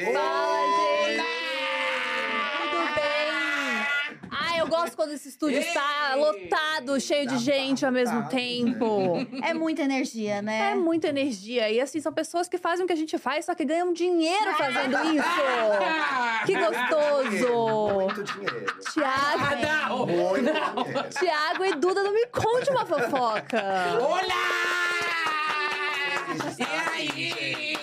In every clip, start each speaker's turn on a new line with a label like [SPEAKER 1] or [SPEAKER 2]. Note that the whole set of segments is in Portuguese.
[SPEAKER 1] Ah, gosto quando esse estúdio está lotado, cheio de
[SPEAKER 2] Tá
[SPEAKER 1] gente ao mesmo
[SPEAKER 2] lotado, né?
[SPEAKER 1] tempo.
[SPEAKER 3] É muita energia, né?
[SPEAKER 1] É muita energia. E assim, são pessoas que fazem o que a gente faz, só que ganham dinheiro fazendo isso. Que gostoso!
[SPEAKER 2] Muito dinheiro.
[SPEAKER 1] Tiago,
[SPEAKER 4] não!
[SPEAKER 2] Muito dinheiro.
[SPEAKER 1] Tiago e Duda, não me conte uma fofoca.
[SPEAKER 4] Olá! E aí?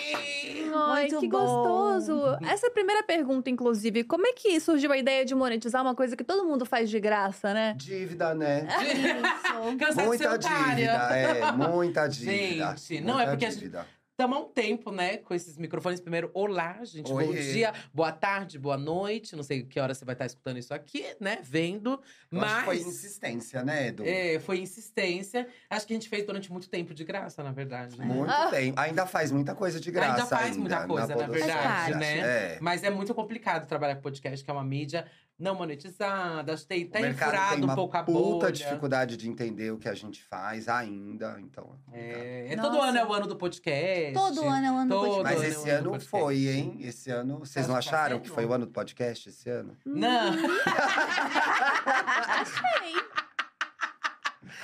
[SPEAKER 1] Ai,
[SPEAKER 3] Muito
[SPEAKER 1] que
[SPEAKER 3] bom.
[SPEAKER 1] gostoso. Essa é primeira pergunta, inclusive, como é que surgiu a ideia de monetizar uma coisa que todo mundo faz de graça, né?
[SPEAKER 2] Dívida, né?
[SPEAKER 3] Isso.
[SPEAKER 4] Cansado de ser
[SPEAKER 2] Muita dívida,
[SPEAKER 4] otária.
[SPEAKER 2] é, muita dívida.
[SPEAKER 4] Gente, não, é
[SPEAKER 2] muita
[SPEAKER 4] porque a gente-
[SPEAKER 2] dívida.
[SPEAKER 4] Estamos há um tempo, né, com esses microfones. Primeiro, olá, gente. Bom
[SPEAKER 2] Oiê.
[SPEAKER 4] dia, boa tarde, boa noite. Não sei que hora você vai estar escutando isso aqui, né? Vendo.
[SPEAKER 2] Eu acho que foi
[SPEAKER 4] Mas.
[SPEAKER 2] insistência, né, Edu?
[SPEAKER 4] é, foi insistência. Acho que a gente fez durante muito tempo de graça, na verdade. né?
[SPEAKER 2] Muito
[SPEAKER 1] Ah.
[SPEAKER 2] bem. Ainda faz muita coisa de graça.
[SPEAKER 4] Ainda faz muita coisa, na
[SPEAKER 2] produção,
[SPEAKER 3] verdade,
[SPEAKER 2] eu
[SPEAKER 4] né?
[SPEAKER 2] acho. É.
[SPEAKER 4] Mas é muito complicado trabalhar com podcast, que é uma mídia não monetizada. Acho que tem
[SPEAKER 2] o
[SPEAKER 4] até
[SPEAKER 2] mercado tem
[SPEAKER 4] furado
[SPEAKER 2] uma
[SPEAKER 4] um pouco a
[SPEAKER 2] puta
[SPEAKER 4] bolha.
[SPEAKER 2] dificuldade de entender o que a gente faz ainda, então. complicado.
[SPEAKER 4] É, é
[SPEAKER 3] Nossa.
[SPEAKER 4] todo ano é o ano do podcast.
[SPEAKER 3] Todo ano é um ano do
[SPEAKER 4] Todo
[SPEAKER 3] podcast.
[SPEAKER 2] Mas
[SPEAKER 4] ano
[SPEAKER 2] esse
[SPEAKER 4] é o ano
[SPEAKER 2] ano
[SPEAKER 4] do podcast.
[SPEAKER 2] foi, hein? Esse ano. Vocês
[SPEAKER 4] Acho
[SPEAKER 2] não
[SPEAKER 4] que tá
[SPEAKER 2] acharam
[SPEAKER 4] certo.
[SPEAKER 2] que foi o ano do podcast esse ano? Hum.
[SPEAKER 4] Não,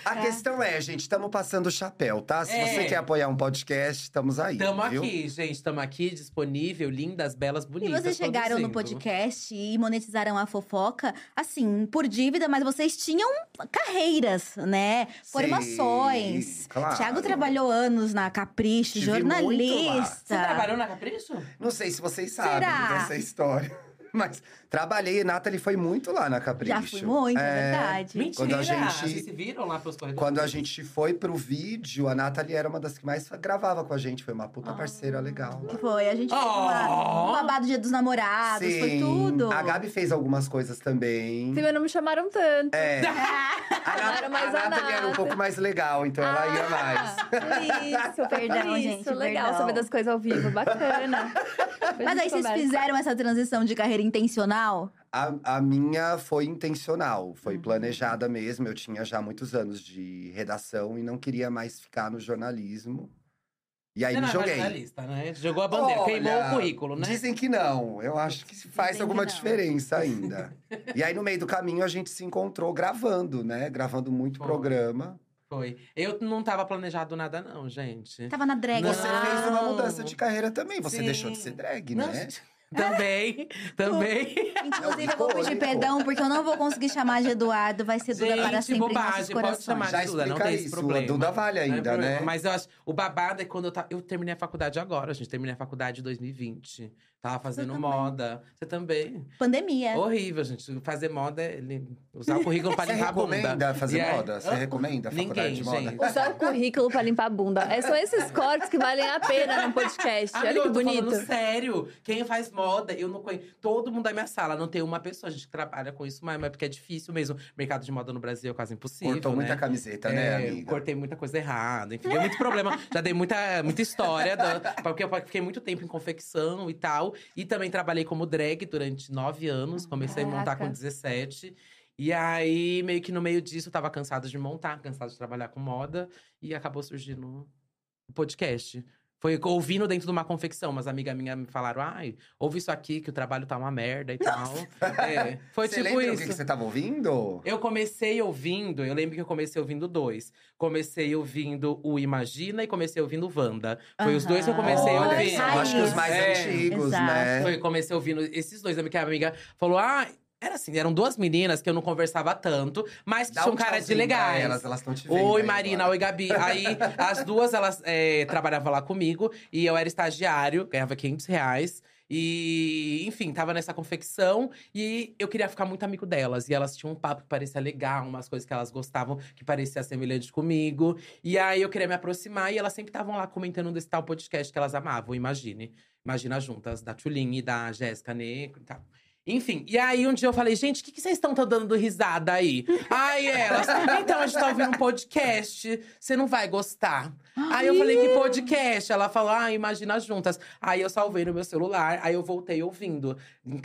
[SPEAKER 2] A questão é, gente, estamos passando o chapéu, tá? Se
[SPEAKER 4] É.
[SPEAKER 2] você quer apoiar um podcast, estamos aí.
[SPEAKER 4] estamos
[SPEAKER 2] viu?
[SPEAKER 4] aqui, gente. Estamos aqui, disponível, lindas, belas,
[SPEAKER 3] E
[SPEAKER 4] bonitas.
[SPEAKER 3] vocês chegaram no
[SPEAKER 4] produzindo.
[SPEAKER 3] podcast e monetizaram a fofoca, assim, por dívida, mas vocês tinham carreiras, né? Formações.
[SPEAKER 2] Sim, claro.
[SPEAKER 3] Thiago trabalhou anos na Capricho,
[SPEAKER 2] Ah, Tive
[SPEAKER 4] Você
[SPEAKER 3] jornalista.
[SPEAKER 4] trabalhou na Capricho?
[SPEAKER 2] Não sei se vocês sabem
[SPEAKER 3] Será?
[SPEAKER 2] dessa história. Mas trabalhei e Nathalie foi muito lá na Capricho.
[SPEAKER 3] Já fui muito, é,
[SPEAKER 2] É,
[SPEAKER 3] verdade.
[SPEAKER 4] Mentira!
[SPEAKER 2] Quando a gente-
[SPEAKER 4] Vocês se viram lá pelos corredores?
[SPEAKER 2] Quando a gente foi pro vídeo, a Nathalie era uma das que mais gravava com a gente. Foi uma puta
[SPEAKER 3] Ah.
[SPEAKER 2] parceira legal.
[SPEAKER 3] Que Foi, a gente fez uma,
[SPEAKER 4] Oh!
[SPEAKER 3] um babado Dia dos Namorados, foi Ah, tudo.
[SPEAKER 2] A Gabi fez algumas coisas também.
[SPEAKER 1] Também não me chamaram tanto.
[SPEAKER 2] É. A,
[SPEAKER 1] Chamaram
[SPEAKER 2] Nath, a
[SPEAKER 1] mais a
[SPEAKER 2] Nathalie era um
[SPEAKER 1] Natha.
[SPEAKER 2] pouco mais legal, então ela ia mais.
[SPEAKER 1] Ah, Isso,
[SPEAKER 3] Perdão,
[SPEAKER 1] isso,
[SPEAKER 3] gente,
[SPEAKER 1] legal
[SPEAKER 3] perdão.
[SPEAKER 1] saber das coisas ao vivo, bacana. Depois a
[SPEAKER 3] Mas
[SPEAKER 1] gente
[SPEAKER 3] aí vocês
[SPEAKER 1] conversa.
[SPEAKER 3] fizeram essa transição de carreira intencional?
[SPEAKER 2] A, a minha foi intencional, foi
[SPEAKER 4] Uhum.
[SPEAKER 2] planejada mesmo. Eu tinha já muitos anos de redação e não queria mais ficar no jornalismo. E aí
[SPEAKER 4] Você
[SPEAKER 2] me
[SPEAKER 4] não é
[SPEAKER 2] joguei.
[SPEAKER 4] jornalista, né? Jogou a bandeira,
[SPEAKER 2] Olha,
[SPEAKER 4] queimou o currículo, né?
[SPEAKER 2] Dizem que não. Eu acho que faz
[SPEAKER 3] que
[SPEAKER 2] alguma
[SPEAKER 3] não.
[SPEAKER 2] diferença ainda. e aí, no meio do caminho, a gente se encontrou gravando, né? Gravando muito
[SPEAKER 4] Foi.
[SPEAKER 2] programa.
[SPEAKER 4] Foi. Eu não tava planejado nada, não, gente.
[SPEAKER 3] Tava na drag
[SPEAKER 4] Não.
[SPEAKER 2] Você
[SPEAKER 3] lá.
[SPEAKER 2] fez uma mudança de carreira também. Você
[SPEAKER 4] É Sim.
[SPEAKER 2] deixou de ser drag,
[SPEAKER 4] Não,
[SPEAKER 2] né?
[SPEAKER 4] Também, também.
[SPEAKER 3] Inclusive, eu vou pedir
[SPEAKER 2] Icônico.
[SPEAKER 3] perdão, porque eu não vou conseguir chamar de Eduardo. Vai ser Duda para
[SPEAKER 4] Gente,
[SPEAKER 3] sempre em nossos
[SPEAKER 4] bobagem, pode
[SPEAKER 3] corações.
[SPEAKER 4] chamar
[SPEAKER 2] Já
[SPEAKER 4] de Duda, não
[SPEAKER 2] explica
[SPEAKER 4] tem esse
[SPEAKER 2] isso.
[SPEAKER 4] problema.
[SPEAKER 2] A Duda vale
[SPEAKER 4] Não é
[SPEAKER 2] ainda,
[SPEAKER 4] problema.
[SPEAKER 2] né?
[SPEAKER 4] Mas eu acho, o babado é quando eu tava. Eu terminei a faculdade agora, gente. Terminei a faculdade em 2020. Tava fazendo
[SPEAKER 3] também.
[SPEAKER 4] moda. Você também.
[SPEAKER 1] É.
[SPEAKER 3] Pandemia.
[SPEAKER 4] Horrível, gente. Fazer moda é lim- usar o currículo pra
[SPEAKER 2] Você
[SPEAKER 4] limpar a bunda.
[SPEAKER 2] recomenda fazer
[SPEAKER 4] E aí-
[SPEAKER 2] moda? Você
[SPEAKER 4] Ah,
[SPEAKER 2] recomenda a faculdade
[SPEAKER 4] ninguém,
[SPEAKER 2] de moda?
[SPEAKER 4] gente.
[SPEAKER 1] Usar o currículo pra limpar a bunda. É, são esses cortes que valem a pena no podcast.
[SPEAKER 4] Amiga,
[SPEAKER 1] Olha que é
[SPEAKER 4] eu tô falando
[SPEAKER 1] bonito.
[SPEAKER 4] sério. Quem faz moda, eu não conheço. Todo mundo da minha sala, não tem uma pessoa. A gente trabalha com isso, mas mas porque é difícil mesmo. Mercado de moda no Brasil é quase impossível.
[SPEAKER 2] Cortou
[SPEAKER 4] né?
[SPEAKER 2] muita camiseta, né,
[SPEAKER 4] É,
[SPEAKER 2] amiga?
[SPEAKER 4] Cortei muita coisa errada, enfim, deu muito problema. Já dei muita, muita história, da- porque eu fiquei muito tempo em confecção e tal. E também trabalhei como drag durante nove anos, comecei a montar
[SPEAKER 1] Caraca.
[SPEAKER 4] com 17. E aí, meio que no meio disso, eu tava cansado de montar, cansado de trabalhar com moda. E acabou surgindo o podcast. Foi ouvindo dentro de uma confecção, mas amiga minha me falaram: ai, ouve isso aqui, que o trabalho tá uma merda e tal. É, foi
[SPEAKER 2] você
[SPEAKER 4] tipo
[SPEAKER 2] lembra
[SPEAKER 4] isso.
[SPEAKER 2] o que que você tava ouvindo?
[SPEAKER 4] Eu comecei ouvindo, eu lembro que eu comecei ouvindo dois. Comecei ouvindo o Imagina e comecei ouvindo o Wanda. Foi os dois que eu comecei
[SPEAKER 3] Olha,
[SPEAKER 4] ouvindo.
[SPEAKER 2] eu acho que os mais
[SPEAKER 4] É.
[SPEAKER 2] antigos,
[SPEAKER 3] Exato.
[SPEAKER 2] né?
[SPEAKER 4] Foi, comecei ouvindo esses dois. A minha amiga falou: ah, era assim, eram duas meninas que eu não conversava tanto, mas que
[SPEAKER 2] Dá
[SPEAKER 4] tinham
[SPEAKER 2] um
[SPEAKER 4] cara de
[SPEAKER 2] tchauzinho pra
[SPEAKER 4] legais.
[SPEAKER 2] Elas, elas estão te vendo.
[SPEAKER 4] Oi,
[SPEAKER 2] aí
[SPEAKER 4] Marina.
[SPEAKER 2] agora.
[SPEAKER 4] Oi, Gabi. Aí, as duas, elas é, trabalhavam lá comigo. E eu era estagiário, ganhava 500 reais. E, enfim, tava nessa confecção. E eu queria ficar muito amigo delas. E elas tinham um papo que parecia legal. Umas coisas que elas gostavam, que parecia semelhante comigo. E aí, eu queria me aproximar. E elas sempre estavam lá comentando desse tal podcast que elas amavam, imagine. Imagina juntas, da Tulin e da Jéssica Negro e tal. Enfim, e aí um dia eu falei, gente, o que, que vocês estão dando risada aí? aí elas, então a gente tá ouvindo um podcast, você não vai gostar. Aí eu falei, que podcast? Ela falou, ah, imagina juntas. Aí eu salvei no meu celular, aí eu voltei ouvindo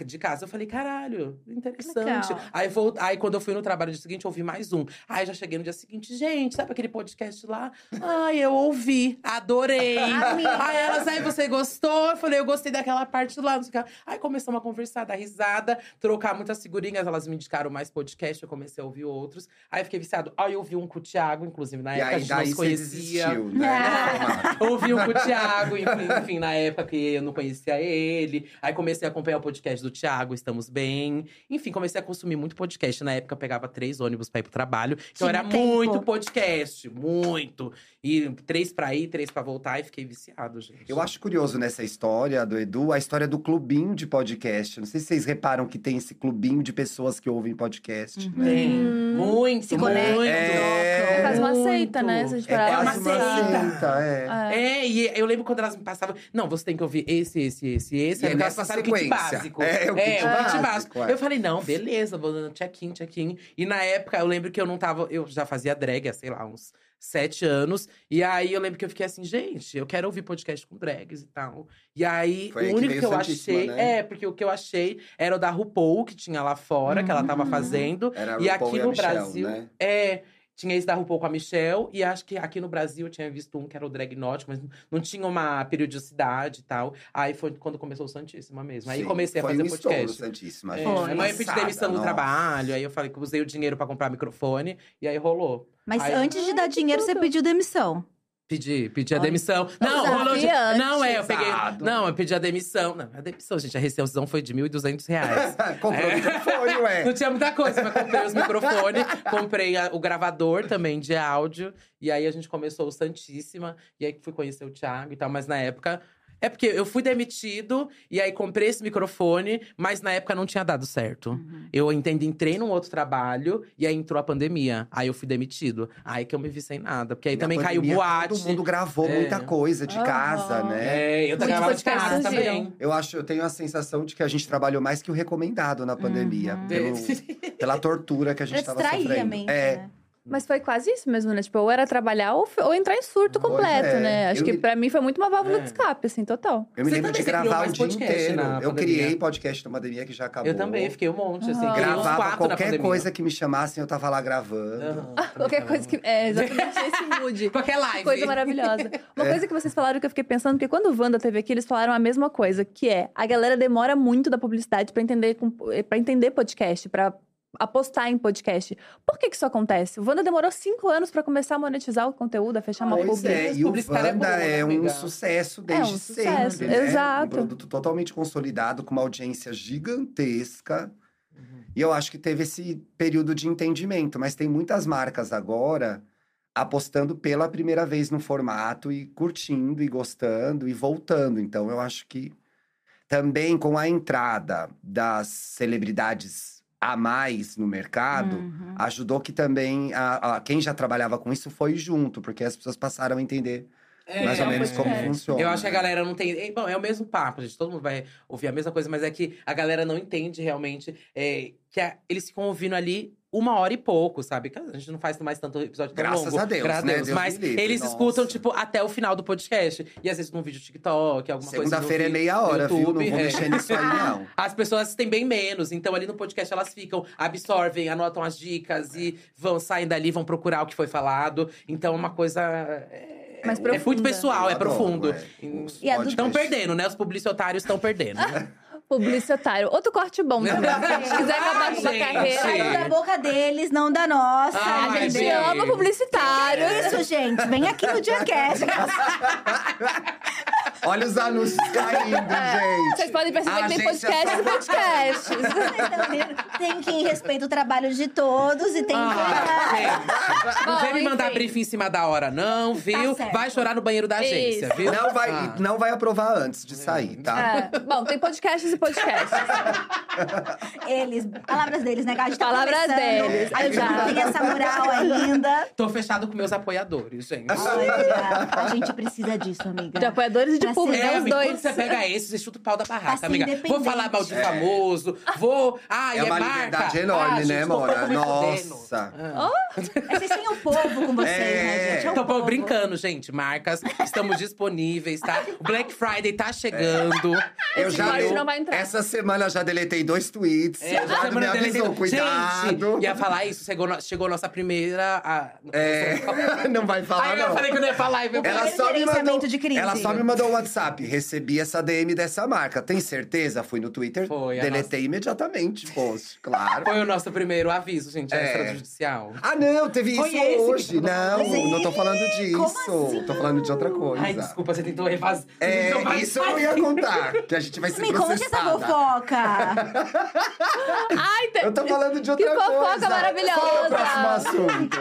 [SPEAKER 4] de casa. Eu falei, caralho, interessante.
[SPEAKER 3] Legal.
[SPEAKER 4] Aí, vol- aí quando eu fui no trabalho no dia seguinte, eu ouvi mais um. Aí já cheguei no dia seguinte, gente, sabe aquele podcast lá? Ai, eu ouvi, adorei. aí elas, aí você gostou? Eu falei, eu gostei daquela parte lá. Não sei o que. lá. Aí começamos a conversar, dar risada risada, trocar muitas figurinhas. Elas me indicaram mais podcast, eu comecei a ouvir outros. Aí fiquei viciado. Aí eu ouvi um com o Thiago, inclusive, na
[SPEAKER 2] e
[SPEAKER 4] época a
[SPEAKER 2] aí,
[SPEAKER 4] gente não
[SPEAKER 2] daí
[SPEAKER 4] se
[SPEAKER 2] você
[SPEAKER 4] conhecia.
[SPEAKER 2] desistiu, né? do formato.
[SPEAKER 4] Ouvi um com o Thiago, enfim, enfim, na época que eu não conhecia ele. Aí comecei a acompanhar o podcast do Thiago, Estamos Bem. Enfim, comecei a consumir muito podcast. Na época eu pegava três ônibus pra ir pro trabalho. Então
[SPEAKER 3] Tinha
[SPEAKER 1] um
[SPEAKER 4] era
[SPEAKER 3] tempo.
[SPEAKER 4] muito podcast, muito. E três pra ir, três pra voltar. E fiquei viciado, gente.
[SPEAKER 2] Eu acho curioso nessa história do Edu, a história do clubinho de podcast. Não sei se vocês reparam que tem esse clubinho de pessoas que ouvem podcast, né?
[SPEAKER 4] Tem.
[SPEAKER 1] Hum.
[SPEAKER 4] Muito,
[SPEAKER 3] Se conectam,
[SPEAKER 4] muito.
[SPEAKER 2] É.
[SPEAKER 1] É quase uma
[SPEAKER 4] Muito.
[SPEAKER 1] seita, né? Se a gente
[SPEAKER 2] É
[SPEAKER 1] parar pra
[SPEAKER 2] quase uma
[SPEAKER 1] pensar.
[SPEAKER 4] seita.
[SPEAKER 2] seita, é.
[SPEAKER 1] É.
[SPEAKER 4] É, e eu lembro quando elas me passavam. Não, você tem que ouvir esse, esse, esse, esse.
[SPEAKER 2] E
[SPEAKER 4] aí
[SPEAKER 2] é
[SPEAKER 4] elas
[SPEAKER 2] nessa
[SPEAKER 4] passaram o kit
[SPEAKER 2] sequência.
[SPEAKER 4] básico.
[SPEAKER 2] É, o kit básico, é.
[SPEAKER 4] Eu falei, não, beleza, vou dando check-in, check-in. E na época, eu lembro que eu não tava. Eu já fazia drag há, sei lá, uns sete anos. E aí eu lembro que eu fiquei assim, gente, eu quero ouvir podcast com drags e tal. E aí,
[SPEAKER 2] Foi aí
[SPEAKER 4] o
[SPEAKER 2] que
[SPEAKER 4] único
[SPEAKER 2] veio
[SPEAKER 4] que eu
[SPEAKER 2] Santíssima,
[SPEAKER 4] achei.
[SPEAKER 2] né?
[SPEAKER 4] É, porque o que eu achei era o da RuPaul, que tinha lá fora, que ela tava
[SPEAKER 3] Uhum.
[SPEAKER 4] fazendo.
[SPEAKER 2] Era a
[SPEAKER 4] E
[SPEAKER 2] RuPaul
[SPEAKER 4] aqui
[SPEAKER 2] a
[SPEAKER 4] no
[SPEAKER 2] Michelle,
[SPEAKER 4] Brasil,
[SPEAKER 2] né?
[SPEAKER 4] É, tinha esse da RuPaul com a Michelle, e acho que aqui no Brasil eu tinha visto um que era o Dragnótico, mas não tinha uma periodicidade e tal. Aí foi quando começou o Santíssima mesmo. Aí
[SPEAKER 2] Sim,
[SPEAKER 4] comecei a
[SPEAKER 2] foi
[SPEAKER 4] fazer
[SPEAKER 2] um estouro,
[SPEAKER 4] podcast.
[SPEAKER 2] Santíssima.
[SPEAKER 4] É,
[SPEAKER 2] gente.
[SPEAKER 3] Foi.
[SPEAKER 4] mas eu pedi
[SPEAKER 2] Passada,
[SPEAKER 4] demissão do
[SPEAKER 2] nossa.
[SPEAKER 4] trabalho, aí eu falei que usei o dinheiro pra comprar microfone, e aí rolou.
[SPEAKER 3] Mas
[SPEAKER 4] Ai,
[SPEAKER 3] antes de
[SPEAKER 1] ai,
[SPEAKER 3] dar
[SPEAKER 1] que
[SPEAKER 3] dinheiro, você
[SPEAKER 1] tudo.
[SPEAKER 3] pediu demissão.
[SPEAKER 4] Pedi, pedi a
[SPEAKER 3] Olha,
[SPEAKER 4] demissão. Não,
[SPEAKER 1] sabe
[SPEAKER 4] rolou de...
[SPEAKER 1] antes.
[SPEAKER 4] Não, é, eu peguei.
[SPEAKER 2] Exato.
[SPEAKER 4] Não, eu pedi a demissão. Não, a demissão, gente, a rescisão foi de R$ 1.200 reais.
[SPEAKER 2] Comprou o
[SPEAKER 4] É.
[SPEAKER 2] microfone,
[SPEAKER 4] Não
[SPEAKER 2] ué.
[SPEAKER 4] tinha muita coisa, mas comprei os microfones, comprei a- o gravador também de áudio. E aí a gente começou o Santíssima. E aí fui conhecer o Thiago e tal, mas na época. É porque eu fui demitido e aí comprei esse microfone, mas na época não tinha dado certo.
[SPEAKER 2] Uhum.
[SPEAKER 4] Eu entendo, entrei num outro trabalho e aí entrou a pandemia. Aí eu fui demitido. Aí que eu me vi sem nada. Porque aí
[SPEAKER 2] Na
[SPEAKER 4] também caiu
[SPEAKER 2] pandemia,
[SPEAKER 4] boate.
[SPEAKER 2] Todo mundo gravou
[SPEAKER 4] É.
[SPEAKER 2] muita coisa de
[SPEAKER 1] Aham.
[SPEAKER 2] casa, né?
[SPEAKER 4] É, eu
[SPEAKER 1] Muitos
[SPEAKER 4] trabalhava de casa
[SPEAKER 1] podcasts
[SPEAKER 4] também.
[SPEAKER 1] surgiram.
[SPEAKER 2] Eu acho, eu tenho a sensação de que a gente trabalhou mais que o recomendado na pandemia.
[SPEAKER 3] Uhum.
[SPEAKER 2] Pelo, pela tortura que a
[SPEAKER 3] Pra
[SPEAKER 2] gente tava
[SPEAKER 3] distrair
[SPEAKER 2] sofrendo.
[SPEAKER 3] a mente,
[SPEAKER 2] é,
[SPEAKER 3] né?
[SPEAKER 1] Mas foi quase isso mesmo, né? Tipo, ou era trabalhar ou, f- ou entrar em surto
[SPEAKER 2] Pois
[SPEAKER 1] completo,
[SPEAKER 2] é.
[SPEAKER 1] né? Acho
[SPEAKER 2] Eu
[SPEAKER 1] que
[SPEAKER 2] me-
[SPEAKER 1] pra mim foi muito uma válvula
[SPEAKER 4] É.
[SPEAKER 1] de escape, assim, total.
[SPEAKER 2] eu me
[SPEAKER 4] Você
[SPEAKER 2] lembro
[SPEAKER 4] também,
[SPEAKER 2] de
[SPEAKER 4] você criou
[SPEAKER 2] gravar o
[SPEAKER 4] mais
[SPEAKER 2] dia
[SPEAKER 4] podcast
[SPEAKER 2] inteiro.
[SPEAKER 4] na
[SPEAKER 2] Eu
[SPEAKER 4] pandemia.
[SPEAKER 2] criei podcast na pandemia que já acabou.
[SPEAKER 4] Eu também, fiquei um monte, assim.
[SPEAKER 1] Aham.
[SPEAKER 4] criei uns
[SPEAKER 2] Gravava
[SPEAKER 4] quatro na
[SPEAKER 2] qualquer
[SPEAKER 4] pandemia.
[SPEAKER 2] coisa que me chamassem, eu tava lá gravando.
[SPEAKER 4] Aham,
[SPEAKER 1] Qualquer
[SPEAKER 4] também
[SPEAKER 1] coisa que. É, exatamente esse mood.
[SPEAKER 4] Qualquer live.
[SPEAKER 1] Coisa maravilhosa. Uma
[SPEAKER 2] É.
[SPEAKER 1] coisa que vocês falaram que eu fiquei pensando, porque quando o Wanda teve aqui, eles falaram a mesma coisa, que é a galera demora muito da publicidade pra entender para entender podcast, pra apostar em podcast. Por que que isso acontece? O Wanda demorou cinco anos pra começar a monetizar o conteúdo, a fechar uma
[SPEAKER 4] Pois
[SPEAKER 1] publi.
[SPEAKER 2] é, e o
[SPEAKER 4] Publicitário é
[SPEAKER 2] Wanda
[SPEAKER 4] bom, né,
[SPEAKER 2] é, um
[SPEAKER 4] amiga?
[SPEAKER 2] sucesso desde
[SPEAKER 1] É um
[SPEAKER 2] sempre.
[SPEAKER 1] sucesso,
[SPEAKER 2] né? Um
[SPEAKER 1] exato.
[SPEAKER 2] produto totalmente consolidado, com uma audiência gigantesca. E eu acho que teve esse período de entendimento, mas tem muitas marcas agora apostando pela primeira vez no formato e curtindo e gostando e voltando. Então eu acho que também com a entrada das celebridades a mais no mercado,
[SPEAKER 3] Uhum.
[SPEAKER 2] ajudou que também a, a- quem já trabalhava com isso foi junto, porque as pessoas passaram a entender
[SPEAKER 4] É,
[SPEAKER 2] mais ou
[SPEAKER 4] é,
[SPEAKER 2] menos
[SPEAKER 4] é.
[SPEAKER 2] como
[SPEAKER 1] é.
[SPEAKER 2] funciona.
[SPEAKER 4] Eu acho que a galera não tem. é, Bom, é o mesmo papo, gente. Todo mundo vai ouvir a mesma coisa, mas é que a galera não entende realmente é, que a- eles ficam ouvindo ali uma hora e pouco, sabe? Que a gente não faz mais tanto episódio tão
[SPEAKER 2] Graças
[SPEAKER 4] longo.
[SPEAKER 2] a Deus,
[SPEAKER 4] Graças
[SPEAKER 2] né?
[SPEAKER 4] a Deus.
[SPEAKER 2] Deus
[SPEAKER 4] mas
[SPEAKER 2] me livre,
[SPEAKER 4] eles
[SPEAKER 2] nossa.
[SPEAKER 4] escutam, tipo, até o final do podcast. E às vezes num vídeo TikTok, alguma coisa. no
[SPEAKER 2] Segunda-feira é
[SPEAKER 4] vídeo
[SPEAKER 2] meia hora, viu? Não
[SPEAKER 4] YouTube,
[SPEAKER 2] vou
[SPEAKER 4] é.
[SPEAKER 2] mexer nisso aí, não.
[SPEAKER 4] As pessoas têm bem menos, então ali no podcast elas ficam, absorvem, anotam as dicas e vão saem dali, vão procurar o que foi falado. Então é uma coisa é,
[SPEAKER 1] Mais
[SPEAKER 4] é
[SPEAKER 1] profunda.
[SPEAKER 4] muito pessoal,
[SPEAKER 2] Eu
[SPEAKER 4] é
[SPEAKER 2] adoro,
[SPEAKER 4] profundo.
[SPEAKER 2] é. Os
[SPEAKER 3] E a do-
[SPEAKER 2] podcasts.
[SPEAKER 4] Estão perdendo, né? Os publicitários estão perdendo.
[SPEAKER 1] Publicitário. Outro corte bom também. Se quiser acabar com uma
[SPEAKER 4] Ai, gente.
[SPEAKER 1] carreira.
[SPEAKER 3] Saiu da boca deles, não da nossa.
[SPEAKER 4] Ai,
[SPEAKER 1] A Assim. gente
[SPEAKER 4] gente.
[SPEAKER 3] entendeu?
[SPEAKER 1] ama publicitário.
[SPEAKER 3] É isso, gente. Vem aqui no Diacast.
[SPEAKER 2] Olha os anúncios caindo, gente.
[SPEAKER 1] Vocês podem perceber
[SPEAKER 2] A
[SPEAKER 1] que tem
[SPEAKER 2] gente é
[SPEAKER 1] podcasts
[SPEAKER 2] só-
[SPEAKER 1] e podcasts.
[SPEAKER 3] Vocês estão vendo? Tem que respeitar o trabalho de todos e tem
[SPEAKER 4] Ah,
[SPEAKER 3] que.
[SPEAKER 4] gente. Não
[SPEAKER 1] Bom,
[SPEAKER 4] vem me mandar
[SPEAKER 1] enfim.
[SPEAKER 4] briefing em cima da hora, não, viu?
[SPEAKER 3] certo.
[SPEAKER 4] Vai chorar no banheiro da agência,
[SPEAKER 1] Isso.
[SPEAKER 4] viu?
[SPEAKER 2] Não vai,
[SPEAKER 4] Ah.
[SPEAKER 2] não vai aprovar antes de sair, tá?
[SPEAKER 1] É, Bom, tem podcasts e podcasts.
[SPEAKER 3] Eles, palavras deles, né? que A gente tá
[SPEAKER 1] Palavras
[SPEAKER 3] começando.
[SPEAKER 1] deles,
[SPEAKER 3] A gente não
[SPEAKER 1] exato.
[SPEAKER 3] tem essa moral ainda.
[SPEAKER 4] Tô fechado com meus apoiadores, gente.
[SPEAKER 3] Olha, a gente precisa disso, amiga.
[SPEAKER 1] De apoiadores e de
[SPEAKER 3] Pra
[SPEAKER 1] público,
[SPEAKER 3] ser-
[SPEAKER 1] né?
[SPEAKER 4] É,
[SPEAKER 1] Os
[SPEAKER 4] amiga, quando
[SPEAKER 1] dois.
[SPEAKER 4] você pega esse, você chuta o pau da barraca,
[SPEAKER 3] ser
[SPEAKER 4] amiga. Vou
[SPEAKER 3] independente.
[SPEAKER 4] falar mal de
[SPEAKER 2] É.
[SPEAKER 4] famoso, vou… Ai,
[SPEAKER 2] É
[SPEAKER 4] é,
[SPEAKER 2] uma
[SPEAKER 4] marca.
[SPEAKER 2] liberdade enorme,
[SPEAKER 4] Ah,
[SPEAKER 2] né,
[SPEAKER 4] gente, tô
[SPEAKER 2] Mora?
[SPEAKER 4] me fudendo.
[SPEAKER 2] Nossa.
[SPEAKER 4] Ah.
[SPEAKER 3] É, Vocês têm o povo com vocês, né,
[SPEAKER 2] É.
[SPEAKER 3] gente? É o
[SPEAKER 4] Tô
[SPEAKER 3] povo.
[SPEAKER 4] brincando, gente. Marcas, estamos disponíveis, tá? O Black Friday tá chegando.
[SPEAKER 2] Eu já
[SPEAKER 1] corte
[SPEAKER 2] dei-
[SPEAKER 1] não vai entrar.
[SPEAKER 2] Essa semana eu já deletei dois tweets.
[SPEAKER 4] É,
[SPEAKER 2] o Jardim me
[SPEAKER 4] semana dele
[SPEAKER 2] avisou,
[SPEAKER 4] tem-
[SPEAKER 2] cuidado.
[SPEAKER 4] Gente, ia falar isso, chegou, no- chegou nossa primeira. a-
[SPEAKER 2] É, não vai falar,
[SPEAKER 4] Ai,
[SPEAKER 2] não.
[SPEAKER 4] eu falei que eu não ia falar, e veio
[SPEAKER 2] Ela
[SPEAKER 3] Primeiro
[SPEAKER 2] só, me
[SPEAKER 3] gerenciamento
[SPEAKER 2] mandou,
[SPEAKER 3] de crise.
[SPEAKER 2] ela só me mandou um WhatsApp, recebi essa DM dessa marca. Tem certeza? Fui no Twitter,
[SPEAKER 4] Foi, a
[SPEAKER 2] deletei imediatamente o post, claro.
[SPEAKER 4] Foi o nosso primeiro aviso, gente,
[SPEAKER 2] É.
[SPEAKER 4] é. extrajudicial.
[SPEAKER 2] Ah, não, teve
[SPEAKER 4] Foi
[SPEAKER 2] isso
[SPEAKER 4] esse que
[SPEAKER 2] hoje.
[SPEAKER 4] você tá
[SPEAKER 2] Não,
[SPEAKER 4] falando?
[SPEAKER 2] não tô falando disso.
[SPEAKER 3] assim?
[SPEAKER 2] Tô falando de outra coisa.
[SPEAKER 4] Ai, desculpa, você tentou evasar.
[SPEAKER 2] É,
[SPEAKER 4] Então vai-
[SPEAKER 2] isso eu não ia contar, que a gente vai ser
[SPEAKER 3] Me conte essa
[SPEAKER 2] processada.
[SPEAKER 3] fofoca!
[SPEAKER 1] Ai, te-
[SPEAKER 2] Eu tô falando de
[SPEAKER 1] Que
[SPEAKER 2] outra
[SPEAKER 1] fofoca
[SPEAKER 2] coisa.
[SPEAKER 1] maravilhosa.
[SPEAKER 2] Qual é o próximo assunto?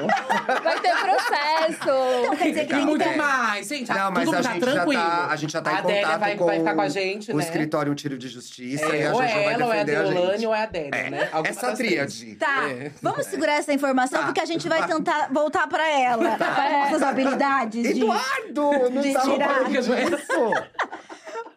[SPEAKER 1] vai ter processo.
[SPEAKER 3] Então quer dizer que tem que
[SPEAKER 4] Muito
[SPEAKER 3] ter...
[SPEAKER 4] mais, gente.
[SPEAKER 2] Não, mas
[SPEAKER 4] tudo
[SPEAKER 2] a
[SPEAKER 4] tá
[SPEAKER 2] gente, já
[SPEAKER 4] tranquilo.
[SPEAKER 2] tá, a gente já tá em
[SPEAKER 4] A Adélia
[SPEAKER 2] contato
[SPEAKER 4] vai-
[SPEAKER 2] com,
[SPEAKER 4] vai ficar com a gente,
[SPEAKER 2] o
[SPEAKER 4] né?
[SPEAKER 2] escritório Um Tiro de Justiça e
[SPEAKER 4] É,
[SPEAKER 2] a
[SPEAKER 4] ou
[SPEAKER 2] gente
[SPEAKER 4] é
[SPEAKER 2] vai
[SPEAKER 4] ela, ou é a
[SPEAKER 2] defender a, gente.
[SPEAKER 4] Deolane, ou é a Adélia, né? Alguma
[SPEAKER 2] Essa
[SPEAKER 4] das três.
[SPEAKER 2] tríade.
[SPEAKER 3] Tá,
[SPEAKER 4] É.
[SPEAKER 3] vamos segurar essa informação,
[SPEAKER 2] Tá.
[SPEAKER 3] porque a gente vai tentar voltar pra ela. Com essas habilidades de...
[SPEAKER 2] Eduardo, não
[SPEAKER 3] de
[SPEAKER 2] tava
[SPEAKER 3] tirar.
[SPEAKER 2] falando disso.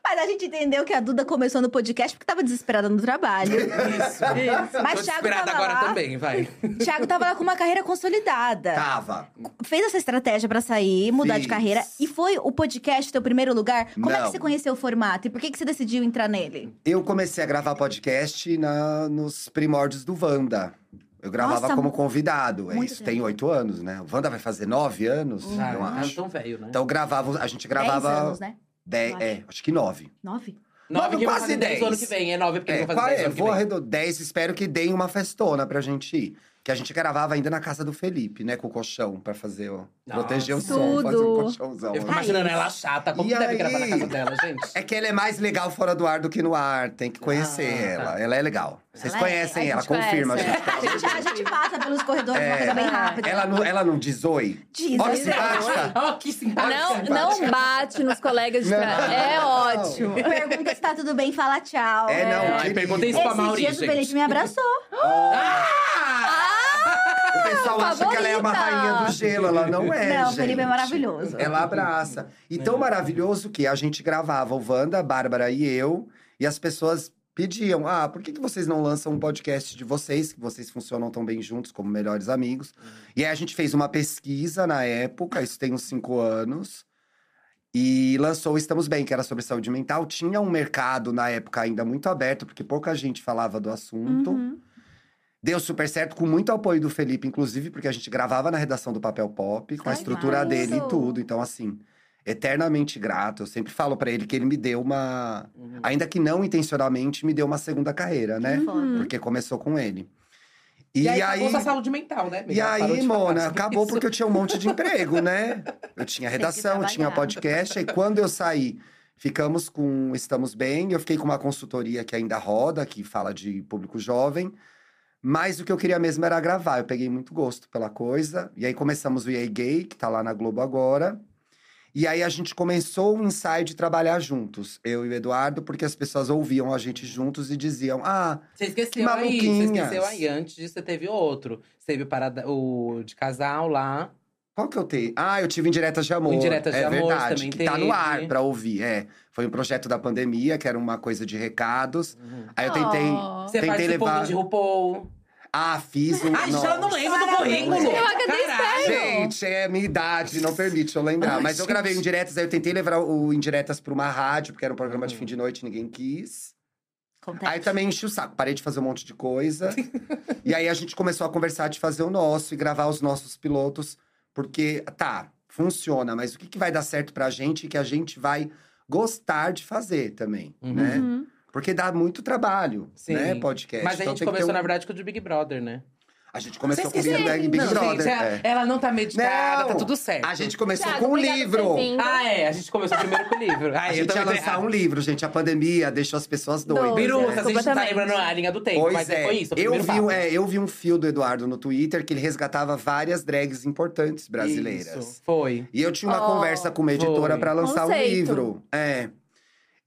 [SPEAKER 3] Mas a gente entendeu que a Duda começou no podcast porque tava desesperada no trabalho.
[SPEAKER 4] Isso. tá
[SPEAKER 3] Mas
[SPEAKER 4] Tô
[SPEAKER 3] Thiago
[SPEAKER 4] desesperada
[SPEAKER 3] tava
[SPEAKER 4] agora
[SPEAKER 3] lá.
[SPEAKER 4] também, vai.
[SPEAKER 3] Thiago tava lá com uma carreira consolidada.
[SPEAKER 2] Tava.
[SPEAKER 3] Fez essa estratégia pra sair,
[SPEAKER 2] Tá.
[SPEAKER 3] mudar
[SPEAKER 2] Fiz.
[SPEAKER 3] de carreira. E foi o podcast teu primeiro lugar? Como é que
[SPEAKER 2] Não.
[SPEAKER 3] você conheceu o formato? E por que, que você decidiu entrar nele?
[SPEAKER 2] Eu comecei a gravar podcast na, nos primórdios do Wanda. Eu gravava
[SPEAKER 3] Nossa,
[SPEAKER 2] como convidado. É
[SPEAKER 3] muito
[SPEAKER 2] isso,
[SPEAKER 3] tempo.
[SPEAKER 2] tem oito anos, né? O Wanda vai fazer nove anos,
[SPEAKER 4] Já,
[SPEAKER 2] eu
[SPEAKER 4] tá
[SPEAKER 2] acho.
[SPEAKER 4] tão velho, né?
[SPEAKER 2] Então gravava, a gente
[SPEAKER 3] Dez
[SPEAKER 2] gravava
[SPEAKER 3] anos, né?
[SPEAKER 2] dez,
[SPEAKER 3] eu acho.
[SPEAKER 2] é, acho que nove.
[SPEAKER 3] Nove?
[SPEAKER 4] Nove que
[SPEAKER 2] quase
[SPEAKER 4] quase 10
[SPEAKER 2] dez.
[SPEAKER 4] ano que vem. É nove porque
[SPEAKER 2] É,
[SPEAKER 4] eles vão
[SPEAKER 2] qual
[SPEAKER 4] fazer 10
[SPEAKER 2] é?
[SPEAKER 4] ano que
[SPEAKER 2] Vou
[SPEAKER 4] vem.
[SPEAKER 2] arredondar 10, espero que deem uma festona pra gente ir. Que a gente gravava ainda na casa do Felipe, né? Com o colchão, pra fazer, ó.
[SPEAKER 4] Nossa.
[SPEAKER 2] Proteger o som,
[SPEAKER 1] Tudo.
[SPEAKER 2] fazer o colchãozão.
[SPEAKER 4] Eu fico
[SPEAKER 2] né?
[SPEAKER 3] Ai,
[SPEAKER 4] imaginando
[SPEAKER 3] isso.
[SPEAKER 4] ela chata. Como
[SPEAKER 2] E
[SPEAKER 4] que deve
[SPEAKER 2] aí?
[SPEAKER 4] gravar na casa dela, gente?
[SPEAKER 2] É que ela é mais legal fora do ar do que no ar. Tem que conhecer
[SPEAKER 4] Ah, tá.
[SPEAKER 2] ela. Ela é legal. Vocês
[SPEAKER 3] Ela é,
[SPEAKER 2] conhecem
[SPEAKER 1] a
[SPEAKER 2] ela,
[SPEAKER 1] gente conhece,
[SPEAKER 2] confirma.
[SPEAKER 1] é.
[SPEAKER 2] gente.
[SPEAKER 3] A gente, a gente passa pelos corredores de uma
[SPEAKER 2] É.
[SPEAKER 3] coisa bem rápida.
[SPEAKER 2] Ela não, ela não dizoi?
[SPEAKER 3] Diz,
[SPEAKER 2] Olha
[SPEAKER 3] diz,
[SPEAKER 2] se basta.
[SPEAKER 4] Oh, que simpática.
[SPEAKER 1] Não, não bate nos colegas de
[SPEAKER 2] Não.
[SPEAKER 1] trabalho. É
[SPEAKER 2] Não.
[SPEAKER 1] ótimo.
[SPEAKER 3] Pergunta se tá tudo bem, fala tchau.
[SPEAKER 2] É, não.
[SPEAKER 4] Ai,
[SPEAKER 2] querido.
[SPEAKER 4] perguntei isso pra
[SPEAKER 3] Esses
[SPEAKER 4] Mauri,
[SPEAKER 3] dias o Felipe
[SPEAKER 4] gente.
[SPEAKER 3] me abraçou.
[SPEAKER 2] O pessoal acha que ela é uma
[SPEAKER 1] favorita.
[SPEAKER 2] rainha do gelo. Ela não é,
[SPEAKER 3] não, o
[SPEAKER 2] gente.
[SPEAKER 3] Felipe é maravilhoso.
[SPEAKER 2] Ela abraça. E tão maravilhoso que a gente gravava, o Wanda, a Bárbara e eu, e as pessoas pediam: ah, por que, que vocês não lançam um podcast de vocês, que vocês funcionam tão bem juntos como melhores amigos? E aí a gente fez uma pesquisa na época, isso tem uns cinco anos. E lançou o Estamos Bem, que era sobre saúde mental. Tinha um mercado na época ainda muito aberto, porque pouca gente falava do assunto.
[SPEAKER 1] Uhum.
[SPEAKER 2] Deu super certo, com muito apoio do Felipe, inclusive, porque a gente gravava na redação do Papel Pop, com a
[SPEAKER 3] Ai,
[SPEAKER 2] estrutura
[SPEAKER 1] que
[SPEAKER 2] dele
[SPEAKER 1] isso!
[SPEAKER 2] e tudo. Então, assim, eternamente grato. Eu sempre falo pra ele que ele me deu uma.
[SPEAKER 4] Uhum.
[SPEAKER 2] Ainda que não intencionalmente, me deu uma segunda carreira, né?
[SPEAKER 3] Foda.
[SPEAKER 2] Porque começou com ele. E,
[SPEAKER 4] Uhum. E aí,
[SPEAKER 2] aí.
[SPEAKER 4] acabou sua saúde mental, né? amiga?
[SPEAKER 2] E
[SPEAKER 4] Ela parou
[SPEAKER 2] aí,
[SPEAKER 4] de falar
[SPEAKER 2] Mona,
[SPEAKER 4] sobre
[SPEAKER 2] acabou
[SPEAKER 4] isso.
[SPEAKER 2] porque eu tinha um monte de emprego, né? Eu tinha redação,
[SPEAKER 3] trabalhar.
[SPEAKER 2] tinha podcast. E quando eu saí, ficamos com Estamos Bem. Eu fiquei com uma consultoria que ainda roda, que fala de público jovem. Mas o que eu queria mesmo era gravar. Eu peguei muito gosto pela coisa. E aí começamos o EA Gay, que tá lá na Globo agora. E aí a gente começou o ensaio de trabalhar juntos, eu e o Eduardo, porque as pessoas ouviam a gente juntos e diziam: Ah,
[SPEAKER 4] Você esqueceu
[SPEAKER 2] Que
[SPEAKER 4] aí, você
[SPEAKER 2] maluquinhas.
[SPEAKER 4] esqueceu aí. Antes disso, você teve outro. Você teve o parada- o de casal lá.
[SPEAKER 2] Qual que eu tenho? Ah, eu tive Indiretas de Amor.
[SPEAKER 4] O Indiretas de
[SPEAKER 2] é
[SPEAKER 4] Amor
[SPEAKER 2] verdade,
[SPEAKER 4] também
[SPEAKER 2] que tá no
[SPEAKER 4] teve.
[SPEAKER 2] ar pra ouvir, é. Foi um projeto da pandemia, que era uma coisa de recados.
[SPEAKER 4] Uhum.
[SPEAKER 2] Aí eu tentei…
[SPEAKER 1] Oh.
[SPEAKER 4] Você
[SPEAKER 2] Tentei
[SPEAKER 4] participou
[SPEAKER 2] levar-
[SPEAKER 4] do de RuPaul.
[SPEAKER 2] Ah, fiz um…
[SPEAKER 4] Ai, gente, ela não lembra do
[SPEAKER 3] Parabéns.
[SPEAKER 4] currículo.
[SPEAKER 1] Eu acabei
[SPEAKER 4] Caralho.
[SPEAKER 2] Gente, é minha idade, não permite eu lembrar.
[SPEAKER 4] Ai,
[SPEAKER 2] Mas eu
[SPEAKER 4] gente.
[SPEAKER 2] gravei o Indiretas, aí eu tentei levar o Indiretas pra uma rádio, porque era um programa
[SPEAKER 4] Hum.
[SPEAKER 2] de fim de noite, ninguém quis.
[SPEAKER 3] Acontece.
[SPEAKER 2] Aí também enchi o saco, parei de fazer um monte de coisa. e aí a gente começou a conversar de fazer o nosso e gravar os nossos pilotos, porque tá, funciona, mas o que, que vai dar certo pra gente e que a gente vai gostar de fazer também,
[SPEAKER 4] Uhum.
[SPEAKER 2] né?
[SPEAKER 1] Uhum.
[SPEAKER 2] Porque dá muito trabalho,
[SPEAKER 4] Sim.
[SPEAKER 2] né, podcast.
[SPEAKER 4] Mas a
[SPEAKER 2] Então
[SPEAKER 4] gente
[SPEAKER 2] tem que ter
[SPEAKER 4] começou,
[SPEAKER 2] um-
[SPEAKER 4] na verdade, com o de Big Brother, né?
[SPEAKER 2] A gente começou
[SPEAKER 4] Vocês
[SPEAKER 2] com o Big,
[SPEAKER 4] esqueceram?
[SPEAKER 2] Big
[SPEAKER 4] Não,
[SPEAKER 2] Brother.
[SPEAKER 4] gente, ela-
[SPEAKER 2] é.
[SPEAKER 4] Ela não tá medicada,
[SPEAKER 2] Não.
[SPEAKER 4] tá tudo certo.
[SPEAKER 2] A gente começou
[SPEAKER 1] Thiago,
[SPEAKER 2] com um
[SPEAKER 1] obrigada por
[SPEAKER 2] livro.
[SPEAKER 1] ter vindo.
[SPEAKER 4] Ah, é. A gente começou primeiro com o livro. Ai,
[SPEAKER 2] A
[SPEAKER 4] Ah, eu
[SPEAKER 2] gente ia
[SPEAKER 4] também tô
[SPEAKER 2] lançar
[SPEAKER 4] errada.
[SPEAKER 2] um livro, gente. A pandemia deixou as pessoas doidas.
[SPEAKER 1] Doidas,
[SPEAKER 2] né?
[SPEAKER 4] Birutas, a gente não tá
[SPEAKER 1] Completamente.
[SPEAKER 4] lembrando a linha do tempo,
[SPEAKER 2] Pois
[SPEAKER 4] mas
[SPEAKER 2] é.
[SPEAKER 4] foi isso. o
[SPEAKER 2] eu,
[SPEAKER 4] primeiro
[SPEAKER 2] vi, um-
[SPEAKER 4] papo.
[SPEAKER 2] é, eu vi um fio do Eduardo no Twitter que ele resgatava várias drags importantes brasileiras.
[SPEAKER 4] Isso, foi.
[SPEAKER 2] E eu tinha uma
[SPEAKER 1] Ó.
[SPEAKER 2] conversa com uma editora
[SPEAKER 4] Foi.
[SPEAKER 2] pra lançar um
[SPEAKER 1] Conceito.
[SPEAKER 2] livro. É.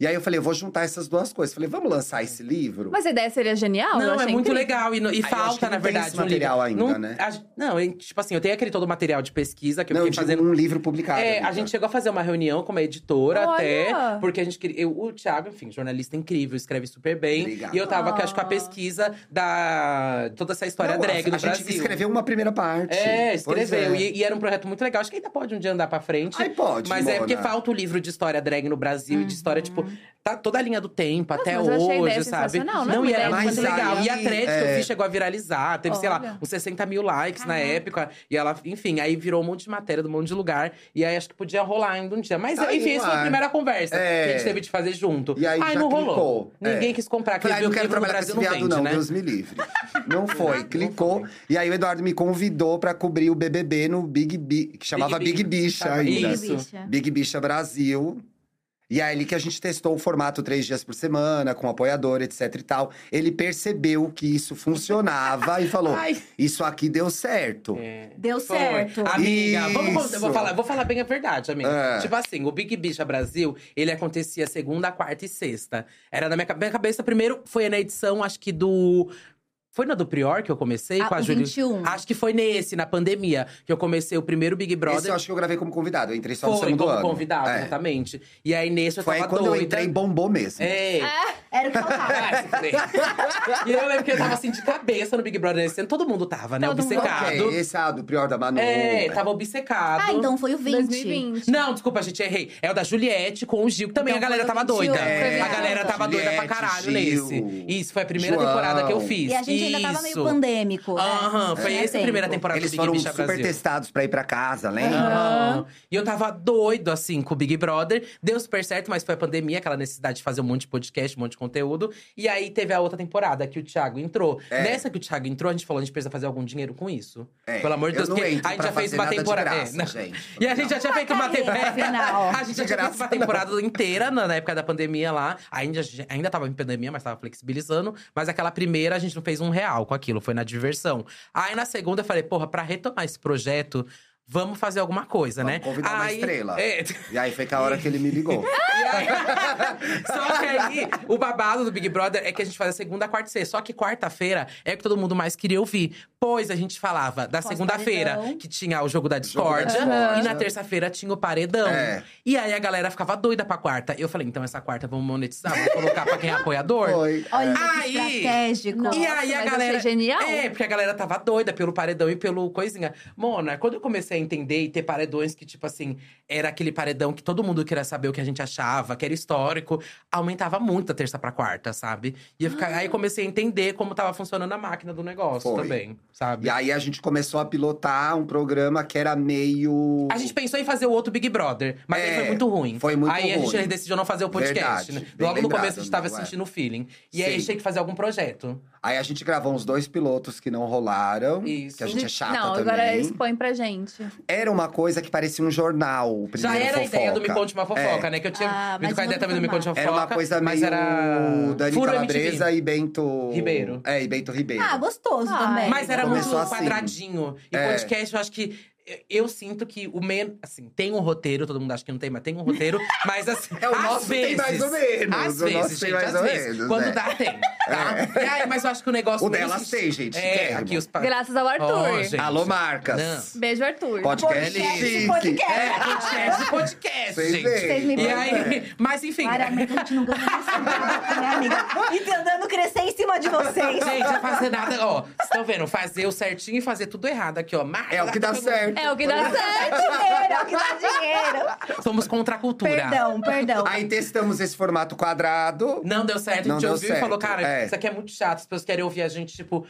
[SPEAKER 2] E aí eu falei, eu vou juntar essas duas coisas. Falei, vamos lançar esse livro?
[SPEAKER 1] Mas a ideia seria genial. eu
[SPEAKER 4] Não, é
[SPEAKER 1] achei
[SPEAKER 4] muito
[SPEAKER 1] incrível.
[SPEAKER 4] legal. E, no- e
[SPEAKER 2] Ah, eu acho que
[SPEAKER 4] falta,
[SPEAKER 2] não
[SPEAKER 4] na
[SPEAKER 2] tem
[SPEAKER 4] verdade,
[SPEAKER 2] esse
[SPEAKER 4] um livro.
[SPEAKER 2] material ainda,
[SPEAKER 4] não,
[SPEAKER 2] né?
[SPEAKER 4] a- não, e, tipo assim, eu tenho aquele todo material de pesquisa que eu
[SPEAKER 2] Não, eu
[SPEAKER 4] fiquei
[SPEAKER 2] digo
[SPEAKER 4] fazendo.
[SPEAKER 2] um livro publicado.
[SPEAKER 4] É, a
[SPEAKER 2] amiga.
[SPEAKER 4] gente chegou a fazer uma reunião com uma editora
[SPEAKER 1] Olha!
[SPEAKER 4] até, porque a gente queria. eu- o Thiago, enfim, jornalista incrível, escreve super bem.
[SPEAKER 2] Obrigado.
[SPEAKER 4] E eu tava, aqui, acho, com a
[SPEAKER 1] Ah.
[SPEAKER 4] pesquisa da. toda essa história
[SPEAKER 2] Não,
[SPEAKER 4] drag
[SPEAKER 2] a,
[SPEAKER 4] do
[SPEAKER 2] a
[SPEAKER 4] Brasil.
[SPEAKER 2] gente escreveu uma primeira parte.
[SPEAKER 4] É,
[SPEAKER 2] Pois
[SPEAKER 4] escreveu.
[SPEAKER 2] é.
[SPEAKER 4] E, e era um projeto muito legal. Acho que ainda pode um dia andar pra frente.
[SPEAKER 2] Aí pode,
[SPEAKER 4] Mas é porque
[SPEAKER 2] Mona.
[SPEAKER 4] falta o livro de história drag no Brasil e de história, tipo, Tá toda a linha do tempo, até
[SPEAKER 1] Uhum. mas eu achei a ideia
[SPEAKER 4] hoje, sabe?
[SPEAKER 1] sensacional, né?
[SPEAKER 4] e era
[SPEAKER 1] Mulher
[SPEAKER 4] mais
[SPEAKER 2] muito
[SPEAKER 4] legal.
[SPEAKER 2] legal.
[SPEAKER 4] E a thread que eu
[SPEAKER 2] É.
[SPEAKER 4] fiz chegou a viralizar. Teve, sei
[SPEAKER 1] Olha.
[SPEAKER 4] lá, uns 60 mil likes na
[SPEAKER 3] Caraca.
[SPEAKER 4] época. E ela, enfim, aí virou um monte de matéria, de um monte de lugar. E aí acho que podia rolar ainda um dia. Mas
[SPEAKER 2] Tá
[SPEAKER 4] enfim,
[SPEAKER 2] aí,
[SPEAKER 4] essa foi a
[SPEAKER 2] uai.
[SPEAKER 4] primeira conversa
[SPEAKER 2] É.
[SPEAKER 4] que a gente teve de fazer junto.
[SPEAKER 2] E aí já
[SPEAKER 4] não rolou.
[SPEAKER 2] clicou. É.
[SPEAKER 4] Ninguém quis comprar. Porque
[SPEAKER 2] Falei, "Ai,
[SPEAKER 4] viu
[SPEAKER 2] não
[SPEAKER 4] que
[SPEAKER 2] quero
[SPEAKER 4] livro no
[SPEAKER 2] trabalhar com
[SPEAKER 4] Brasil
[SPEAKER 2] esse
[SPEAKER 4] não
[SPEAKER 2] viado,
[SPEAKER 4] vende,
[SPEAKER 2] não,
[SPEAKER 4] né?
[SPEAKER 2] Deus me livre. Não foi,
[SPEAKER 4] Não
[SPEAKER 2] clicou.
[SPEAKER 4] foi.
[SPEAKER 2] E aí o Eduardo me convidou pra cobrir o BBB no Big Bi, que chamava
[SPEAKER 4] Big
[SPEAKER 2] Big, Bicha
[SPEAKER 4] Tá,
[SPEAKER 2] ainda.
[SPEAKER 4] isso.
[SPEAKER 3] bicha.
[SPEAKER 2] Big Bicha Brasil. E aí ali que a gente testou o formato três dias por semana, com apoiador, etc e tal. Ele percebeu que isso funcionava e falou:
[SPEAKER 4] Ai.
[SPEAKER 2] Isso aqui deu certo.
[SPEAKER 4] É.
[SPEAKER 3] Deu
[SPEAKER 4] Foi.
[SPEAKER 3] certo.
[SPEAKER 4] Amiga, vamos
[SPEAKER 2] Isso.
[SPEAKER 4] eu vou falar, vou falar bem a verdade, amiga.
[SPEAKER 2] É.
[SPEAKER 4] Tipo assim, o Big Bicha Brasil, ele acontecia segunda, quarta e sexta. Era na minha, ca- minha cabeça, primeiro foi na edição, acho que do foi na do Prior que eu comecei
[SPEAKER 3] Ah,
[SPEAKER 4] com a
[SPEAKER 3] o
[SPEAKER 4] Júlia.
[SPEAKER 3] 21.
[SPEAKER 4] Acho que foi nesse, na pandemia, que eu comecei o primeiro Big
[SPEAKER 2] Esse
[SPEAKER 4] Brother.
[SPEAKER 2] eu acho que eu gravei como convidado, eu entrei só no
[SPEAKER 4] foi
[SPEAKER 2] segundo
[SPEAKER 4] como
[SPEAKER 2] ano.
[SPEAKER 4] convidado,
[SPEAKER 2] É.
[SPEAKER 4] exatamente. E aí nesse eu
[SPEAKER 2] Foi aí
[SPEAKER 4] tava
[SPEAKER 2] quando
[SPEAKER 4] doida.
[SPEAKER 2] eu entrei bombou mesmo.
[SPEAKER 4] É.
[SPEAKER 3] Era o que faltava.
[SPEAKER 4] Vai se fuder. e eu lembro que eu tava assim de cabeça no Big Brother esse ano. Todo mundo tava, né?
[SPEAKER 1] Todo mundo.
[SPEAKER 4] obcecado.
[SPEAKER 2] Ok, esse é ah, do Prior da Manu. né?
[SPEAKER 4] É, tava obcecado.
[SPEAKER 3] Ah, então foi o 20.
[SPEAKER 1] 2020.
[SPEAKER 4] Não, desculpa, gente, errei. É o da Juliette com o Gil, que também
[SPEAKER 3] Então,
[SPEAKER 4] a galera
[SPEAKER 3] foi o
[SPEAKER 4] tava
[SPEAKER 3] do Gil,
[SPEAKER 4] doida.
[SPEAKER 2] foi
[SPEAKER 4] a
[SPEAKER 2] verdade.
[SPEAKER 4] galera tava doida pra
[SPEAKER 2] Juliette,
[SPEAKER 4] caralho
[SPEAKER 2] Gil,
[SPEAKER 4] nesse. Isso, foi a primeira
[SPEAKER 2] João.
[SPEAKER 4] temporada que eu fiz.
[SPEAKER 3] E a gente ainda tava meio
[SPEAKER 4] Isso.
[SPEAKER 3] pandêmico. né?
[SPEAKER 4] Aham, foi
[SPEAKER 3] Tinha
[SPEAKER 4] essa a
[SPEAKER 3] tempo.
[SPEAKER 4] primeira temporada
[SPEAKER 2] Eles
[SPEAKER 4] do Big
[SPEAKER 2] foram
[SPEAKER 4] Bicha
[SPEAKER 2] super
[SPEAKER 4] Brasil.
[SPEAKER 2] testados pra ir pra casa, lembra?
[SPEAKER 4] Aham. E eu tava doido, assim, com o Big Brother. Deu super certo, mas foi a pandemia, aquela necessidade de fazer um monte de podcast, um monte de conteúdo. E aí teve a outra temporada que o Thiago entrou.
[SPEAKER 2] É.
[SPEAKER 4] Nessa que o Thiago entrou, a gente falou: a gente precisa fazer algum dinheiro com isso.
[SPEAKER 2] É,
[SPEAKER 4] Pelo amor de Deus,
[SPEAKER 2] eu não
[SPEAKER 4] porque
[SPEAKER 2] entro
[SPEAKER 4] a gente
[SPEAKER 2] pra
[SPEAKER 4] já fez
[SPEAKER 2] fazer
[SPEAKER 4] uma
[SPEAKER 2] nada de
[SPEAKER 4] temporada.
[SPEAKER 2] graça,
[SPEAKER 4] é, não.
[SPEAKER 2] gente.
[SPEAKER 4] E a gente já tinha feito uma
[SPEAKER 3] carreira,
[SPEAKER 4] temporada.
[SPEAKER 3] afinal.
[SPEAKER 4] A gente já
[SPEAKER 2] De
[SPEAKER 4] tinha feito
[SPEAKER 2] graça,
[SPEAKER 4] uma
[SPEAKER 2] não.
[SPEAKER 4] temporada inteira na, na época da pandemia lá. Ainda, ainda tava em pandemia, mas tava flexibilizando. Mas aquela primeira a gente não fez um real com aquilo, foi na diversão. Aí na segunda eu falei, porra, pra retomar esse projeto, vamos fazer alguma coisa,
[SPEAKER 2] Vamos
[SPEAKER 4] né?
[SPEAKER 2] convidar uma
[SPEAKER 4] Aí-
[SPEAKER 2] estrela.
[SPEAKER 4] É,
[SPEAKER 2] E aí foi que a hora que ele me ligou.
[SPEAKER 4] e aí- Só que aí, o babado do Big Brother é que a gente fazia segunda, quarta e sexta. Só que quarta-feira é o que todo mundo mais queria ouvir. Pois a gente falava da segunda-feira,
[SPEAKER 3] paredão.
[SPEAKER 4] que tinha o jogo da
[SPEAKER 2] Jogo da
[SPEAKER 4] discórdia.
[SPEAKER 2] discórdia.
[SPEAKER 4] E na terça-feira tinha o paredão.
[SPEAKER 2] É.
[SPEAKER 4] E aí, a galera ficava doida pra quarta. Eu falei, então essa quarta vamos monetizar, vamos colocar pra quem é apoiador.
[SPEAKER 2] Foi.
[SPEAKER 3] Olha
[SPEAKER 4] Aí-
[SPEAKER 3] que estratégico.
[SPEAKER 1] Nossa,
[SPEAKER 4] e aí a
[SPEAKER 1] mas
[SPEAKER 4] galera.
[SPEAKER 1] achei genial.
[SPEAKER 4] É, porque a galera tava doida pelo paredão e pelo coisinha. Mona, quando eu comecei a entender e ter paredões que, tipo assim, era aquele paredão que todo mundo queria saber o que a gente achava, que era histórico, aumentava muito da terça pra quarta, sabe? E eu fica-
[SPEAKER 1] Ah.
[SPEAKER 4] aí comecei a entender como tava funcionando a máquina do negócio
[SPEAKER 2] Foi.
[SPEAKER 4] também, sabe?
[SPEAKER 2] E aí a gente começou a pilotar um programa que era meio.
[SPEAKER 4] A gente pensou em fazer o outro Big Brother, mas aí
[SPEAKER 2] É,
[SPEAKER 4] foi muito ruim.
[SPEAKER 2] foi muito
[SPEAKER 4] aí a gente
[SPEAKER 2] ruim.
[SPEAKER 4] decidiu não fazer o podcast,
[SPEAKER 2] Verdade,
[SPEAKER 4] né?
[SPEAKER 2] bem
[SPEAKER 4] Logo no
[SPEAKER 2] lembrado,
[SPEAKER 4] começo a gente tava
[SPEAKER 2] amigo, é.
[SPEAKER 4] sentindo o feeling. E aí a gente
[SPEAKER 2] Sim.
[SPEAKER 4] tinha que fazer algum projeto.
[SPEAKER 2] Aí a gente gravou uns dois pilotos que não rolaram.
[SPEAKER 4] Isso.
[SPEAKER 2] Que a gente é chata
[SPEAKER 1] Não,
[SPEAKER 2] também.
[SPEAKER 1] agora expõe pra gente.
[SPEAKER 2] Era uma coisa que parecia um jornal. o
[SPEAKER 4] Já
[SPEAKER 2] primeiro
[SPEAKER 4] era a ideia do Me
[SPEAKER 2] Fofoca. É.
[SPEAKER 4] Conte Uma Fofoca, né? Que eu tinha
[SPEAKER 3] Ah,
[SPEAKER 4] vindo
[SPEAKER 3] mas
[SPEAKER 4] com a ideia
[SPEAKER 3] em outro
[SPEAKER 4] também do Me Conte Uma Fofoca.
[SPEAKER 2] Era uma coisa meio.
[SPEAKER 4] Mas era…
[SPEAKER 2] Dani
[SPEAKER 4] Furo
[SPEAKER 2] Calabresa
[SPEAKER 4] MTV.
[SPEAKER 2] e Bento.
[SPEAKER 4] Ribeiro.
[SPEAKER 2] É, e Bento Ribeiro.
[SPEAKER 3] Ah, gostoso
[SPEAKER 1] Ah,
[SPEAKER 3] também.
[SPEAKER 4] Mas era muito
[SPEAKER 2] Começou assim.
[SPEAKER 4] quadradinho. E
[SPEAKER 2] É.
[SPEAKER 4] podcast, eu acho que… eu- Eu sinto que o menos… Assim, tem um roteiro. Todo mundo acha que não tem, mas tem um roteiro. Mas assim,
[SPEAKER 2] É, o
[SPEAKER 4] às
[SPEAKER 2] nosso
[SPEAKER 4] vezes…
[SPEAKER 2] tem mais ou menos,
[SPEAKER 4] Às
[SPEAKER 2] o
[SPEAKER 4] vezes,
[SPEAKER 2] nosso tem
[SPEAKER 4] gente,
[SPEAKER 2] mais
[SPEAKER 4] às
[SPEAKER 2] ou
[SPEAKER 4] vezes.
[SPEAKER 2] menos,
[SPEAKER 4] Quando
[SPEAKER 2] é.
[SPEAKER 4] dá, tem. Tá? E aí, mas eu acho que o negócio…
[SPEAKER 2] O
[SPEAKER 4] menos
[SPEAKER 2] delas
[SPEAKER 4] existe.
[SPEAKER 2] tem, gente,
[SPEAKER 4] É,
[SPEAKER 2] quero.
[SPEAKER 4] aqui os… pa-
[SPEAKER 1] Graças ao Arthur.
[SPEAKER 4] Ó, gente.
[SPEAKER 2] Alô, Marcas.
[SPEAKER 1] Beijo, Arthur.
[SPEAKER 2] Podcast.
[SPEAKER 3] Podcast,
[SPEAKER 2] chique.
[SPEAKER 3] podcast.
[SPEAKER 4] É, podcast, podcast,
[SPEAKER 2] Vocês
[SPEAKER 4] gente.
[SPEAKER 2] veem.
[SPEAKER 3] Vocês me
[SPEAKER 4] E
[SPEAKER 3] Pois
[SPEAKER 4] aí… Mas enfim…
[SPEAKER 3] Claramente a gente não ganha nessa marca, né, amiga? E tentando crescer em cima de vocês.
[SPEAKER 4] Gente, não é fazer nada, ó. Vocês estão vendo? Fazer o certinho e fazer tudo errado aqui, ó. Mas-
[SPEAKER 2] É o que dá certo.
[SPEAKER 1] É o que dá certo.
[SPEAKER 3] dinheiro, é o que dá dinheiro.
[SPEAKER 4] Somos contra a cultura.
[SPEAKER 3] Perdão, perdão.
[SPEAKER 2] Aí testamos esse formato quadrado.
[SPEAKER 4] Não deu certo, a
[SPEAKER 2] Não
[SPEAKER 4] gente
[SPEAKER 2] deu
[SPEAKER 4] ouviu e
[SPEAKER 2] certo,
[SPEAKER 4] falou, cara,
[SPEAKER 2] é.
[SPEAKER 4] isso aqui é muito chato. As pessoas querem ouvir a gente, tipo,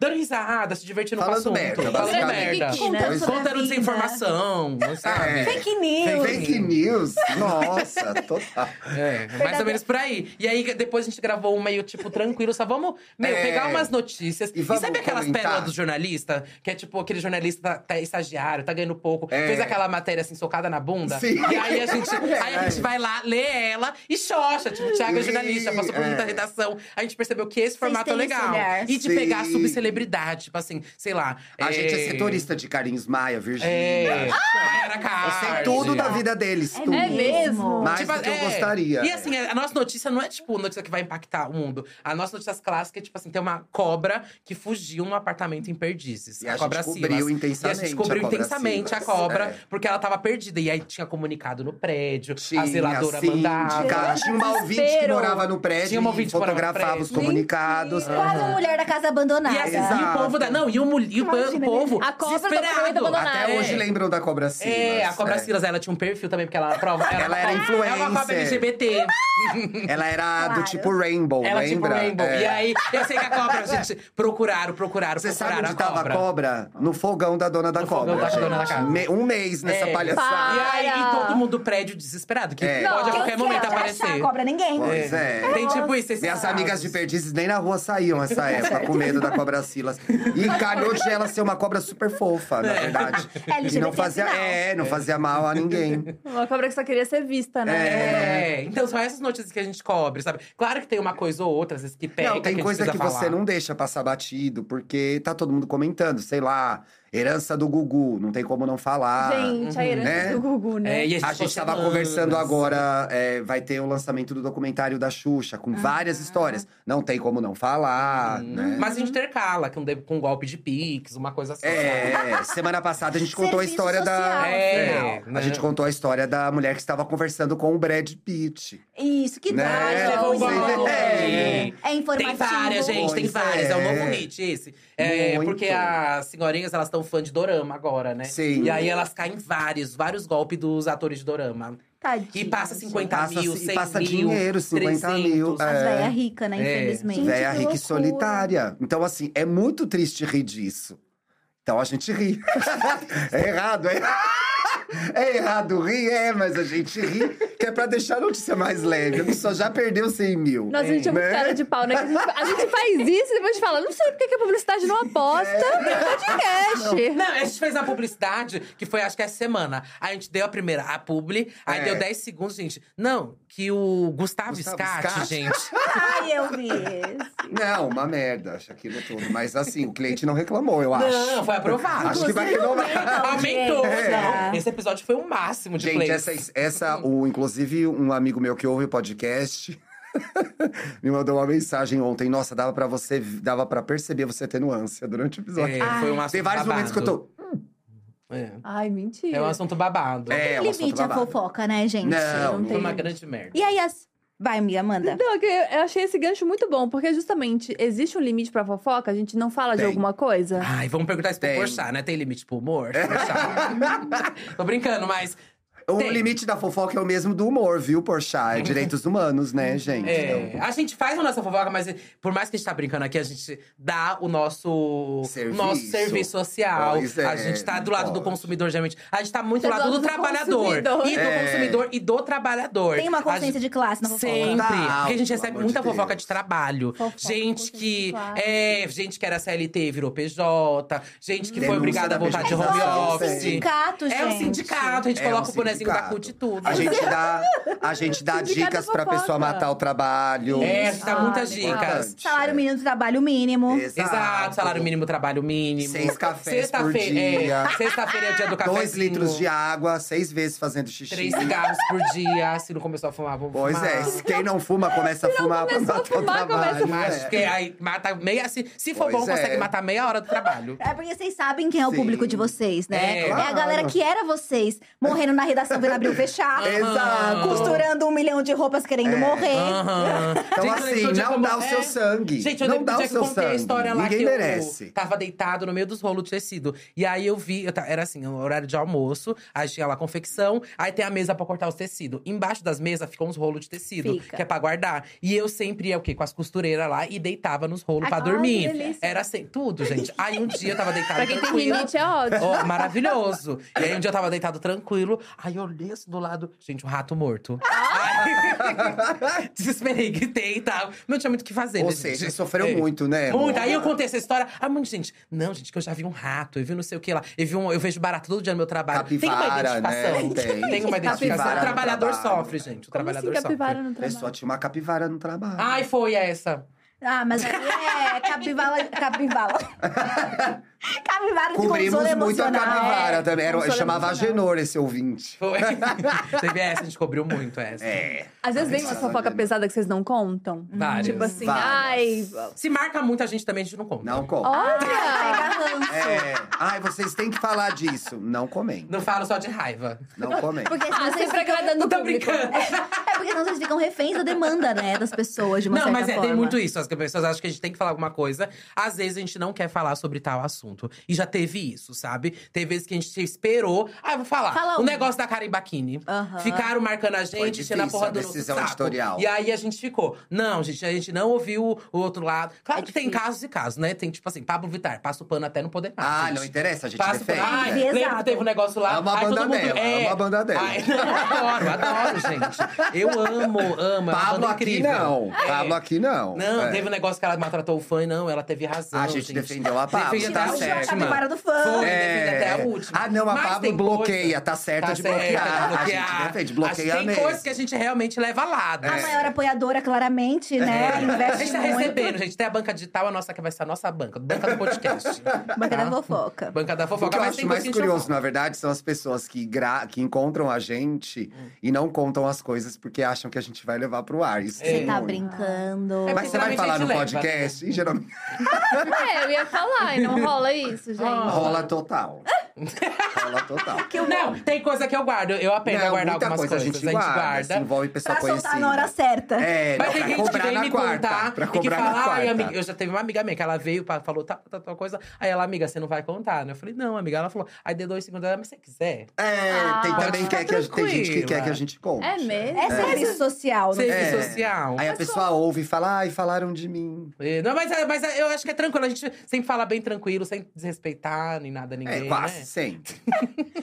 [SPEAKER 4] dando risada, se divertindo
[SPEAKER 2] Falando
[SPEAKER 4] com o assunto.
[SPEAKER 2] merda,
[SPEAKER 4] falando
[SPEAKER 2] basicamente.
[SPEAKER 4] merda. né?
[SPEAKER 1] Contando
[SPEAKER 2] Então, isso-
[SPEAKER 3] sobre a
[SPEAKER 4] Contando
[SPEAKER 3] vida.
[SPEAKER 4] desinformação, não sabe?
[SPEAKER 2] É.
[SPEAKER 3] Fake news.
[SPEAKER 2] Fake news. Nossa, total.
[SPEAKER 4] É, mais ou menos por aí. E aí, depois a gente gravou um meio, tipo, tranquilo. Só vamos, meu,
[SPEAKER 2] É.
[SPEAKER 4] pegar umas notícias.
[SPEAKER 2] E
[SPEAKER 4] E,
[SPEAKER 2] vamos
[SPEAKER 4] sabe aquelas
[SPEAKER 2] comentar?
[SPEAKER 4] pérolas do jornalista? Que é tipo, aquele jornalista tá, tá estagiário, tá ganhando pouco.
[SPEAKER 2] É.
[SPEAKER 4] Fez aquela matéria, assim, socada na bunda.
[SPEAKER 2] Sim. É.
[SPEAKER 4] E aí, a gente, aí a gente vai lá, lê ela e xoxa. Tipo, o Thiago é jornalista, passou por
[SPEAKER 2] É.
[SPEAKER 4] muita redação. A gente percebeu que esse formato é
[SPEAKER 3] têm esse
[SPEAKER 4] legal.
[SPEAKER 3] olhar.
[SPEAKER 4] E de
[SPEAKER 2] Sim.
[SPEAKER 4] pegar a subcelebridade, tipo assim, sei lá…
[SPEAKER 2] A gente é Ah! setorista de Carlinhos Maia, Virgínia.
[SPEAKER 4] É, Ah, Mayara
[SPEAKER 2] Eu
[SPEAKER 4] Card.
[SPEAKER 2] sei tudo da vida deles, tudo.
[SPEAKER 1] É mesmo?
[SPEAKER 2] Mas- mais do que eu gostaria.
[SPEAKER 4] Tipo, é. E assim, a nossa notícia não é tipo notícia que vai impactar o mundo. A nossa notícia clássica é tipo assim: tem uma cobra que fugiu num apartamento em Perdizes.
[SPEAKER 2] E
[SPEAKER 4] a,
[SPEAKER 2] a
[SPEAKER 4] cobra
[SPEAKER 2] gente cobriu
[SPEAKER 4] Silas. E a
[SPEAKER 2] intensamente
[SPEAKER 4] gente cobriu
[SPEAKER 2] a cobra
[SPEAKER 4] intensamente a
[SPEAKER 2] Silas.
[SPEAKER 4] cobra,
[SPEAKER 2] É.
[SPEAKER 4] porque ela tava perdida. E aí tinha comunicado no prédio,
[SPEAKER 2] Tinha,
[SPEAKER 4] a zeladora
[SPEAKER 2] síndica,
[SPEAKER 4] mandava.
[SPEAKER 2] Tinha uma ouvinte que
[SPEAKER 1] Desespero.
[SPEAKER 2] morava no prédio
[SPEAKER 4] Tinha uma ouvinte
[SPEAKER 2] e
[SPEAKER 4] que morava no
[SPEAKER 2] fotografava
[SPEAKER 4] prédio.
[SPEAKER 2] os comunicados.
[SPEAKER 3] Quase uma mulher da casa abandonada.
[SPEAKER 4] E assim, E o
[SPEAKER 2] Exato.
[SPEAKER 4] povo da. Não, e o, mul- e o po-
[SPEAKER 1] Imagina, né?
[SPEAKER 4] povo.
[SPEAKER 1] A cobra tá
[SPEAKER 4] desesperado.
[SPEAKER 1] comendo abandonada.
[SPEAKER 2] Até
[SPEAKER 1] É.
[SPEAKER 2] hoje lembram da Cobra Silas.
[SPEAKER 4] É, a Cobra Silas, ela tinha um perfil também, porque ela prova. Ela,
[SPEAKER 2] Ela era
[SPEAKER 4] Ela é uma cobra
[SPEAKER 2] influencer.
[SPEAKER 4] LGBT.
[SPEAKER 2] Ela era
[SPEAKER 1] Claro.
[SPEAKER 2] do tipo Rainbow,
[SPEAKER 4] Ela
[SPEAKER 2] lembra?
[SPEAKER 4] tipo Rainbow.
[SPEAKER 2] É.
[SPEAKER 4] E aí, eu sei que a cobra, gente, procuraram, procuraram,
[SPEAKER 2] Você sabe
[SPEAKER 4] procuraram
[SPEAKER 2] onde
[SPEAKER 4] a
[SPEAKER 2] tava
[SPEAKER 4] cobra.
[SPEAKER 2] a cobra? No fogão da dona da
[SPEAKER 4] No fogão
[SPEAKER 2] cobra,
[SPEAKER 4] da
[SPEAKER 2] gente.
[SPEAKER 4] dona da casa.
[SPEAKER 2] Me- um mês nessa
[SPEAKER 4] É. E
[SPEAKER 2] palhaçada.
[SPEAKER 4] aí,
[SPEAKER 1] Para!
[SPEAKER 4] e todo mundo do prédio desesperado, que
[SPEAKER 2] É.
[SPEAKER 4] pode
[SPEAKER 1] Não,
[SPEAKER 4] a qualquer
[SPEAKER 1] quem que
[SPEAKER 4] momento
[SPEAKER 1] é?
[SPEAKER 4] aparecer.
[SPEAKER 5] cobra ninguém.
[SPEAKER 2] Pois é.
[SPEAKER 4] Tem tipo isso, esses
[SPEAKER 2] Minhas
[SPEAKER 4] casos.
[SPEAKER 2] amigas de perdizes nem na rua saíam essa
[SPEAKER 4] É.
[SPEAKER 2] época, com medo da cobra Silas. E calhou de ela ser uma cobra super fofa, na
[SPEAKER 4] É.
[SPEAKER 2] verdade.
[SPEAKER 5] LGBT
[SPEAKER 2] e não fazia,
[SPEAKER 5] sinal.
[SPEAKER 2] é, não fazia mal a ninguém.
[SPEAKER 1] Uma cobra que só queria ser vista, né?
[SPEAKER 4] É, então são essas notícias que a gente cobre, sabe? Claro que tem uma coisa ou outra, às vezes, que pega.
[SPEAKER 2] não, tem
[SPEAKER 4] a gente
[SPEAKER 2] coisa
[SPEAKER 4] precisa
[SPEAKER 2] que
[SPEAKER 4] falar.
[SPEAKER 2] você não deixa passar batido, porque tá todo mundo comentando, sei lá, herança do Gugu, não tem como não falar.
[SPEAKER 1] Gente, a
[SPEAKER 4] uhum,
[SPEAKER 1] herança
[SPEAKER 2] ah, né?
[SPEAKER 1] do Gugu, né?
[SPEAKER 4] É, e
[SPEAKER 2] A gente tava conversando agora, é, vai ter o lançamento do documentário da Xuxa, com várias histórias. Não tem como não falar,
[SPEAKER 1] Uhum.
[SPEAKER 2] né?
[SPEAKER 4] Mas a gente intercala com, de- com um golpe de pix, uma coisa assim.
[SPEAKER 2] É, semana passada a gente contou a
[SPEAKER 3] Serviço
[SPEAKER 2] história
[SPEAKER 3] social.
[SPEAKER 2] da.
[SPEAKER 4] É,
[SPEAKER 2] A gente contou a história da mulher que estava conversando com o Brad Pitt.
[SPEAKER 3] Isso, que
[SPEAKER 2] Né?
[SPEAKER 3] dá.
[SPEAKER 2] É,
[SPEAKER 3] gente.
[SPEAKER 4] Levou um
[SPEAKER 2] pois é.
[SPEAKER 4] golpe.
[SPEAKER 2] É.
[SPEAKER 3] É informativo.
[SPEAKER 4] Tem várias, gente, tem
[SPEAKER 2] Pois
[SPEAKER 4] várias. É, o novo
[SPEAKER 2] é.
[SPEAKER 4] hit esse. É,
[SPEAKER 2] Muito.
[SPEAKER 4] porque as senhorinhas, elas estão fã de dorama agora, né?
[SPEAKER 2] Sim.
[SPEAKER 4] E aí elas caem vários, vários golpes dos atores de dorama.
[SPEAKER 3] Tadinha,
[SPEAKER 4] E passa
[SPEAKER 3] gente.
[SPEAKER 4] 50
[SPEAKER 2] Passa,
[SPEAKER 4] mil,
[SPEAKER 2] e
[SPEAKER 4] 100
[SPEAKER 2] passa
[SPEAKER 4] mil,
[SPEAKER 2] dinheiro, 50 mil.
[SPEAKER 4] 300.
[SPEAKER 3] As
[SPEAKER 2] É.
[SPEAKER 3] velhas ricas, né,
[SPEAKER 4] É.
[SPEAKER 3] infelizmente.
[SPEAKER 1] Gente,
[SPEAKER 2] Véia
[SPEAKER 1] que
[SPEAKER 2] rica e
[SPEAKER 1] loucura.
[SPEAKER 2] solitária. Então, assim, é muito triste rir disso. Então a gente ri. é errado, é É errado rir, é, mas a gente ri, que é pra deixar a notícia mais leve. A pessoa já perdeu 100 mil.
[SPEAKER 1] Nossa, a gente é muito
[SPEAKER 2] Né?
[SPEAKER 1] cara de pau, né? Que A gente, a gente faz isso e depois fala, não sei porque que a publicidade não aposta no podcast.
[SPEAKER 4] Não, a gente fez uma publicidade que foi, acho que essa semana. A gente deu a primeira, a publi, aí
[SPEAKER 2] É.
[SPEAKER 4] deu 10 segundos, gente. Não, que o Gustavo,
[SPEAKER 2] Gustavo
[SPEAKER 4] Scatti,
[SPEAKER 2] Scatti.
[SPEAKER 4] gente.
[SPEAKER 5] Ai, eu vi
[SPEAKER 2] É
[SPEAKER 5] esse.
[SPEAKER 2] Não, uma merda, acho aquilo tudo. Mas assim, o cliente não reclamou, eu acho. Ah,
[SPEAKER 4] Não, foi um aprovado.
[SPEAKER 2] Acho que vai renovar.
[SPEAKER 4] Aumentou.
[SPEAKER 5] É.
[SPEAKER 4] Não, Esse episódio foi o máximo de
[SPEAKER 2] Gente,
[SPEAKER 4] plays.
[SPEAKER 2] essa,
[SPEAKER 4] É,
[SPEAKER 2] é essa o, inclusive, um amigo meu que ouve o podcast me mandou uma mensagem ontem. Nossa, dava pra você, dava para perceber você tendo ânsia durante o episódio. Ah,
[SPEAKER 4] É, foi um assunto
[SPEAKER 2] Tem vários
[SPEAKER 4] babado.
[SPEAKER 2] momentos que eu tô.
[SPEAKER 4] É.
[SPEAKER 1] Ai, mentira.
[SPEAKER 4] É um assunto babado.
[SPEAKER 2] É, um assunto
[SPEAKER 3] Limite a
[SPEAKER 2] babado.
[SPEAKER 3] fofoca, né, gente?
[SPEAKER 2] Não,
[SPEAKER 1] não
[SPEAKER 4] Foi uma
[SPEAKER 1] tem.
[SPEAKER 4] grande merda.
[SPEAKER 3] E aí, as... Vai, amiga, manda.
[SPEAKER 1] Não, é que eu eu achei esse gancho muito bom, porque justamente existe um limite pra fofoca, a gente não fala de
[SPEAKER 2] Tem.
[SPEAKER 1] alguma coisa.
[SPEAKER 4] Ai, vamos perguntar isso pro
[SPEAKER 2] Tem.
[SPEAKER 4] Porchat, né? Tem limite pro humor? Porchat. Tô brincando, mas…
[SPEAKER 2] O
[SPEAKER 4] Tem.
[SPEAKER 2] limite da fofoca é o mesmo do humor, viu, Porchat? É direitos humanos, né, gente?
[SPEAKER 4] é, a gente faz a nossa fofoca, mas por mais que a gente tá brincando aqui, a gente dá o nosso
[SPEAKER 2] Serviço.
[SPEAKER 4] nosso serviço social.
[SPEAKER 2] Pois é,
[SPEAKER 4] a gente tá do lado do
[SPEAKER 2] pode.
[SPEAKER 4] consumidor, geralmente. A gente tá muito do
[SPEAKER 1] Do
[SPEAKER 4] lado
[SPEAKER 1] lado
[SPEAKER 4] do,
[SPEAKER 1] do
[SPEAKER 4] trabalhador.
[SPEAKER 1] consumidor.
[SPEAKER 4] E do
[SPEAKER 2] É.
[SPEAKER 4] consumidor e do trabalhador.
[SPEAKER 3] Tem uma
[SPEAKER 4] A
[SPEAKER 3] consciência
[SPEAKER 4] gente-
[SPEAKER 3] de classe na fofoca.
[SPEAKER 4] Sempre.
[SPEAKER 2] Tá,
[SPEAKER 4] Porque a gente
[SPEAKER 2] pelo
[SPEAKER 4] recebe
[SPEAKER 2] amor
[SPEAKER 4] muita
[SPEAKER 2] de
[SPEAKER 4] fofoca
[SPEAKER 2] Deus.
[SPEAKER 4] de trabalho.
[SPEAKER 1] Fofoca,
[SPEAKER 4] gente
[SPEAKER 1] fofoca,
[SPEAKER 4] que.
[SPEAKER 1] claro.
[SPEAKER 4] É, gente que era CLT virou PJ. Gente que foi
[SPEAKER 2] Denúncia
[SPEAKER 4] obrigada
[SPEAKER 2] da
[SPEAKER 4] a voltar de
[SPEAKER 2] PJ.
[SPEAKER 4] home
[SPEAKER 2] É um
[SPEAKER 4] office.
[SPEAKER 3] Sindicato, gente.
[SPEAKER 4] É um sindicato, a gente
[SPEAKER 2] É
[SPEAKER 4] coloca
[SPEAKER 2] um
[SPEAKER 4] o bonezinho da
[SPEAKER 2] sindicato.
[SPEAKER 4] CUT e tudo.
[SPEAKER 2] A gente dá, a gente dá
[SPEAKER 1] Sindicato
[SPEAKER 2] dicas
[SPEAKER 1] da
[SPEAKER 2] pra
[SPEAKER 1] fofoca.
[SPEAKER 2] pessoa matar o trabalho.
[SPEAKER 4] É, a gente dá
[SPEAKER 1] Ah,
[SPEAKER 4] muitas
[SPEAKER 1] legal.
[SPEAKER 4] dicas.
[SPEAKER 3] Salário mínimo, trabalho mínimo.
[SPEAKER 4] Exato. salário mínimo, trabalho mínimo.
[SPEAKER 2] Seis cafés por
[SPEAKER 4] Sexta-feira-
[SPEAKER 2] dia.
[SPEAKER 4] É, Sexta-feira é o dia do café.
[SPEAKER 2] Dois litros de água, seis vezes fazendo xixi.
[SPEAKER 4] Três cigarros por dia. Se não começou a fumar, vamos
[SPEAKER 2] Pois
[SPEAKER 4] fumar.
[SPEAKER 2] é, quem não fuma começa a fumar pra
[SPEAKER 1] começou a
[SPEAKER 2] matar o
[SPEAKER 1] fumar, começa a
[SPEAKER 2] trabalho.
[SPEAKER 4] Mas,
[SPEAKER 2] né?
[SPEAKER 4] porque aí mata meia. Se, se for
[SPEAKER 2] Pois
[SPEAKER 4] bom, consegue
[SPEAKER 2] é.
[SPEAKER 4] matar meia hora do trabalho.
[SPEAKER 3] É porque vocês sabem quem é o
[SPEAKER 2] Sim.
[SPEAKER 3] público de vocês, né?
[SPEAKER 4] É,
[SPEAKER 3] É, a
[SPEAKER 2] claro.
[SPEAKER 3] galera que era vocês, morrendo na redação Vila Abril fechar.
[SPEAKER 2] Exato. É.
[SPEAKER 3] Costurando um milhão de roupas querendo morrer.
[SPEAKER 4] Aham.
[SPEAKER 2] Então,
[SPEAKER 4] Gente, eu lembro
[SPEAKER 2] assim,
[SPEAKER 4] do dia que eu
[SPEAKER 2] não dá o
[SPEAKER 4] mo-
[SPEAKER 2] seu
[SPEAKER 4] É.
[SPEAKER 2] sangue.
[SPEAKER 4] Gente, eu
[SPEAKER 2] não
[SPEAKER 4] lembro do
[SPEAKER 2] dá
[SPEAKER 4] dia
[SPEAKER 2] o
[SPEAKER 4] que eu
[SPEAKER 2] seu
[SPEAKER 4] contei a
[SPEAKER 2] sangue.
[SPEAKER 4] história lá
[SPEAKER 2] Ninguém
[SPEAKER 4] que eu
[SPEAKER 2] merece.
[SPEAKER 4] tava deitado no meio dos rolos de tecido. E aí eu vi, eu ta- era assim, o horário de almoço, aí tinha lá a confecção, aí tem a mesa pra cortar os tecidos. Embaixo das mesas ficam uns rolos de tecido,
[SPEAKER 3] Fica.
[SPEAKER 4] que é pra guardar. E eu sempre ia o quê? Com as costureiras lá e deitava nos rolos pra
[SPEAKER 1] Ai, que
[SPEAKER 4] dormir.
[SPEAKER 1] delícia.
[SPEAKER 4] Era assim, tudo, gente. Aí um dia eu tava deitado
[SPEAKER 1] Pra quem tem
[SPEAKER 4] tranquilo.
[SPEAKER 1] limite, é ótimo.
[SPEAKER 4] Ó, maravilhoso. E aí um dia eu tava deitado tranquilo, aí eu olhei assim do lado, gente, um rato morto. Aí, desesperei, gritei e tal. Não tinha muito o que fazer,
[SPEAKER 2] Ou
[SPEAKER 4] né,
[SPEAKER 2] seja,
[SPEAKER 4] gente?
[SPEAKER 2] ele sofreu
[SPEAKER 4] É.
[SPEAKER 2] muito, né?
[SPEAKER 4] Muito.
[SPEAKER 2] amor?
[SPEAKER 4] Aí eu contei essa história. Ah, muito gente. Não, gente, que eu já vi um rato, eu vi não sei o que lá. Eu, vi um, eu vejo barato todo dia no meu trabalho.
[SPEAKER 2] Capivara,
[SPEAKER 4] tem uma identificação.
[SPEAKER 2] né? Tem.
[SPEAKER 4] uma identificação.
[SPEAKER 2] Capivara
[SPEAKER 4] O
[SPEAKER 2] no
[SPEAKER 4] trabalhador
[SPEAKER 2] trabalho.
[SPEAKER 4] sofre, gente. O
[SPEAKER 1] Como assim
[SPEAKER 4] trabalhador
[SPEAKER 1] capivara
[SPEAKER 4] sofre.
[SPEAKER 1] no
[SPEAKER 2] A pessoa
[SPEAKER 1] trabalho?
[SPEAKER 2] tinha uma capivara no trabalho.
[SPEAKER 4] Ah, Ai, foi essa.
[SPEAKER 3] Ah, mas aí é capivala. Capivala.
[SPEAKER 5] Capivara de
[SPEAKER 2] Cobrimos
[SPEAKER 5] consolo
[SPEAKER 2] muito a
[SPEAKER 5] emocional.
[SPEAKER 4] É,
[SPEAKER 2] capivara também. Era,
[SPEAKER 1] consolo
[SPEAKER 2] chamava
[SPEAKER 1] emocional.
[SPEAKER 2] Agenor esse ouvinte.
[SPEAKER 4] Foi. Teve essa, a gente cobriu muito essa.
[SPEAKER 2] É.
[SPEAKER 1] Às vezes vem
[SPEAKER 2] Ai,
[SPEAKER 1] uma
[SPEAKER 2] sabe,
[SPEAKER 1] fofoca
[SPEAKER 2] né?
[SPEAKER 1] pesada que vocês não contam.
[SPEAKER 4] Várias.
[SPEAKER 1] Tipo assim,
[SPEAKER 2] Várias.
[SPEAKER 1] ai.
[SPEAKER 4] Se marca muito a gente também, a gente não conta.
[SPEAKER 2] Não conta.
[SPEAKER 1] Olha!
[SPEAKER 5] Pega ranço.
[SPEAKER 2] É. Ai, vocês têm que falar disso. Não comem.
[SPEAKER 4] Não falo só de raiva.
[SPEAKER 2] Não comem.
[SPEAKER 3] É, Porque senão
[SPEAKER 1] Ah,
[SPEAKER 3] vocês
[SPEAKER 1] sempre
[SPEAKER 3] ficam...
[SPEAKER 1] agradando o
[SPEAKER 4] Tô
[SPEAKER 1] público.
[SPEAKER 4] brincando.
[SPEAKER 3] É porque senão vocês ficam reféns da demanda, né? Das pessoas, de uma
[SPEAKER 4] Não,
[SPEAKER 3] certa
[SPEAKER 4] mas é,
[SPEAKER 3] forma.
[SPEAKER 4] tem muito isso. As pessoas acham que a gente tem que falar alguma coisa. Às vezes a gente não quer falar sobre tal assunto. E já teve isso, sabe? Teve vezes que a gente esperou. Ah, eu vou falar.
[SPEAKER 3] Fala
[SPEAKER 4] o
[SPEAKER 3] um.
[SPEAKER 4] negócio da Caribaquini.
[SPEAKER 3] Aham.
[SPEAKER 4] Ficaram marcando a
[SPEAKER 2] Foi
[SPEAKER 4] gente,
[SPEAKER 2] difícil
[SPEAKER 4] enchendo a porra
[SPEAKER 2] a
[SPEAKER 4] do nosso
[SPEAKER 2] decisão
[SPEAKER 4] saco.
[SPEAKER 2] editorial.
[SPEAKER 4] E aí a gente ficou. Não, gente, a gente não ouviu o o outro lado. Claro
[SPEAKER 3] É
[SPEAKER 4] que tem
[SPEAKER 3] difícil.
[SPEAKER 4] casos e casos, né? Tem tipo assim, Pablo Vittar, passa o pano até não poder mais.
[SPEAKER 2] Ah,
[SPEAKER 4] gente.
[SPEAKER 2] não interessa, a gente
[SPEAKER 4] Passa o
[SPEAKER 2] defende.
[SPEAKER 4] pano. Ai,
[SPEAKER 2] né?
[SPEAKER 5] Exato.
[SPEAKER 4] lembra que teve um negócio lá.
[SPEAKER 2] É uma
[SPEAKER 4] Ai, todo
[SPEAKER 2] banda
[SPEAKER 4] mundo-
[SPEAKER 2] dela, é uma banda dela.
[SPEAKER 4] Ai, adoro, adoro, gente. Eu amo, amo. é uma
[SPEAKER 2] Pablo
[SPEAKER 4] banda
[SPEAKER 2] aqui
[SPEAKER 4] incrível.
[SPEAKER 2] não.
[SPEAKER 4] É.
[SPEAKER 2] Pablo aqui não.
[SPEAKER 4] Não,
[SPEAKER 2] É.
[SPEAKER 4] teve um negócio que ela maltratou o fã, e não, ela teve razão.
[SPEAKER 2] A gente defendeu a Pablo,
[SPEAKER 4] Defendeu
[SPEAKER 2] tá
[SPEAKER 4] até a
[SPEAKER 2] certo.
[SPEAKER 4] última.
[SPEAKER 5] Capivara do fã.
[SPEAKER 4] Foi,
[SPEAKER 2] É.
[SPEAKER 4] defendeu até a última.
[SPEAKER 2] Ah, não, a
[SPEAKER 4] Mas
[SPEAKER 2] Pablo
[SPEAKER 4] tem
[SPEAKER 2] bloqueia.
[SPEAKER 4] coisa-
[SPEAKER 2] Tá certa
[SPEAKER 4] Tá
[SPEAKER 2] de
[SPEAKER 4] certo,
[SPEAKER 2] bloquear.
[SPEAKER 4] de
[SPEAKER 2] A
[SPEAKER 4] bloquear.
[SPEAKER 2] gente defende,
[SPEAKER 4] Acho
[SPEAKER 2] bloqueia
[SPEAKER 4] que Tem
[SPEAKER 2] mesmo.
[SPEAKER 4] coisas que a gente realmente leva lado.
[SPEAKER 3] A
[SPEAKER 4] É.
[SPEAKER 3] maior apoiadora, claramente,
[SPEAKER 2] é
[SPEAKER 3] né?
[SPEAKER 4] A gente
[SPEAKER 3] Investe
[SPEAKER 4] tá
[SPEAKER 3] muito.
[SPEAKER 4] recebendo, gente. Tem a banca digital, a nossa, que vai ser a nossa banca. Banca do podcast.
[SPEAKER 3] Banca da
[SPEAKER 4] Tá?
[SPEAKER 3] fofoca.
[SPEAKER 4] Banca da
[SPEAKER 2] O que
[SPEAKER 4] fofoca.
[SPEAKER 2] eu
[SPEAKER 4] Mas
[SPEAKER 2] acho
[SPEAKER 4] tem
[SPEAKER 2] mais
[SPEAKER 4] coisa que a gente
[SPEAKER 2] curioso,
[SPEAKER 4] não
[SPEAKER 2] na verdade, são as pessoas que, gra... que encontram a gente e não contam as coisas porque acham que a gente vai levar pro ar. Isso
[SPEAKER 4] É.
[SPEAKER 2] tem
[SPEAKER 3] Você tá
[SPEAKER 2] muito.
[SPEAKER 3] brincando.
[SPEAKER 4] É
[SPEAKER 2] Mas você
[SPEAKER 4] Geralmente
[SPEAKER 2] vai
[SPEAKER 4] a
[SPEAKER 2] falar
[SPEAKER 4] gente
[SPEAKER 2] no
[SPEAKER 4] leva, né?
[SPEAKER 2] podcast? E geralmente
[SPEAKER 6] É, eu ia falar, e não rola isso, gente.
[SPEAKER 4] Ah.
[SPEAKER 2] rola total. rola total.
[SPEAKER 4] fala. Não, tem coisa que eu guardo. Eu aprendo a guardar algumas coisas.
[SPEAKER 2] a gente guarda. assim, envolve pessoa
[SPEAKER 5] Pra
[SPEAKER 2] conhecida.
[SPEAKER 5] soltar na hora certa.
[SPEAKER 2] É,
[SPEAKER 4] Mas
[SPEAKER 2] não, pra
[SPEAKER 4] tem gente que
[SPEAKER 2] cobrar
[SPEAKER 4] vem
[SPEAKER 2] na
[SPEAKER 4] me
[SPEAKER 2] quarta.
[SPEAKER 4] contar
[SPEAKER 2] pra
[SPEAKER 4] e que
[SPEAKER 2] cobrar na
[SPEAKER 4] fala,
[SPEAKER 2] quarta.
[SPEAKER 4] ai, amiga, eu já teve uma amiga minha que ela veio, pra, falou, tá, tá, tal coisa. Aí ela, amiga, você não vai contar, né? Eu falei, não, amiga. Ela falou, aí deu dois segundos, ela, mas se você quiser.
[SPEAKER 2] É,
[SPEAKER 6] Ah,
[SPEAKER 2] tem
[SPEAKER 6] pode
[SPEAKER 2] também
[SPEAKER 4] ficar
[SPEAKER 2] que a- tem gente que quer
[SPEAKER 4] tranquila.
[SPEAKER 2] que a gente conte.
[SPEAKER 6] É mesmo?
[SPEAKER 5] É serviço social,
[SPEAKER 3] né?
[SPEAKER 5] não
[SPEAKER 4] Serviço
[SPEAKER 2] É.
[SPEAKER 4] social.
[SPEAKER 2] Aí a pessoa ouve e fala, ai, falaram de mim.
[SPEAKER 4] É, Não, mas, mas eu acho que é tranquilo, a gente sempre fala bem tranquilo, sem desrespeitar nem nada ninguém,
[SPEAKER 2] é, quase
[SPEAKER 4] né?
[SPEAKER 2] sempre.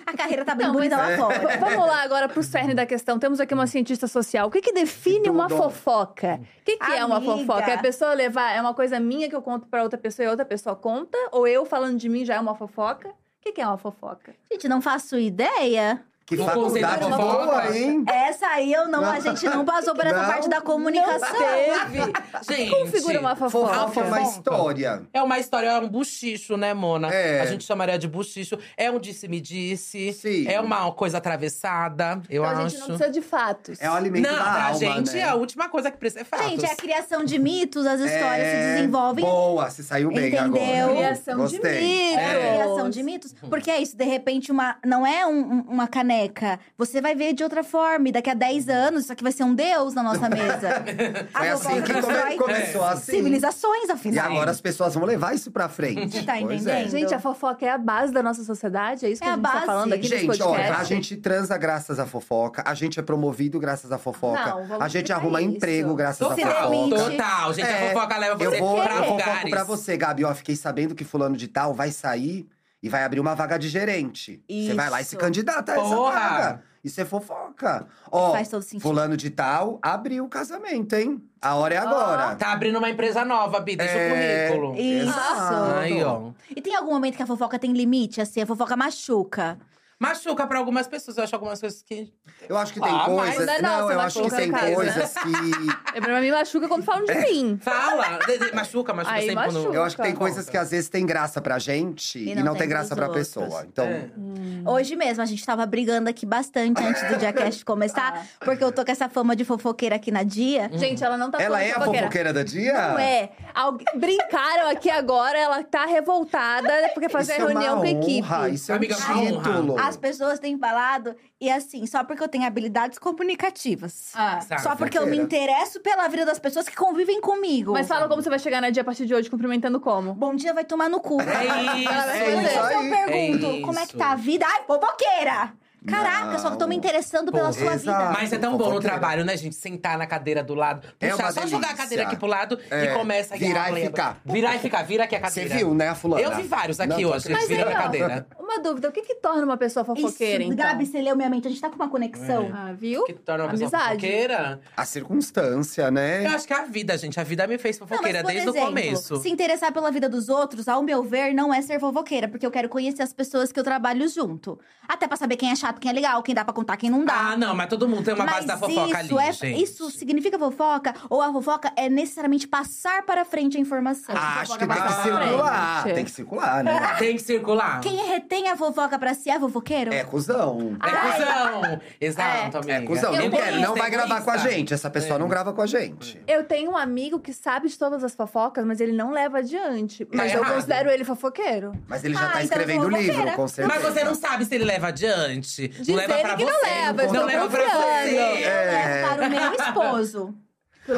[SPEAKER 3] A carreira tá bem
[SPEAKER 1] Não,
[SPEAKER 3] bonita
[SPEAKER 1] mas-
[SPEAKER 3] lá fora.
[SPEAKER 1] V- Vamos lá agora pro cerne da questão. Temos aqui uma cientista social. O que, que define
[SPEAKER 2] Tudo.
[SPEAKER 1] uma fofoca? O que, que é uma
[SPEAKER 5] Amiga.
[SPEAKER 1] fofoca? É a pessoa levar. É uma coisa minha que eu conto pra outra pessoa e outra pessoa conta? Ou eu falando de mim já é uma fofoca? O que, que é uma fofoca?
[SPEAKER 3] Gente, não faço ideia.
[SPEAKER 2] Que
[SPEAKER 4] No
[SPEAKER 2] faculdade
[SPEAKER 4] conceito da
[SPEAKER 2] boa,
[SPEAKER 4] fofoca.
[SPEAKER 3] É
[SPEAKER 2] hein?
[SPEAKER 5] Essa aí eu não.
[SPEAKER 3] Não, a gente não passou por essa
[SPEAKER 2] Não.
[SPEAKER 3] parte da comunicação.
[SPEAKER 4] né? Gente,
[SPEAKER 1] Configura uma fofoca.
[SPEAKER 2] Fofoca é uma
[SPEAKER 4] Fofoca.
[SPEAKER 2] história.
[SPEAKER 4] É uma história, é um buchicho, né, Mona?
[SPEAKER 2] É.
[SPEAKER 4] A gente chamaria de buchicho. É um disse-me-disse.
[SPEAKER 2] Sim.
[SPEAKER 4] É uma coisa atravessada, eu
[SPEAKER 1] Então a gente
[SPEAKER 4] acho.
[SPEAKER 1] não precisa de fatos.
[SPEAKER 2] É o alimento
[SPEAKER 4] Não,
[SPEAKER 2] da
[SPEAKER 4] pra
[SPEAKER 2] alma,
[SPEAKER 4] gente,
[SPEAKER 2] né?
[SPEAKER 4] a última coisa que precisa é fatos.
[SPEAKER 3] Gente, é a criação de mitos, as histórias se
[SPEAKER 2] É,
[SPEAKER 3] desenvolvem.
[SPEAKER 2] Boa, você saiu bem
[SPEAKER 3] Entendeu?
[SPEAKER 2] agora.
[SPEAKER 1] Criação de
[SPEAKER 2] Gostei.
[SPEAKER 1] mitos.
[SPEAKER 3] É a criação de mitos.
[SPEAKER 2] Uhum.
[SPEAKER 3] Porque é isso, de repente, uma, não é um- um- uma caneca. Você vai ver de outra forma. E daqui a 10 anos, isso aqui vai ser um deus na nossa mesa.
[SPEAKER 2] Foi assim que come- começou assim.
[SPEAKER 5] Civilizações,
[SPEAKER 2] E
[SPEAKER 5] afinal.
[SPEAKER 2] agora as pessoas vão levar isso pra frente.
[SPEAKER 3] Você tá
[SPEAKER 2] Pois é.
[SPEAKER 3] entendendo?
[SPEAKER 1] Gente, a fofoca é a base da nossa sociedade? É isso que
[SPEAKER 3] É
[SPEAKER 1] a
[SPEAKER 3] a
[SPEAKER 1] gente tá
[SPEAKER 3] base.
[SPEAKER 1] falando aqui nesse
[SPEAKER 2] Gente,
[SPEAKER 1] podcast?
[SPEAKER 2] olha, a gente transa graças à fofoca, a gente é promovido graças à fofoca,
[SPEAKER 1] Não, vamos
[SPEAKER 2] a gente
[SPEAKER 1] explicar
[SPEAKER 2] arruma
[SPEAKER 1] isso.
[SPEAKER 2] emprego graças à
[SPEAKER 5] Se
[SPEAKER 2] fofoca.
[SPEAKER 5] demite.
[SPEAKER 4] Total, gente,
[SPEAKER 2] É,
[SPEAKER 4] a fofoca leva
[SPEAKER 2] Eu
[SPEAKER 4] você
[SPEAKER 2] vou,
[SPEAKER 4] pra
[SPEAKER 2] eu fofoco
[SPEAKER 4] lugares.
[SPEAKER 2] pra você, Gabi. Ó, fiquei sabendo que fulano de tal vai sair e vai abrir uma vaga de gerente. Você vai lá e se
[SPEAKER 3] Isso.
[SPEAKER 2] candidata a essa
[SPEAKER 4] Porra!
[SPEAKER 2] vaga. Isso é fofoca. Ó,
[SPEAKER 3] Faz todo sentido.
[SPEAKER 2] fulano de tal abriu o casamento, hein? A hora é agora.
[SPEAKER 4] Tá abrindo uma empresa nova, Bi, deixa
[SPEAKER 2] É,
[SPEAKER 4] o currículo.
[SPEAKER 3] Isso.
[SPEAKER 2] exato.
[SPEAKER 4] Aí, ó.
[SPEAKER 3] E tem algum momento que a fofoca tem limite, assim, a fofoca machuca.
[SPEAKER 4] Machuca pra algumas pessoas, eu acho algumas pessoas que…
[SPEAKER 2] Eu acho que tem
[SPEAKER 4] Ah, mas
[SPEAKER 2] coisas.
[SPEAKER 1] não é
[SPEAKER 2] Não,
[SPEAKER 1] nossa,
[SPEAKER 2] eu
[SPEAKER 1] mas
[SPEAKER 2] acho que
[SPEAKER 1] colocando
[SPEAKER 2] tem
[SPEAKER 1] em casa.
[SPEAKER 2] coisas que.
[SPEAKER 1] É pra mim machuca quando falam
[SPEAKER 2] É.
[SPEAKER 1] de mim.
[SPEAKER 4] Fala! de- de- machuca, machuca
[SPEAKER 1] Aí
[SPEAKER 4] sempre
[SPEAKER 1] machuca.
[SPEAKER 4] quando…
[SPEAKER 2] Eu acho que tem
[SPEAKER 1] Fofoca.
[SPEAKER 2] coisas que às vezes tem graça pra gente e não, tem, graça
[SPEAKER 3] pros
[SPEAKER 2] pra
[SPEAKER 3] outros.
[SPEAKER 2] pessoa. Então,
[SPEAKER 4] É.
[SPEAKER 1] Hum.
[SPEAKER 3] Hoje mesmo, a gente tava brigando aqui bastante antes do Diacast começar, porque eu tô com essa fama de fofoqueira aqui na dia.
[SPEAKER 1] Gente, ela não tá
[SPEAKER 2] ela
[SPEAKER 1] falando
[SPEAKER 2] é a
[SPEAKER 1] fofoqueira.
[SPEAKER 2] fofoqueira do dia?
[SPEAKER 1] Não é. Algu- Brincaram aqui agora, ela tá revoltada porque fazer
[SPEAKER 2] isso é
[SPEAKER 1] reunião
[SPEAKER 2] uma
[SPEAKER 1] com
[SPEAKER 2] honra,
[SPEAKER 1] a equipe.
[SPEAKER 2] Isso é um
[SPEAKER 4] Amiga, uma honra.
[SPEAKER 2] título.
[SPEAKER 3] As pessoas têm falado, e assim, só porque eu tenho habilidades comunicativas.
[SPEAKER 1] Ah.
[SPEAKER 4] Sabe?
[SPEAKER 3] Só porque eu me interesso pela vida das pessoas que convivem comigo.
[SPEAKER 1] Mas fala como você vai chegar na dia a partir de hoje, cumprimentando como?
[SPEAKER 3] Bom dia, vai tomar no cu.
[SPEAKER 4] É
[SPEAKER 2] É
[SPEAKER 4] isso!
[SPEAKER 2] isso
[SPEAKER 3] Mas
[SPEAKER 2] aí.
[SPEAKER 3] eu pergunto,
[SPEAKER 4] É
[SPEAKER 3] como é que
[SPEAKER 4] isso.
[SPEAKER 3] tá a vida? Ai, fofoqueira! Caraca, só que eu tô me
[SPEAKER 2] Não.
[SPEAKER 3] interessando pela
[SPEAKER 4] Porra.
[SPEAKER 3] sua
[SPEAKER 2] Exato.
[SPEAKER 3] vida.
[SPEAKER 4] Mas é tão bom no
[SPEAKER 2] Fofoqueira.
[SPEAKER 4] trabalho, né, gente? Sentar na cadeira do lado. Puxar,
[SPEAKER 2] É uma
[SPEAKER 4] só jogar a
[SPEAKER 2] delícia.
[SPEAKER 4] cadeira aqui pro lado
[SPEAKER 2] É,
[SPEAKER 4] e começa aqui.
[SPEAKER 2] virar
[SPEAKER 4] ah,
[SPEAKER 2] e
[SPEAKER 4] lembra.
[SPEAKER 2] ficar.
[SPEAKER 4] Virar e ficar, vira aqui a
[SPEAKER 2] Você
[SPEAKER 4] cadeira.
[SPEAKER 2] viu, né, a fulana?
[SPEAKER 4] Eu vi vários
[SPEAKER 2] Não,
[SPEAKER 4] aqui
[SPEAKER 2] tô
[SPEAKER 4] hoje,
[SPEAKER 2] acreditando.
[SPEAKER 4] virando a
[SPEAKER 1] ó,
[SPEAKER 4] cadeira.
[SPEAKER 1] uma uma dúvida. O que que torna uma pessoa fofoqueira, então?
[SPEAKER 5] Gabi, você leu minha mente. A gente tá com uma
[SPEAKER 4] É.
[SPEAKER 5] conexão.
[SPEAKER 1] Ah, viu?
[SPEAKER 4] Que torna uma pessoa
[SPEAKER 1] Amizade.
[SPEAKER 4] fofoqueira?
[SPEAKER 2] A circunstância, né?
[SPEAKER 4] Eu acho que é a vida, gente. A vida me fez
[SPEAKER 3] Não, mas,
[SPEAKER 4] fofoqueira
[SPEAKER 3] por
[SPEAKER 4] desde
[SPEAKER 3] exemplo,
[SPEAKER 4] o começo.
[SPEAKER 3] Se interessar pela vida dos outros, ao meu ver, não é ser fofoqueira, porque eu quero conhecer as pessoas que eu trabalho junto. Até pra saber quem é chato, quem é legal, quem dá pra contar, quem não dá.
[SPEAKER 4] Ah, não, mas todo mundo tem uma
[SPEAKER 3] Mas
[SPEAKER 4] base da fofoca
[SPEAKER 3] isso
[SPEAKER 4] ali,
[SPEAKER 3] é,
[SPEAKER 4] gente.
[SPEAKER 3] Isso significa fofoca? Ou a fofoca é necessariamente passar para frente a informação?
[SPEAKER 2] Ah, acho que
[SPEAKER 3] Fofoca
[SPEAKER 2] tem que
[SPEAKER 3] passa pra frente.
[SPEAKER 2] circular. Tem que circular, né?
[SPEAKER 4] Tem que circular.
[SPEAKER 3] Quem é? retém a fofoca pra si é fofoqueiro?
[SPEAKER 2] É cuzão.
[SPEAKER 4] É cuzão. Exato, amiga.
[SPEAKER 2] É cuzão.
[SPEAKER 6] Eu
[SPEAKER 2] Não, quer, não vai
[SPEAKER 4] Egoísta,
[SPEAKER 2] gravar com a
[SPEAKER 4] egoísta.
[SPEAKER 2] gente. Essa pessoa
[SPEAKER 4] É.
[SPEAKER 2] não grava com a gente.
[SPEAKER 1] Eu tenho um amigo que sabe de todas as fofocas, mas ele não leva adiante. Mas eu
[SPEAKER 4] errado.
[SPEAKER 1] considero ele fofoqueiro.
[SPEAKER 2] Mas ele
[SPEAKER 3] Ah,
[SPEAKER 2] já
[SPEAKER 3] então
[SPEAKER 2] tá
[SPEAKER 3] eu
[SPEAKER 2] escrevendo
[SPEAKER 3] sou
[SPEAKER 2] o livro,
[SPEAKER 3] fofoqueira.
[SPEAKER 2] com certeza.
[SPEAKER 4] Mas você não sabe se ele leva adiante.
[SPEAKER 1] Diz
[SPEAKER 4] não leva
[SPEAKER 1] ele
[SPEAKER 4] pra
[SPEAKER 1] que
[SPEAKER 4] você.
[SPEAKER 1] não leva,
[SPEAKER 2] eu
[SPEAKER 4] Não
[SPEAKER 2] tô
[SPEAKER 4] leva pra
[SPEAKER 1] procurando.
[SPEAKER 2] É.
[SPEAKER 4] você.
[SPEAKER 3] Eu levo é para o meu esposo.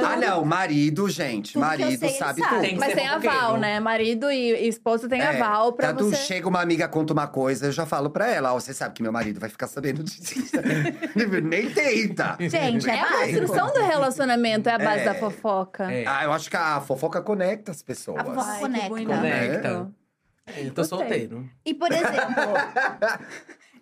[SPEAKER 2] Ah, não. Marido, gente.
[SPEAKER 3] Tudo que eu
[SPEAKER 2] marido
[SPEAKER 3] sei, ele
[SPEAKER 2] sabe
[SPEAKER 3] sabe.
[SPEAKER 2] tudo. É,
[SPEAKER 4] Tem que
[SPEAKER 1] Mas
[SPEAKER 4] ser
[SPEAKER 1] tem
[SPEAKER 4] fofoqueiro.
[SPEAKER 1] aval, né? Marido e e esposa tem aval pra
[SPEAKER 2] tanto
[SPEAKER 1] você…
[SPEAKER 2] chega uma amiga, conta uma coisa, eu já falo pra ela. Ó, você sabe que meu marido vai ficar sabendo disso. Nem tenta.
[SPEAKER 3] Gente, é
[SPEAKER 1] É a
[SPEAKER 3] básico.
[SPEAKER 1] construção do relacionamento, é a base
[SPEAKER 2] É.
[SPEAKER 1] da fofoca.
[SPEAKER 4] É.
[SPEAKER 2] Ah, eu acho que a fofoca conecta as pessoas.
[SPEAKER 3] A fofoca-
[SPEAKER 1] Ai, que
[SPEAKER 3] Conecta.
[SPEAKER 1] bonito. É.
[SPEAKER 4] Conecta. Eu tô
[SPEAKER 1] Gostei.
[SPEAKER 4] solteiro.
[SPEAKER 3] E por exemplo,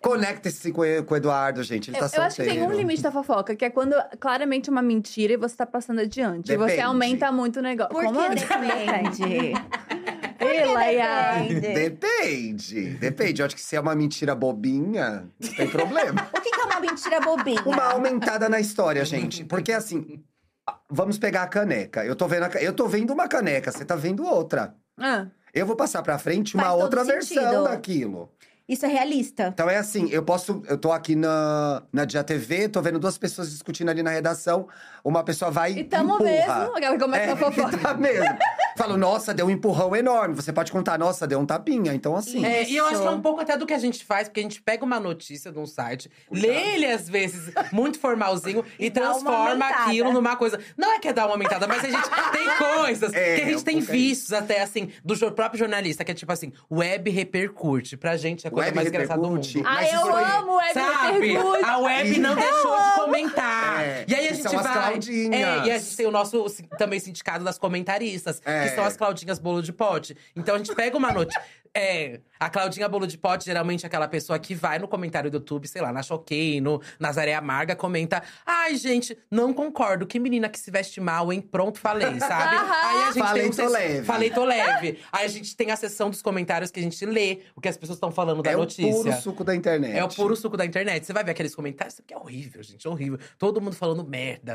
[SPEAKER 2] Conecta-se com, e- com o Eduardo, gente. Ele
[SPEAKER 1] Eu,
[SPEAKER 2] tá
[SPEAKER 1] eu acho que
[SPEAKER 2] solteiro.
[SPEAKER 1] tem um limite da fofoca, que é quando claramente é uma mentira e você tá passando adiante. E você
[SPEAKER 2] Depende.
[SPEAKER 1] aumenta muito o negócio.
[SPEAKER 3] por
[SPEAKER 1] Como? é?
[SPEAKER 3] que depende?
[SPEAKER 1] Ih,
[SPEAKER 4] é
[SPEAKER 1] Laia.
[SPEAKER 5] Entende?
[SPEAKER 2] Depende, depende. Eu acho que se é uma mentira bobinha, não tem problema.
[SPEAKER 3] O que que é uma mentira bobinha?
[SPEAKER 2] Uma aumentada na história, gente. Porque assim, a- vamos pegar a caneca. Eu tô vendo, a ca- eu tô vendo uma caneca, você tá vendo outra.
[SPEAKER 1] Ah,
[SPEAKER 2] Eu vou passar pra frente uma
[SPEAKER 3] Faz todo
[SPEAKER 2] outra versão
[SPEAKER 3] sentido.
[SPEAKER 2] daquilo.
[SPEAKER 3] Isso é realista?
[SPEAKER 2] Então é assim, eu posso. Eu tô aqui na, na Dia TV, tô vendo duas pessoas discutindo ali na redação. Uma pessoa vai.
[SPEAKER 1] e tamo
[SPEAKER 2] empurra.
[SPEAKER 1] mesmo. Aquela que começa a fofoca.
[SPEAKER 2] É, tá mesmo. Falo, nossa, deu um empurrão enorme. Você pode contar, nossa, deu um tapinha. Então, assim.
[SPEAKER 4] É, e eu acho que é
[SPEAKER 1] Isso.
[SPEAKER 4] um pouco até do que a gente faz, porque a gente pega uma notícia de um site, lê ele às vezes muito formalzinho e,
[SPEAKER 5] dá uma
[SPEAKER 4] transforma
[SPEAKER 5] aumentada.
[SPEAKER 4] aquilo numa coisa. Não é que é dar uma aumentada, mas a gente tem coisas
[SPEAKER 2] É,
[SPEAKER 4] que a
[SPEAKER 2] é um
[SPEAKER 4] gente tem
[SPEAKER 2] pouco isso.
[SPEAKER 4] vistos até assim, do jo- próprio jornalista, que é tipo assim, web repercute. Pra gente é a coisa
[SPEAKER 2] Web
[SPEAKER 4] mais engraçada do
[SPEAKER 2] repercute.
[SPEAKER 4] mundo.
[SPEAKER 1] Ah,
[SPEAKER 2] Mas
[SPEAKER 1] eu
[SPEAKER 2] isso aí-
[SPEAKER 1] amo web
[SPEAKER 4] Sabe?
[SPEAKER 1] repercute.
[SPEAKER 4] A web não deixou de comentar.
[SPEAKER 2] É,
[SPEAKER 4] E aí a
[SPEAKER 2] que
[SPEAKER 4] gente
[SPEAKER 2] são as
[SPEAKER 4] vai.
[SPEAKER 2] Claudinhas.
[SPEAKER 4] É, e a gente tem o nosso assim, também sindicato das comentaristas,
[SPEAKER 2] É.
[SPEAKER 4] que são as Claudinhas Bolo de Pote. Então a gente pega uma notícia. É, a Claudinha Bolo de Pote geralmente é aquela pessoa que vai no comentário do YouTube, sei lá, na Choquei, no Nazaré Amarga, comenta. Ai, gente, não concordo. Que menina que se veste mal, hein? Pronto, falei, sabe?
[SPEAKER 1] Aham.
[SPEAKER 4] Aí a gente
[SPEAKER 2] Falei,
[SPEAKER 4] tem um
[SPEAKER 2] tô
[SPEAKER 4] sess-
[SPEAKER 2] leve.
[SPEAKER 4] Falei, tô leve. Aí a gente tem a sessão dos comentários que a gente lê o que as pessoas estão falando da
[SPEAKER 2] é
[SPEAKER 4] notícia.
[SPEAKER 2] o puro suco da internet.
[SPEAKER 4] É o puro suco da internet. Você vai ver aqueles comentários, isso aqui é horrível, gente, é horrível. Todo mundo falando merda,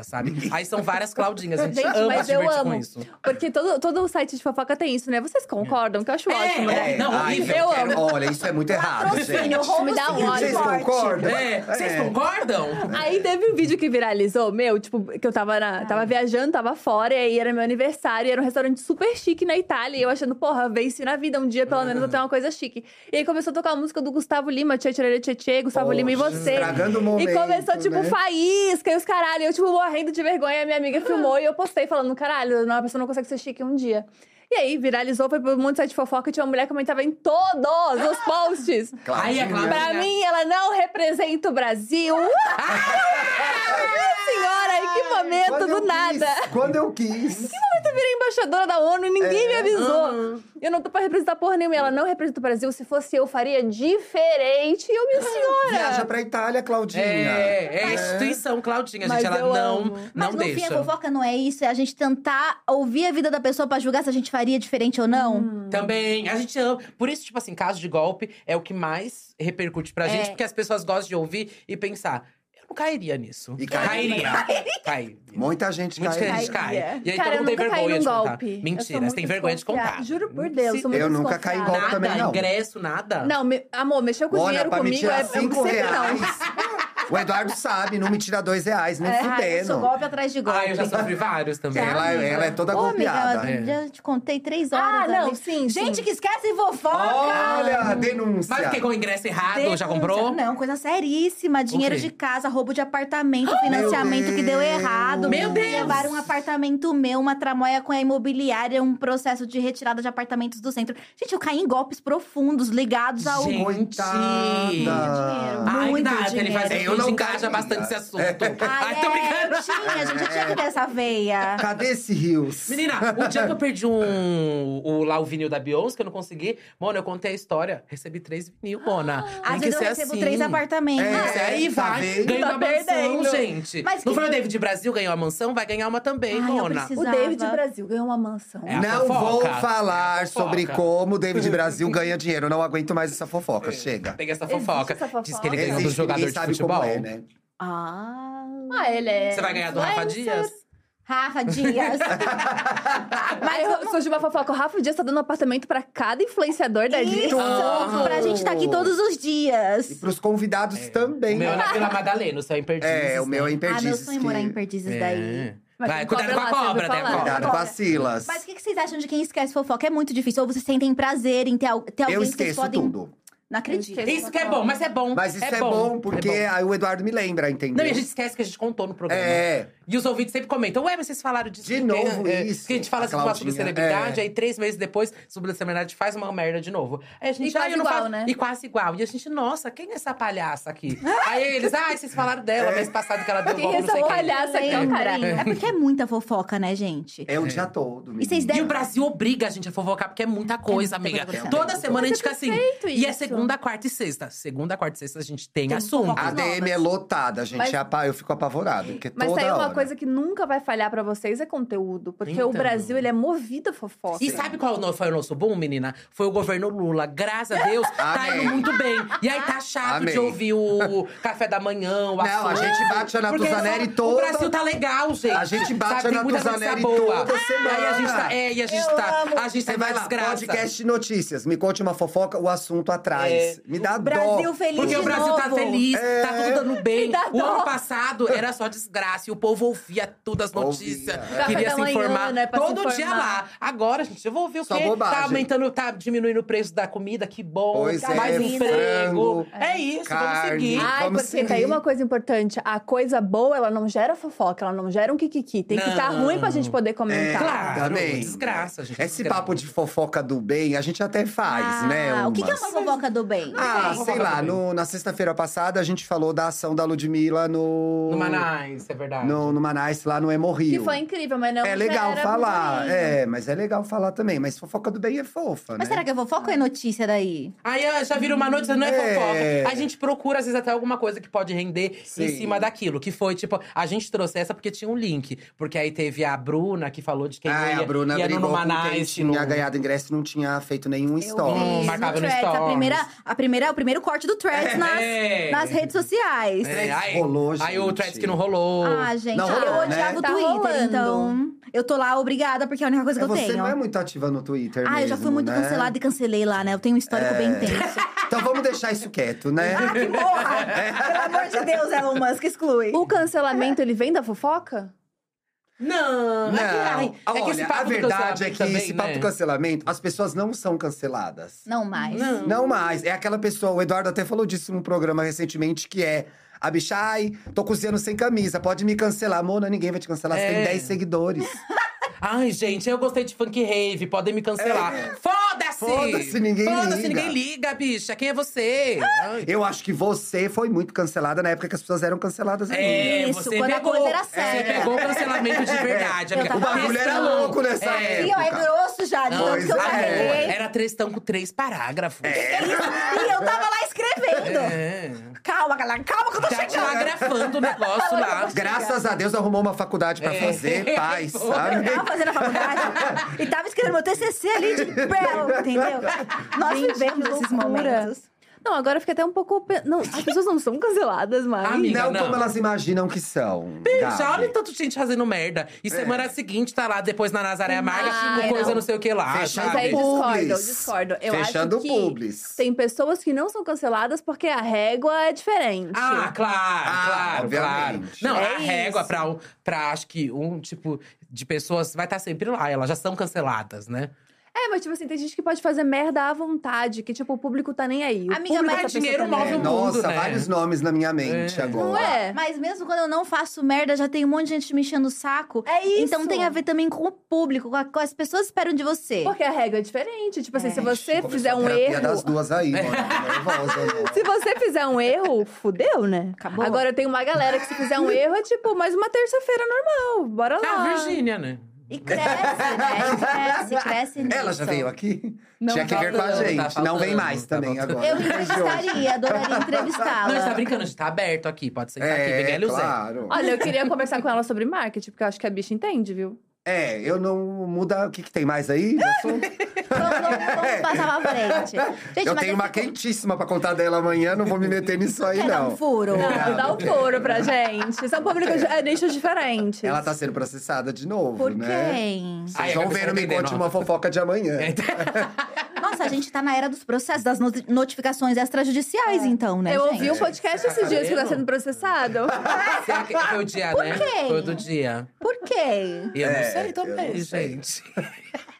[SPEAKER 4] sabe? Aí são várias Claudinhas, a gente,
[SPEAKER 1] Gente,
[SPEAKER 4] ama
[SPEAKER 1] mas
[SPEAKER 4] se
[SPEAKER 1] eu
[SPEAKER 4] divertir
[SPEAKER 1] amo.
[SPEAKER 4] com isso.
[SPEAKER 1] Porque todo, todo site de fofoca tem isso, né? Vocês concordam? Que eu acho
[SPEAKER 4] É.
[SPEAKER 1] ótimo, né?
[SPEAKER 2] É,
[SPEAKER 4] Não,
[SPEAKER 2] ai,
[SPEAKER 4] horrível.
[SPEAKER 2] eu quero-
[SPEAKER 1] Eu amo.
[SPEAKER 2] Olha, isso é muito errado, gente.
[SPEAKER 5] Patrocínio, roubo
[SPEAKER 1] Me dá um
[SPEAKER 5] sim,
[SPEAKER 1] ódio.
[SPEAKER 2] Vocês
[SPEAKER 5] forte.
[SPEAKER 2] concordam?
[SPEAKER 4] É, vocês
[SPEAKER 2] É.
[SPEAKER 4] concordam?
[SPEAKER 1] Aí teve um vídeo que viralizou, meu, tipo, que eu tava, na- tava viajando, tava fora, e aí era meu aniversário, e era um restaurante super chique na Itália, e eu achando, porra, venci na vida, um dia pelo menos eu tenho uma coisa chique. E aí começou a tocar a música do Gustavo Lima, Tchê Tchê Tchê Tchê, Gustavo
[SPEAKER 2] Poxa,
[SPEAKER 1] Lima e você.
[SPEAKER 2] Estragando o momento,
[SPEAKER 1] E começou, tipo,
[SPEAKER 2] né?
[SPEAKER 1] faísca e os caralho. Eu, tipo, morrendo de vergonha. A minha amiga filmou e eu postei falando, caralho, não, a pessoa não consegue ser chique um dia. E aí, viralizou, foi pro mundo de site fofoca e tinha uma mulher que comentava em todos os posts.
[SPEAKER 4] Aí é a Claudinha-
[SPEAKER 1] Pra mim, ela não representa o Brasil. Minha senhora, em que momento,
[SPEAKER 2] Quando eu
[SPEAKER 1] do é nada.
[SPEAKER 2] quis, Quando eu quis.
[SPEAKER 1] Eu virei embaixadora da ONU e ninguém
[SPEAKER 4] É,
[SPEAKER 1] me avisou. Eu não tô pra representar porra nenhuma. Ela não representa o Brasil. Se fosse eu, faria diferente. E eu, minha senhora.
[SPEAKER 2] Viaja pra Itália, Claudinha.
[SPEAKER 4] É, é a instituição Claudinha, gente.
[SPEAKER 1] Mas
[SPEAKER 4] Ela
[SPEAKER 1] eu
[SPEAKER 4] não,
[SPEAKER 1] amo.
[SPEAKER 4] não
[SPEAKER 3] Mas no fim, a
[SPEAKER 4] deixa.
[SPEAKER 3] fofoca não é isso. É a gente tentar ouvir a vida da pessoa pra julgar se a gente faria diferente ou não.
[SPEAKER 4] Hum, Também, a gente ama. Por isso, tipo assim, caso de golpe é o que mais repercute
[SPEAKER 1] É.
[SPEAKER 4] pra gente, porque as pessoas gostam de ouvir e pensar. Eu não cairia nisso.
[SPEAKER 2] E cairia.
[SPEAKER 4] Cairia. cairia.
[SPEAKER 2] Muita gente
[SPEAKER 4] Muita
[SPEAKER 2] cai.
[SPEAKER 4] gente cai.
[SPEAKER 1] Cairia.
[SPEAKER 4] E aí
[SPEAKER 1] Cara,
[SPEAKER 4] todo mundo tem
[SPEAKER 1] eu nunca caí
[SPEAKER 4] vergonha
[SPEAKER 1] num
[SPEAKER 4] de contar.
[SPEAKER 1] golpe. Eu sou
[SPEAKER 4] Mentira,
[SPEAKER 1] muito
[SPEAKER 4] você tem vergonha de
[SPEAKER 1] desconfiada.
[SPEAKER 4] contar.
[SPEAKER 1] Juro por Deus,
[SPEAKER 4] Se-
[SPEAKER 1] sou muito
[SPEAKER 2] Eu nunca caí em golpe
[SPEAKER 1] desconfiada.
[SPEAKER 4] Nada,
[SPEAKER 2] também, não.
[SPEAKER 4] ingresso, nada.
[SPEAKER 1] Não, me- amor, mexeu com o
[SPEAKER 2] Olha,
[SPEAKER 1] dinheiro
[SPEAKER 2] pra me
[SPEAKER 1] comigo é,
[SPEAKER 2] tirar
[SPEAKER 1] é
[SPEAKER 2] cinco
[SPEAKER 1] sempre não.
[SPEAKER 2] reais. O Eduardo sabe, não me tira dois reais, nem
[SPEAKER 3] É, eu sou
[SPEAKER 2] fudendo.
[SPEAKER 3] golpe atrás de golpe.
[SPEAKER 4] Ah, eu já sofri vários também.
[SPEAKER 2] Ela, ela é toda
[SPEAKER 3] Ô, amiga,
[SPEAKER 2] golpeada.
[SPEAKER 3] eu já te contei três horas.
[SPEAKER 1] Ah, não,
[SPEAKER 3] amiga.
[SPEAKER 1] sim.
[SPEAKER 3] Gente
[SPEAKER 1] sim.
[SPEAKER 3] que esquece fofoca!
[SPEAKER 2] Olha, denúncia.
[SPEAKER 4] Mas porque com o ingresso errado, já
[SPEAKER 3] Denúncia.
[SPEAKER 4] comprou?
[SPEAKER 3] Não, coisa seríssima. Dinheiro
[SPEAKER 4] quê?
[SPEAKER 3] de casa, roubo de apartamento, financiamento que deu
[SPEAKER 2] Deus.
[SPEAKER 3] errado.
[SPEAKER 4] Meu Deus.
[SPEAKER 3] Levaram um apartamento meu, uma tramóia com a imobiliária, um processo de retirada de apartamentos do centro. Gente, eu caí em golpes profundos ligados ao.
[SPEAKER 4] Gente.
[SPEAKER 2] Coitada.
[SPEAKER 3] Dinheiro.
[SPEAKER 4] Ai,
[SPEAKER 3] Muito
[SPEAKER 4] nada, ele
[SPEAKER 3] dinheiro.
[SPEAKER 4] faz
[SPEAKER 2] Eu
[SPEAKER 4] gente
[SPEAKER 2] não
[SPEAKER 4] engaja
[SPEAKER 2] caía.
[SPEAKER 4] bastante esse assunto.
[SPEAKER 3] Ai,
[SPEAKER 4] Ai, tô
[SPEAKER 3] é,
[SPEAKER 4] brincando.
[SPEAKER 3] eu tinha, a gente tinha que ter essa veia.
[SPEAKER 2] Ah, Cadê esse rios?
[SPEAKER 4] Menina, o dia que eu perdi um, o, lá o vinil da Beyoncé, que eu não consegui. Mona, eu contei a história. Recebi três vinil, Mona. Tem
[SPEAKER 3] Ah, Às
[SPEAKER 4] que
[SPEAKER 3] vezes eu
[SPEAKER 4] ser
[SPEAKER 3] recebo
[SPEAKER 4] assim.
[SPEAKER 3] três apartamentos. Ah,
[SPEAKER 2] É.
[SPEAKER 4] Tem que ser aí,
[SPEAKER 2] tá
[SPEAKER 4] vai.
[SPEAKER 2] vendo?
[SPEAKER 4] Ganha
[SPEAKER 1] Tá
[SPEAKER 4] uma mansão,
[SPEAKER 1] perdendo.
[SPEAKER 4] gente.
[SPEAKER 3] Mas
[SPEAKER 4] não
[SPEAKER 3] que-
[SPEAKER 4] foi o David Brasil ganhou a mansão? Vai ganhar uma também,
[SPEAKER 3] Ai, eu
[SPEAKER 4] Mona.
[SPEAKER 3] preciso-
[SPEAKER 1] O David
[SPEAKER 3] Precisava.
[SPEAKER 1] Brasil ganhou uma mansão.
[SPEAKER 4] É a
[SPEAKER 2] não vou
[SPEAKER 4] fofoca. É
[SPEAKER 2] falar
[SPEAKER 4] a fofoca.
[SPEAKER 2] sobre como o David Brasil ganha dinheiro. Não aguento mais essa fofoca. Chega.
[SPEAKER 4] Peguei essa
[SPEAKER 1] Existe
[SPEAKER 4] fofoca.
[SPEAKER 1] essa fofoca?
[SPEAKER 4] Diz que ele ganhou
[SPEAKER 2] Existe,
[SPEAKER 4] do jogador
[SPEAKER 2] ninguém
[SPEAKER 4] de
[SPEAKER 2] sabe
[SPEAKER 4] futebol.
[SPEAKER 2] como é, né?
[SPEAKER 3] Ah.
[SPEAKER 6] Ah, ele é.
[SPEAKER 4] Você vai ganhar do Rafa Dias?
[SPEAKER 3] Rafa Dias.
[SPEAKER 1] Aí surgiu uma fofoca. O Rafa Dias tá dando um apartamento pra cada influenciador da
[SPEAKER 3] Isso,
[SPEAKER 1] Disney.
[SPEAKER 4] Tudo.
[SPEAKER 3] pra gente estar aqui todos os
[SPEAKER 2] E
[SPEAKER 3] dias. Ah,
[SPEAKER 2] pros convidados
[SPEAKER 4] O
[SPEAKER 2] também.
[SPEAKER 4] meu é na Vila Madalena, o seu é imperdível.
[SPEAKER 2] É, o meu é
[SPEAKER 3] Ah, meu
[SPEAKER 2] imperdível.
[SPEAKER 3] sonho é morar em Perdizes daí.
[SPEAKER 1] Mas
[SPEAKER 4] É. Vai,
[SPEAKER 1] tem
[SPEAKER 4] cuidado
[SPEAKER 1] cobra
[SPEAKER 4] com a
[SPEAKER 1] lá,
[SPEAKER 4] cobra,
[SPEAKER 1] você ouviu
[SPEAKER 4] né,
[SPEAKER 1] falar?
[SPEAKER 2] Cuidado com as Silas.
[SPEAKER 3] Mas o que que vocês acham de quem esquece fofoca? É muito difícil. Ou vocês sentem prazer em ter, al- ter alguém
[SPEAKER 2] Eu
[SPEAKER 3] que vocês
[SPEAKER 2] esqueço
[SPEAKER 3] podem.
[SPEAKER 2] tudo.
[SPEAKER 3] Não acredito.
[SPEAKER 1] Eu esqueço.
[SPEAKER 4] Isso que é bom, mas é bom.
[SPEAKER 2] Mas isso é, bom, porque
[SPEAKER 4] é bom.
[SPEAKER 2] aí o Eduardo me lembra, entendeu?
[SPEAKER 4] Não, e a gente esquece que a gente contou no programa.
[SPEAKER 2] É.
[SPEAKER 4] E os ouvintes sempre comentam, ué, mas vocês falaram disso.
[SPEAKER 2] De
[SPEAKER 4] porque,
[SPEAKER 2] novo
[SPEAKER 4] é,
[SPEAKER 2] isso,
[SPEAKER 4] Porque a gente fala
[SPEAKER 2] a
[SPEAKER 4] assim, fala sobre
[SPEAKER 2] Claudinha,
[SPEAKER 4] celebridade,
[SPEAKER 2] é.
[SPEAKER 4] aí três meses depois, sobre a celebridade, faz uma merda de novo. Aí a gente,
[SPEAKER 1] E
[SPEAKER 4] ah,
[SPEAKER 1] quase
[SPEAKER 4] eu não
[SPEAKER 1] igual,
[SPEAKER 4] faço-
[SPEAKER 1] né?
[SPEAKER 4] E quase igual. E a gente, nossa, quem é essa palhaça aqui? aí eles, ah, vocês falaram dela, mês passado que ela deu
[SPEAKER 1] Quem
[SPEAKER 4] golpe,
[SPEAKER 1] é
[SPEAKER 4] não sei
[SPEAKER 1] essa
[SPEAKER 4] quem.
[SPEAKER 1] palhaça aqui, ó,
[SPEAKER 3] Lembra?
[SPEAKER 1] carinho?
[SPEAKER 3] É porque é muita fofoca, né, gente?
[SPEAKER 2] É o dia todo.
[SPEAKER 3] E vocês
[SPEAKER 2] menina.
[SPEAKER 4] E
[SPEAKER 3] devem-
[SPEAKER 4] o Brasil obriga a gente a fofocar, porque é muita coisa,
[SPEAKER 3] muita
[SPEAKER 4] amiga.
[SPEAKER 3] coisa.
[SPEAKER 4] Toda semana a gente
[SPEAKER 1] Mas é
[SPEAKER 4] fica assim.
[SPEAKER 1] perfeito
[SPEAKER 4] E é
[SPEAKER 1] isso.
[SPEAKER 4] segunda, quarta e sexta. Segunda, quarta e sexta a gente tem,
[SPEAKER 3] Tem
[SPEAKER 4] assunto.
[SPEAKER 3] fofoca.
[SPEAKER 2] A DM é lotada, gente.
[SPEAKER 1] Mas-
[SPEAKER 2] É apa- Eu fico apavorado, porque
[SPEAKER 3] tá
[SPEAKER 1] Mas
[SPEAKER 2] toda
[SPEAKER 1] aí é uma
[SPEAKER 2] hora.
[SPEAKER 1] coisa que nunca vai falhar pra vocês é conteúdo. Porque
[SPEAKER 4] Então.
[SPEAKER 1] o Brasil, ele é movido a fofoca.
[SPEAKER 4] E sabe qual no- foi o nosso boom, menina? Foi o governo Lula. Graças a Deus, tá
[SPEAKER 2] Amém.
[SPEAKER 4] indo muito bem. E aí tá chato
[SPEAKER 2] Amém.
[SPEAKER 4] de ouvir o café da manhã, o
[SPEAKER 2] Não, a
[SPEAKER 4] assunto.
[SPEAKER 2] gente bate a
[SPEAKER 4] Porque
[SPEAKER 2] Natuzaneri
[SPEAKER 4] só- O
[SPEAKER 2] toda.
[SPEAKER 4] Brasil tá legal, gente.
[SPEAKER 2] A gente bate
[SPEAKER 4] Sabe,
[SPEAKER 2] a
[SPEAKER 4] tem muita notícia
[SPEAKER 2] Natuzaneri
[SPEAKER 4] boa.
[SPEAKER 2] toda semana.
[SPEAKER 4] Aí a gente tá. É, e a gente
[SPEAKER 3] Eu
[SPEAKER 4] tá.
[SPEAKER 3] amo.
[SPEAKER 4] A gente tá
[SPEAKER 2] Você
[SPEAKER 4] na
[SPEAKER 2] vai lá,
[SPEAKER 4] desgraça.
[SPEAKER 2] podcast Notícias. Me conte uma fofoca, o assunto atrás. Me dá dó.
[SPEAKER 3] É. Brasil feliz
[SPEAKER 4] Porque
[SPEAKER 3] de
[SPEAKER 4] o Brasil
[SPEAKER 3] novo.
[SPEAKER 4] tá feliz,
[SPEAKER 2] É.
[SPEAKER 4] tá tudo dando bem.
[SPEAKER 1] Me dá
[SPEAKER 4] O
[SPEAKER 1] dó.
[SPEAKER 4] ano passado era só desgraça e o povo ouvia tudo, as notícias.
[SPEAKER 2] Ouvia.
[SPEAKER 1] Café
[SPEAKER 4] Queria
[SPEAKER 1] da
[SPEAKER 4] se
[SPEAKER 1] manhã,
[SPEAKER 4] informar.
[SPEAKER 1] né, pra se
[SPEAKER 4] Todo dia
[SPEAKER 1] informar.
[SPEAKER 4] lá. Agora, gente, eu vou ouvir o
[SPEAKER 2] Só
[SPEAKER 4] quê? Tá
[SPEAKER 2] bobagem.
[SPEAKER 4] aumentando, tá diminuindo o preço da comida, que bom. tá
[SPEAKER 2] Pois é,
[SPEAKER 4] Mais um emprego.
[SPEAKER 2] frango,
[SPEAKER 4] É isso, vamos
[SPEAKER 2] carne.
[SPEAKER 4] seguir.
[SPEAKER 2] Ah,
[SPEAKER 1] Ai,
[SPEAKER 2] Vamos
[SPEAKER 1] porque tá aí
[SPEAKER 2] seguir.
[SPEAKER 1] uma coisa importante. A coisa boa, ela não gera fofoca, ela não gera um kikiki. Tem que
[SPEAKER 4] Não. É,
[SPEAKER 1] estar ruim pra gente poder comentar.
[SPEAKER 4] Claro,
[SPEAKER 2] também.
[SPEAKER 4] desgraça, gente.
[SPEAKER 2] Esse
[SPEAKER 4] desgraça.
[SPEAKER 2] papo de fofoca do bem, a gente até faz,
[SPEAKER 3] Ah,
[SPEAKER 2] né?
[SPEAKER 3] O que que é uma
[SPEAKER 2] umas.
[SPEAKER 3] fofoca do bem?
[SPEAKER 2] Ah,
[SPEAKER 4] Não tem.
[SPEAKER 2] sei lá. no- na sexta-feira passada, a gente falou da ação da Ludmilla no…
[SPEAKER 4] No Manaus, é verdade.
[SPEAKER 2] No, no Manaus, lá no Emo
[SPEAKER 1] Que
[SPEAKER 2] Rio.
[SPEAKER 1] foi então, incrível, mas não
[SPEAKER 2] é legal
[SPEAKER 1] gera
[SPEAKER 2] falar.
[SPEAKER 1] burburinho.
[SPEAKER 2] É, mas é legal falar também. Mas fofoca do bem é fofa,
[SPEAKER 3] Mas
[SPEAKER 2] né?
[SPEAKER 3] será que é fofoca ou é notícia daí?
[SPEAKER 4] Aí ó, já vira uma notícia, não é,
[SPEAKER 2] É.
[SPEAKER 4] fofoca. A gente procura, às vezes, até alguma coisa que pode render em
[SPEAKER 2] Sim.
[SPEAKER 4] cima daquilo. Que foi, tipo, a gente trouxe essa porque tinha um link. Porque aí teve a Bruna que falou de quem
[SPEAKER 2] Ah,
[SPEAKER 4] ia,
[SPEAKER 2] a Bruna
[SPEAKER 4] ia no
[SPEAKER 2] brigou com quem
[SPEAKER 4] Manaus.
[SPEAKER 2] tinha ganhado ingresso e não tinha feito nenhum
[SPEAKER 4] vi.
[SPEAKER 2] story.
[SPEAKER 4] Hum,
[SPEAKER 3] Isso,
[SPEAKER 4] marcava no
[SPEAKER 3] Threads, a
[SPEAKER 4] Stories.
[SPEAKER 3] primeira, a primeira, o primeiro corte do Threads nas,
[SPEAKER 4] É.
[SPEAKER 3] nas redes sociais.
[SPEAKER 4] É, aí,
[SPEAKER 2] Rolou,
[SPEAKER 4] aí o
[SPEAKER 2] gente.
[SPEAKER 4] Threads que não rolou.
[SPEAKER 3] Ah, gente,
[SPEAKER 2] Não
[SPEAKER 3] eu
[SPEAKER 2] rolou, né?
[SPEAKER 3] odiava o
[SPEAKER 1] Tá
[SPEAKER 3] Twitter,
[SPEAKER 1] rolando.
[SPEAKER 3] então eu tô lá obrigada porque é a única coisa que
[SPEAKER 2] É,
[SPEAKER 3] eu
[SPEAKER 2] você
[SPEAKER 3] tenho.
[SPEAKER 2] não é muito ativa no Twitter
[SPEAKER 3] ah, eu já fui
[SPEAKER 2] mesmo,
[SPEAKER 3] muito
[SPEAKER 2] né? É.
[SPEAKER 3] cancelada e cancelei lá, né? Eu tenho um histórico bem intenso.
[SPEAKER 2] Então vamos deixar isso quieto, né?
[SPEAKER 3] Ah, que porra! Pelo amor de Deus, Elon Musk, exclui.
[SPEAKER 1] O cancelamento, ele vem da fofoca?
[SPEAKER 4] Não, é que, ai, é que
[SPEAKER 2] Olha,
[SPEAKER 4] esse papo
[SPEAKER 2] a
[SPEAKER 4] do
[SPEAKER 2] verdade é
[SPEAKER 4] cancelamento
[SPEAKER 2] que
[SPEAKER 4] também,
[SPEAKER 2] esse papo
[SPEAKER 4] né?
[SPEAKER 2] do cancelamento, as pessoas não são canceladas.
[SPEAKER 3] Não mais.
[SPEAKER 4] Não.
[SPEAKER 2] Não mais. É aquela pessoa, o Eduardo até falou disso num programa recentemente, que é a bicha, ai, tô cozinhando sem camisa, pode me cancelar. Mona, ninguém vai te cancelar, você
[SPEAKER 4] É.
[SPEAKER 2] tem 10 seguidores.
[SPEAKER 4] Ai, gente, eu gostei de funk rave, podem me cancelar. Foda-se!
[SPEAKER 2] É. Foda-se, ninguém
[SPEAKER 4] Foda-se,
[SPEAKER 2] liga.
[SPEAKER 4] ninguém liga, bicha. Quem é você? Ai.
[SPEAKER 2] Eu acho que você foi muito cancelada na época que as pessoas eram canceladas ainda.
[SPEAKER 4] É,
[SPEAKER 3] Isso,
[SPEAKER 4] você
[SPEAKER 3] quando a
[SPEAKER 4] pegou,
[SPEAKER 3] coisa era
[SPEAKER 4] Você
[SPEAKER 3] séria.
[SPEAKER 4] pegou o cancelamento de verdade,
[SPEAKER 3] Eu
[SPEAKER 4] amiga.
[SPEAKER 3] tava-
[SPEAKER 2] O bagulho era
[SPEAKER 4] Textão.
[SPEAKER 2] louco nessa
[SPEAKER 4] É.
[SPEAKER 3] E ó, é
[SPEAKER 2] época.
[SPEAKER 3] grosso já, É. de tanto
[SPEAKER 2] Pois
[SPEAKER 3] que eu
[SPEAKER 2] é.
[SPEAKER 3] carreguei.
[SPEAKER 4] Era três-tão com três parágrafos.
[SPEAKER 3] Isso, E eu tava lá escrevendo.
[SPEAKER 4] É.
[SPEAKER 3] Calma, galera, calma que eu tô
[SPEAKER 4] Tá
[SPEAKER 3] chegando.
[SPEAKER 4] telegrafando o negócio lá.
[SPEAKER 2] Graças a Deus arrumou uma faculdade pra
[SPEAKER 4] É.
[SPEAKER 2] fazer, paz,
[SPEAKER 4] Foi.
[SPEAKER 2] sabe?
[SPEAKER 3] Eu tava fazendo a faculdade e tava escrevendo meu TCC ali de belo, entendeu? Nós
[SPEAKER 1] Gente,
[SPEAKER 3] vivemos
[SPEAKER 1] que
[SPEAKER 3] esses
[SPEAKER 1] loucura.
[SPEAKER 3] momentos.
[SPEAKER 1] Não, agora eu fiquei até um pouco. pe- Não, as pessoas não são canceladas, mais.
[SPEAKER 4] Amiga,
[SPEAKER 2] Não,
[SPEAKER 4] não.
[SPEAKER 2] como elas imaginam que são.
[SPEAKER 4] Já
[SPEAKER 2] Gabi.
[SPEAKER 4] olha tanto gente fazendo merda. E
[SPEAKER 3] É.
[SPEAKER 4] semana seguinte tá lá, depois na Nazaré Amarga,
[SPEAKER 1] Ai,
[SPEAKER 4] com coisa
[SPEAKER 1] não.
[SPEAKER 4] não sei o que lá.
[SPEAKER 2] Ah, Fechando
[SPEAKER 1] Mas
[SPEAKER 4] sabe?
[SPEAKER 1] aí eu discordo, eu
[SPEAKER 2] Publis.
[SPEAKER 1] discordo. Eu
[SPEAKER 2] Fechando
[SPEAKER 1] acho que
[SPEAKER 2] publis.
[SPEAKER 1] tem pessoas que não são canceladas porque a régua é diferente.
[SPEAKER 4] Ah, claro,
[SPEAKER 2] Ah,
[SPEAKER 4] claro, claro.
[SPEAKER 2] obviamente.
[SPEAKER 4] Não,
[SPEAKER 1] É
[SPEAKER 4] a régua
[SPEAKER 1] isso.
[SPEAKER 4] pra, tá um- pra acho que um tipo de pessoas vai estar sempre lá. Elas já são canceladas, né?
[SPEAKER 1] É, mas tipo assim, tem gente que pode fazer merda à vontade, que tipo, o público tá nem aí. O
[SPEAKER 3] Amiga,
[SPEAKER 1] público
[SPEAKER 3] mas
[SPEAKER 1] dessa pessoa
[SPEAKER 4] dinheiro
[SPEAKER 1] tá nem
[SPEAKER 4] move
[SPEAKER 1] aí.
[SPEAKER 4] o mundo,
[SPEAKER 2] Nossa,
[SPEAKER 4] né?
[SPEAKER 2] vários nomes na minha mente
[SPEAKER 4] É.
[SPEAKER 2] agora.
[SPEAKER 1] Não é?
[SPEAKER 3] Mas mesmo quando eu não faço merda, já tem um monte de gente me enchendo o saco.
[SPEAKER 1] É isso.
[SPEAKER 3] Então tem a ver também com o público, com, a- com as pessoas que esperam de você.
[SPEAKER 1] Porque a regra é diferente. Tipo assim,
[SPEAKER 3] É.
[SPEAKER 1] se você
[SPEAKER 2] Começou
[SPEAKER 1] fizer
[SPEAKER 2] a
[SPEAKER 1] um
[SPEAKER 2] terapia
[SPEAKER 1] erro.
[SPEAKER 2] das duas aí, mano. Nervosa, né?
[SPEAKER 1] Se você fizer um erro, fudeu, né?
[SPEAKER 3] Acabou.
[SPEAKER 1] Agora tem uma galera que se fizer um erro é tipo mais uma terça-feira normal. Bora
[SPEAKER 3] Tá
[SPEAKER 4] É a
[SPEAKER 1] lá.
[SPEAKER 4] Virgínia, né?
[SPEAKER 3] E cresce, né? Cresce, cresce nisso.
[SPEAKER 2] Ela já veio aqui?
[SPEAKER 1] um Não,
[SPEAKER 2] Tinha que
[SPEAKER 4] tá
[SPEAKER 2] vir com a
[SPEAKER 4] faltando,
[SPEAKER 2] gente.
[SPEAKER 4] tá
[SPEAKER 2] não vem
[SPEAKER 4] faltando,
[SPEAKER 2] mais
[SPEAKER 4] tá
[SPEAKER 2] também
[SPEAKER 4] faltando.
[SPEAKER 2] agora.
[SPEAKER 3] Eu
[SPEAKER 2] Desde hoje.
[SPEAKER 3] entrevistaria, adoraria
[SPEAKER 4] Não, a gente tá
[SPEAKER 3] entrevistá-la.
[SPEAKER 4] brincando, a gente tá aberto aqui. Pode sentar aqui,
[SPEAKER 2] É,
[SPEAKER 4] Miguel e o Zé.
[SPEAKER 2] claro.
[SPEAKER 1] Olha, eu queria conversar com ela sobre marketing, porque eu acho que a bicha entende, viu?
[SPEAKER 2] É, eu não muda. O que, que tem mais aí? de assunto?
[SPEAKER 3] Vamos, vamos, vamos passar pra frente. Gente,
[SPEAKER 2] É. eu
[SPEAKER 3] mas
[SPEAKER 2] tenho uma
[SPEAKER 3] fico-
[SPEAKER 2] quentíssima pra contar dela amanhã, não vou me meter nisso aí,
[SPEAKER 3] Quer
[SPEAKER 1] é
[SPEAKER 3] dar um
[SPEAKER 2] não. É,
[SPEAKER 3] furo?
[SPEAKER 1] Não, dá o couro pra gente. São públicos, é, nichos diferentes.
[SPEAKER 2] Ela tá sendo processada de novo,
[SPEAKER 3] Por
[SPEAKER 2] né?
[SPEAKER 3] quem?
[SPEAKER 4] Ai,
[SPEAKER 2] Vocês vão
[SPEAKER 4] agora
[SPEAKER 2] ver,
[SPEAKER 4] eu
[SPEAKER 2] não me
[SPEAKER 4] vou
[SPEAKER 2] conte
[SPEAKER 4] entender,
[SPEAKER 2] uma fofoca de amanhã.
[SPEAKER 4] É.
[SPEAKER 3] Nossa, a gente tá na era dos processos, das no- notificações
[SPEAKER 2] É.
[SPEAKER 3] extrajudiciais, então, né,
[SPEAKER 1] eu
[SPEAKER 3] gente?
[SPEAKER 1] ouvi um podcast esses dias que tá
[SPEAKER 4] Sabendo?
[SPEAKER 1] sendo processado.
[SPEAKER 4] Ah, Será que Foi o dia, né?
[SPEAKER 3] quê?
[SPEAKER 4] Foi o do dia.
[SPEAKER 3] Por quê?
[SPEAKER 4] E eu
[SPEAKER 2] É,
[SPEAKER 4] não sei
[SPEAKER 2] eu
[SPEAKER 4] também,
[SPEAKER 2] não sei.
[SPEAKER 4] gente.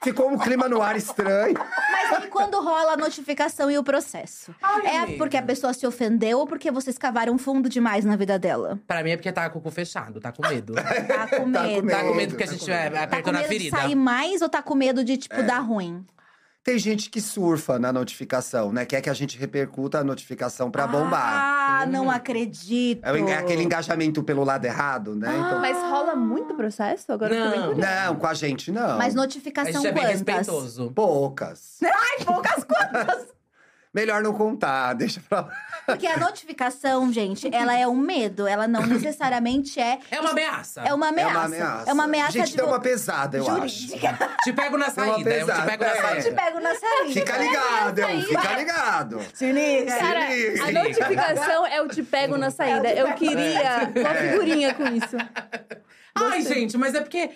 [SPEAKER 2] Ficou um clima no ar estranho.
[SPEAKER 3] Mas e quando rola a notificação e o processo? é
[SPEAKER 4] amiga.
[SPEAKER 3] porque a pessoa se ofendeu ou porque vocês cavaram fundo demais na vida dela?
[SPEAKER 4] Pra mim é porque tá com o cu fechado, tá com medo. tá
[SPEAKER 3] Tá com
[SPEAKER 2] Tá com
[SPEAKER 3] medo.
[SPEAKER 2] medo.
[SPEAKER 4] com medo porque a
[SPEAKER 2] tá
[SPEAKER 4] gente
[SPEAKER 2] com medo.
[SPEAKER 4] é,
[SPEAKER 3] Tá com
[SPEAKER 4] apertou na
[SPEAKER 3] medo de
[SPEAKER 4] ferida.
[SPEAKER 3] sair mais ou tá com medo de,
[SPEAKER 2] É.
[SPEAKER 3] tipo, dar ruim?
[SPEAKER 2] Tem gente que surfa na notificação, né? Quer que a gente repercuta a notificação pra
[SPEAKER 3] ah,
[SPEAKER 2] bombar. Hum.
[SPEAKER 3] Ah, não acredito.
[SPEAKER 2] É o en- é aquele engajamento pelo lado errado, né?
[SPEAKER 3] Ah,
[SPEAKER 2] Então-
[SPEAKER 1] Mas rola muito processo? Agora eu fiquei bem
[SPEAKER 4] Não.
[SPEAKER 1] curiosa.
[SPEAKER 2] não, com a gente não.
[SPEAKER 3] Mas Né?
[SPEAKER 4] A
[SPEAKER 3] notificação
[SPEAKER 4] gente é bem
[SPEAKER 3] quantas?
[SPEAKER 4] respeitoso.
[SPEAKER 2] Poucas.
[SPEAKER 3] Ai, poucas quantas!
[SPEAKER 2] Melhor não contar, deixa pra lá.
[SPEAKER 3] Porque a notificação, gente, ela é um medo. Ela não necessariamente é…
[SPEAKER 4] É uma ameaça.
[SPEAKER 3] É uma
[SPEAKER 2] É
[SPEAKER 3] ameaça.
[SPEAKER 2] uma ameaça.
[SPEAKER 3] É uma ameaça
[SPEAKER 2] gente,
[SPEAKER 3] de…
[SPEAKER 2] deu
[SPEAKER 3] vo-
[SPEAKER 2] uma pesada, eu acho.
[SPEAKER 3] Jurídica.
[SPEAKER 4] Te pego na
[SPEAKER 2] Deu uma
[SPEAKER 4] saída, é um te
[SPEAKER 2] pesada,
[SPEAKER 4] pego na
[SPEAKER 2] é.
[SPEAKER 4] saída.
[SPEAKER 3] Te pego na saída.
[SPEAKER 2] Fica ligado, eu, fica ligado.
[SPEAKER 3] Se liga.
[SPEAKER 1] Cara,
[SPEAKER 2] liga.
[SPEAKER 1] a notificação é o te pego na É. saída. Eu queria uma figurinha com isso.
[SPEAKER 4] Ai, gente, mas é porque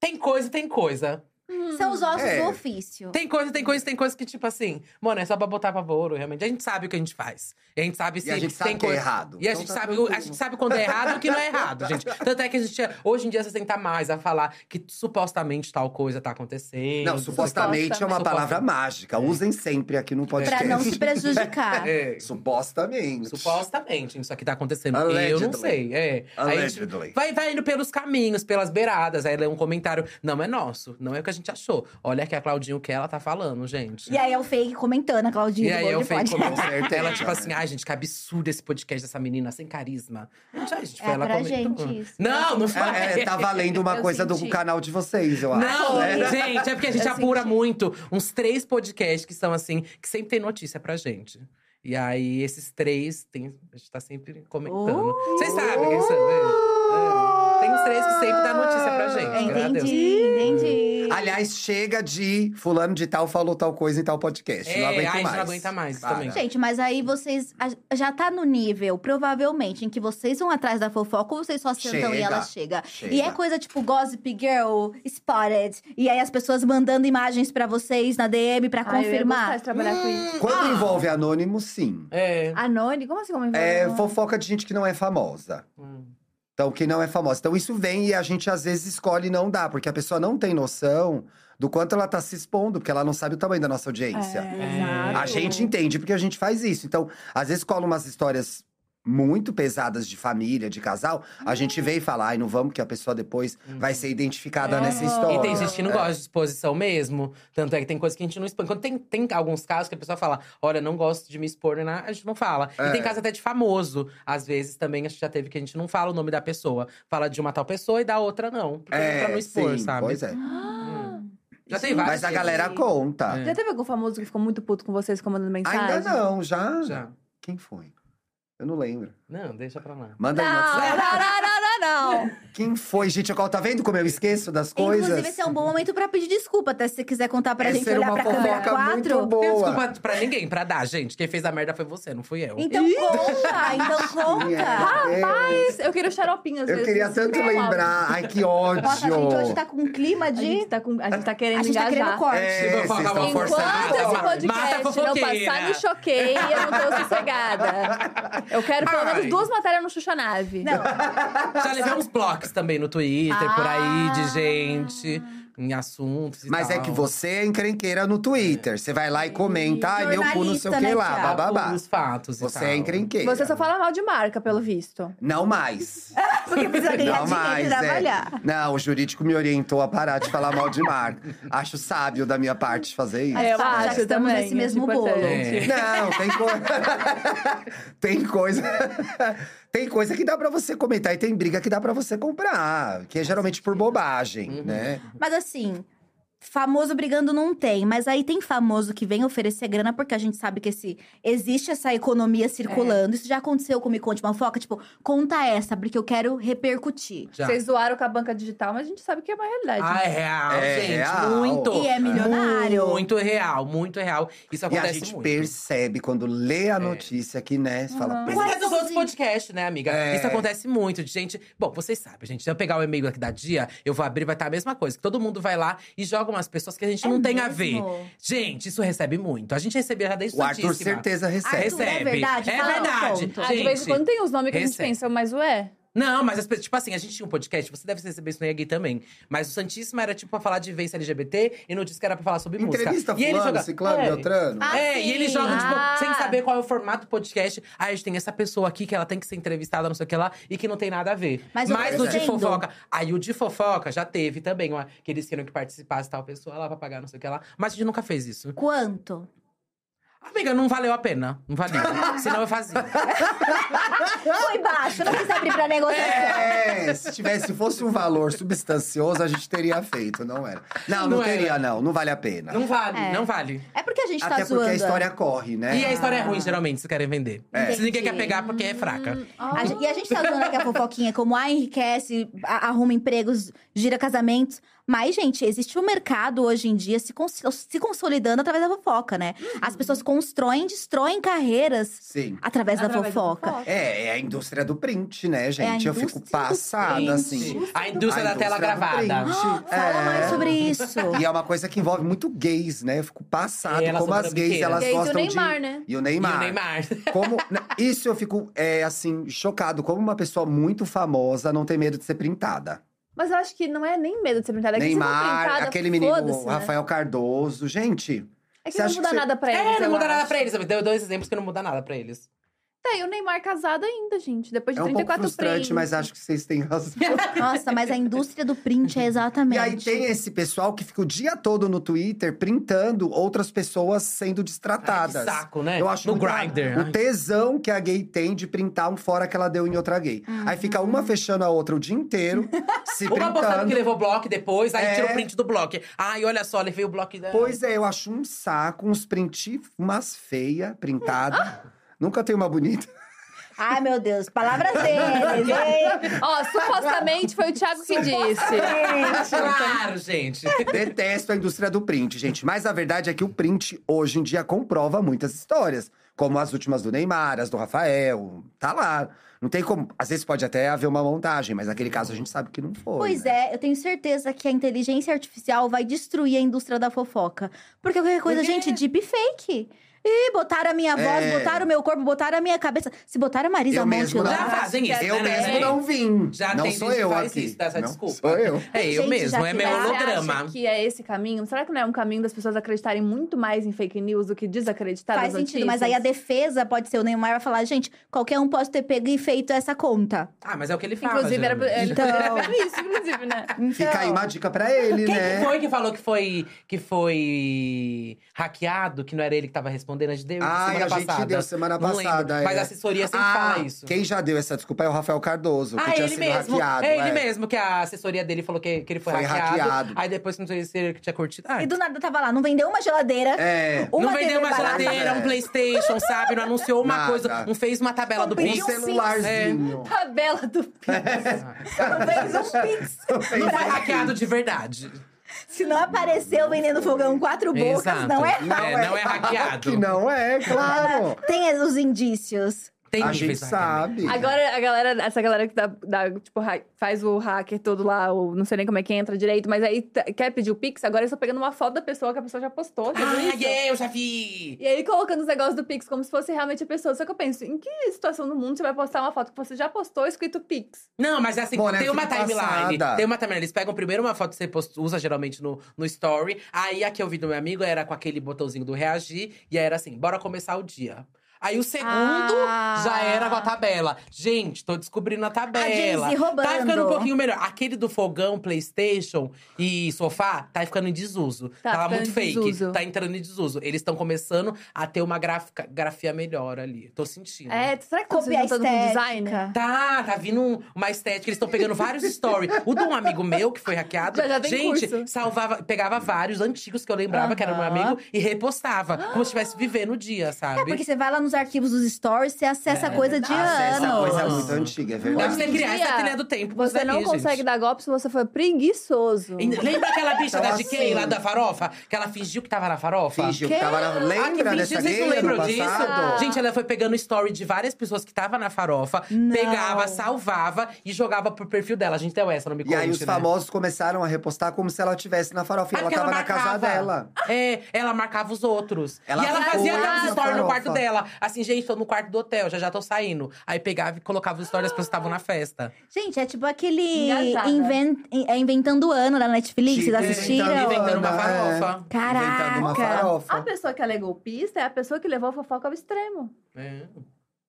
[SPEAKER 4] tem coisa, tem coisa.
[SPEAKER 3] São os ossos
[SPEAKER 2] É.
[SPEAKER 3] do ofício.
[SPEAKER 4] Tem coisa, tem coisa, tem coisa que, tipo assim, mano, é só pra botar pavoro, realmente. A gente sabe o que a gente faz. E a gente sabe se
[SPEAKER 2] E a gente
[SPEAKER 4] tem
[SPEAKER 2] sabe que é
[SPEAKER 4] coisa-
[SPEAKER 2] errado.
[SPEAKER 4] E a
[SPEAKER 2] Então
[SPEAKER 4] gente,
[SPEAKER 2] tá
[SPEAKER 4] sabe,
[SPEAKER 2] tranquilo.
[SPEAKER 4] a gente sabe quando é errado e o que não é errado, gente. Tanto é que a gente, hoje em dia, você tenta mais a falar que supostamente tal coisa tá acontecendo.
[SPEAKER 2] Não, supostamente é uma
[SPEAKER 4] Supostamente.
[SPEAKER 2] palavra mágica. Usem sempre aqui no
[SPEAKER 3] Pra
[SPEAKER 2] podcast.
[SPEAKER 3] não se prejudicar.
[SPEAKER 4] É,
[SPEAKER 2] Supostamente.
[SPEAKER 4] supostamente, isso aqui tá acontecendo. Eu não
[SPEAKER 2] Allegedly.
[SPEAKER 4] sei, é. Aí a gente
[SPEAKER 2] Allegedly.
[SPEAKER 4] vai, vai indo pelos caminhos, pelas beiradas. Aí lê um comentário. Não é nosso, não é o que a gente achou. Olha que a Claudinha, o que ela tá falando, gente.
[SPEAKER 3] E aí é o fake comentando, a Claudinha.
[SPEAKER 4] E
[SPEAKER 3] do
[SPEAKER 4] aí eu
[SPEAKER 3] Gordo
[SPEAKER 4] fui
[SPEAKER 3] Pode.
[SPEAKER 4] com
[SPEAKER 2] certeza,
[SPEAKER 4] Ela, tipo
[SPEAKER 2] né?
[SPEAKER 4] assim, ai, gente, que absurdo esse podcast dessa menina sem carisma. Gente, ai, gente,
[SPEAKER 3] É
[SPEAKER 4] foi ela
[SPEAKER 3] pra
[SPEAKER 4] comentou.
[SPEAKER 3] gente isso.
[SPEAKER 4] Não, não foi.
[SPEAKER 2] É, é, tá valendo uma
[SPEAKER 1] Eu
[SPEAKER 2] coisa
[SPEAKER 1] senti.
[SPEAKER 2] do canal de vocês, eu acho.
[SPEAKER 4] Não,
[SPEAKER 2] né?
[SPEAKER 4] gente, é porque a gente
[SPEAKER 1] Eu
[SPEAKER 3] assim
[SPEAKER 4] apura
[SPEAKER 1] senti.
[SPEAKER 4] muito. Uns três podcasts que são assim, que sempre tem notícia pra gente. E aí, esses três, tem, a gente tá sempre comentando.
[SPEAKER 3] Uh!
[SPEAKER 4] Vocês sabem quem são, né? É. Tem uns três que sempre dá notícia pra gente, graças a Deus.
[SPEAKER 3] É, Entendi, entendi.
[SPEAKER 2] É. Aliás, chega de fulano de tal falou tal coisa em tal podcast.
[SPEAKER 4] É,
[SPEAKER 2] não aguento
[SPEAKER 4] ai,
[SPEAKER 2] mais.
[SPEAKER 4] não aguenta mais
[SPEAKER 2] Para.
[SPEAKER 4] também.
[SPEAKER 3] Gente, mas aí vocês a- já tá no nível, provavelmente, em que vocês vão atrás da fofoca ou vocês só sentam e
[SPEAKER 2] Chega.
[SPEAKER 3] ela chega.
[SPEAKER 2] Chega.
[SPEAKER 3] E é coisa tipo Gossip Girl, Spotted. E aí as pessoas mandando imagens pra vocês na DM pra
[SPEAKER 1] Ai, eu ia gostar
[SPEAKER 3] confirmar.
[SPEAKER 1] de trabalhar com isso.
[SPEAKER 3] Ah.
[SPEAKER 2] Quando envolve anônimo, sim.
[SPEAKER 4] É.
[SPEAKER 1] Anônimo? Como assim? Como
[SPEAKER 2] É
[SPEAKER 1] anônimo?
[SPEAKER 2] fofoca de gente que não é famosa.
[SPEAKER 4] Hum.
[SPEAKER 2] Então, que não é famosa. Então, isso vem e a gente às vezes escolhe não dar, porque a pessoa não tem noção do quanto ela tá se expondo, porque ela não sabe o tamanho da nossa
[SPEAKER 3] É.
[SPEAKER 2] audiência.
[SPEAKER 1] É, exato.
[SPEAKER 2] A gente entende porque a gente faz isso. Então, às vezes cola umas histórias muito pesadas de família, de casal, a gente vê e fala, ai, não vamos, que a pessoa depois
[SPEAKER 4] hum.
[SPEAKER 2] vai ser identificada nessa história.
[SPEAKER 4] Uhum. E tem gente que
[SPEAKER 2] é.
[SPEAKER 4] não gosta de exposição mesmo. Tanto é que tem coisa que a gente não expõe. Quando tem, tem alguns casos que a pessoa fala, olha, não gosto de me expor, né? a gente não fala. E
[SPEAKER 2] É.
[SPEAKER 4] tem casos até de famoso. Às vezes também a gente já teve que a gente não fala o nome da pessoa. Fala de uma tal pessoa e da outra não. Porque
[SPEAKER 2] É,
[SPEAKER 4] pra não expor,
[SPEAKER 2] sim,
[SPEAKER 4] sabe?
[SPEAKER 2] Pois é.
[SPEAKER 4] Já tem vários.
[SPEAKER 2] Mas a
[SPEAKER 4] casos.
[SPEAKER 2] galera
[SPEAKER 4] É.
[SPEAKER 2] conta.
[SPEAKER 1] Ah. Já teve algum famoso que ficou muito puto com vocês comandando mensagem?
[SPEAKER 2] Ainda não, já?
[SPEAKER 4] Já.
[SPEAKER 2] Quem foi? Eu não lembro.
[SPEAKER 4] Não, deixa pra lá.
[SPEAKER 2] Manda aí no
[SPEAKER 3] Ah,
[SPEAKER 1] Não,
[SPEAKER 2] WhatsApp.
[SPEAKER 1] não, não, não, não, não.
[SPEAKER 2] Quem foi, gente? Qual tá vendo como eu esqueço das coisas?
[SPEAKER 3] Inclusive, esse é um bom momento pra pedir desculpa, até se você quiser contar pra
[SPEAKER 2] É
[SPEAKER 3] gente
[SPEAKER 2] ser
[SPEAKER 3] olhar
[SPEAKER 2] uma
[SPEAKER 3] pra câmera
[SPEAKER 2] fofoca muito
[SPEAKER 3] 4.
[SPEAKER 4] Não tem
[SPEAKER 2] boa.
[SPEAKER 4] desculpa pra ninguém, pra dar, gente. Quem fez a merda foi você, não fui eu.
[SPEAKER 3] Então conta, então
[SPEAKER 2] é.
[SPEAKER 3] conta.
[SPEAKER 2] Rapaz,
[SPEAKER 1] Mas eu queiro xaropinho às
[SPEAKER 2] eu
[SPEAKER 1] vezes. assim, né?
[SPEAKER 2] queria tanto lembrar. Ai, que ódio.
[SPEAKER 3] Nossa, a gente hoje tá com um clima
[SPEAKER 1] A
[SPEAKER 3] de.
[SPEAKER 1] gente tá, com, a gente tá querendo Tá
[SPEAKER 3] A gente tá querendo
[SPEAKER 1] engajar.
[SPEAKER 3] corte.
[SPEAKER 2] É,
[SPEAKER 4] Se for
[SPEAKER 2] vocês
[SPEAKER 4] acabar
[SPEAKER 2] estão
[SPEAKER 4] forçando,
[SPEAKER 1] Enquanto
[SPEAKER 2] forçando.
[SPEAKER 1] esse
[SPEAKER 4] Mata a
[SPEAKER 1] podcast não
[SPEAKER 4] fofoqueira.
[SPEAKER 1] passar, me choquei, eu não tô sossegada. Eu quero pelo menos
[SPEAKER 4] Ai.
[SPEAKER 1] duas matérias no Xuxa Nave.
[SPEAKER 3] Não,
[SPEAKER 4] Já levei uns blocos também no Twitter, por aí, de gente. em assuntos e
[SPEAKER 2] Ah. Mas
[SPEAKER 4] tal.
[SPEAKER 2] é que você é encrenqueira no Twitter. Você vai lá e comenta, ai, meu cu, não sei o
[SPEAKER 3] Jornalista,
[SPEAKER 2] que
[SPEAKER 3] né,
[SPEAKER 2] lá,
[SPEAKER 3] Thiago?
[SPEAKER 2] bababá.
[SPEAKER 4] Os fatos e
[SPEAKER 2] Você
[SPEAKER 4] tal.
[SPEAKER 2] é encrenqueira.
[SPEAKER 1] Você só fala É, mal de marca, pelo visto.
[SPEAKER 2] Não mais.
[SPEAKER 3] Porque precisa ganhar
[SPEAKER 2] Não
[SPEAKER 3] dinheiro
[SPEAKER 2] mais,
[SPEAKER 3] e
[SPEAKER 2] é.
[SPEAKER 3] trabalhar.
[SPEAKER 2] Não, o jurídico me orientou a parar de falar mal de marca. Acho sábio da minha parte fazer isso.
[SPEAKER 1] Ah,
[SPEAKER 3] É,
[SPEAKER 1] eu
[SPEAKER 3] já
[SPEAKER 1] acho
[SPEAKER 3] que estamos
[SPEAKER 1] também.
[SPEAKER 3] nesse mesmo
[SPEAKER 1] importante.
[SPEAKER 3] bolo.
[SPEAKER 4] É.
[SPEAKER 2] Não, tem coisa. tem coisa. tem coisa que dá pra você comentar e tem briga que dá pra você comprar, que é geralmente por bobagem,
[SPEAKER 4] Uhum.
[SPEAKER 2] né?
[SPEAKER 3] Mas assim, famoso brigando não tem. Mas aí tem famoso que vem oferecer grana, porque a gente sabe que esse, existe essa economia circulando.
[SPEAKER 2] É.
[SPEAKER 3] Isso já aconteceu com o Me Conte Malfoca. Tipo, conta essa, porque eu quero repercutir.
[SPEAKER 4] Já.
[SPEAKER 1] Vocês zoaram com a banca digital, mas a gente sabe que é uma realidade.
[SPEAKER 4] Ah, é real,
[SPEAKER 2] É
[SPEAKER 4] gente.
[SPEAKER 2] real.
[SPEAKER 4] Muito.
[SPEAKER 3] E é milionário.
[SPEAKER 4] Muito real, muito real. Isso
[SPEAKER 2] E a
[SPEAKER 4] acontece
[SPEAKER 2] gente
[SPEAKER 4] muito. É.
[SPEAKER 2] percebe quando lê a notícia que, né, você fala.
[SPEAKER 1] Uhum.
[SPEAKER 4] Mas
[SPEAKER 2] "Pô,
[SPEAKER 4] é dos outros podcasts, né, amiga?
[SPEAKER 2] É.
[SPEAKER 4] Isso acontece muito de gente. Bom, vocês sabem, gente. Se eu pegar o e-mail aqui da Dia, eu vou abrir, vai estar a mesma coisa. que Todo mundo vai lá e joga umas pessoas que a gente
[SPEAKER 3] É
[SPEAKER 4] não tem a ver. Gente, isso recebe muito. A gente recebia já desde
[SPEAKER 2] O Arthur
[SPEAKER 4] santíssima.
[SPEAKER 2] certeza recebe.
[SPEAKER 3] Arthur, é
[SPEAKER 4] Recebe.
[SPEAKER 3] verdade?
[SPEAKER 4] É
[SPEAKER 3] Fala,
[SPEAKER 4] verdade.
[SPEAKER 3] conta.
[SPEAKER 1] Ah, de vez em
[SPEAKER 4] Gente,
[SPEAKER 1] quando tem os nomes que a
[SPEAKER 4] recebe.
[SPEAKER 1] gente pensa, mas é. ué.
[SPEAKER 4] Não, mas as pessoas, tipo assim, a gente tinha um podcast, você deve receber isso no Yagi também. Mas o Santíssima era tipo pra falar de vivência LGBT e no disco era pra falar sobre música.
[SPEAKER 2] Entrevista
[SPEAKER 4] e ele
[SPEAKER 2] fulano,
[SPEAKER 4] joga-
[SPEAKER 2] ciclano,
[SPEAKER 4] É.
[SPEAKER 2] beltrano.
[SPEAKER 6] Ah,
[SPEAKER 4] é, e eles
[SPEAKER 6] sim.
[SPEAKER 4] jogam, tipo,
[SPEAKER 6] Ah.
[SPEAKER 4] sem saber qual é o formato do podcast. Aí a gente tem essa pessoa aqui que ela tem que ser entrevistada, não sei o que lá, e que não tem nada a ver.
[SPEAKER 3] Mas eu
[SPEAKER 4] Mas o de
[SPEAKER 3] entendo.
[SPEAKER 4] fofoca. Aí o de fofoca já teve também, uma, que eles queriam que participasse tal pessoa lá pra pagar, não sei o que lá. Mas a gente nunca fez isso.
[SPEAKER 3] Quanto?
[SPEAKER 4] Amiga, não valeu a pena. Não valeu. Senão eu fazia.
[SPEAKER 3] Foi baixo, não quis abrir pra negociação.
[SPEAKER 2] É, se tivesse, se fosse um valor substancioso, a gente teria feito, não era. Não, não,
[SPEAKER 4] Não
[SPEAKER 2] teria,
[SPEAKER 4] era.
[SPEAKER 2] não. Não vale a pena.
[SPEAKER 4] Não vale,
[SPEAKER 3] É.
[SPEAKER 4] não vale.
[SPEAKER 3] É. porque a gente
[SPEAKER 2] Até
[SPEAKER 3] tá
[SPEAKER 2] porque
[SPEAKER 3] zoando.
[SPEAKER 2] a história corre, né?
[SPEAKER 4] E a história é ruim, geralmente, se querem vender. Se ninguém quer pegar, porque é fraca.
[SPEAKER 1] Ah,
[SPEAKER 3] A gen- e a gente tá usando aqui a fofoquinha como ah, enriquece, a- arruma empregos, gira casamentos. Mas, gente, existe um mercado hoje em dia se, cons- se consolidando através da fofoca, né?
[SPEAKER 2] Uhum.
[SPEAKER 3] As pessoas constroem, destroem carreiras
[SPEAKER 2] Sim.
[SPEAKER 3] através,
[SPEAKER 1] Através
[SPEAKER 3] da
[SPEAKER 1] da
[SPEAKER 3] fofoca.
[SPEAKER 2] É, é a indústria do print,
[SPEAKER 4] É
[SPEAKER 2] né, gente? Eu fico
[SPEAKER 3] indústria do
[SPEAKER 2] passada,
[SPEAKER 3] print.
[SPEAKER 2] assim.
[SPEAKER 4] A indústria da tela
[SPEAKER 2] é
[SPEAKER 4] gravada. Ah,
[SPEAKER 2] print,
[SPEAKER 3] Fala mais
[SPEAKER 2] é.
[SPEAKER 3] sobre isso.
[SPEAKER 2] E é uma coisa que envolve muito gays, né? Eu fico passado
[SPEAKER 4] É, elas
[SPEAKER 2] como
[SPEAKER 4] são
[SPEAKER 2] as gays,
[SPEAKER 4] trambiqueiras.
[SPEAKER 2] elas
[SPEAKER 6] Gays e o
[SPEAKER 2] gostam
[SPEAKER 6] Neymar,
[SPEAKER 2] de…
[SPEAKER 6] né?
[SPEAKER 2] E o
[SPEAKER 4] E
[SPEAKER 2] Neymar.
[SPEAKER 4] o Neymar.
[SPEAKER 2] Como... na- Isso eu fico, é, assim, chocado. Como uma pessoa muito famosa não tem medo de ser printada.
[SPEAKER 1] Mas eu acho que não é nem medo de ser printada. É que se for
[SPEAKER 2] Neymar,
[SPEAKER 1] printada,
[SPEAKER 2] aquele menino,
[SPEAKER 1] foda-se, né?
[SPEAKER 2] Rafael Cardoso. Gente,
[SPEAKER 1] É que
[SPEAKER 2] Você
[SPEAKER 1] não
[SPEAKER 2] acha
[SPEAKER 1] muda
[SPEAKER 2] que você-
[SPEAKER 1] nada pra eles.
[SPEAKER 4] É, não
[SPEAKER 1] eu
[SPEAKER 4] muda nada
[SPEAKER 1] acho.
[SPEAKER 4] pra eles. Deu dois exemplos que não muda nada pra eles.
[SPEAKER 6] Tá, e o Neymar casado ainda, gente. Depois de
[SPEAKER 2] é um pouco
[SPEAKER 6] 34
[SPEAKER 2] frustrante,
[SPEAKER 6] prints.
[SPEAKER 2] mas acho que vocês têm razão.
[SPEAKER 3] Nossa, mas a indústria do print é
[SPEAKER 2] E
[SPEAKER 3] exatamente.
[SPEAKER 2] aí tem esse pessoal que fica o dia todo no Twitter printando outras pessoas sendo
[SPEAKER 4] Ai, que
[SPEAKER 2] destratadas.
[SPEAKER 4] saco,
[SPEAKER 2] Ah,
[SPEAKER 4] né?
[SPEAKER 2] Eu acho
[SPEAKER 4] no
[SPEAKER 2] muito-
[SPEAKER 4] Grindr. né?
[SPEAKER 2] O tesão que a gay tem de printar um fora que ela deu em outra gay. Aí fica uma
[SPEAKER 1] Uhum.
[SPEAKER 2] fechando a outra o dia inteiro, se
[SPEAKER 4] Uma postando que
[SPEAKER 2] printando.
[SPEAKER 4] levou bloco depois, aí
[SPEAKER 2] É.
[SPEAKER 4] tira o print do bloco. Ai, olha só, levei o bloco da.
[SPEAKER 2] Pois é, eu acho um saco, uns print, umas feia printada. Nunca tem uma bonita.
[SPEAKER 3] Ai, meu Deus, palavras deles, hein?
[SPEAKER 6] Ó, supostamente foi o Thiago que disse.
[SPEAKER 2] é.
[SPEAKER 4] Ah, Claro, gente.
[SPEAKER 2] Detesto a indústria do print, gente. Mas a verdade é que o print, hoje em dia, comprova muitas histórias. Como as últimas do Neymar, as do Rafael. Tá lá. Não tem como. Às vezes pode até haver uma montagem, mas naquele caso a gente sabe que não foi.
[SPEAKER 3] Pois
[SPEAKER 2] né?
[SPEAKER 3] é, eu tenho certeza que a inteligência artificial vai destruir a indústria da fofoca. Porque qualquer coisa,
[SPEAKER 4] Por quê?
[SPEAKER 3] gente, deepfake. Ih, botaram a minha voz,
[SPEAKER 2] É.
[SPEAKER 3] botaram o meu corpo, botaram a minha cabeça. Se botaram a Marisa ah,
[SPEAKER 2] Eu
[SPEAKER 3] Monte
[SPEAKER 2] mesmo
[SPEAKER 3] lá…
[SPEAKER 2] não.
[SPEAKER 4] Já fazem isso.
[SPEAKER 2] Eu
[SPEAKER 4] né,
[SPEAKER 2] mesmo
[SPEAKER 4] né?
[SPEAKER 2] não vim.
[SPEAKER 4] Já
[SPEAKER 2] não
[SPEAKER 4] tem
[SPEAKER 2] sou
[SPEAKER 4] gente que
[SPEAKER 2] eu
[SPEAKER 4] faz
[SPEAKER 2] aqui.
[SPEAKER 4] isso, dá essa
[SPEAKER 2] Não
[SPEAKER 4] desculpa.
[SPEAKER 2] Sou eu.
[SPEAKER 4] É eu
[SPEAKER 3] Gente,
[SPEAKER 4] mesmo,
[SPEAKER 3] já
[SPEAKER 4] é
[SPEAKER 3] que
[SPEAKER 4] meu
[SPEAKER 3] dá-
[SPEAKER 1] Você
[SPEAKER 4] holograma.
[SPEAKER 1] acha que é esse caminho? Será que não é um caminho das pessoas acreditarem muito mais em fake news do que desacreditar Tá
[SPEAKER 3] Faz
[SPEAKER 1] nas
[SPEAKER 3] sentido,
[SPEAKER 1] notícias?
[SPEAKER 3] mas aí a defesa pode ser o Neymar vai falar, gente, qualquer um pode ter pego e feito essa conta.
[SPEAKER 4] Ah, mas é o que ele fala.
[SPEAKER 1] Inclusive, era,
[SPEAKER 4] geralmente.
[SPEAKER 1] ele
[SPEAKER 3] Então.
[SPEAKER 1] poderia fazer isso, inclusive, né?
[SPEAKER 3] Então,
[SPEAKER 2] Fica aí uma dica pra ele,
[SPEAKER 4] Quem
[SPEAKER 2] né?
[SPEAKER 4] que foi que falou que foi, que foi hackeado, que não era ele que tava respondendo? A gente deu
[SPEAKER 2] Ai,
[SPEAKER 4] semana
[SPEAKER 2] a gente
[SPEAKER 4] passada.
[SPEAKER 2] deu semana
[SPEAKER 4] Não lembro.
[SPEAKER 2] passada. é.
[SPEAKER 4] Mas a assessoria sempre
[SPEAKER 2] Ah,
[SPEAKER 4] fala isso.
[SPEAKER 2] Quem já deu essa desculpa é o Rafael Cardoso, que
[SPEAKER 4] Ah,
[SPEAKER 2] tinha
[SPEAKER 4] ele
[SPEAKER 2] sido
[SPEAKER 4] mesmo.
[SPEAKER 2] hackeado.
[SPEAKER 4] é ele
[SPEAKER 2] é.
[SPEAKER 4] mesmo, que a assessoria dele falou que, que ele foi,
[SPEAKER 2] Foi
[SPEAKER 4] hackeado,
[SPEAKER 2] hackeado.
[SPEAKER 4] Aí depois que não sei se ele tinha curtido. Ah,
[SPEAKER 3] E do nada tava lá, não vendeu uma geladeira,
[SPEAKER 2] É.
[SPEAKER 3] uma
[SPEAKER 4] não vendeu
[SPEAKER 3] TV
[SPEAKER 4] uma
[SPEAKER 3] barata.
[SPEAKER 4] geladeira, um
[SPEAKER 2] É.
[SPEAKER 4] Playstation, sabe? Não anunciou uma
[SPEAKER 2] Nada.
[SPEAKER 4] coisa, não fez uma tabela do
[SPEAKER 2] Um né?
[SPEAKER 4] Pix.
[SPEAKER 2] celularzinho.
[SPEAKER 1] Tabela do
[SPEAKER 3] um
[SPEAKER 4] Não
[SPEAKER 2] é
[SPEAKER 4] foi hackeado de verdade.
[SPEAKER 3] Se não apareceu vendendo fogão quatro bocas,
[SPEAKER 4] Exato.
[SPEAKER 3] não é.
[SPEAKER 4] Não é, não é hackeado.
[SPEAKER 2] Que não é, claro.
[SPEAKER 3] Tem os indícios.
[SPEAKER 4] Tem
[SPEAKER 2] a gente
[SPEAKER 4] níveis, Raquel.
[SPEAKER 2] sabe.
[SPEAKER 1] Agora, a galera, essa galera que dá, dá, tipo, ha- faz o hacker todo lá, ou não sei nem como é que entra direito, mas aí t- quer pedir o Pix, agora eu só pegando uma foto da pessoa que a pessoa já postou. já um viu
[SPEAKER 4] Ah,
[SPEAKER 1] isso?
[SPEAKER 4] yeah, eu já vi!
[SPEAKER 1] E aí colocando os negócios do Pix como se fosse realmente a pessoa. Só que eu penso, em que situação do mundo você vai postar uma foto que você já postou escrito Pix?
[SPEAKER 4] Não, mas assim,
[SPEAKER 2] Bom, né,
[SPEAKER 4] tem uma
[SPEAKER 2] fica
[SPEAKER 4] timeline.
[SPEAKER 2] passada.
[SPEAKER 4] Tem uma timeline. Eles pegam primeiro uma foto que você posta- usa geralmente no, no story. Aí a que eu vi do meu amigo era com aquele botãozinho do reagir. E aí era assim, bora começar o dia. Aí o segundo
[SPEAKER 3] Ah.
[SPEAKER 4] já era com a tabela. Gente, tô descobrindo a
[SPEAKER 3] A
[SPEAKER 4] tabela.
[SPEAKER 3] Jay-Z roubando.
[SPEAKER 4] Tá ficando um pouquinho melhor. Aquele do fogão, Playstation e sofá, tá ficando em desuso.
[SPEAKER 1] Tá
[SPEAKER 4] Tava
[SPEAKER 1] ficando
[SPEAKER 4] muito
[SPEAKER 1] em
[SPEAKER 4] fake.
[SPEAKER 1] desuso.
[SPEAKER 4] Tá entrando em desuso. Eles estão começando a ter uma gráfica, grafia melhor ali. Tô sentindo.
[SPEAKER 1] É, será que tá se
[SPEAKER 3] Copia
[SPEAKER 1] juntando com design?
[SPEAKER 3] estética.
[SPEAKER 4] Tá, tá vindo um- uma estética. Eles estão pegando vários stories. O de um amigo meu que foi hackeado.
[SPEAKER 1] Já- já tem
[SPEAKER 4] gente,
[SPEAKER 1] curso.
[SPEAKER 4] salvava, pegava vários antigos que eu lembrava que era meu
[SPEAKER 3] Aham.
[SPEAKER 4] amigo e repostava. Como se estivesse vivendo o dia, sabe?
[SPEAKER 3] É, porque você vai lá nos arquivos dos stories, você acessa
[SPEAKER 4] É,
[SPEAKER 3] coisa de
[SPEAKER 2] Acessa
[SPEAKER 3] anos.
[SPEAKER 2] É coisa muito antiga, é
[SPEAKER 4] Deve ser
[SPEAKER 2] verdade.
[SPEAKER 4] criar
[SPEAKER 1] um dia,
[SPEAKER 4] essa trilha do tempo. pra
[SPEAKER 1] Você
[SPEAKER 4] isso
[SPEAKER 1] não
[SPEAKER 4] daqui,
[SPEAKER 1] consegue
[SPEAKER 4] gente.
[SPEAKER 1] dar golpe se você for preguiçoso.
[SPEAKER 4] E Lembra aquela bicha
[SPEAKER 2] Então,
[SPEAKER 4] da GK lá
[SPEAKER 2] assim-
[SPEAKER 4] da farofa? Que ela fingiu que tava na farofa?
[SPEAKER 2] Fingiu que tava na...
[SPEAKER 4] Ah, que
[SPEAKER 2] Lembra
[SPEAKER 4] fingiu,
[SPEAKER 2] dessa
[SPEAKER 4] vocês não
[SPEAKER 2] gay ano
[SPEAKER 4] lembram disso?
[SPEAKER 3] Ah.
[SPEAKER 2] passado?
[SPEAKER 4] Gente, ela foi pegando story de várias pessoas que tava na farofa,
[SPEAKER 3] Não.
[SPEAKER 4] pegava, salvava e jogava pro perfil dela. A gente deu essa, não me
[SPEAKER 2] E
[SPEAKER 4] conte,
[SPEAKER 2] aí os
[SPEAKER 4] né?
[SPEAKER 2] famosos começaram a repostar como se ela estivesse na farofa. E
[SPEAKER 4] Ah,
[SPEAKER 2] ela
[SPEAKER 4] porque
[SPEAKER 2] tava na
[SPEAKER 4] marcava.
[SPEAKER 2] casa dela.
[SPEAKER 4] É, ela marcava os outros.
[SPEAKER 2] Ela
[SPEAKER 4] e ela
[SPEAKER 2] ficou
[SPEAKER 4] fazia
[SPEAKER 2] na
[SPEAKER 4] aquelas stories no
[SPEAKER 2] farofa.
[SPEAKER 4] quarto dela. Assim, gente, tô no quarto do hotel, já já tô saindo. Aí pegava e colocava os stories das pessoas que estavam na festa.
[SPEAKER 3] Gente, é tipo aquele
[SPEAKER 1] Engajada.
[SPEAKER 3] inven- é Inventando o Ano lá na Netflix, vocês
[SPEAKER 2] Tipo,
[SPEAKER 3] assistiram?
[SPEAKER 2] Então,
[SPEAKER 4] Inventando uma
[SPEAKER 2] Ana, é.
[SPEAKER 4] farofa.
[SPEAKER 2] Inventando uma
[SPEAKER 3] Caraca!
[SPEAKER 1] A
[SPEAKER 2] farofa.
[SPEAKER 1] pessoa que ela é golpista é a pessoa que levou a fofoca ao extremo.
[SPEAKER 4] É.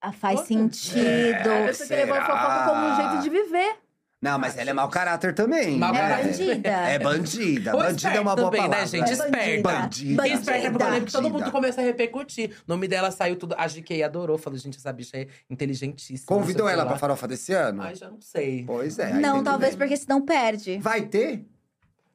[SPEAKER 3] Ah, faz
[SPEAKER 4] Nossa.
[SPEAKER 3] sentido.
[SPEAKER 4] É,
[SPEAKER 1] A pessoa que levou a
[SPEAKER 2] É, será?
[SPEAKER 1] fofoca como um jeito de viver.
[SPEAKER 2] Não, mas ela é mau caráter também.
[SPEAKER 4] Mau
[SPEAKER 2] né?
[SPEAKER 3] É
[SPEAKER 4] caráter.
[SPEAKER 3] bandida.
[SPEAKER 2] É bandida.
[SPEAKER 4] Ou
[SPEAKER 2] Bandida é uma boa
[SPEAKER 4] esperta também,
[SPEAKER 2] palavra.
[SPEAKER 4] né, gente? Esperta.
[SPEAKER 2] Bandida.
[SPEAKER 4] E esperta porque eu lembro que todo
[SPEAKER 2] Bandida.
[SPEAKER 4] mundo começa a repercutir. O nome dela saiu tudo. A GK adorou, falou: gente, essa bicha é inteligentíssima.
[SPEAKER 2] Convidou
[SPEAKER 4] não sei o que
[SPEAKER 2] ela
[SPEAKER 4] lá.
[SPEAKER 2] pra farofa desse ano?
[SPEAKER 4] Ai, já não sei.
[SPEAKER 2] Pois é. aí tem
[SPEAKER 3] Não,
[SPEAKER 2] que
[SPEAKER 3] talvez
[SPEAKER 2] ver.
[SPEAKER 3] porque senão perde.
[SPEAKER 2] Vai ter?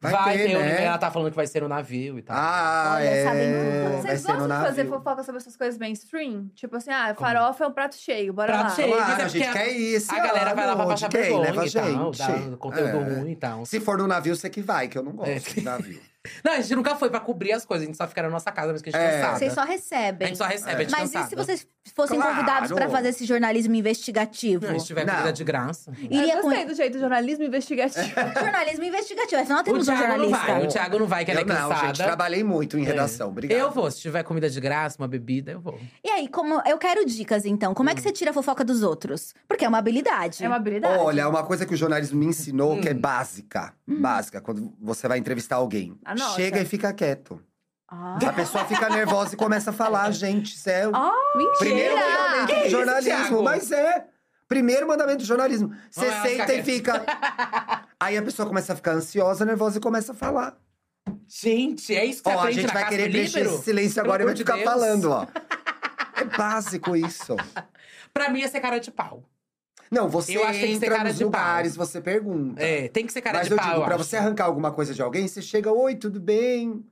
[SPEAKER 4] Vai, ter, o nível- ela tá falando que vai ser no navio e tal.
[SPEAKER 2] né? Ah,
[SPEAKER 3] Olha, sabem muito.
[SPEAKER 2] é. Vai
[SPEAKER 1] Vocês
[SPEAKER 2] ser no
[SPEAKER 1] gostam de fazer
[SPEAKER 2] navio.
[SPEAKER 1] fofoca sobre essas coisas mainstream? Tipo assim, ah, farofa é um prato cheio, bora
[SPEAKER 4] Prato
[SPEAKER 1] lá.
[SPEAKER 4] cheio. Isso é
[SPEAKER 2] Claro, a gente
[SPEAKER 4] porque
[SPEAKER 2] quer isso.
[SPEAKER 4] a galera vai lá pra
[SPEAKER 2] amor,
[SPEAKER 4] passar
[SPEAKER 2] de quem?
[SPEAKER 4] vergonha
[SPEAKER 2] Leva
[SPEAKER 4] e tal,
[SPEAKER 2] gente.
[SPEAKER 4] dá um conteúdo
[SPEAKER 2] É.
[SPEAKER 4] ruim e tal.
[SPEAKER 2] Se for no navio, você que vai, que eu não gosto
[SPEAKER 4] É.
[SPEAKER 2] de navio.
[SPEAKER 4] Não, a gente nunca foi pra cobrir as coisas, a gente só fica na nossa casa, mas que a gente
[SPEAKER 2] É.
[SPEAKER 4] é. cansada.
[SPEAKER 3] Vocês só
[SPEAKER 4] A
[SPEAKER 3] recebem.
[SPEAKER 4] gente só é recebe, a gente
[SPEAKER 3] Mas e
[SPEAKER 4] cansada.
[SPEAKER 3] se vocês fossem
[SPEAKER 2] Claro.
[SPEAKER 3] convidados pra fazer esse jornalismo investigativo?
[SPEAKER 4] Não, se tiver
[SPEAKER 2] Não.
[SPEAKER 4] comida de graça.
[SPEAKER 3] Iria
[SPEAKER 1] Eu
[SPEAKER 3] com
[SPEAKER 1] gostei do jeito jornalismo investigativo.
[SPEAKER 3] jornalismo investigativo, essa não é uma
[SPEAKER 4] O
[SPEAKER 3] temos um
[SPEAKER 4] Thiago não
[SPEAKER 3] jornalista.
[SPEAKER 4] vai, o Thiago não vai, que ele é
[SPEAKER 2] eu não,
[SPEAKER 4] cansada. É.
[SPEAKER 2] gente, trabalhei muito em redação. Obrigado.
[SPEAKER 4] Eu vou, se tiver comida de graça, uma bebida, eu vou.
[SPEAKER 3] E aí, como eu quero dicas então. Como é que
[SPEAKER 2] Hum.
[SPEAKER 3] você tira a fofoca dos outros? Porque é uma habilidade.
[SPEAKER 1] É uma habilidade.
[SPEAKER 2] Olha, uma coisa que o jornalismo me ensinou que é
[SPEAKER 4] Hum.
[SPEAKER 2] básica. Básica, quando você vai entrevistar alguém.
[SPEAKER 1] Anota.
[SPEAKER 2] Chega e fica quieto.
[SPEAKER 3] Ah.
[SPEAKER 2] A pessoa fica nervosa e começa a falar, gente, isso é o
[SPEAKER 1] Mentira!
[SPEAKER 2] primeiro mandamento do
[SPEAKER 4] isso,
[SPEAKER 2] jornalismo.
[SPEAKER 4] Thiago?
[SPEAKER 2] mas é. Primeiro mandamento do jornalismo. Você
[SPEAKER 4] Não é
[SPEAKER 2] senta e
[SPEAKER 4] ela
[SPEAKER 2] fica. Aí a pessoa começa a ficar ansiosa, nervosa e começa a falar.
[SPEAKER 4] Gente, é isso que
[SPEAKER 2] Ó, a
[SPEAKER 4] aprende
[SPEAKER 2] gente
[SPEAKER 4] na
[SPEAKER 2] vai
[SPEAKER 4] casa
[SPEAKER 2] querer
[SPEAKER 4] do
[SPEAKER 2] preencher
[SPEAKER 4] líbero?
[SPEAKER 2] esse silêncio
[SPEAKER 4] Pelo
[SPEAKER 2] agora e
[SPEAKER 4] amor
[SPEAKER 2] vai
[SPEAKER 4] de
[SPEAKER 2] ficar
[SPEAKER 4] Deus.
[SPEAKER 2] falando, ó. É básico isso.
[SPEAKER 4] Pra mim, ia ser cara de pau.
[SPEAKER 2] Não, você
[SPEAKER 4] Eu acho que tem que ser
[SPEAKER 2] entra
[SPEAKER 4] cara
[SPEAKER 2] nos
[SPEAKER 4] de pau.
[SPEAKER 2] lugares, você pergunta.
[SPEAKER 4] É, tem que ser
[SPEAKER 2] Tá.
[SPEAKER 4] cara
[SPEAKER 2] Mas
[SPEAKER 4] de
[SPEAKER 2] eu
[SPEAKER 4] pau,
[SPEAKER 2] digo,
[SPEAKER 4] eu
[SPEAKER 2] pra
[SPEAKER 4] acho.
[SPEAKER 2] você arrancar alguma coisa de alguém, você chega, oi, tudo bem?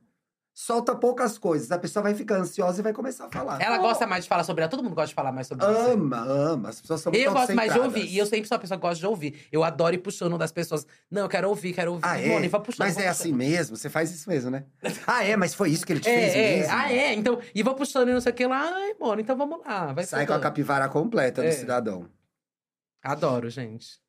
[SPEAKER 2] Solta poucas coisas. A pessoa vai ficar ansiosa e vai começar a falar.
[SPEAKER 4] Ela gosta mais de falar sobre ela, todo mundo gosta de falar mais sobre você.
[SPEAKER 2] Ama, ama. As pessoas são muito
[SPEAKER 4] Eu gosto mais de
[SPEAKER 2] autocentradas.
[SPEAKER 4] ouvir. E eu sempre sou uma pessoa que gosta de ouvir. Eu adoro ir puxando das pessoas. Não, eu quero ouvir, quero ouvir.
[SPEAKER 2] Ah, é?
[SPEAKER 4] Mona, e vai puxando,
[SPEAKER 2] mas
[SPEAKER 4] vai
[SPEAKER 2] é
[SPEAKER 4] puxando.
[SPEAKER 2] assim mesmo? Você faz isso mesmo, né? Ah, é? Mas foi isso que ele te fez
[SPEAKER 4] É, é.
[SPEAKER 2] mesmo?
[SPEAKER 4] Ah, é? Então, e vou puxando e não sei o que lá. Ai, mano, então vamos lá. Vai
[SPEAKER 2] Sai
[SPEAKER 4] ser
[SPEAKER 2] com a
[SPEAKER 4] bom.
[SPEAKER 2] capivara completa
[SPEAKER 4] É.
[SPEAKER 2] do cidadão.
[SPEAKER 4] Adoro, gente.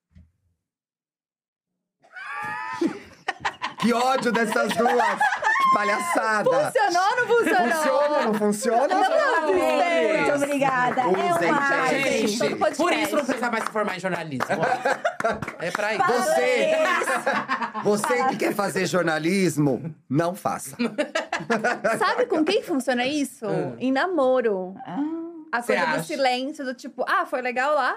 [SPEAKER 2] Que ódio dessas duas! que palhaçada!
[SPEAKER 1] Funcionou ou não funcionou?
[SPEAKER 2] Funciona, não funciona?
[SPEAKER 3] Muito obrigada. É
[SPEAKER 2] Usem,
[SPEAKER 3] uma arte.
[SPEAKER 2] gente.
[SPEAKER 4] Gente,
[SPEAKER 1] todo podcast.
[SPEAKER 4] por isso não precisa mais se formar em jornalismo. ó. é pra isso.
[SPEAKER 3] Parabéns.
[SPEAKER 2] Você, você que quer fazer jornalismo, não faça.
[SPEAKER 1] Sabe com quem funciona isso?
[SPEAKER 4] Hum.
[SPEAKER 1] Em namoro. A
[SPEAKER 4] Cê
[SPEAKER 1] coisa do
[SPEAKER 4] acha?
[SPEAKER 1] silêncio, do tipo, ah, foi legal lá.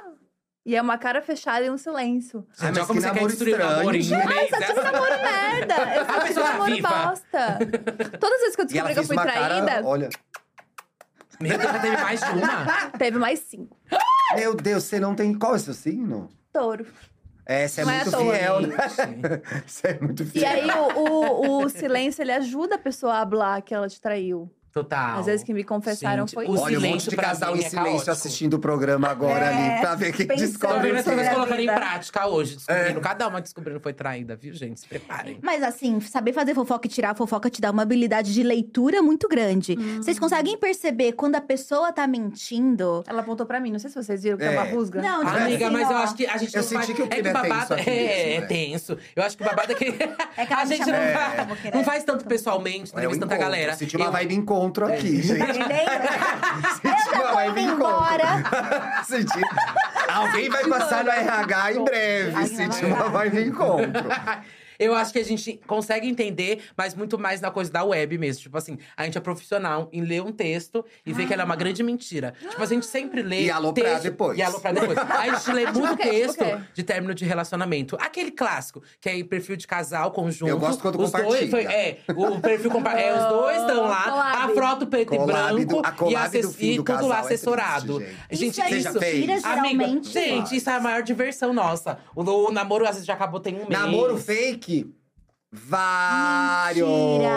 [SPEAKER 1] E é uma cara fechada e um silêncio.
[SPEAKER 2] Ah, mas
[SPEAKER 4] Gente, olha como
[SPEAKER 2] que
[SPEAKER 4] você quer
[SPEAKER 2] namoro
[SPEAKER 4] destruir o
[SPEAKER 2] estranho,
[SPEAKER 4] namoro em
[SPEAKER 2] gente.
[SPEAKER 4] um mês.
[SPEAKER 1] Esse
[SPEAKER 4] né?
[SPEAKER 1] namoro merda!
[SPEAKER 4] A
[SPEAKER 1] Esse
[SPEAKER 4] pessoa tá
[SPEAKER 1] namoro
[SPEAKER 4] viva.
[SPEAKER 1] bosta! Todas as vezes que eu
[SPEAKER 2] E ela
[SPEAKER 1] descobri que eu
[SPEAKER 4] é
[SPEAKER 2] fez
[SPEAKER 1] fui
[SPEAKER 2] uma cara,
[SPEAKER 1] traída,
[SPEAKER 2] olha…
[SPEAKER 4] Meu Deus, já teve mais de uma?
[SPEAKER 1] teve mais cinco.
[SPEAKER 2] Meu Deus, você não tem… Qual é o seu signo?
[SPEAKER 1] Touro.
[SPEAKER 2] É, você é
[SPEAKER 1] Não é à
[SPEAKER 2] muito
[SPEAKER 1] toa.
[SPEAKER 2] fiel, né?
[SPEAKER 4] Gente.
[SPEAKER 2] Você é muito
[SPEAKER 1] E
[SPEAKER 2] fiel.
[SPEAKER 1] aí, o, o- o silêncio, ele ajuda a pessoa a hablar que ela te traiu.
[SPEAKER 4] Total.
[SPEAKER 1] Às vezes que me confessaram
[SPEAKER 4] Gente,
[SPEAKER 1] foi
[SPEAKER 4] o
[SPEAKER 1] isso.
[SPEAKER 2] Olha, um monte
[SPEAKER 4] silêncio
[SPEAKER 2] de
[SPEAKER 4] pra
[SPEAKER 2] casal
[SPEAKER 4] mim
[SPEAKER 2] em
[SPEAKER 4] é
[SPEAKER 2] silêncio
[SPEAKER 4] caótico.
[SPEAKER 2] assistindo o programa agora
[SPEAKER 3] É,
[SPEAKER 2] ali, pra ver quem
[SPEAKER 3] pensando
[SPEAKER 4] Tô
[SPEAKER 2] descobre.
[SPEAKER 4] vendo as
[SPEAKER 3] sobre
[SPEAKER 4] pessoas
[SPEAKER 3] a
[SPEAKER 4] colocando em
[SPEAKER 3] vida.
[SPEAKER 4] prática hoje,
[SPEAKER 2] É.
[SPEAKER 4] descobrindo. Cada uma descobrindo foi traída, viu, gente? Se preparem.
[SPEAKER 3] Mas assim, saber fazer fofoca e tirar a fofoca te dá uma habilidade de leitura muito grande.
[SPEAKER 1] Hum.
[SPEAKER 3] Vocês conseguem perceber quando a pessoa tá mentindo?
[SPEAKER 1] Ela apontou pra mim, não sei se vocês viram que é uma
[SPEAKER 2] É.
[SPEAKER 1] rusga.
[SPEAKER 3] Não, tipo
[SPEAKER 4] Amiga,
[SPEAKER 3] assim,
[SPEAKER 4] mas eu
[SPEAKER 3] ó,
[SPEAKER 4] acho que a gente
[SPEAKER 2] Eu
[SPEAKER 4] não
[SPEAKER 2] senti
[SPEAKER 4] faz...
[SPEAKER 2] que o
[SPEAKER 4] é
[SPEAKER 2] Kira é
[SPEAKER 4] babado...
[SPEAKER 2] tenso aqui
[SPEAKER 4] é,
[SPEAKER 2] mesmo,
[SPEAKER 4] é
[SPEAKER 2] né?
[SPEAKER 4] tenso. Eu acho que o babado é que…
[SPEAKER 3] É que ela
[SPEAKER 4] a
[SPEAKER 3] me
[SPEAKER 4] gente não,
[SPEAKER 3] chamou de
[SPEAKER 4] faz-
[SPEAKER 3] babaca, né?
[SPEAKER 4] não faz tanto pessoalmente,
[SPEAKER 2] É o
[SPEAKER 4] entrevistando a
[SPEAKER 2] encontro,
[SPEAKER 4] galera.
[SPEAKER 2] Senti uma
[SPEAKER 4] Eu-
[SPEAKER 2] vibe encontro aqui, gente. Senti uma
[SPEAKER 3] É. Eu tô
[SPEAKER 2] vibe
[SPEAKER 3] indo
[SPEAKER 2] encontro.
[SPEAKER 3] embora.
[SPEAKER 2] Senti... Alguém vai passar no RH em breve.
[SPEAKER 3] Alguém vai
[SPEAKER 2] Senti uma vibe encontro.
[SPEAKER 4] Eu acho que a gente consegue entender, mas muito mais na coisa da web mesmo. Tipo assim, a gente é profissional em ler um texto e ver que ela é uma grande mentira. Tipo, a gente sempre lê.
[SPEAKER 2] Ah. E aloprar
[SPEAKER 4] texto-
[SPEAKER 2] depois.
[SPEAKER 4] E aloprar depois. Aí a gente lê muito
[SPEAKER 1] o quê? Tipo
[SPEAKER 4] texto
[SPEAKER 1] o quê?
[SPEAKER 4] de término de relacionamento. Aquele clássico, que é perfil de casal, conjunto.
[SPEAKER 2] Eu gosto quando
[SPEAKER 4] os dois,
[SPEAKER 2] compartilha. Ah,
[SPEAKER 4] foi, É, o perfil compartilha. é, os dois estão lá,
[SPEAKER 6] Collab.
[SPEAKER 4] a foto preto
[SPEAKER 2] Collab
[SPEAKER 4] e
[SPEAKER 2] do- a
[SPEAKER 4] branco e,
[SPEAKER 2] collab do
[SPEAKER 4] assess-
[SPEAKER 2] fim
[SPEAKER 4] e
[SPEAKER 2] do
[SPEAKER 4] tudo lá
[SPEAKER 2] casal é triste,
[SPEAKER 4] assessorado.
[SPEAKER 2] gente.
[SPEAKER 4] gente,
[SPEAKER 3] isso é
[SPEAKER 2] seja
[SPEAKER 4] isso.
[SPEAKER 2] feio.
[SPEAKER 3] mentira,
[SPEAKER 4] Amiga,
[SPEAKER 3] geralmente.
[SPEAKER 4] gente, isso é a maior diversão nossa. O, o namoro às vezes já acabou, tem um mês.
[SPEAKER 2] Namoro fake? Vários!
[SPEAKER 3] Mentira.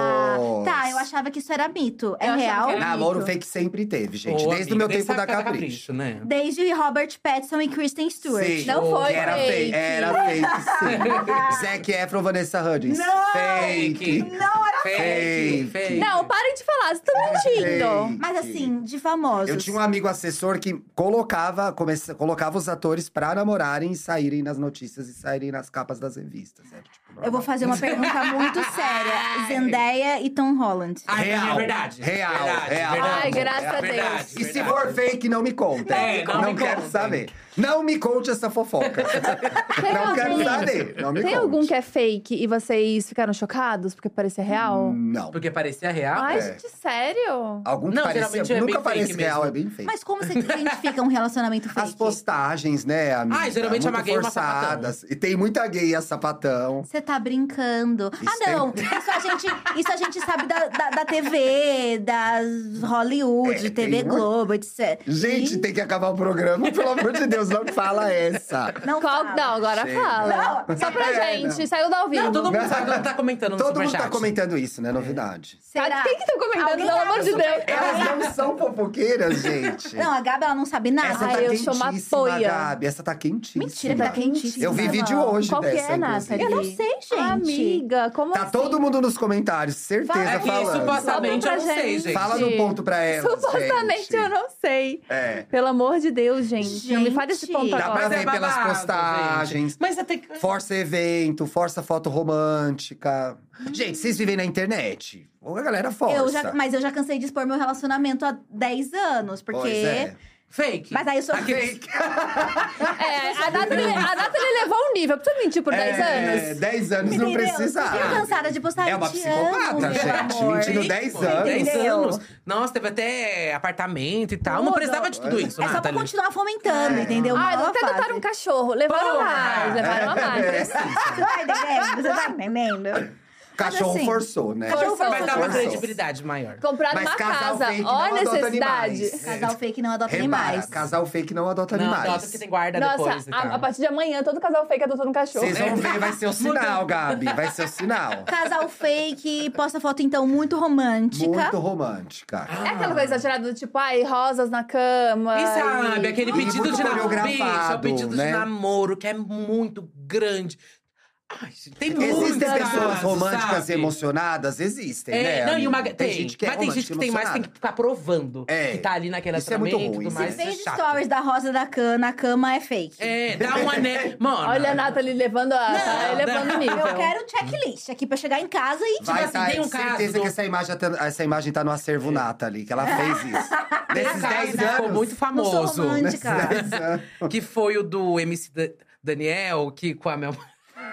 [SPEAKER 3] Tá, eu achava que isso era mito. É
[SPEAKER 1] Eu achava
[SPEAKER 3] real?
[SPEAKER 1] que era
[SPEAKER 2] Namoro
[SPEAKER 1] mito.
[SPEAKER 2] fake sempre teve, gente.
[SPEAKER 4] Ô,
[SPEAKER 2] desde
[SPEAKER 4] amiga,
[SPEAKER 2] o meu
[SPEAKER 4] nem
[SPEAKER 2] tempo
[SPEAKER 4] sabe
[SPEAKER 2] da
[SPEAKER 4] que é
[SPEAKER 2] Capricho.
[SPEAKER 4] né?
[SPEAKER 3] Desde Robert Pattinson e Kristen Stewart.
[SPEAKER 2] Sim,
[SPEAKER 1] Não foi
[SPEAKER 2] que era
[SPEAKER 1] fake.
[SPEAKER 2] fake. Era fake, sim. Zac Efron, Vanessa Hudgens.
[SPEAKER 3] Não!
[SPEAKER 2] Fake.
[SPEAKER 4] Não era fake.
[SPEAKER 2] fake.
[SPEAKER 4] fake.
[SPEAKER 1] Não, parem de falar, vocês estão mentindo.
[SPEAKER 2] Fake.
[SPEAKER 3] Mas assim, de famosos.
[SPEAKER 2] Eu tinha um amigo assessor que colocava, começa, colocava os atores pra namorarem e saírem nas notícias e saírem nas capas das revistas. Era, tipo,
[SPEAKER 3] Eu vou fazer uma pergunta muito séria. Zendaya e Tom Holland.
[SPEAKER 4] Ai,
[SPEAKER 2] Real.
[SPEAKER 4] é verdade.
[SPEAKER 2] Real,
[SPEAKER 4] Verdade,
[SPEAKER 2] real.
[SPEAKER 4] verdade.
[SPEAKER 1] Ai, graças a
[SPEAKER 4] Verdade,
[SPEAKER 1] Deus.
[SPEAKER 2] E se
[SPEAKER 4] verdade.
[SPEAKER 2] for fake, não me conta.
[SPEAKER 4] É, não
[SPEAKER 2] não
[SPEAKER 4] me
[SPEAKER 2] quero
[SPEAKER 4] contem.
[SPEAKER 2] saber. Não me conte essa fofoca.
[SPEAKER 1] Tem
[SPEAKER 2] não quero
[SPEAKER 1] algum-
[SPEAKER 2] saber. Não me
[SPEAKER 1] Tem
[SPEAKER 2] conte.
[SPEAKER 1] algum que é fake e vocês ficaram chocados porque parecia real?
[SPEAKER 2] Não.
[SPEAKER 4] Porque parecia real.
[SPEAKER 1] Ai,
[SPEAKER 2] é.
[SPEAKER 1] gente, sério?
[SPEAKER 2] Algum que
[SPEAKER 4] Não, geralmente
[SPEAKER 2] parecia,
[SPEAKER 4] é
[SPEAKER 2] nunca
[SPEAKER 4] bem
[SPEAKER 2] parece
[SPEAKER 4] fake
[SPEAKER 2] real,
[SPEAKER 4] mesmo.
[SPEAKER 2] é bem fake.
[SPEAKER 3] Mas como você identifica um relacionamento fake?
[SPEAKER 2] As postagens, né, amiga?
[SPEAKER 4] Ah, geralmente é uma
[SPEAKER 2] Muito
[SPEAKER 4] gay e uma
[SPEAKER 2] forçadas. E tem muita gay a sapatão.
[SPEAKER 3] Você tá brincando.
[SPEAKER 2] Isso é
[SPEAKER 3] ah, não! Isso, a gente, isso a gente sabe da, da, da TV, das Hollywood,
[SPEAKER 2] É,
[SPEAKER 3] TV
[SPEAKER 2] tem uma-
[SPEAKER 3] Globo, etc.
[SPEAKER 2] Gente,
[SPEAKER 3] Ih,
[SPEAKER 2] tem que acabar o programa, pelo amor de Deus, não fala essa.
[SPEAKER 3] não
[SPEAKER 1] Qual?
[SPEAKER 3] fala.
[SPEAKER 6] Não, agora
[SPEAKER 2] Chega.
[SPEAKER 6] fala.
[SPEAKER 2] Não.
[SPEAKER 6] Só pra
[SPEAKER 2] É,
[SPEAKER 6] gente,
[SPEAKER 2] não.
[SPEAKER 6] saiu da ouvido.
[SPEAKER 4] Não, todo mundo sabe, todo mundo tá comentando no
[SPEAKER 2] Todo mundo
[SPEAKER 4] superchat.
[SPEAKER 2] tá comentando isso, né? Novidade.
[SPEAKER 3] Será?
[SPEAKER 6] Quem que tá comentando,
[SPEAKER 3] Alguém
[SPEAKER 6] pelo
[SPEAKER 3] abre
[SPEAKER 6] amor
[SPEAKER 3] o
[SPEAKER 6] de Deus?
[SPEAKER 1] É.
[SPEAKER 2] Elas não são fofoqueiras, gente.
[SPEAKER 3] Não, a Gabi, ela não sabe nada.
[SPEAKER 2] Essa
[SPEAKER 1] Ai,
[SPEAKER 2] tá
[SPEAKER 1] eu sou uma
[SPEAKER 2] quentíssima,
[SPEAKER 1] poia.
[SPEAKER 2] Gabi. Essa tá quentíssima.
[SPEAKER 3] Mentira, tá quentíssima.
[SPEAKER 2] Eu vi vídeo hoje
[SPEAKER 1] Qual que
[SPEAKER 2] dessa,
[SPEAKER 1] é, Nathalie?
[SPEAKER 3] Eu
[SPEAKER 2] inclusive.
[SPEAKER 3] não sei, gente.
[SPEAKER 1] Amiga, como
[SPEAKER 2] Tá
[SPEAKER 1] assim?
[SPEAKER 2] todo mundo nos comentários, certeza,
[SPEAKER 1] Fala
[SPEAKER 4] isso,
[SPEAKER 2] falando.
[SPEAKER 4] supostamente, eu
[SPEAKER 1] Fala
[SPEAKER 4] não
[SPEAKER 1] pra
[SPEAKER 4] sei,
[SPEAKER 1] gente.
[SPEAKER 4] gente.
[SPEAKER 2] Fala
[SPEAKER 1] gente.
[SPEAKER 2] num ponto pra ela,
[SPEAKER 1] Supostamente eu não sei.
[SPEAKER 2] É.
[SPEAKER 1] Pelo amor de Deus, gente. Não me
[SPEAKER 3] Gente.
[SPEAKER 1] faz esse ponto
[SPEAKER 3] Dá
[SPEAKER 2] Dá pra
[SPEAKER 1] agora.
[SPEAKER 4] Mas é
[SPEAKER 2] ver pelas
[SPEAKER 4] babado,
[SPEAKER 2] postagens.
[SPEAKER 4] Mas até que…
[SPEAKER 2] Força evento, força foto romântica. Gente, vocês vivem na internet. Ou a galera força.
[SPEAKER 3] Eu já, mas eu já cansei de expor meu relacionamento há 10 anos, porque.
[SPEAKER 2] Pois é. Tá
[SPEAKER 4] Fake.
[SPEAKER 3] Mas aí eu sou fake.
[SPEAKER 1] É, a Nathalie, a Nathalie levou um nível. Precisa mentir por 10
[SPEAKER 2] É,
[SPEAKER 1] anos?
[SPEAKER 2] 10 anos não
[SPEAKER 3] Entendeu?
[SPEAKER 2] precisa.
[SPEAKER 3] Eu fiquei cansada de postar
[SPEAKER 2] É uma
[SPEAKER 3] "Te amo,
[SPEAKER 2] psicopata,
[SPEAKER 3] meu
[SPEAKER 2] gente.
[SPEAKER 3] amor."
[SPEAKER 2] Mentindo 10 anos.
[SPEAKER 4] 10
[SPEAKER 3] Entendeu?
[SPEAKER 4] anos. Nossa, teve até apartamento e tal. Não
[SPEAKER 3] Tudo.
[SPEAKER 4] precisava de tudo isso,
[SPEAKER 2] tá
[SPEAKER 3] É só pra
[SPEAKER 4] Nathalie.
[SPEAKER 3] continuar
[SPEAKER 2] É.
[SPEAKER 3] fomentando, entendeu? Uma
[SPEAKER 1] Ai,
[SPEAKER 3] nova
[SPEAKER 1] vão até
[SPEAKER 3] fase.
[SPEAKER 1] adotar um cachorro. Levaram
[SPEAKER 4] Porra!
[SPEAKER 1] mais, levaram mais.
[SPEAKER 3] Você tá entendendo? Você tá entendendo?
[SPEAKER 2] Cachorro
[SPEAKER 3] assim,
[SPEAKER 2] forçou, né?
[SPEAKER 3] cachorro
[SPEAKER 1] Forçou,
[SPEAKER 4] Mas dá uma
[SPEAKER 1] forçou.
[SPEAKER 4] credibilidade maior.
[SPEAKER 1] Compraram
[SPEAKER 2] Mas
[SPEAKER 1] uma
[SPEAKER 2] casal
[SPEAKER 1] casa.
[SPEAKER 2] fake não
[SPEAKER 1] Olha a
[SPEAKER 2] adota
[SPEAKER 1] necessidade.
[SPEAKER 2] animais.
[SPEAKER 3] Casal fake não adota
[SPEAKER 2] Repara,
[SPEAKER 3] animais.
[SPEAKER 2] casal fake não adota
[SPEAKER 4] Não,
[SPEAKER 2] animais.
[SPEAKER 4] nota que tem guarda
[SPEAKER 1] Nossa,
[SPEAKER 4] depois então.
[SPEAKER 1] a,
[SPEAKER 4] e tal.
[SPEAKER 1] a partir de amanhã, todo casal fake adotando um cachorro.
[SPEAKER 2] Vocês vão ver, vai ser o sinal,
[SPEAKER 4] Mudou.
[SPEAKER 2] Gabi. Vai ser o sinal.
[SPEAKER 3] Casal fake posta foto, então, muito romântica.
[SPEAKER 2] Muito romântica.
[SPEAKER 4] Ah,
[SPEAKER 1] É aquela coisa exagerada do tipo, ai, rosas na cama.
[SPEAKER 4] E sabe, aquele
[SPEAKER 2] E
[SPEAKER 4] pedido
[SPEAKER 2] muito
[SPEAKER 4] de namoro.
[SPEAKER 2] coreografado,
[SPEAKER 4] Bicho, o pedido de
[SPEAKER 2] né?
[SPEAKER 4] namoro, que é muito grande. Ai, gente, tem muitos
[SPEAKER 2] Existem pessoas
[SPEAKER 4] casos,
[SPEAKER 2] românticas
[SPEAKER 4] sabe?
[SPEAKER 2] e emocionadas? Existem,
[SPEAKER 4] É,
[SPEAKER 2] né?
[SPEAKER 4] não, e
[SPEAKER 2] amigo?
[SPEAKER 4] uma, tem,
[SPEAKER 2] gente que é
[SPEAKER 4] mas tem gente que tem mais, tem que
[SPEAKER 2] romântica
[SPEAKER 4] ficar provando
[SPEAKER 2] É.
[SPEAKER 4] que tá ali naquele
[SPEAKER 2] Isso é muito
[SPEAKER 4] relacionamento
[SPEAKER 2] ruim,
[SPEAKER 4] e tudo
[SPEAKER 2] né?
[SPEAKER 3] Se
[SPEAKER 4] mais.
[SPEAKER 3] fez
[SPEAKER 4] isso é chato.
[SPEAKER 3] stories da rosa da cana, a cama é fake.
[SPEAKER 4] É, dá um anel. Mano,
[SPEAKER 1] Olha a Nathalie levando a. tá
[SPEAKER 4] não.
[SPEAKER 1] elevando o nível.
[SPEAKER 3] Eu quero um checklist aqui pra chegar em casa e. tipo,
[SPEAKER 2] Vai
[SPEAKER 4] assim,
[SPEAKER 2] tá,
[SPEAKER 4] tem um caso
[SPEAKER 2] certeza
[SPEAKER 4] do- É.
[SPEAKER 2] que essa imagem, tá- essa imagem tá no acervo nata ali, que ela fez isso.
[SPEAKER 4] tem um
[SPEAKER 2] Desses
[SPEAKER 4] caso
[SPEAKER 2] 10
[SPEAKER 4] que ficou
[SPEAKER 2] anos.
[SPEAKER 4] muito
[SPEAKER 3] Não sou
[SPEAKER 2] né?
[SPEAKER 4] famoso. né?
[SPEAKER 3] romântica.
[SPEAKER 2] desses 10 anos.
[SPEAKER 4] Que foi o do MC Da- Daniel, que com a minha mãe.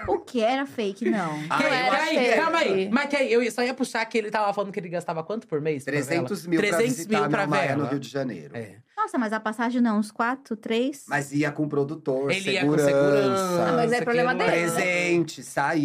[SPEAKER 3] O que era fake, não.
[SPEAKER 2] Ah, eu
[SPEAKER 1] era
[SPEAKER 2] acho
[SPEAKER 4] aí,
[SPEAKER 2] que é.
[SPEAKER 1] fake.
[SPEAKER 4] calma aí. Mas que aí, eu só ia puxar que ele tava falando que ele gastava quanto por mês? pra
[SPEAKER 2] 300
[SPEAKER 4] vela?
[SPEAKER 2] mil pra
[SPEAKER 4] 300
[SPEAKER 2] visitar
[SPEAKER 4] mil
[SPEAKER 2] minha
[SPEAKER 4] pra
[SPEAKER 2] Maia
[SPEAKER 4] vela.
[SPEAKER 2] no Rio de Janeiro.
[SPEAKER 4] É.
[SPEAKER 3] Nossa, mas a passagem não, uns quatro, três.
[SPEAKER 2] Mas ia com produtor,
[SPEAKER 4] Ele ia com
[SPEAKER 2] segurança,
[SPEAKER 4] segurança.
[SPEAKER 6] Mas é
[SPEAKER 4] isso aqui,
[SPEAKER 6] problema
[SPEAKER 4] não-
[SPEAKER 6] dele.
[SPEAKER 2] presente, sair.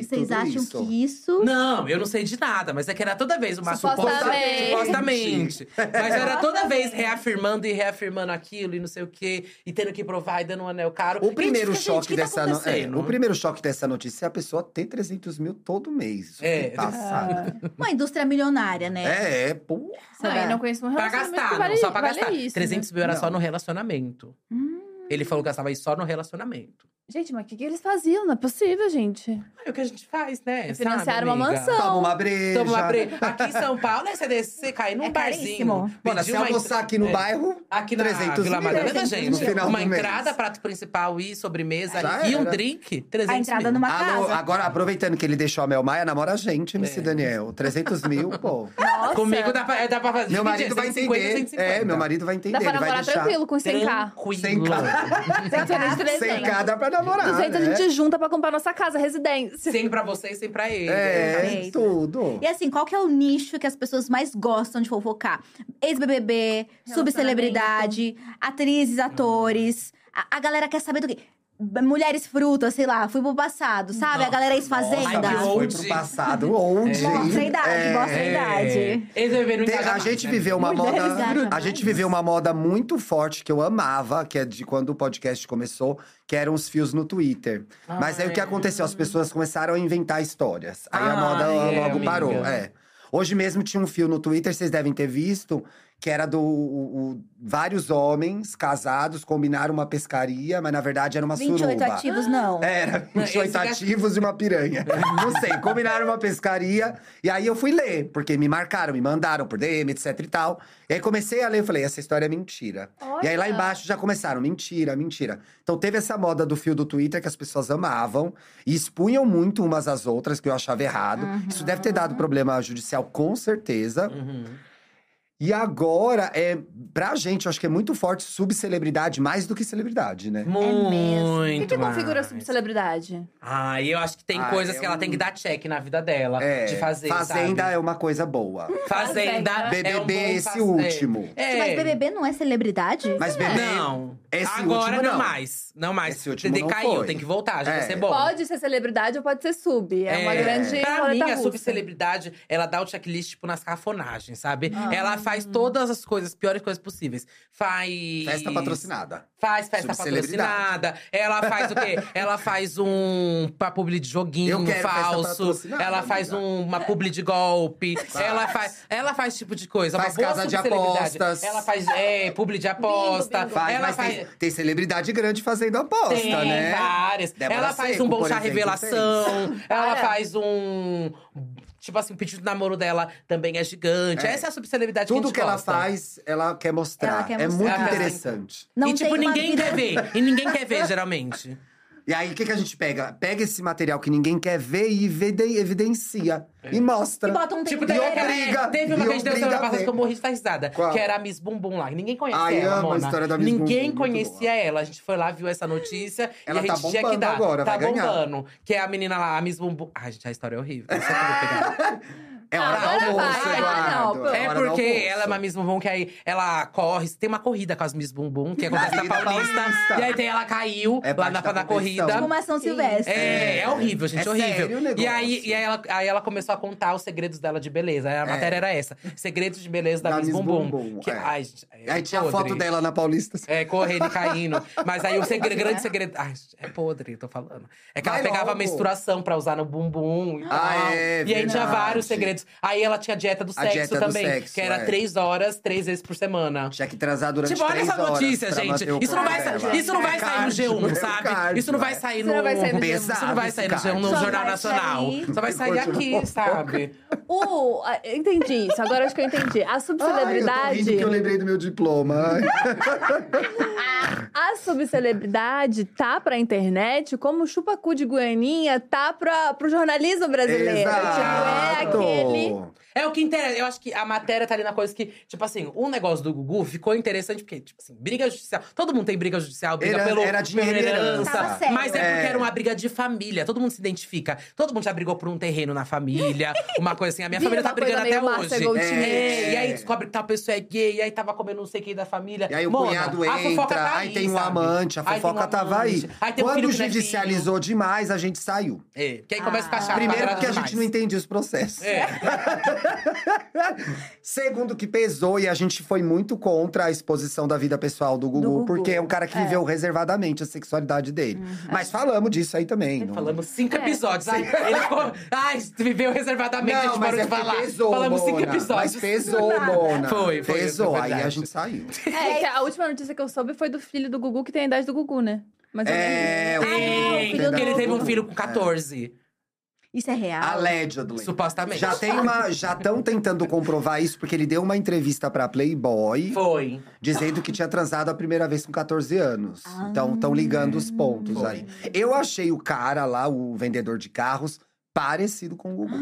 [SPEAKER 3] E vocês
[SPEAKER 2] tudo
[SPEAKER 3] acham
[SPEAKER 2] isso.
[SPEAKER 3] que isso.
[SPEAKER 4] Não, eu não sei de nada, mas é que era toda vez uma supostamente.
[SPEAKER 6] Supostamente.
[SPEAKER 4] supostamente. Mas era toda vez reafirmando e reafirmando aquilo e não sei o quê, e tendo que provar e dando um anel caro. E a
[SPEAKER 2] O
[SPEAKER 4] gente
[SPEAKER 2] primeiro
[SPEAKER 4] fica, gente,
[SPEAKER 2] choque
[SPEAKER 4] que tá
[SPEAKER 2] dessa no- é,
[SPEAKER 4] acontecendo?
[SPEAKER 2] o primeiro choque dessa notícia é a pessoa ter 300 mil todo mês. Isso
[SPEAKER 4] É.
[SPEAKER 2] tem que passar.
[SPEAKER 3] Uma indústria milionária, né?
[SPEAKER 2] É, é, pô.
[SPEAKER 6] Não,
[SPEAKER 3] Será?
[SPEAKER 6] eu não conheço um
[SPEAKER 4] Pra
[SPEAKER 6] relacionamento
[SPEAKER 4] gastar,
[SPEAKER 6] que
[SPEAKER 4] não,
[SPEAKER 6] vale,
[SPEAKER 4] Tá só pra
[SPEAKER 6] vale
[SPEAKER 4] gastar.
[SPEAKER 6] isso, né?
[SPEAKER 4] 300 mil era só
[SPEAKER 2] Não.
[SPEAKER 4] no relacionamento.
[SPEAKER 3] Hum.
[SPEAKER 4] Ele falou que gastava isso só no relacionamento.
[SPEAKER 1] Gente, mas o que, que eles faziam? Não é possível, gente.
[SPEAKER 4] É o que a gente faz, né?
[SPEAKER 6] É
[SPEAKER 1] E financiaram
[SPEAKER 4] Sabe,
[SPEAKER 1] uma
[SPEAKER 4] amiga?
[SPEAKER 1] mansão.
[SPEAKER 2] Toma uma breja.
[SPEAKER 4] Toma uma breja. Aqui em São Paulo é CDC, cair num
[SPEAKER 3] É caríssimo.
[SPEAKER 4] barzinho.
[SPEAKER 2] Bora,
[SPEAKER 4] pedir
[SPEAKER 2] se
[SPEAKER 4] uma-
[SPEAKER 2] almoçar aqui no
[SPEAKER 4] é.
[SPEAKER 2] bairro,
[SPEAKER 4] Aqui na
[SPEAKER 2] 300
[SPEAKER 4] Vila
[SPEAKER 2] mil,
[SPEAKER 4] Madalena,
[SPEAKER 3] 300
[SPEAKER 4] gente.
[SPEAKER 2] no final
[SPEAKER 4] uma
[SPEAKER 2] do mês.
[SPEAKER 4] entrada, prato principal e sobremesa
[SPEAKER 2] Já
[SPEAKER 4] e um
[SPEAKER 2] era.
[SPEAKER 4] drink, 300
[SPEAKER 3] A entrada
[SPEAKER 4] mil.
[SPEAKER 3] numa
[SPEAKER 2] Alô,
[SPEAKER 3] casa.
[SPEAKER 2] agora, aproveitando que ele deixou a Mel Maia, namora a gente, MC
[SPEAKER 4] É.
[SPEAKER 2] Daniel. 300 mil, pô.
[SPEAKER 1] Nossa.
[SPEAKER 4] Comigo dá pra, é, dá pra fazer.
[SPEAKER 2] Meu marido
[SPEAKER 4] dividir,
[SPEAKER 2] vai
[SPEAKER 4] 150,
[SPEAKER 2] entender.
[SPEAKER 4] 150.
[SPEAKER 2] É, meu marido vai
[SPEAKER 6] Dá
[SPEAKER 2] entender.
[SPEAKER 6] pra
[SPEAKER 2] Ele vai
[SPEAKER 6] namorar
[SPEAKER 2] deixar.
[SPEAKER 6] tranquilo com 100k.
[SPEAKER 4] Tranquilo.
[SPEAKER 2] Sem cá. Sem cá dá pra namorar.
[SPEAKER 1] 200 a
[SPEAKER 2] né?
[SPEAKER 1] gente junta pra comprar nossa casa, residência.
[SPEAKER 4] Sem pra você e sem pra ele.
[SPEAKER 2] É,
[SPEAKER 3] Perfeito.
[SPEAKER 2] tudo.
[SPEAKER 3] E assim, qual que é o nicho que as pessoas mais gostam de fofocar? Ex-BBB, subcelebridade, atrizes, atores. A, a galera quer saber do quê? B- Mulheres frutas, sei lá, fui pro passado, sabe? A galera é
[SPEAKER 4] Nossa,
[SPEAKER 3] ex-fazenda.
[SPEAKER 4] que horror.
[SPEAKER 2] Foi
[SPEAKER 4] Old.
[SPEAKER 2] pro passado, old.
[SPEAKER 3] Mostra a idade,
[SPEAKER 2] É.
[SPEAKER 3] mostra a idade.
[SPEAKER 4] Eles devem não
[SPEAKER 2] Tem-
[SPEAKER 4] engajar
[SPEAKER 2] a
[SPEAKER 4] mais,
[SPEAKER 2] gente
[SPEAKER 4] né?
[SPEAKER 2] viveu uma
[SPEAKER 3] Mulheres engajam
[SPEAKER 2] moda. A
[SPEAKER 3] mais.
[SPEAKER 2] gente viveu uma moda muito forte que eu amava, que é de quando o podcast começou, que eram os fios no Twitter.
[SPEAKER 4] Ah,
[SPEAKER 2] Mas aí o que
[SPEAKER 4] Ai.
[SPEAKER 2] aconteceu? As pessoas começaram a inventar histórias. Aí
[SPEAKER 4] Ah,
[SPEAKER 2] a moda
[SPEAKER 4] é,
[SPEAKER 2] logo
[SPEAKER 4] amiga.
[SPEAKER 2] parou. É. Hoje mesmo tinha um fio no Twitter, vocês devem ter visto, que era do o- o- vários homens casados combinaram uma pescaria, mas na verdade era uma
[SPEAKER 3] 28
[SPEAKER 2] suruba.
[SPEAKER 3] ativos, não.
[SPEAKER 4] É.
[SPEAKER 2] Era,
[SPEAKER 4] esse É.
[SPEAKER 2] 28
[SPEAKER 4] gato-
[SPEAKER 2] ativos e uma piranha. Não sei, combinaram uma pescaria. E aí eu fui ler, porque me marcaram, me mandaram por DM, etc e tal. E aí comecei a ler e falei, essa história é mentira. E aí lá
[SPEAKER 6] Olha.
[SPEAKER 2] embaixo já começaram, mentira, mentira. Então teve essa moda do fio do Twitter que as pessoas amavam. E expunham muito umas às outras, que eu achava errado. Isso deve ter dado problema judicial, com certeza.
[SPEAKER 4] Uhum.
[SPEAKER 2] E agora, é, pra gente, eu acho que é muito forte subcelebridade, mais do que celebridade, né?
[SPEAKER 4] Muito.
[SPEAKER 1] O que, que configura
[SPEAKER 4] mais.
[SPEAKER 1] subcelebridade?
[SPEAKER 4] Ah, eu acho que tem
[SPEAKER 2] Ah,
[SPEAKER 4] coisas
[SPEAKER 2] é
[SPEAKER 4] que ela
[SPEAKER 2] um-
[SPEAKER 4] tem que dar check na vida dela.
[SPEAKER 2] É,
[SPEAKER 4] de fazer.
[SPEAKER 2] Fazenda
[SPEAKER 4] sabe?
[SPEAKER 2] é uma coisa boa.
[SPEAKER 4] Fazenda. é um
[SPEAKER 2] BBB
[SPEAKER 4] bom
[SPEAKER 2] é
[SPEAKER 4] faz-
[SPEAKER 2] esse
[SPEAKER 4] é.
[SPEAKER 2] último.
[SPEAKER 4] É.
[SPEAKER 3] Mas BBB não é celebridade?
[SPEAKER 2] Mas
[SPEAKER 1] É.
[SPEAKER 2] BBB,
[SPEAKER 4] Não.
[SPEAKER 2] Esse
[SPEAKER 4] Agora
[SPEAKER 2] último,
[SPEAKER 4] não
[SPEAKER 2] não.
[SPEAKER 4] mais. Não mais.
[SPEAKER 2] Esse último
[SPEAKER 4] Você
[SPEAKER 2] não
[SPEAKER 4] decaiu,
[SPEAKER 2] foi.
[SPEAKER 4] tem que voltar, já
[SPEAKER 2] É.
[SPEAKER 4] vai ser bom.
[SPEAKER 1] Pode ser celebridade ou pode ser sub. É, uma
[SPEAKER 4] É.
[SPEAKER 1] grande
[SPEAKER 4] Pra mim,
[SPEAKER 1] roleta
[SPEAKER 4] a
[SPEAKER 1] russa.
[SPEAKER 4] subcelebridade, ela dá o checklist, tipo, nas cafonagens, sabe?
[SPEAKER 1] Ah.
[SPEAKER 4] Ela faz todas as coisas, piores coisas possíveis. Faz…
[SPEAKER 2] é festa patrocinada.
[SPEAKER 4] Faz festa
[SPEAKER 2] Subcelebridade.
[SPEAKER 4] patrocinada. Ela faz o quê? ela faz um… Pra publi de joguinho
[SPEAKER 2] Eu quero festa
[SPEAKER 4] falso.
[SPEAKER 2] patrocinada,
[SPEAKER 4] Ela faz
[SPEAKER 2] amiga.
[SPEAKER 4] um- uma publi de golpe. ela, faz, ela faz tipo de coisa.
[SPEAKER 2] Faz
[SPEAKER 4] Uma boa
[SPEAKER 2] casa de
[SPEAKER 4] subcelebridade.
[SPEAKER 2] apostas.
[SPEAKER 4] Ela faz é, publi de aposta.
[SPEAKER 6] bingo.
[SPEAKER 2] Faz,
[SPEAKER 4] ela
[SPEAKER 2] mas
[SPEAKER 4] faz…
[SPEAKER 2] Tem, tem celebridade grande fazendo aposta,
[SPEAKER 4] Tem
[SPEAKER 2] né?
[SPEAKER 4] várias.
[SPEAKER 2] Débora
[SPEAKER 4] ela faz
[SPEAKER 2] Seco,
[SPEAKER 4] um bom
[SPEAKER 2] por
[SPEAKER 4] chá
[SPEAKER 2] exemplo,
[SPEAKER 4] revelação. Ela
[SPEAKER 3] Ah, é?
[SPEAKER 1] Cara.
[SPEAKER 4] faz um. Tipo assim, o pedido de namoro dela também é gigante.
[SPEAKER 2] É.
[SPEAKER 4] Essa é a subcelebridade que a
[SPEAKER 2] Tudo
[SPEAKER 4] gente
[SPEAKER 2] que ela
[SPEAKER 4] gosta.
[SPEAKER 2] faz, ela quer mostrar.
[SPEAKER 3] Ela quer
[SPEAKER 2] É
[SPEAKER 3] mostrar.
[SPEAKER 2] muito
[SPEAKER 4] Ela quer
[SPEAKER 2] interessante.
[SPEAKER 3] Não
[SPEAKER 4] e tipo,
[SPEAKER 3] tem uma
[SPEAKER 4] ninguém
[SPEAKER 3] vida-
[SPEAKER 4] quer ver. E ninguém quer ver, geralmente.
[SPEAKER 2] E aí, o que, que a gente pega? Pega esse material que ninguém quer ver e evide- evidencia.
[SPEAKER 4] É.
[SPEAKER 2] E mostra.
[SPEAKER 3] E bota um
[SPEAKER 4] tipo,
[SPEAKER 3] tempo.
[SPEAKER 4] teve,
[SPEAKER 2] E
[SPEAKER 4] aquela-
[SPEAKER 2] obriga,
[SPEAKER 4] teve uma
[SPEAKER 2] e
[SPEAKER 4] que a gente deu
[SPEAKER 2] obriga
[SPEAKER 4] semana
[SPEAKER 2] a
[SPEAKER 4] passada
[SPEAKER 2] ver.
[SPEAKER 4] que eu morri de dar risada.
[SPEAKER 2] Qual?
[SPEAKER 4] Que era a Miss Bumbum lá. que Ninguém conhece
[SPEAKER 2] Ai,
[SPEAKER 4] ela,
[SPEAKER 2] amo a
[SPEAKER 4] Mona.
[SPEAKER 2] história da Miss
[SPEAKER 4] Ninguém
[SPEAKER 2] Bumbum, muito
[SPEAKER 4] conhecia ela. A gente foi lá, viu essa notícia.
[SPEAKER 2] Ela
[SPEAKER 4] e a
[SPEAKER 2] tá
[SPEAKER 4] gente tinha que
[SPEAKER 2] bombando
[SPEAKER 4] dar.
[SPEAKER 2] agora,
[SPEAKER 4] tá
[SPEAKER 2] vai ganhar.
[SPEAKER 4] bombando. Que é a menina lá, a Miss Bumbum… Ai, gente, a história é horrível. Eu sei que eu vou pegar.
[SPEAKER 2] É hora do
[SPEAKER 1] Agora
[SPEAKER 2] almoço,
[SPEAKER 1] vai. Ah, não,
[SPEAKER 2] Eduardo.
[SPEAKER 1] pô.
[SPEAKER 4] É
[SPEAKER 2] hora do
[SPEAKER 4] porque
[SPEAKER 2] almoço.
[SPEAKER 4] ela é uma Miss Bumbum que aí ela corre, tem uma corrida com as Miss Bumbum, que acontece na
[SPEAKER 2] Corrida
[SPEAKER 4] Paulista.
[SPEAKER 2] Paulista.
[SPEAKER 4] E aí tem ela caiu
[SPEAKER 2] É
[SPEAKER 4] lá na,
[SPEAKER 2] parte da
[SPEAKER 4] na
[SPEAKER 2] competição.
[SPEAKER 4] corrida.
[SPEAKER 3] Como uma São Silvestre.
[SPEAKER 4] É, é horrível, gente,
[SPEAKER 2] É
[SPEAKER 4] horrível.
[SPEAKER 2] sério o negócio.
[SPEAKER 4] e aí, e aí, ela, aí ela começou a contar os segredos dela de beleza. Aí A matéria era essa: Segredos de beleza da, Miss Bumbum. que,
[SPEAKER 2] é.
[SPEAKER 4] ai, gente, é
[SPEAKER 2] Aí tinha a
[SPEAKER 4] podre.
[SPEAKER 2] foto dela na Paulista. assim.
[SPEAKER 4] É, correndo e caindo. Mas aí o segredo, grande segredo. Ai, gente, é podre, tô falando. É que ela
[SPEAKER 2] Vai
[SPEAKER 4] pegava a
[SPEAKER 2] logo.
[SPEAKER 4] menstruação pra usar no bumbum e tal.
[SPEAKER 2] Ah, é,
[SPEAKER 4] e aí tinha
[SPEAKER 2] verdade.
[SPEAKER 4] vários segredos. Aí ela tinha a dieta do
[SPEAKER 2] A
[SPEAKER 4] sexo
[SPEAKER 2] dieta do
[SPEAKER 4] também,
[SPEAKER 2] sexo,
[SPEAKER 4] que era
[SPEAKER 2] é.
[SPEAKER 4] três horas, três vezes por semana.
[SPEAKER 2] Tinha que transar durante
[SPEAKER 4] Tipo, olha
[SPEAKER 2] três
[SPEAKER 4] essa
[SPEAKER 2] horas
[SPEAKER 4] notícia,
[SPEAKER 2] pra
[SPEAKER 4] gente.
[SPEAKER 2] manter o
[SPEAKER 4] Isso não, vai,
[SPEAKER 2] corpo
[SPEAKER 4] sa-
[SPEAKER 2] dela.
[SPEAKER 4] isso não vai sair no
[SPEAKER 2] Cardio,
[SPEAKER 4] G1,
[SPEAKER 2] é o
[SPEAKER 4] sabe?
[SPEAKER 2] cardio,
[SPEAKER 4] isso não vai
[SPEAKER 2] é.
[SPEAKER 4] sair
[SPEAKER 1] Isso
[SPEAKER 4] no. um,
[SPEAKER 1] não vai sair no G1.
[SPEAKER 2] Pesado,
[SPEAKER 4] Isso não vai sair no
[SPEAKER 2] cardio.
[SPEAKER 4] G1, no
[SPEAKER 3] Só
[SPEAKER 4] Jornal
[SPEAKER 3] vai
[SPEAKER 4] Nacional.
[SPEAKER 3] sair-
[SPEAKER 4] Só vai sair aqui, sabe?
[SPEAKER 1] O, Uh, a- entendi isso, agora acho que eu entendi. A
[SPEAKER 2] Ai, eu tô rindo
[SPEAKER 1] subcelebridade.
[SPEAKER 2] que eu lembrei do meu diploma. Ai.
[SPEAKER 1] a sobre celebridade tá pra internet, como o chupacu de Guianinha tá pra, pro jornalismo brasileiro.
[SPEAKER 2] Exato.
[SPEAKER 1] Tipo, é aquele.
[SPEAKER 4] É o que interessa. Eu acho que a matéria tá ali na coisa que, tipo assim, o negócio do Gugu ficou interessante porque, tipo assim, briga judicial. Todo mundo tem briga judicial, briga
[SPEAKER 2] Era-
[SPEAKER 4] pelo,
[SPEAKER 2] era de
[SPEAKER 4] pela
[SPEAKER 2] herança.
[SPEAKER 3] Tava certo.
[SPEAKER 4] Mas é
[SPEAKER 2] É.
[SPEAKER 4] porque era uma briga de família. Todo mundo se identifica. Todo mundo já brigou por um terreno na família. Uma coisa assim. A minha
[SPEAKER 1] Vira
[SPEAKER 4] família tá
[SPEAKER 1] uma coisa
[SPEAKER 4] brigando até
[SPEAKER 1] meio Márcia
[SPEAKER 4] hoje.
[SPEAKER 1] Goldsmith.
[SPEAKER 4] É, e aí
[SPEAKER 2] É.
[SPEAKER 4] descobre que tal pessoa é gay, e aí tava comendo não sei quem da família.
[SPEAKER 2] E aí o
[SPEAKER 4] Mona,
[SPEAKER 2] cunhado
[SPEAKER 4] a
[SPEAKER 2] entra,
[SPEAKER 4] fofoca tá
[SPEAKER 2] aí,
[SPEAKER 4] aí,
[SPEAKER 2] tem um
[SPEAKER 4] sabe?
[SPEAKER 2] amante, a
[SPEAKER 4] Aí tem um
[SPEAKER 2] fofoca tava aí.
[SPEAKER 4] amante. Aí tem um filho
[SPEAKER 2] Quando
[SPEAKER 4] com netinho.
[SPEAKER 2] judicializou demais, a gente saiu.
[SPEAKER 4] É, que aí começa a ficar
[SPEAKER 3] Ah.
[SPEAKER 4] chato.
[SPEAKER 2] Primeiro,
[SPEAKER 4] quadrado
[SPEAKER 2] porque a gente não
[SPEAKER 4] demais.
[SPEAKER 2] entendia os processos.
[SPEAKER 4] É,
[SPEAKER 2] Segundo, que pesou e a gente foi muito contra a exposição da vida pessoal do Gugu,
[SPEAKER 3] Do Gugu.
[SPEAKER 2] porque é Uhum. um cara que viveu reservadamente a sexualidade dele. Mas falamos disso aí também. não-
[SPEAKER 4] É,
[SPEAKER 2] é,
[SPEAKER 4] falamos cinco episódios. Ai, ele ficou. Ai, viveu reservadamente, a
[SPEAKER 2] Não,
[SPEAKER 4] gente
[SPEAKER 2] mas
[SPEAKER 4] parou
[SPEAKER 2] é
[SPEAKER 4] de
[SPEAKER 2] porque
[SPEAKER 4] falar.
[SPEAKER 2] pesou,
[SPEAKER 4] falamos cinco
[SPEAKER 2] Mona.
[SPEAKER 4] episódios.
[SPEAKER 2] Mas pesou, Mona.
[SPEAKER 4] Foi, foi,
[SPEAKER 2] Pesou,
[SPEAKER 4] foi
[SPEAKER 2] aí
[SPEAKER 4] verdade.
[SPEAKER 2] a gente saiu.
[SPEAKER 1] É, que a última notícia que eu soube foi do filho do Gugu, que tem a idade do Gugu, né? Mas
[SPEAKER 2] É,
[SPEAKER 4] Ah,
[SPEAKER 2] o
[SPEAKER 4] Tem,
[SPEAKER 3] filho
[SPEAKER 4] porque ele
[SPEAKER 3] do-
[SPEAKER 4] teve um filho
[SPEAKER 2] É.
[SPEAKER 4] com 14,
[SPEAKER 3] Isso é real.
[SPEAKER 4] Ah,
[SPEAKER 2] allegedly.
[SPEAKER 4] supostamente.
[SPEAKER 2] Já tem uma, já estão tentando comprovar isso porque ele deu uma entrevista pra Playboy
[SPEAKER 4] Foi.
[SPEAKER 2] dizendo que tinha transado a primeira vez com 14 anos.
[SPEAKER 3] Ah.
[SPEAKER 2] Então estão ligando os pontos
[SPEAKER 4] Foi.
[SPEAKER 2] aí. Eu achei o cara lá, o vendedor de carros, parecido com o Gugu.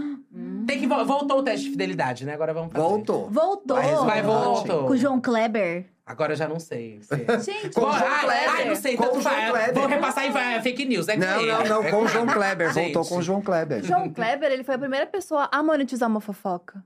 [SPEAKER 4] Tem que vo- voltou o teste de fidelidade, né? Agora vamos fazer.
[SPEAKER 2] Voltou.
[SPEAKER 3] Voltou.
[SPEAKER 2] Mas
[SPEAKER 4] Vai, voltou.
[SPEAKER 3] Com o João Kleber.
[SPEAKER 4] Agora eu já não sei. se-
[SPEAKER 3] Gente,
[SPEAKER 2] Com
[SPEAKER 4] Bom,
[SPEAKER 2] o João
[SPEAKER 4] ai,
[SPEAKER 2] Kleber.
[SPEAKER 4] ai, não sei,
[SPEAKER 2] Com
[SPEAKER 4] tanto
[SPEAKER 2] o João
[SPEAKER 4] faz.
[SPEAKER 2] Kleber.
[SPEAKER 4] Vou repassar em vai- fake news, é
[SPEAKER 2] Não,
[SPEAKER 4] cliente.
[SPEAKER 2] não, não, com o João Kleber.
[SPEAKER 4] Gente.
[SPEAKER 2] Voltou com o João Kleber.
[SPEAKER 1] João Kleber, ele foi a primeira pessoa a monetizar uma fofoca.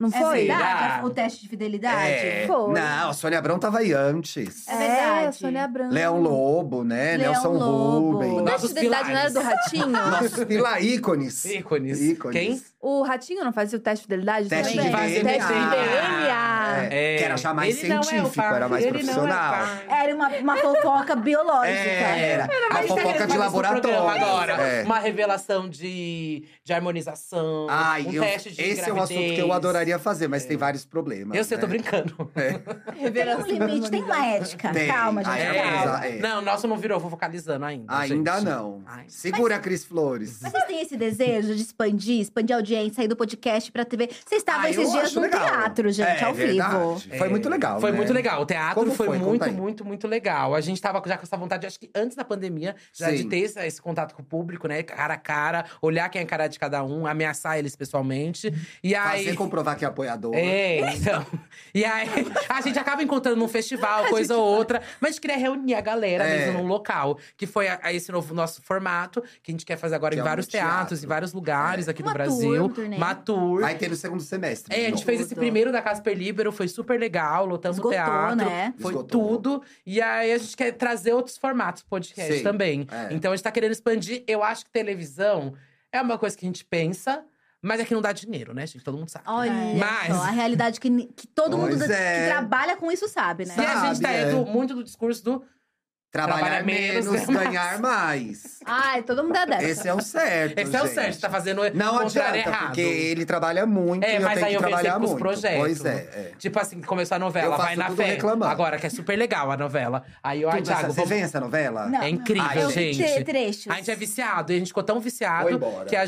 [SPEAKER 1] Não
[SPEAKER 3] é
[SPEAKER 1] foi?
[SPEAKER 3] verdade?
[SPEAKER 4] Ah.
[SPEAKER 3] O teste de fidelidade?
[SPEAKER 2] É.
[SPEAKER 1] Foi.
[SPEAKER 2] Não, Sônia Abrão tava aí antes.
[SPEAKER 3] É verdade.
[SPEAKER 1] É, Sônia Abrão.
[SPEAKER 2] Leão Lobo, né?
[SPEAKER 3] Leão
[SPEAKER 2] Nelson
[SPEAKER 3] Lobo.
[SPEAKER 1] O
[SPEAKER 2] Rubens.
[SPEAKER 4] Nossos
[SPEAKER 1] teste de fidelidade não era
[SPEAKER 4] pilares.
[SPEAKER 1] do Ratinho?
[SPEAKER 2] Nossos pila ícones.
[SPEAKER 4] Ícones.
[SPEAKER 2] Ícones.
[SPEAKER 4] Quem?
[SPEAKER 1] O Ratinho não fazia o teste de fidelidade
[SPEAKER 2] Teste
[SPEAKER 1] também?
[SPEAKER 2] de
[SPEAKER 1] Teste
[SPEAKER 2] DNA.
[SPEAKER 4] Ah,
[SPEAKER 1] DNA.
[SPEAKER 2] É, que era já mais
[SPEAKER 4] Ele não é o
[SPEAKER 2] científico,
[SPEAKER 4] pai,
[SPEAKER 2] era mais
[SPEAKER 4] ele não é o
[SPEAKER 2] profissional.
[SPEAKER 4] pai.
[SPEAKER 3] Era uma, uma fofoca biológica.
[SPEAKER 2] É, era.
[SPEAKER 4] Mas
[SPEAKER 2] A
[SPEAKER 4] tá
[SPEAKER 2] fofoca de
[SPEAKER 4] querendo fazer isso no
[SPEAKER 2] laboratório.
[SPEAKER 4] programa Agora,
[SPEAKER 2] É.
[SPEAKER 4] Uma revelação de, de harmonização,
[SPEAKER 2] Ai,
[SPEAKER 4] um
[SPEAKER 2] eu-
[SPEAKER 4] teste de
[SPEAKER 2] esse é um assunto que eu
[SPEAKER 4] gravidez. É.
[SPEAKER 2] adoraria É, fazer, mas tem vários problemas. né?
[SPEAKER 4] Eu sei, eu tô brincando.
[SPEAKER 3] Tem um limite, tem uma ética.
[SPEAKER 2] Tem.
[SPEAKER 3] Calma, gente.
[SPEAKER 2] Ai,
[SPEAKER 4] É.
[SPEAKER 3] calma.
[SPEAKER 2] Exato, é.
[SPEAKER 4] Não, o nosso não virou, vou focalizando ainda.
[SPEAKER 2] Ainda
[SPEAKER 4] gente.
[SPEAKER 2] não.
[SPEAKER 4] Ai. é.
[SPEAKER 2] Segura, Cris Flores.
[SPEAKER 3] Mas vocês têm esse desejo de expandir, expandir a audiência, sair do podcast pra TV? Vocês estavam
[SPEAKER 2] Ah,
[SPEAKER 3] Tá, esses
[SPEAKER 2] eu
[SPEAKER 3] dias
[SPEAKER 2] acho
[SPEAKER 3] no
[SPEAKER 2] legal.
[SPEAKER 3] teatro, gente,
[SPEAKER 2] É,
[SPEAKER 3] ao
[SPEAKER 2] verdade.
[SPEAKER 3] vivo.
[SPEAKER 2] Foi
[SPEAKER 4] É,
[SPEAKER 2] muito legal,
[SPEAKER 4] Foi
[SPEAKER 2] né?
[SPEAKER 4] muito legal. O teatro
[SPEAKER 2] Como
[SPEAKER 4] foi,
[SPEAKER 2] foi? Conta
[SPEAKER 4] muito,
[SPEAKER 2] aí.
[SPEAKER 4] muito, muito legal. A gente tava já com essa vontade, acho que antes da pandemia, já de
[SPEAKER 2] Sim.
[SPEAKER 4] ter esse, esse contato com o público, né? Cara a cara, olhar quem é a cara de cada um, ameaçar eles pessoalmente. E aí.
[SPEAKER 2] Fazer comprovar que é apoiador.
[SPEAKER 4] É, então. E aí, a gente acaba encontrando num festival, coisa ou outra. Mas a gente queria reunir a galera
[SPEAKER 2] É.
[SPEAKER 4] mesmo num local. Que foi a, a esse novo nosso formato, que a gente quer fazer agora
[SPEAKER 2] Que
[SPEAKER 4] em
[SPEAKER 2] é um
[SPEAKER 4] vários
[SPEAKER 2] teatro. É.
[SPEAKER 4] teatros, em vários lugares aqui
[SPEAKER 3] Uma
[SPEAKER 4] no
[SPEAKER 3] tour,
[SPEAKER 4] Brasil.
[SPEAKER 3] um turnê.
[SPEAKER 4] Uma tour.
[SPEAKER 2] Vai ter no segundo semestre.
[SPEAKER 4] É,
[SPEAKER 2] de
[SPEAKER 4] a gente
[SPEAKER 2] novo.
[SPEAKER 4] fez esse
[SPEAKER 3] Tudo.
[SPEAKER 4] primeiro da Casper Libero, foi super legal, lotamos
[SPEAKER 3] Esgotou,
[SPEAKER 4] o teatro.
[SPEAKER 3] né?
[SPEAKER 4] Foi
[SPEAKER 2] Esgotou.
[SPEAKER 4] tudo. E aí a gente quer trazer outros formatos pro podcast
[SPEAKER 2] Sim,
[SPEAKER 4] também.
[SPEAKER 2] é.
[SPEAKER 4] Então a gente tá querendo expandir. Eu acho que televisão é uma coisa que a gente pensa, mas é que não dá dinheiro, né, gente? Todo mundo sabe.
[SPEAKER 3] Olha
[SPEAKER 4] Mas-
[SPEAKER 3] só, a realidade que, ni- que todo mundo
[SPEAKER 2] Pois
[SPEAKER 3] da-
[SPEAKER 2] é.
[SPEAKER 3] que trabalha com isso sabe, né?
[SPEAKER 4] E a gente
[SPEAKER 2] Sabe,
[SPEAKER 4] tá
[SPEAKER 2] é.
[SPEAKER 4] indo muito do discurso do.
[SPEAKER 2] Trabalhar,
[SPEAKER 4] Trabalhar menos, né?
[SPEAKER 2] menos,
[SPEAKER 4] ganhar
[SPEAKER 2] ganhar mais.
[SPEAKER 1] Ai, todo mundo é dessa.
[SPEAKER 2] Esse é o certo.
[SPEAKER 4] Esse é o
[SPEAKER 2] gente.
[SPEAKER 4] certo, tá fazendo
[SPEAKER 2] Não
[SPEAKER 4] o contrário
[SPEAKER 2] adianta,
[SPEAKER 4] errado.
[SPEAKER 2] porque ele trabalha muito
[SPEAKER 4] É,
[SPEAKER 2] e eu
[SPEAKER 4] mas
[SPEAKER 2] tenho
[SPEAKER 4] aí
[SPEAKER 2] que
[SPEAKER 4] eu venho
[SPEAKER 2] trabalhar
[SPEAKER 4] sempre com os
[SPEAKER 2] muito.
[SPEAKER 4] projetos.
[SPEAKER 2] Pois é, é.
[SPEAKER 4] Tipo assim, começou a novela,
[SPEAKER 2] Eu faço
[SPEAKER 4] vai na
[SPEAKER 2] tudo
[SPEAKER 4] fé.
[SPEAKER 2] reclamando.
[SPEAKER 4] Agora, que é super legal a novela. Aí eu, ai,
[SPEAKER 2] Tudo essa-
[SPEAKER 4] Thiago,
[SPEAKER 2] Você
[SPEAKER 4] vamos...
[SPEAKER 2] vê essa novela?
[SPEAKER 3] Não.
[SPEAKER 4] É incrível,
[SPEAKER 2] Ai, eu
[SPEAKER 3] vi
[SPEAKER 4] gente.
[SPEAKER 3] tre- trechos.
[SPEAKER 4] A gente é viciado, e a gente ficou tão
[SPEAKER 2] Foi
[SPEAKER 4] viciado
[SPEAKER 2] embora.
[SPEAKER 4] que a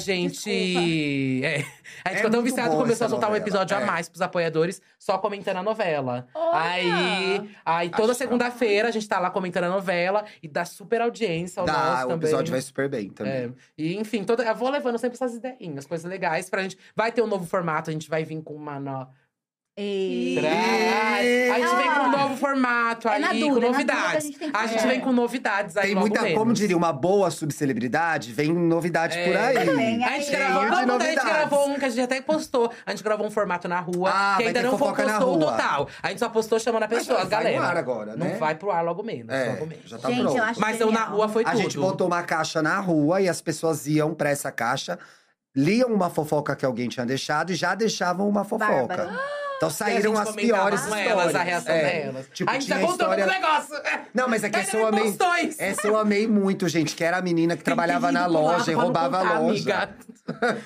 [SPEAKER 4] gente. É, a gente
[SPEAKER 2] É
[SPEAKER 4] ficou tão
[SPEAKER 2] muito
[SPEAKER 4] viciado que
[SPEAKER 2] boa
[SPEAKER 4] começou a
[SPEAKER 2] essa
[SPEAKER 4] soltar um
[SPEAKER 2] novela,
[SPEAKER 4] episódio a
[SPEAKER 2] é.
[SPEAKER 4] mais pros apoiadores, só comentando a novela.
[SPEAKER 1] Olha!
[SPEAKER 4] Aí, aí toda
[SPEAKER 2] Acho
[SPEAKER 4] segunda-feira a gente tá lá comentando a novela e dá super audiência ao nosso
[SPEAKER 2] Dá, o
[SPEAKER 4] também.
[SPEAKER 2] episódio vai super bem também.
[SPEAKER 4] É, e enfim, toda, eu vou levando sempre essas ideinhas, coisas legais pra gente. Vai ter um novo formato, a gente vai vir com uma. No...
[SPEAKER 3] E-
[SPEAKER 4] Tra- A gente vem com um novo formato
[SPEAKER 3] É
[SPEAKER 4] aí,
[SPEAKER 3] na
[SPEAKER 4] com
[SPEAKER 3] dúvida, na dúvida a
[SPEAKER 4] novidades.
[SPEAKER 3] gente tem que
[SPEAKER 4] A gente
[SPEAKER 3] fazer.
[SPEAKER 4] vem com novidades aí
[SPEAKER 2] Tem
[SPEAKER 4] logo
[SPEAKER 2] muita,
[SPEAKER 4] menos.
[SPEAKER 2] como diria, uma boa subcelebridade, vem novidade
[SPEAKER 4] É.
[SPEAKER 2] por aí.
[SPEAKER 3] Também,
[SPEAKER 4] A gente,
[SPEAKER 3] Cheio
[SPEAKER 4] gravou,
[SPEAKER 2] de
[SPEAKER 4] vamos contar, a gente
[SPEAKER 2] novidades.
[SPEAKER 4] gravou um que a gente até postou. A gente gravou um formato na rua,
[SPEAKER 2] Ah,
[SPEAKER 4] que
[SPEAKER 2] vai
[SPEAKER 4] ainda
[SPEAKER 2] ter
[SPEAKER 4] não
[SPEAKER 2] fofoca na
[SPEAKER 4] postou o
[SPEAKER 2] rua.
[SPEAKER 4] total. A gente só postou chamando a
[SPEAKER 2] Mas
[SPEAKER 4] pessoa,
[SPEAKER 2] já vai
[SPEAKER 4] galera.
[SPEAKER 2] no ar agora, né?
[SPEAKER 4] Não vai pro ar logo menos,
[SPEAKER 2] É,
[SPEAKER 4] logo menos.
[SPEAKER 2] já tá
[SPEAKER 3] Gente,
[SPEAKER 2] pronto.
[SPEAKER 3] eu acho é
[SPEAKER 4] Mas eu na
[SPEAKER 3] genial.
[SPEAKER 4] rua foi
[SPEAKER 2] a
[SPEAKER 4] tudo.
[SPEAKER 2] gente botou uma caixa na rua e as pessoas iam pra essa caixa, liam uma fofoca que alguém tinha deixado e já deixavam uma fofoca.
[SPEAKER 3] Bárbaro.
[SPEAKER 2] Então
[SPEAKER 4] E a gente
[SPEAKER 2] saíram as
[SPEAKER 4] comentava
[SPEAKER 2] piores
[SPEAKER 4] com
[SPEAKER 2] histórias.
[SPEAKER 4] elas, a reação
[SPEAKER 2] É,
[SPEAKER 4] delas.
[SPEAKER 2] Tipo,
[SPEAKER 4] a gente
[SPEAKER 2] tinha
[SPEAKER 4] já contou
[SPEAKER 2] história...
[SPEAKER 4] todo o negócio. É.
[SPEAKER 2] Não, mas é que
[SPEAKER 4] Ele
[SPEAKER 2] essa eu
[SPEAKER 4] me
[SPEAKER 2] amei.
[SPEAKER 4] postou isso.
[SPEAKER 2] Essa eu amei muito, gente, que era a menina que
[SPEAKER 4] Tem que
[SPEAKER 2] trabalhava
[SPEAKER 4] ir
[SPEAKER 2] na
[SPEAKER 4] pro lado
[SPEAKER 2] loja e
[SPEAKER 4] pra não
[SPEAKER 2] roubava
[SPEAKER 4] contar,
[SPEAKER 2] a loja.
[SPEAKER 4] amiga.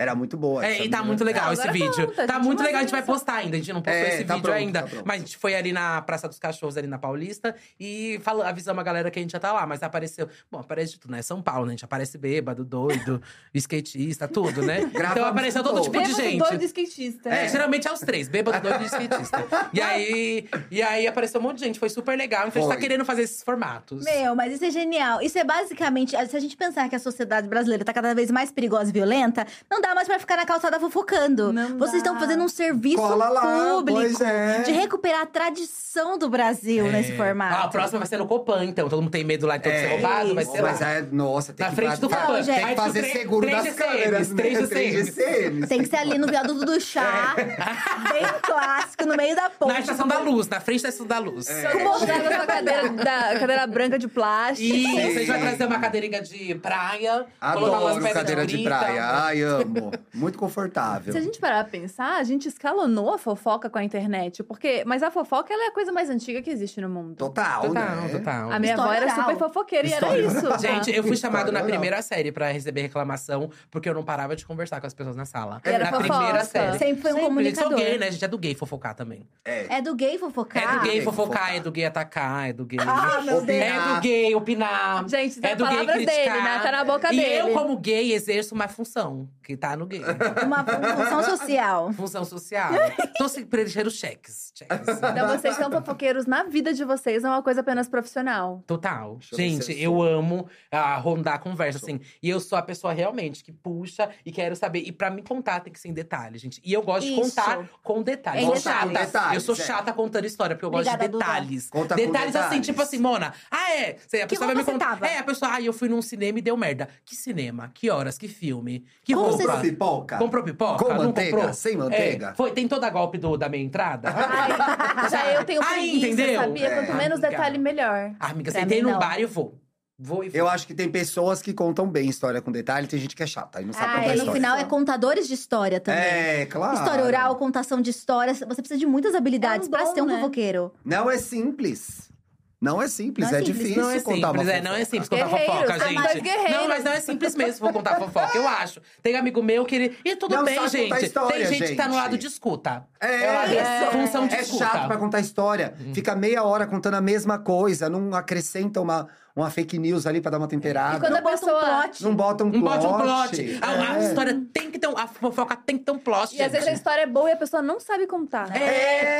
[SPEAKER 2] Era muito boa.
[SPEAKER 4] É,
[SPEAKER 2] essa
[SPEAKER 4] e tá
[SPEAKER 2] mina.
[SPEAKER 4] muito legal
[SPEAKER 1] Não,
[SPEAKER 4] esse
[SPEAKER 1] agora
[SPEAKER 4] vídeo.
[SPEAKER 1] conta, a
[SPEAKER 4] tá
[SPEAKER 1] gente
[SPEAKER 4] muito
[SPEAKER 1] manda
[SPEAKER 4] legal, a gente vai
[SPEAKER 1] isso.
[SPEAKER 4] postar ainda. A gente não postou
[SPEAKER 2] É,
[SPEAKER 4] esse
[SPEAKER 2] tá
[SPEAKER 4] vídeo
[SPEAKER 2] pronto,
[SPEAKER 4] ainda.
[SPEAKER 2] tá pronto.
[SPEAKER 4] mas a gente foi ali na Praça dos Cachorros, ali na Paulista, e fala, avisamos a galera que a gente já tá lá, mas apareceu. Bom, aparece de tudo, né? São Paulo, né? A gente aparece bêbado, doido, skatista, tudo, né? então
[SPEAKER 2] Gravamos
[SPEAKER 4] apareceu
[SPEAKER 2] tudo.
[SPEAKER 4] todo tipo de
[SPEAKER 6] Bêbado,
[SPEAKER 4] gente.
[SPEAKER 6] doido, skatista.
[SPEAKER 4] É, geralmente é os três, bêbado, doido e skatista. E aí, e aí apareceu um monte de gente, foi super legal. Então a gente tá
[SPEAKER 2] Foi.
[SPEAKER 4] querendo fazer esses formatos.
[SPEAKER 3] Meu, mas isso é genial. Isso é basicamente. Se a gente pensar que a sociedade brasileira tá cada vez mais perigosa e violenta, não dá mais pra ficar na calçada fofocando.
[SPEAKER 1] Não
[SPEAKER 3] Vocês
[SPEAKER 1] dá.
[SPEAKER 3] estão fazendo um serviço
[SPEAKER 2] Cola lá, pois
[SPEAKER 3] público
[SPEAKER 2] é.
[SPEAKER 3] de recuperar a tradição do Brasil nesse formato.
[SPEAKER 4] Ah, a próxima vai ser no Copan, então. Todo mundo tem medo lá, então, de
[SPEAKER 2] É,
[SPEAKER 4] ser roubado, vai ser lá.
[SPEAKER 2] Mas é, nossa, tem
[SPEAKER 4] Na
[SPEAKER 2] que
[SPEAKER 4] frente
[SPEAKER 2] fazer,
[SPEAKER 4] do
[SPEAKER 3] Não,
[SPEAKER 4] Copan.
[SPEAKER 3] gente.
[SPEAKER 2] tem que fazer
[SPEAKER 4] Três-
[SPEAKER 2] seguro
[SPEAKER 4] três
[SPEAKER 2] das
[SPEAKER 4] GCMs,
[SPEAKER 2] câmeras. né?
[SPEAKER 4] Três GCMs.
[SPEAKER 2] GCMs.
[SPEAKER 3] Tem que ser ali no viaduto do chá, bem clássico, no meio da ponte.
[SPEAKER 4] Na estação da luz, na frente da estação da luz.
[SPEAKER 2] É.
[SPEAKER 1] Como assim? usar a sua cadeira, da, cadeira branca de plástico.
[SPEAKER 4] E a gente vai
[SPEAKER 2] Sim.
[SPEAKER 4] trazer uma cadeirinha de praia. colocar umas né?
[SPEAKER 2] Adoro
[SPEAKER 4] pedras
[SPEAKER 2] cadeira de
[SPEAKER 4] bonita.
[SPEAKER 2] praia. Ah, Ai, amo. Muito confortável.
[SPEAKER 1] Se a gente parar pra pensar, a gente escalonou a fofoca com a internet. Porque, mas a fofoca ela é a coisa mais antiga que existe no mundo.
[SPEAKER 4] Então,
[SPEAKER 2] Total,
[SPEAKER 4] Total,
[SPEAKER 2] né?
[SPEAKER 4] total.
[SPEAKER 1] A minha avó
[SPEAKER 3] História
[SPEAKER 1] era
[SPEAKER 3] oral.
[SPEAKER 1] super fofoqueira e
[SPEAKER 2] História
[SPEAKER 1] era isso.
[SPEAKER 4] Gente, eu fui chamado na
[SPEAKER 2] Não, não.
[SPEAKER 4] primeira série pra receber reclamação, porque eu não parava de conversar com as pessoas na sala.
[SPEAKER 1] Era
[SPEAKER 4] na
[SPEAKER 1] fofoca.
[SPEAKER 4] primeira série.
[SPEAKER 3] Sempre foi um
[SPEAKER 4] A gente sou
[SPEAKER 3] comunicador.
[SPEAKER 4] gay, né? A gente é do gay fofocar também.
[SPEAKER 2] É.
[SPEAKER 3] É do gay fofocar.
[SPEAKER 4] É do gay
[SPEAKER 2] Ah.
[SPEAKER 4] fofocar, é do gay atacar, é do gay.
[SPEAKER 2] meu Deus.
[SPEAKER 4] É do gay opinar.
[SPEAKER 1] Gente, tem
[SPEAKER 4] É do gay
[SPEAKER 1] palavras dele,
[SPEAKER 4] criticar.
[SPEAKER 1] né? Tá na boca
[SPEAKER 4] e
[SPEAKER 1] dele.
[SPEAKER 4] eu, como gay, exerço uma função que tá no gay.
[SPEAKER 3] Uma função social.
[SPEAKER 4] Função social. Tô se preenchendo cheques. cheques.
[SPEAKER 1] Então vocês são fofoqueiros na vida de vocês, não é uma coisa apenas profissional.
[SPEAKER 4] Total.
[SPEAKER 2] Deixa eu ver se
[SPEAKER 4] Gente,
[SPEAKER 2] eu
[SPEAKER 4] eu,
[SPEAKER 2] sou.
[SPEAKER 4] amo ah, rondar a conversa,
[SPEAKER 2] Sou.
[SPEAKER 4] assim. E eu sou a pessoa realmente que puxa e quero saber. E pra me contar tem que ser em detalhe, gente. E eu gosto de
[SPEAKER 3] Isso.
[SPEAKER 4] contar com detalhes.
[SPEAKER 3] É
[SPEAKER 4] eu, sou
[SPEAKER 3] detalhes.
[SPEAKER 4] chata.
[SPEAKER 2] Detalhes,
[SPEAKER 4] eu sou
[SPEAKER 2] é.
[SPEAKER 4] chata contando história, porque eu
[SPEAKER 3] Obrigada,
[SPEAKER 4] gosto de
[SPEAKER 3] Duda.
[SPEAKER 4] detalhes.
[SPEAKER 2] Conta com
[SPEAKER 4] detalhes assim,
[SPEAKER 2] detalhes.
[SPEAKER 4] tipo assim, Mona. Ah, é. Cê- A
[SPEAKER 3] Que
[SPEAKER 4] pessoa vai me
[SPEAKER 3] roupa você
[SPEAKER 4] contar.
[SPEAKER 3] tava?
[SPEAKER 4] É, a pessoa, ah, eu fui num cinema e deu merda. Que cinema? Que horas? Que filme? Que
[SPEAKER 3] Como
[SPEAKER 4] roupa?
[SPEAKER 2] Comprou pipoca?
[SPEAKER 4] Comprou pipoca?
[SPEAKER 2] Com
[SPEAKER 4] Não
[SPEAKER 2] manteiga?
[SPEAKER 4] comprou?
[SPEAKER 2] Sem
[SPEAKER 4] É,
[SPEAKER 2] manteiga?
[SPEAKER 4] foi, tem toda a golpe do, da minha entrada?
[SPEAKER 1] Ai, já eu tenho
[SPEAKER 4] Ai,
[SPEAKER 1] preguiça,
[SPEAKER 4] entendeu?
[SPEAKER 1] sabia?
[SPEAKER 2] É,
[SPEAKER 1] Quanto menos
[SPEAKER 4] amiga.
[SPEAKER 1] detalhe, melhor.
[SPEAKER 4] Ah, amiga,
[SPEAKER 3] Pra
[SPEAKER 4] sentei
[SPEAKER 3] mim,
[SPEAKER 4] num
[SPEAKER 3] não.
[SPEAKER 4] bar e vou. Vou e vou.
[SPEAKER 2] Eu acho que tem pessoas que contam bem história com detalhe, tem gente que é chata e não sabe
[SPEAKER 3] Ah,
[SPEAKER 2] contar
[SPEAKER 3] e no
[SPEAKER 2] história.
[SPEAKER 3] final é contadores de história também.
[SPEAKER 2] É, claro.
[SPEAKER 3] História oral, contação de histórias. Você precisa de muitas habilidades
[SPEAKER 1] É um
[SPEAKER 3] pra
[SPEAKER 1] dom,
[SPEAKER 3] ser um
[SPEAKER 1] né?
[SPEAKER 3] fofoqueiro.
[SPEAKER 2] Não é simples. Não é simples,
[SPEAKER 3] Não é
[SPEAKER 2] é
[SPEAKER 3] simples,
[SPEAKER 2] difícil
[SPEAKER 4] Não é
[SPEAKER 2] contar
[SPEAKER 4] simples,
[SPEAKER 2] uma
[SPEAKER 4] é, não é
[SPEAKER 2] fofoca.
[SPEAKER 4] simples contar
[SPEAKER 1] Guerreiros,
[SPEAKER 4] fofoca,
[SPEAKER 1] são dois
[SPEAKER 4] gente.
[SPEAKER 1] guerreiros.
[SPEAKER 4] Não, mas não é simples mesmo vou contar fofoca, eu acho. Tem amigo meu que ele. E tudo
[SPEAKER 2] Não
[SPEAKER 4] bem,
[SPEAKER 2] sabe
[SPEAKER 4] gente.
[SPEAKER 2] contar história,
[SPEAKER 4] Tem gente, que tá no
[SPEAKER 2] gente.
[SPEAKER 4] lado de escuta.
[SPEAKER 2] É,
[SPEAKER 4] É, lado
[SPEAKER 1] é.
[SPEAKER 4] função de
[SPEAKER 2] É
[SPEAKER 4] escuta.
[SPEAKER 2] chato pra contar história. Fica meia hora contando a mesma coisa, não acrescenta uma, uma fake news ali pra dar uma
[SPEAKER 1] E
[SPEAKER 2] temperada.
[SPEAKER 1] quando a
[SPEAKER 3] Bota um
[SPEAKER 1] pessoa.
[SPEAKER 3] plot.
[SPEAKER 2] Não bota um
[SPEAKER 4] Não
[SPEAKER 2] plot.
[SPEAKER 4] pode um plot. A, a
[SPEAKER 2] É.
[SPEAKER 4] história tem que ter um. A fofoca tem que ter um plot.
[SPEAKER 1] E às vezes a história é boa e a pessoa não sabe contar.
[SPEAKER 4] É,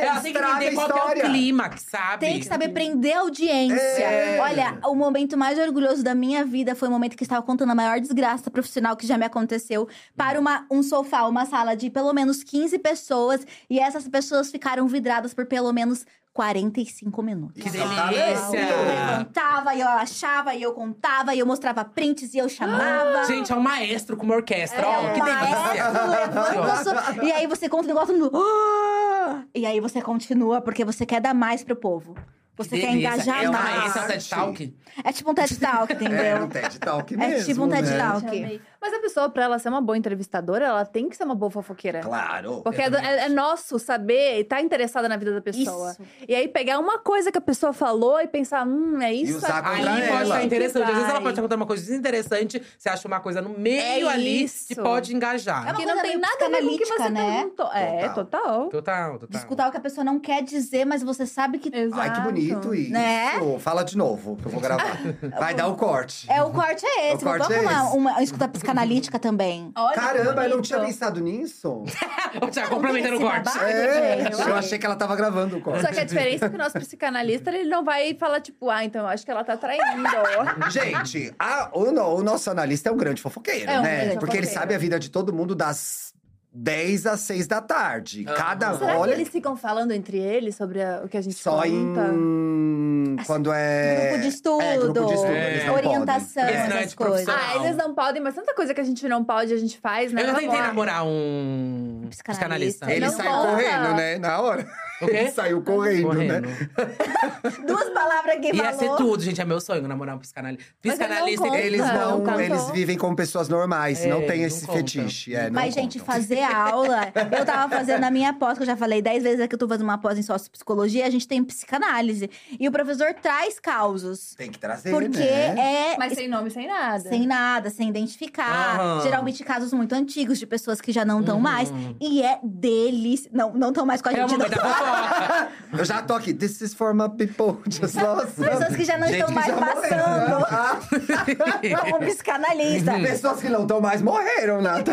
[SPEAKER 2] É,
[SPEAKER 4] ela tem que
[SPEAKER 2] estraga
[SPEAKER 4] entender
[SPEAKER 2] a
[SPEAKER 4] qual que é
[SPEAKER 2] história.
[SPEAKER 4] o clímax, sabe?
[SPEAKER 3] Tem que saber prender a audiência.
[SPEAKER 2] É.
[SPEAKER 3] Olha, o momento mais orgulhoso da minha vida foi o momento que eu estava contando a maior desgraça profissional que já me aconteceu para uma, um sofá, uma sala de pelo menos 15 pessoas. E essas pessoas ficaram vidradas por pelo menos 45 minutos.
[SPEAKER 4] Que
[SPEAKER 2] tá
[SPEAKER 4] É.
[SPEAKER 3] Eu
[SPEAKER 4] delícia!
[SPEAKER 3] levantava, e eu achava, e eu contava, e eu mostrava prints, e eu chamava.
[SPEAKER 4] Gente, é um maestro com uma orquestra.
[SPEAKER 3] É,
[SPEAKER 4] Ó, Ah, que
[SPEAKER 3] o maestro
[SPEAKER 4] delícia!
[SPEAKER 3] levanta a sua- E aí você conta o negócio no. Ah! E aí você continua, porque você quer dar mais pro povo. Você
[SPEAKER 4] Que
[SPEAKER 3] quer
[SPEAKER 4] delícia.
[SPEAKER 3] engajar
[SPEAKER 4] É uma
[SPEAKER 3] mais.
[SPEAKER 4] maestra TED Talk.
[SPEAKER 3] É tipo um TED Talk,
[SPEAKER 2] É, um
[SPEAKER 3] entendeu?
[SPEAKER 2] TED Talk
[SPEAKER 3] É
[SPEAKER 2] mesmo,
[SPEAKER 3] tipo um TED
[SPEAKER 2] né?
[SPEAKER 3] Talk.
[SPEAKER 6] Já
[SPEAKER 3] Ok.
[SPEAKER 6] amei.
[SPEAKER 1] Mas a pessoa, pra ela ser uma boa entrevistadora, ela tem que ser uma boa fofoqueira.
[SPEAKER 2] Claro.
[SPEAKER 1] Porque é, do- é- é nosso saber e tá interessada na vida da pessoa.
[SPEAKER 3] Isso.
[SPEAKER 1] E aí pegar uma coisa que a pessoa falou e pensar, hum, é isso.
[SPEAKER 2] usar
[SPEAKER 1] aqui.
[SPEAKER 4] Aí
[SPEAKER 2] Tá Pra
[SPEAKER 4] pode
[SPEAKER 2] ela.
[SPEAKER 4] estar interessante. Às vezes ela
[SPEAKER 1] Vai.
[SPEAKER 4] pode estar contando uma coisa desinteressante, você acha uma coisa no meio
[SPEAKER 1] É
[SPEAKER 4] ali que
[SPEAKER 1] isso.
[SPEAKER 4] pode engajar.
[SPEAKER 3] É uma
[SPEAKER 1] que não
[SPEAKER 3] coisa
[SPEAKER 1] tem
[SPEAKER 3] meio
[SPEAKER 1] nada a ver com o que você
[SPEAKER 3] psicanalítica, né?
[SPEAKER 1] perguntou. É,
[SPEAKER 2] Total.
[SPEAKER 1] total.
[SPEAKER 4] Total, total.
[SPEAKER 3] De escutar o que a pessoa não quer dizer, mas você sabe que
[SPEAKER 1] Exato.
[SPEAKER 2] Ai, que bonito isso.
[SPEAKER 3] Né?
[SPEAKER 2] Fala de novo, que eu vou gravar. Vai dar o corte.
[SPEAKER 3] É, o corte é esse.
[SPEAKER 2] O corte
[SPEAKER 3] Vamos
[SPEAKER 2] é
[SPEAKER 3] uma,
[SPEAKER 2] esse.
[SPEAKER 3] uma escuta psicanalítica também.
[SPEAKER 1] Olha que
[SPEAKER 2] Caramba, eu não
[SPEAKER 1] bonito.
[SPEAKER 2] tinha pensado nisso.
[SPEAKER 4] Ô, Tiago, Tá complementando o
[SPEAKER 1] tá
[SPEAKER 4] corte.
[SPEAKER 3] Esse babado,
[SPEAKER 2] É,
[SPEAKER 3] gente.
[SPEAKER 2] eu achei que ela tava gravando o corte.
[SPEAKER 1] Só que a diferença é que o nosso psicanalista, ele não vai falar, tipo, ah, então eu acho que ela tá traindo.
[SPEAKER 2] Gente, a- o, no- o nosso analista é um grande fofoqueiro,
[SPEAKER 1] É um
[SPEAKER 2] né?
[SPEAKER 1] grande
[SPEAKER 2] Porque ele
[SPEAKER 1] fofoqueiro.
[SPEAKER 2] sabe a vida de todo mundo das 10 às 6 da tarde.
[SPEAKER 4] Ah.
[SPEAKER 2] Cada
[SPEAKER 1] Será
[SPEAKER 2] olha
[SPEAKER 1] que eles ficam falando entre eles sobre a- o que a gente
[SPEAKER 2] só
[SPEAKER 1] conta?
[SPEAKER 2] em quando é
[SPEAKER 3] Assim, Grupo de estudo,
[SPEAKER 2] é, grupo de estudo,
[SPEAKER 4] eles não
[SPEAKER 3] orientação,
[SPEAKER 4] podem. Esse não é
[SPEAKER 3] essas
[SPEAKER 4] de
[SPEAKER 3] coisas.
[SPEAKER 4] profissional.
[SPEAKER 1] Ah, eles não podem, mas tanta coisa que a gente não pode, a gente faz, né?
[SPEAKER 4] Eu já
[SPEAKER 1] Vamos
[SPEAKER 4] tentei
[SPEAKER 1] lá.
[SPEAKER 4] namorar um
[SPEAKER 3] Psicanalista.
[SPEAKER 4] psicanalista.
[SPEAKER 2] Ele
[SPEAKER 1] Não
[SPEAKER 2] sai
[SPEAKER 1] conta.
[SPEAKER 2] correndo, né? Na hora.
[SPEAKER 1] é
[SPEAKER 4] O quê?
[SPEAKER 2] Saiu correndo,
[SPEAKER 4] Correndo.
[SPEAKER 2] né?
[SPEAKER 3] Duas palavras que
[SPEAKER 4] Ia ser
[SPEAKER 3] falou.
[SPEAKER 4] tudo, gente. É meu sonho, namorar um psicanalista.
[SPEAKER 1] Mas ele não
[SPEAKER 4] Psicanalista
[SPEAKER 1] conta.
[SPEAKER 2] Eles
[SPEAKER 1] Não,
[SPEAKER 2] não,
[SPEAKER 1] cantou.
[SPEAKER 2] eles vivem como pessoas normais,
[SPEAKER 4] É,
[SPEAKER 2] não tem
[SPEAKER 4] não
[SPEAKER 2] esse
[SPEAKER 4] conta.
[SPEAKER 2] fetiche. é, não
[SPEAKER 3] Mas, gente,
[SPEAKER 2] contam.
[SPEAKER 3] fazer aula. Eu tava fazendo a minha pós, que eu já falei dez vezes aqui, eu tô fazendo uma pós em sociopsicologia, a gente tem psicanálise. E o professor traz causos.
[SPEAKER 2] Tem que trazer,
[SPEAKER 3] Porque
[SPEAKER 2] né?
[SPEAKER 3] é
[SPEAKER 1] Mas sem nome, sem nada.
[SPEAKER 3] sem nada, sem identificar.
[SPEAKER 4] Uhum. Aham.
[SPEAKER 3] Geralmente casos muito antigos, de pessoas que já não estão
[SPEAKER 4] Uhum.
[SPEAKER 3] mais. E é delícia. Não, não estão mais com a
[SPEAKER 4] É o
[SPEAKER 3] gente.
[SPEAKER 4] momento
[SPEAKER 3] não.
[SPEAKER 4] da fofoca.
[SPEAKER 2] Eu já tô aqui. This is for my people. Just nossa.
[SPEAKER 3] é- Pessoas que já não
[SPEAKER 4] Gente
[SPEAKER 3] estão
[SPEAKER 4] que
[SPEAKER 3] mais
[SPEAKER 4] já
[SPEAKER 3] passando.
[SPEAKER 2] né? Ah,
[SPEAKER 3] Um psicanalista.
[SPEAKER 4] Uhum.
[SPEAKER 2] pessoas que não estão mais morreram, Nata.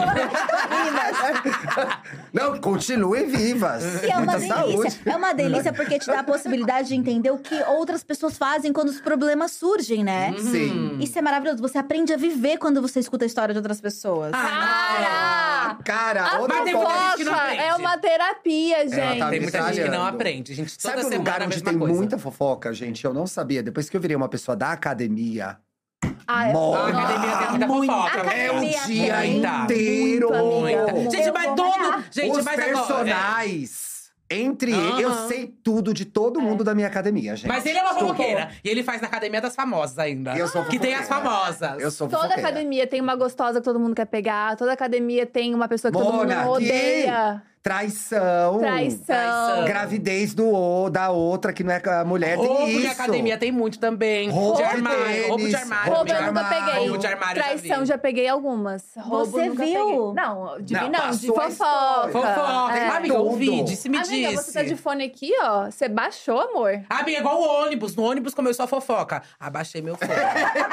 [SPEAKER 2] não, continuem vivas.
[SPEAKER 3] Que é uma
[SPEAKER 2] Muita
[SPEAKER 3] delícia.
[SPEAKER 2] saúde.
[SPEAKER 3] É uma delícia porque te dá a possibilidade de entender o que outras pessoas fazem quando os problemas surgem, né?
[SPEAKER 4] Uhum. Hum.
[SPEAKER 2] Sim.
[SPEAKER 3] Isso é maravilhoso. Você aprende a viver quando você escuta a história de outras pessoas.
[SPEAKER 4] Ah,
[SPEAKER 1] Para!
[SPEAKER 2] Cara,
[SPEAKER 3] Ah,
[SPEAKER 1] A
[SPEAKER 2] Ah, outra
[SPEAKER 4] tem muita
[SPEAKER 2] coisa.
[SPEAKER 4] gente que não
[SPEAKER 1] fofoca
[SPEAKER 4] aprende.
[SPEAKER 1] é uma terapia,
[SPEAKER 2] Ela tá
[SPEAKER 1] gente.
[SPEAKER 4] Tem muita gente que não
[SPEAKER 2] Trabalhando.
[SPEAKER 4] aprende, gente. Toda
[SPEAKER 2] Sabe um
[SPEAKER 4] semana
[SPEAKER 2] lugar
[SPEAKER 4] a
[SPEAKER 2] onde
[SPEAKER 4] mesma
[SPEAKER 2] tem
[SPEAKER 4] coisa.
[SPEAKER 2] muita fofoca, gente? Eu não sabia. Depois que eu virei uma pessoa da academia,
[SPEAKER 1] Ah, é-
[SPEAKER 4] A
[SPEAKER 2] Mor-
[SPEAKER 4] academia tem
[SPEAKER 1] Nossa.
[SPEAKER 4] muita
[SPEAKER 2] muito.
[SPEAKER 4] fofoca.
[SPEAKER 2] é
[SPEAKER 4] né?
[SPEAKER 2] o
[SPEAKER 3] Academia
[SPEAKER 2] dia
[SPEAKER 4] tem
[SPEAKER 2] inteiro.
[SPEAKER 4] Muita.
[SPEAKER 3] Eu
[SPEAKER 4] Gente,
[SPEAKER 3] vou
[SPEAKER 4] mas
[SPEAKER 3] ganhar.
[SPEAKER 4] todo. Gente,
[SPEAKER 2] Os
[SPEAKER 4] mas agora. é.
[SPEAKER 2] personagens. Entre
[SPEAKER 4] Aham.
[SPEAKER 2] eles, eu sei tudo de
[SPEAKER 3] É.
[SPEAKER 2] todo mundo da minha academia,
[SPEAKER 4] é.
[SPEAKER 2] gente.
[SPEAKER 4] Mas ele é uma
[SPEAKER 2] Tudo.
[SPEAKER 4] fofoqueira. E ele faz na academia das famosas ainda.
[SPEAKER 2] Eu sou
[SPEAKER 4] Que tem as
[SPEAKER 2] fofoqueira.
[SPEAKER 4] famosas.
[SPEAKER 2] Eu sou
[SPEAKER 1] Toda
[SPEAKER 2] fofoqueira.
[SPEAKER 1] academia tem uma gostosa que todo mundo quer pegar. Toda academia tem uma pessoa que todo
[SPEAKER 2] Mona,
[SPEAKER 1] mundo odeia.
[SPEAKER 2] Traição.
[SPEAKER 1] Traição.
[SPEAKER 4] Traição.
[SPEAKER 2] Gravidez do o- da outra que não é a mulher. Tem
[SPEAKER 4] Roubo de
[SPEAKER 2] isso.
[SPEAKER 4] academia tem muito também.
[SPEAKER 2] Roubo
[SPEAKER 4] de
[SPEAKER 2] de
[SPEAKER 4] armário. Roubo de
[SPEAKER 2] tênis,
[SPEAKER 4] armário.
[SPEAKER 1] Roubo eu
[SPEAKER 4] amiga.
[SPEAKER 1] nunca
[SPEAKER 2] armário.
[SPEAKER 1] peguei.
[SPEAKER 4] Roubo de armário, já
[SPEAKER 1] Traição
[SPEAKER 4] vi.
[SPEAKER 1] já, peguei algumas. Roubo
[SPEAKER 3] Você
[SPEAKER 1] nunca
[SPEAKER 3] viu?
[SPEAKER 1] peguei. Não, de
[SPEAKER 4] Não,
[SPEAKER 1] não, não de
[SPEAKER 2] passou a
[SPEAKER 1] fofoca.
[SPEAKER 2] história.
[SPEAKER 4] Fofoca.
[SPEAKER 1] É.
[SPEAKER 4] Amiga, ouvi,
[SPEAKER 2] Tudo.
[SPEAKER 4] disse, me
[SPEAKER 1] Amiga,
[SPEAKER 4] disse.
[SPEAKER 1] você tá de fone aqui, ó. Você baixou, amor.
[SPEAKER 4] Amiga, é igual o ônibus. No ônibus começou a fofoca. Abaixei meu fone.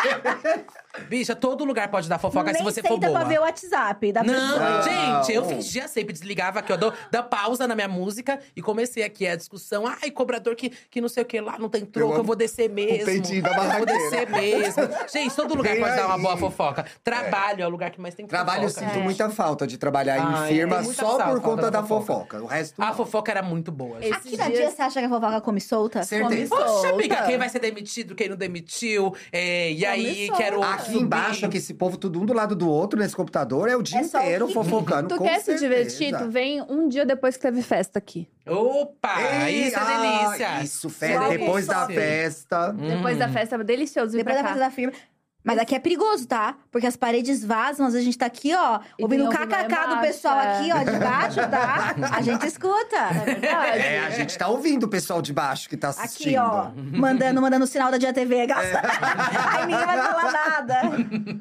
[SPEAKER 4] Bicha, todo lugar pode dar fofoca
[SPEAKER 3] Nem
[SPEAKER 4] se você for
[SPEAKER 3] senta
[SPEAKER 4] boa.
[SPEAKER 3] pra ver o WhatsApp
[SPEAKER 1] Tá
[SPEAKER 3] da
[SPEAKER 4] Não,
[SPEAKER 3] pessoa.
[SPEAKER 2] Não.
[SPEAKER 4] gente, eu fingia sempre, desligava aqui, eu dou, dou pausa na minha música e comecei aqui a discussão. Ai, cobrador que, que não sei o que lá, não tem troco, eu,
[SPEAKER 2] amo
[SPEAKER 4] vou descer mesmo.
[SPEAKER 2] peitinho da
[SPEAKER 4] eu vou
[SPEAKER 2] barraqueira.
[SPEAKER 4] descer mesmo. gente, todo lugar
[SPEAKER 2] Vem
[SPEAKER 4] pode dar uma
[SPEAKER 2] aí.
[SPEAKER 4] boa fofoca. Trabalho é, o lugar que mais tem
[SPEAKER 2] Trabalho, eu
[SPEAKER 4] fofoca.
[SPEAKER 2] sinto
[SPEAKER 1] É.
[SPEAKER 2] muita falta de trabalhar
[SPEAKER 4] Ai,
[SPEAKER 2] em firma
[SPEAKER 4] tem muita
[SPEAKER 2] só
[SPEAKER 4] falta
[SPEAKER 2] por conta da
[SPEAKER 4] da fofoca.
[SPEAKER 2] fofoca. O resto.
[SPEAKER 4] A
[SPEAKER 2] não.
[SPEAKER 4] fofoca era muito boa, gente.
[SPEAKER 1] Esse- é
[SPEAKER 3] Aqui na dia, você acha que a fofoca come solta?
[SPEAKER 2] Certeza.
[SPEAKER 1] Come
[SPEAKER 4] Poxa,
[SPEAKER 1] solta.
[SPEAKER 4] amiga, quem vai ser demitido, quem não demitiu. é, um e aí,
[SPEAKER 1] Come
[SPEAKER 4] quero
[SPEAKER 1] solta.
[SPEAKER 2] Aqui
[SPEAKER 4] subir.
[SPEAKER 2] embaixo, que esse povo tudo um do lado do outro nesse computador, é o dia
[SPEAKER 3] É só o
[SPEAKER 2] inteiro
[SPEAKER 3] que-
[SPEAKER 2] fofocando.
[SPEAKER 1] Tu
[SPEAKER 2] com
[SPEAKER 1] quer se
[SPEAKER 2] certeza.
[SPEAKER 1] divertir? Tu vem um dia depois que teve festa aqui.
[SPEAKER 4] Opa,
[SPEAKER 2] Ei,
[SPEAKER 4] isso é
[SPEAKER 2] ah,
[SPEAKER 4] delícia.
[SPEAKER 2] Isso, festa.
[SPEAKER 4] Só um
[SPEAKER 2] Depois
[SPEAKER 4] isso.
[SPEAKER 2] da festa.
[SPEAKER 1] Depois
[SPEAKER 4] Hum.
[SPEAKER 1] da festa, é delicioso vir
[SPEAKER 3] Depois da
[SPEAKER 1] pra
[SPEAKER 3] festa
[SPEAKER 1] cá.
[SPEAKER 3] da firma. Mas aqui é perigoso, tá? Porque as paredes vazam, às vezes a gente tá aqui, ó,
[SPEAKER 1] E tem
[SPEAKER 3] ouvindo o
[SPEAKER 1] ouvindo lá
[SPEAKER 3] kkk do
[SPEAKER 1] embaixo,
[SPEAKER 3] pessoal
[SPEAKER 1] é.
[SPEAKER 3] aqui, ó, de baixo, tá? A gente escuta.
[SPEAKER 2] É, a gente tá ouvindo o pessoal de baixo que tá assistindo.
[SPEAKER 3] Aqui, ó, mandando, mandando sinal da Dia
[SPEAKER 1] É.
[SPEAKER 3] TV, gasta. Aí ninguém vai falar nada.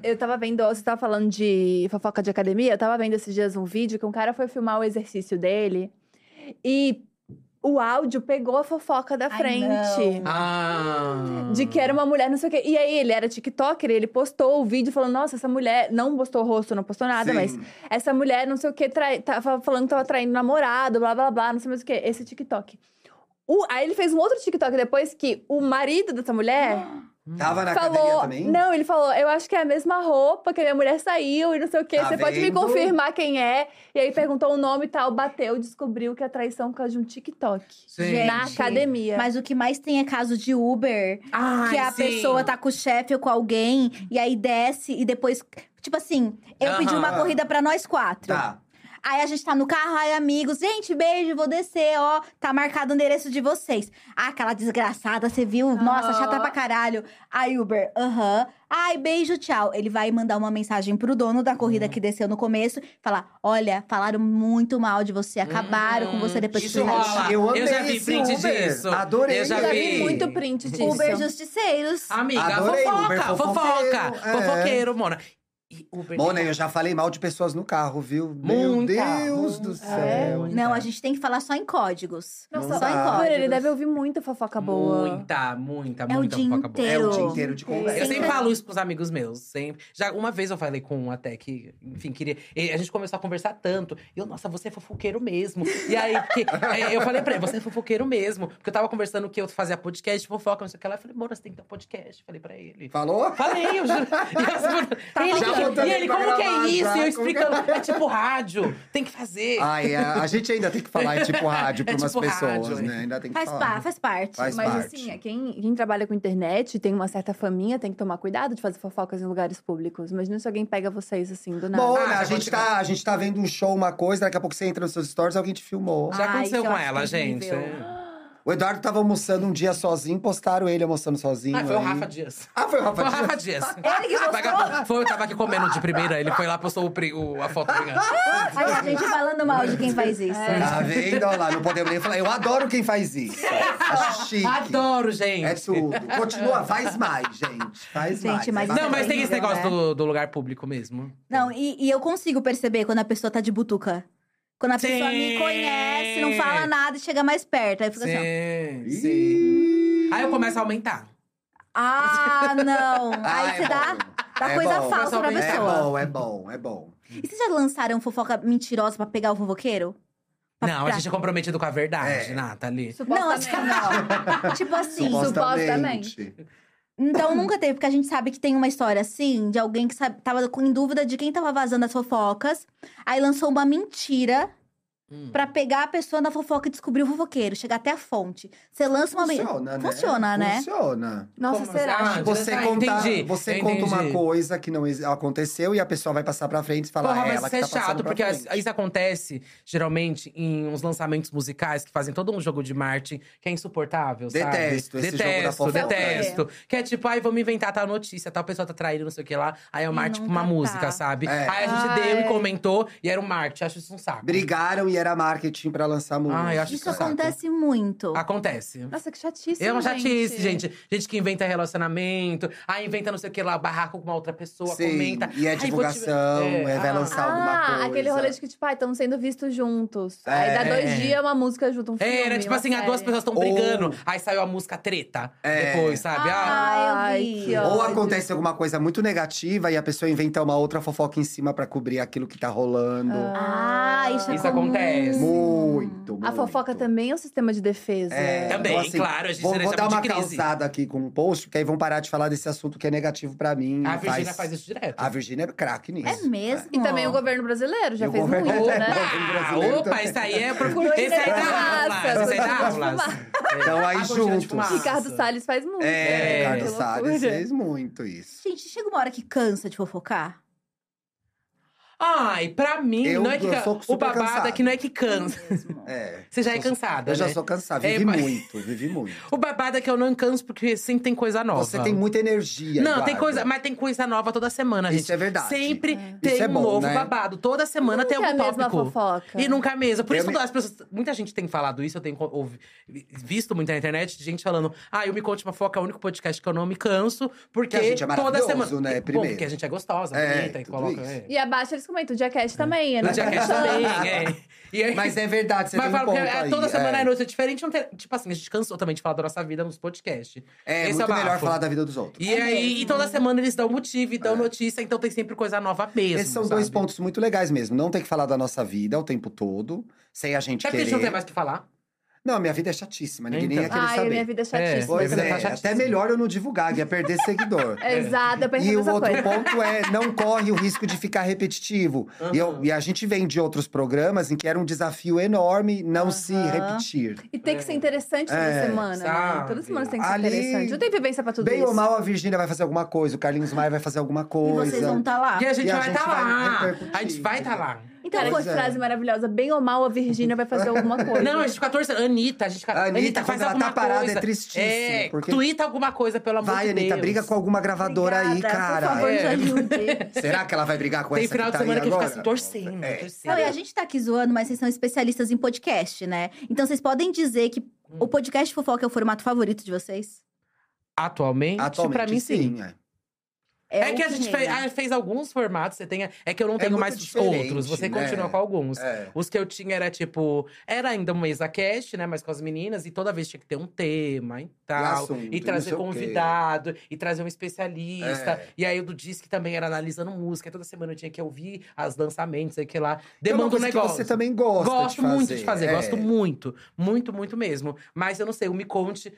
[SPEAKER 1] Eu tava vendo, você tava falando de fofoca de academia, eu tava vendo esses dias um vídeo que um cara foi filmar o exercício dele e o áudio pegou a fofoca da
[SPEAKER 3] Ai,
[SPEAKER 1] frente.
[SPEAKER 4] Ah.
[SPEAKER 1] De que era uma mulher, não sei o quê. E aí, ele era tiktoker, ele postou o vídeo falando: Nossa, essa mulher. Não postou o rosto, não postou nada,
[SPEAKER 2] Sim.
[SPEAKER 1] mas essa mulher, não sei o quê, trai- tava falando que tava traindo namorado, blá blá blá, não sei mais o quê. Esse TikTok. O- aí ele fez um outro TikTok depois que o marido dessa mulher
[SPEAKER 2] Tava na academia
[SPEAKER 1] falou.
[SPEAKER 2] também?
[SPEAKER 1] Não, ele falou: Eu acho que é a mesma roupa que a minha mulher saiu e não sei o quê.
[SPEAKER 2] Tá
[SPEAKER 1] Você pode me
[SPEAKER 2] vendo?
[SPEAKER 1] confirmar quem é. E aí perguntou o nome e tal, bateu, descobriu que é traição por causa de um TikTok.
[SPEAKER 4] Gente.
[SPEAKER 1] Na academia.
[SPEAKER 3] Mas o que mais tem é caso de Uber,
[SPEAKER 4] Ai,
[SPEAKER 3] que a
[SPEAKER 4] sim.
[SPEAKER 3] pessoa tá com o chefe ou com alguém, e aí desce e depois. Tipo assim, eu pedi uma
[SPEAKER 2] Aham.
[SPEAKER 3] corrida pra nós quatro.
[SPEAKER 2] Tá.
[SPEAKER 3] Aí a gente tá no carro, aí amigos, gente, beijo, vou descer, ó, tá marcado o endereço de vocês. Ah, aquela desgraçada, você viu? Nossa,
[SPEAKER 1] Ah.
[SPEAKER 3] chata pra caralho. Aí Uber, aham. Ai, beijo, tchau. Ele vai mandar uma mensagem pro dono da corrida que desceu no começo, falar: "Olha, falaram muito mal de você, acabaram com você depois
[SPEAKER 4] Hum, Isso
[SPEAKER 3] que você
[SPEAKER 4] rola.
[SPEAKER 2] Eu
[SPEAKER 4] Eu,
[SPEAKER 2] amei
[SPEAKER 4] já vi
[SPEAKER 2] esse
[SPEAKER 4] print
[SPEAKER 2] Uber.
[SPEAKER 4] disso.
[SPEAKER 2] Adorei.
[SPEAKER 4] Eu já,
[SPEAKER 1] Eu já vi
[SPEAKER 4] vi.
[SPEAKER 1] muito print disso.
[SPEAKER 3] Uber justiceiros.
[SPEAKER 4] Amiga,
[SPEAKER 2] Adorei
[SPEAKER 4] fofoca,
[SPEAKER 2] Uber,
[SPEAKER 4] fofoca,
[SPEAKER 2] fofoqueiro, é.
[SPEAKER 4] fofoqueiro, Mona. E Uber
[SPEAKER 2] Mona,
[SPEAKER 4] tem-
[SPEAKER 2] eu já falei mal de pessoas no carro, viu? Meu
[SPEAKER 4] Muita,
[SPEAKER 2] Deus
[SPEAKER 1] É.
[SPEAKER 4] muita,
[SPEAKER 2] do céu.
[SPEAKER 4] muita.
[SPEAKER 3] Não, a gente tem que falar só em códigos.
[SPEAKER 2] Nossa,
[SPEAKER 3] só em
[SPEAKER 2] dá.
[SPEAKER 3] códigos.
[SPEAKER 1] Uber, ele deve ouvir muita fofoca boa.
[SPEAKER 4] Muita, muita,
[SPEAKER 3] É o
[SPEAKER 4] muita
[SPEAKER 3] dia
[SPEAKER 4] fofoca boa.
[SPEAKER 2] É
[SPEAKER 3] inteiro.
[SPEAKER 2] o dia inteiro de conversa.
[SPEAKER 4] Eu
[SPEAKER 3] Sim.
[SPEAKER 4] sempre falo isso pros amigos meus, sempre. Já uma vez eu falei com um até que, enfim, queria. e A gente começou a conversar tanto. E eu, nossa, você é fofoqueiro mesmo. E aí, porque, é, eu falei pra ele, você é fofoqueiro mesmo. Porque eu tava conversando que eu fazia podcast, fofoca, não sei o que lá. Eu falei, Mora, você tem que ter um podcast. Falei pra ele.
[SPEAKER 2] Falou?
[SPEAKER 4] Falei, eu juro. E as- ele que
[SPEAKER 3] Tá falando.
[SPEAKER 2] conta
[SPEAKER 4] e ele,
[SPEAKER 2] pra
[SPEAKER 4] como que é
[SPEAKER 2] gravar
[SPEAKER 4] isso?
[SPEAKER 2] já,
[SPEAKER 4] E eu
[SPEAKER 2] como que- Ah,
[SPEAKER 4] explicando, é tipo rádio, tem que fazer.
[SPEAKER 2] Ai, é, a, a gente ainda tem que falar, é tipo rádio pra
[SPEAKER 4] É
[SPEAKER 2] umas
[SPEAKER 4] tipo
[SPEAKER 2] pessoas,
[SPEAKER 4] rádio,
[SPEAKER 2] né? Ainda tem que
[SPEAKER 3] Faz,
[SPEAKER 2] falar.
[SPEAKER 3] pa, faz parte.
[SPEAKER 2] Faz
[SPEAKER 1] Mas
[SPEAKER 2] parte.
[SPEAKER 1] assim, é, quem, quem trabalha com internet e tem uma certa faminha tem que tomar cuidado de fazer fofocas em lugares públicos. Imagina se alguém pega vocês assim do nada.
[SPEAKER 2] Bom,
[SPEAKER 4] Ah,
[SPEAKER 2] né,
[SPEAKER 4] já
[SPEAKER 2] a, gente
[SPEAKER 4] aconteceu.
[SPEAKER 2] tá, a gente tá vendo um show, uma coisa, daqui a pouco você entra nos seus stories, alguém te filmou.
[SPEAKER 4] Já
[SPEAKER 1] Ai,
[SPEAKER 4] aconteceu
[SPEAKER 1] isso eu
[SPEAKER 4] com
[SPEAKER 1] acho
[SPEAKER 4] ela, gente. é.
[SPEAKER 1] terrível.
[SPEAKER 2] O Eduardo tava almoçando um dia sozinho, postaram ele almoçando sozinho.
[SPEAKER 4] Ah, foi o
[SPEAKER 2] aí.
[SPEAKER 4] Rafa Dias.
[SPEAKER 2] Ah, foi o
[SPEAKER 4] Foi o
[SPEAKER 2] Rafa Dias.
[SPEAKER 4] Rafa Dias.
[SPEAKER 3] Ele que postou?
[SPEAKER 4] Vagabundo. Foi, eu tava aqui comendo de primeira, ele foi lá, postou o, pri- o- a foto. obrigado.
[SPEAKER 3] Aí a gente falando mal de quem faz isso.
[SPEAKER 2] Tá vendo? Olha lá, não podemos nem falar. Eu adoro quem faz isso. Acho chique.
[SPEAKER 4] Adoro, gente.
[SPEAKER 2] É tudo. Continua, faz mais, gente. Faz
[SPEAKER 3] Gente,
[SPEAKER 2] mais. é
[SPEAKER 3] mas
[SPEAKER 2] faz
[SPEAKER 3] isso
[SPEAKER 4] Não, mas tem esse
[SPEAKER 3] Horrível,
[SPEAKER 4] negócio
[SPEAKER 3] né?
[SPEAKER 4] do, do lugar público mesmo.
[SPEAKER 3] Não, e, e eu consigo perceber quando a pessoa tá de butuca. Quando a
[SPEAKER 4] Sim.
[SPEAKER 3] pessoa me conhece, não fala nada e chega mais perto. Aí eu fico assim, ó,
[SPEAKER 4] Sim,
[SPEAKER 2] Ih.
[SPEAKER 4] sim. Aí eu começo a aumentar.
[SPEAKER 3] ah, não.
[SPEAKER 2] Ah,
[SPEAKER 3] Aí
[SPEAKER 2] é
[SPEAKER 3] você dá,
[SPEAKER 2] bom.
[SPEAKER 3] dá
[SPEAKER 2] É
[SPEAKER 3] coisa
[SPEAKER 2] bom.
[SPEAKER 3] falsa pra
[SPEAKER 4] Pessoalmente
[SPEAKER 2] É
[SPEAKER 3] pessoa.
[SPEAKER 2] bom, é bom, é bom.
[SPEAKER 3] E vocês já lançaram fofoca mentirosa pra pegar o fofoqueiro? Pra-
[SPEAKER 4] Não, a
[SPEAKER 3] pra-
[SPEAKER 4] gente é comprometido com a verdade,
[SPEAKER 2] É.
[SPEAKER 4] Nathalie.
[SPEAKER 3] Não, assim, não. tipo assim,
[SPEAKER 2] Supostamente.
[SPEAKER 3] então nunca teve, porque a gente sabe que tem uma história assim, de alguém que sabe, tava com- em dúvida de quem tava vazando as fofocas, aí lançou uma mentira
[SPEAKER 4] Hum.
[SPEAKER 3] pra pegar a pessoa na fofoca e descobrir o fofoqueiro, chegar até a fonte. Você lança uma mentira.
[SPEAKER 2] Funciona, né?
[SPEAKER 3] Funciona, né?
[SPEAKER 2] Funciona.
[SPEAKER 1] Nossa,
[SPEAKER 4] Como
[SPEAKER 1] será?
[SPEAKER 4] assim? Ah,
[SPEAKER 2] Você,
[SPEAKER 4] tá,
[SPEAKER 2] conta,
[SPEAKER 4] entendi,
[SPEAKER 2] você
[SPEAKER 4] eu
[SPEAKER 2] conta uma
[SPEAKER 4] entendi.
[SPEAKER 2] coisa que não ex- aconteceu e a pessoa vai passar pra frente e falar,
[SPEAKER 4] Porra,
[SPEAKER 2] é
[SPEAKER 4] mas
[SPEAKER 2] ela
[SPEAKER 4] isso
[SPEAKER 2] que
[SPEAKER 4] é
[SPEAKER 2] tá passando
[SPEAKER 4] chato,
[SPEAKER 2] pra
[SPEAKER 4] porque
[SPEAKER 2] frente.
[SPEAKER 4] as- isso acontece geralmente em uns lançamentos musicais que fazem todo um jogo de marketing que é insuportável,
[SPEAKER 2] Detesto
[SPEAKER 4] sabe?
[SPEAKER 2] esse jogo da
[SPEAKER 4] detesto,
[SPEAKER 2] fofoca.
[SPEAKER 4] detesto. Que é tipo, ai, vamos inventar tal notícia, tal pessoa tá traindo, não sei o que lá. Aí é o
[SPEAKER 3] E
[SPEAKER 4] marketing com
[SPEAKER 3] nunca
[SPEAKER 4] uma
[SPEAKER 3] tá.
[SPEAKER 4] música, sabe?
[SPEAKER 2] É.
[SPEAKER 4] Aí a gente
[SPEAKER 1] Ai.
[SPEAKER 4] deu e comentou e era um marketing. Acho isso um saco.
[SPEAKER 2] Brigaram e era marketing pra lançar música.
[SPEAKER 4] Ai, Ah, eu acho
[SPEAKER 3] Isso
[SPEAKER 4] Saco.
[SPEAKER 3] acontece muito.
[SPEAKER 4] Acontece.
[SPEAKER 1] Nossa, que chatice.
[SPEAKER 4] É uma chatice, gente. Gente que inventa relacionamento, aí inventa não sei o que lá, barraco com uma outra pessoa,
[SPEAKER 2] Sim,
[SPEAKER 4] comenta.
[SPEAKER 2] E é
[SPEAKER 4] Ai, vou te-
[SPEAKER 2] divulgação, é, vai
[SPEAKER 4] ah.
[SPEAKER 2] lançar alguma
[SPEAKER 1] Ah,
[SPEAKER 2] coisa.
[SPEAKER 1] aquele rolê de que, tipo, ah, estão sendo vistos juntos.
[SPEAKER 2] É.
[SPEAKER 1] Aí dá dois
[SPEAKER 4] É.
[SPEAKER 1] dias, uma música junto, um filme,
[SPEAKER 4] É, era tipo
[SPEAKER 1] uma
[SPEAKER 4] assim, as
[SPEAKER 1] série.
[SPEAKER 4] duas pessoas estão
[SPEAKER 2] Ou-
[SPEAKER 4] brigando, aí saiu a música treta
[SPEAKER 2] É.
[SPEAKER 4] depois, sabe? Ah,
[SPEAKER 3] Ah, eu
[SPEAKER 1] Ai,
[SPEAKER 3] vi.
[SPEAKER 1] que
[SPEAKER 2] Ou
[SPEAKER 1] ódio.
[SPEAKER 2] acontece alguma coisa muito negativa e a pessoa inventa uma outra fofoca em cima pra cobrir aquilo que tá rolando.
[SPEAKER 3] Ah, isso, é
[SPEAKER 4] Isso
[SPEAKER 3] comum.
[SPEAKER 4] acontece.
[SPEAKER 2] Muito, muito.
[SPEAKER 1] A fofoca também é um sistema de defesa.
[SPEAKER 2] É,
[SPEAKER 4] Também,
[SPEAKER 2] então, assim,
[SPEAKER 4] claro, a gente
[SPEAKER 2] Vou,
[SPEAKER 4] seria
[SPEAKER 2] vou dar
[SPEAKER 4] chamado
[SPEAKER 2] uma
[SPEAKER 4] de crise.
[SPEAKER 2] calçada aqui com o post, porque aí vão parar de falar desse assunto que é negativo pra mim.
[SPEAKER 4] Ah, a
[SPEAKER 2] não
[SPEAKER 4] Virgínia faz... isso direto.
[SPEAKER 2] A Virgínia é craque nisso.
[SPEAKER 3] É mesmo?
[SPEAKER 1] E também o governo brasileiro já
[SPEAKER 2] E o
[SPEAKER 1] fez
[SPEAKER 2] governo-
[SPEAKER 1] muito, né?
[SPEAKER 2] governo
[SPEAKER 4] Ah,
[SPEAKER 2] brasileiro
[SPEAKER 4] opa,
[SPEAKER 2] também.
[SPEAKER 4] isso aí é pro
[SPEAKER 1] Continua
[SPEAKER 4] Esse aí
[SPEAKER 1] de
[SPEAKER 4] dá
[SPEAKER 1] fumaça,
[SPEAKER 4] aulas, esse aí dá
[SPEAKER 1] continua de
[SPEAKER 4] aulas. É.
[SPEAKER 2] Então, aí
[SPEAKER 4] A cortina de
[SPEAKER 2] juntos.
[SPEAKER 4] fumaça.
[SPEAKER 1] Ricardo Salles faz muito. né?
[SPEAKER 2] É,
[SPEAKER 4] É, que
[SPEAKER 2] Ricardo
[SPEAKER 1] loucura.
[SPEAKER 2] Salles fez muito isso.
[SPEAKER 3] Gente, chega uma hora que cansa de fofocar.
[SPEAKER 4] Ai, pra mim,
[SPEAKER 2] Eu-
[SPEAKER 4] não é que
[SPEAKER 2] eu
[SPEAKER 4] can-
[SPEAKER 2] sou
[SPEAKER 4] o
[SPEAKER 2] super
[SPEAKER 4] babado
[SPEAKER 2] cansado.
[SPEAKER 4] é que não é que cansa.
[SPEAKER 2] É.
[SPEAKER 4] Você já é
[SPEAKER 2] Eu sou-
[SPEAKER 4] cansada,
[SPEAKER 2] Eu já
[SPEAKER 4] né?
[SPEAKER 2] sou cansado.
[SPEAKER 4] É,
[SPEAKER 2] Vivi
[SPEAKER 4] mas-
[SPEAKER 2] muito, vivi muito.
[SPEAKER 4] O babado é que eu não canso porque sempre tem coisa nova.
[SPEAKER 2] Você tem muita energia.
[SPEAKER 4] Não,
[SPEAKER 2] Eduardo.
[SPEAKER 4] tem coisa, mas tem coisa nova toda semana, gente.
[SPEAKER 2] Isso é verdade.
[SPEAKER 4] Sempre
[SPEAKER 2] Isso
[SPEAKER 4] tem
[SPEAKER 2] é bom,
[SPEAKER 4] um novo
[SPEAKER 2] né?
[SPEAKER 4] babado. Toda semana tem
[SPEAKER 1] Nunca é
[SPEAKER 4] algum
[SPEAKER 1] a mesma
[SPEAKER 4] tópico.
[SPEAKER 1] fofoca.
[SPEAKER 4] E nunca é mesmo. Por
[SPEAKER 2] Eu
[SPEAKER 4] isso,
[SPEAKER 2] me-
[SPEAKER 4] as pessoas. Muita gente tem falado isso, eu tenho ouvi- visto muito na internet, de gente falando: ah, eu me conte uma foca, é o único podcast que eu não me canso, porque
[SPEAKER 2] Que a gente é
[SPEAKER 4] toda
[SPEAKER 2] maravilhoso,
[SPEAKER 4] semana.
[SPEAKER 2] né,
[SPEAKER 4] Bom,
[SPEAKER 2] primeiro.
[SPEAKER 4] porque a gente é gostosa,
[SPEAKER 2] É,
[SPEAKER 4] bonita e
[SPEAKER 2] tudo
[SPEAKER 4] coloca.
[SPEAKER 2] isso.
[SPEAKER 4] É.
[SPEAKER 1] E abaixo eles comentam, o Jackass também, é, né?
[SPEAKER 4] O Jackass também, é. E aí-
[SPEAKER 2] Mas é verdade, você
[SPEAKER 4] mas
[SPEAKER 2] tem um
[SPEAKER 4] fala que
[SPEAKER 2] ponto
[SPEAKER 4] é,
[SPEAKER 2] aí.
[SPEAKER 4] toda semana é
[SPEAKER 2] é,
[SPEAKER 4] notícia diferente. Não tem, tipo assim, a gente cansou também de falar da nossa vida nos podcasts.
[SPEAKER 2] é,
[SPEAKER 4] Esse é o
[SPEAKER 2] muito melhor
[SPEAKER 4] bafo.
[SPEAKER 2] falar da vida dos outros.
[SPEAKER 1] É
[SPEAKER 4] E aí, e toda semana eles dão motivo e dão notícia, então tem sempre coisa nova mesmo.
[SPEAKER 2] É. Esses são
[SPEAKER 4] sabe?
[SPEAKER 2] dois pontos muito legais mesmo. Não tem que falar da nossa vida o tempo todo, sem a gente
[SPEAKER 4] Até É porque a gente
[SPEAKER 2] querer.
[SPEAKER 4] não tem mais o que falar.
[SPEAKER 2] Não, minha vida é chatíssima, ninguém nem ia
[SPEAKER 4] Então.
[SPEAKER 2] querer
[SPEAKER 1] Ai,
[SPEAKER 2] saber.
[SPEAKER 1] minha vida é chatíssima.
[SPEAKER 2] Pois
[SPEAKER 4] Minha vida
[SPEAKER 2] é,
[SPEAKER 4] tá chatíssima.
[SPEAKER 2] até melhor eu não divulgar, que ia perder seguidor.
[SPEAKER 1] Exato, eu pensei
[SPEAKER 2] E o
[SPEAKER 1] nessa
[SPEAKER 2] outro
[SPEAKER 1] coisa.
[SPEAKER 2] ponto é, não corre o risco de ficar repetitivo. E, eu- e a gente vem de outros programas em que era um desafio enorme não se repetir.
[SPEAKER 1] E tem que ser interessante toda
[SPEAKER 2] É,
[SPEAKER 1] semana, né?
[SPEAKER 4] sabe?
[SPEAKER 1] Toda semana tem que ser
[SPEAKER 2] Ali-
[SPEAKER 1] interessante. Não tem vivência pra tudo
[SPEAKER 2] Bem
[SPEAKER 1] isso.
[SPEAKER 2] ou mal, a Virgínia vai fazer alguma coisa, o Carlinhos Maia vai fazer alguma
[SPEAKER 3] E
[SPEAKER 2] coisa.
[SPEAKER 3] vocês vão estar lá.
[SPEAKER 4] E a gente
[SPEAKER 2] E a
[SPEAKER 4] vai
[SPEAKER 2] gente
[SPEAKER 4] estar
[SPEAKER 2] vai
[SPEAKER 4] lá.
[SPEAKER 2] repercutir.
[SPEAKER 4] A gente vai estar lá.
[SPEAKER 1] Então,
[SPEAKER 3] Então,
[SPEAKER 1] Cara,
[SPEAKER 2] pois
[SPEAKER 1] que
[SPEAKER 2] é.
[SPEAKER 1] frase maravilhosa. Bem ou mal, a Virgínia vai fazer alguma coisa.
[SPEAKER 4] Não, a gente fica torcendo. Anitta, a gente fica.
[SPEAKER 2] A Anitta,
[SPEAKER 4] Anitta, faz
[SPEAKER 2] quando ela
[SPEAKER 4] alguma
[SPEAKER 2] tá parada,
[SPEAKER 4] coisa.
[SPEAKER 2] é tristíssimo,
[SPEAKER 4] É,
[SPEAKER 2] porque-
[SPEAKER 4] tuita alguma coisa, pelo amor
[SPEAKER 2] Vai,
[SPEAKER 4] de Deus.
[SPEAKER 2] Anitta, briga com alguma gravadora aí,
[SPEAKER 3] Obrigada,
[SPEAKER 2] cara. É.
[SPEAKER 3] Por favor,
[SPEAKER 4] É.
[SPEAKER 3] nos ajude.
[SPEAKER 2] Será que ela vai brigar com
[SPEAKER 4] Tem
[SPEAKER 2] essa que
[SPEAKER 4] final de
[SPEAKER 2] tá aí
[SPEAKER 4] semana que a gente
[SPEAKER 2] agora?
[SPEAKER 4] fica assim, torcendo.
[SPEAKER 2] É.
[SPEAKER 4] torcendo.
[SPEAKER 3] Não, e a gente tá aqui zoando, mas vocês são especialistas em podcast, né? Então vocês podem dizer que
[SPEAKER 4] Hum.
[SPEAKER 3] o podcast de fofoca é o formato favorito de vocês?
[SPEAKER 4] Atualmente,
[SPEAKER 2] Atualmente,
[SPEAKER 4] pra mim, sim.
[SPEAKER 2] é.
[SPEAKER 4] É, que
[SPEAKER 3] o
[SPEAKER 4] a gente
[SPEAKER 3] reina.
[SPEAKER 4] fez, ah, fez alguns formatos, você tem, é que eu não
[SPEAKER 2] É
[SPEAKER 4] tenho
[SPEAKER 2] muito
[SPEAKER 4] mais
[SPEAKER 2] diferente,
[SPEAKER 4] outros, você
[SPEAKER 2] né?
[SPEAKER 4] continua com alguns.
[SPEAKER 2] É.
[SPEAKER 4] Os que eu tinha era tipo, era ainda um ExaCast, né? Mas com as meninas, e toda vez tinha que ter um tema e tal.
[SPEAKER 2] assunto,
[SPEAKER 4] E
[SPEAKER 2] e
[SPEAKER 4] trazer
[SPEAKER 2] Então, não sei o quê.
[SPEAKER 4] convidado, e trazer um especialista.
[SPEAKER 2] É.
[SPEAKER 4] E aí o do Disque também era analisando música. e Toda semana eu tinha que ouvir as lançamentos, sei que lá.
[SPEAKER 2] Que é uma
[SPEAKER 4] Demanda um
[SPEAKER 2] coisa que
[SPEAKER 4] negócio.
[SPEAKER 2] você também gosta
[SPEAKER 4] gosto
[SPEAKER 2] de fazer.
[SPEAKER 4] muito de fazer,
[SPEAKER 2] é.
[SPEAKER 4] gosto muito. Muito, muito mesmo. Mas eu não sei, o Me Conte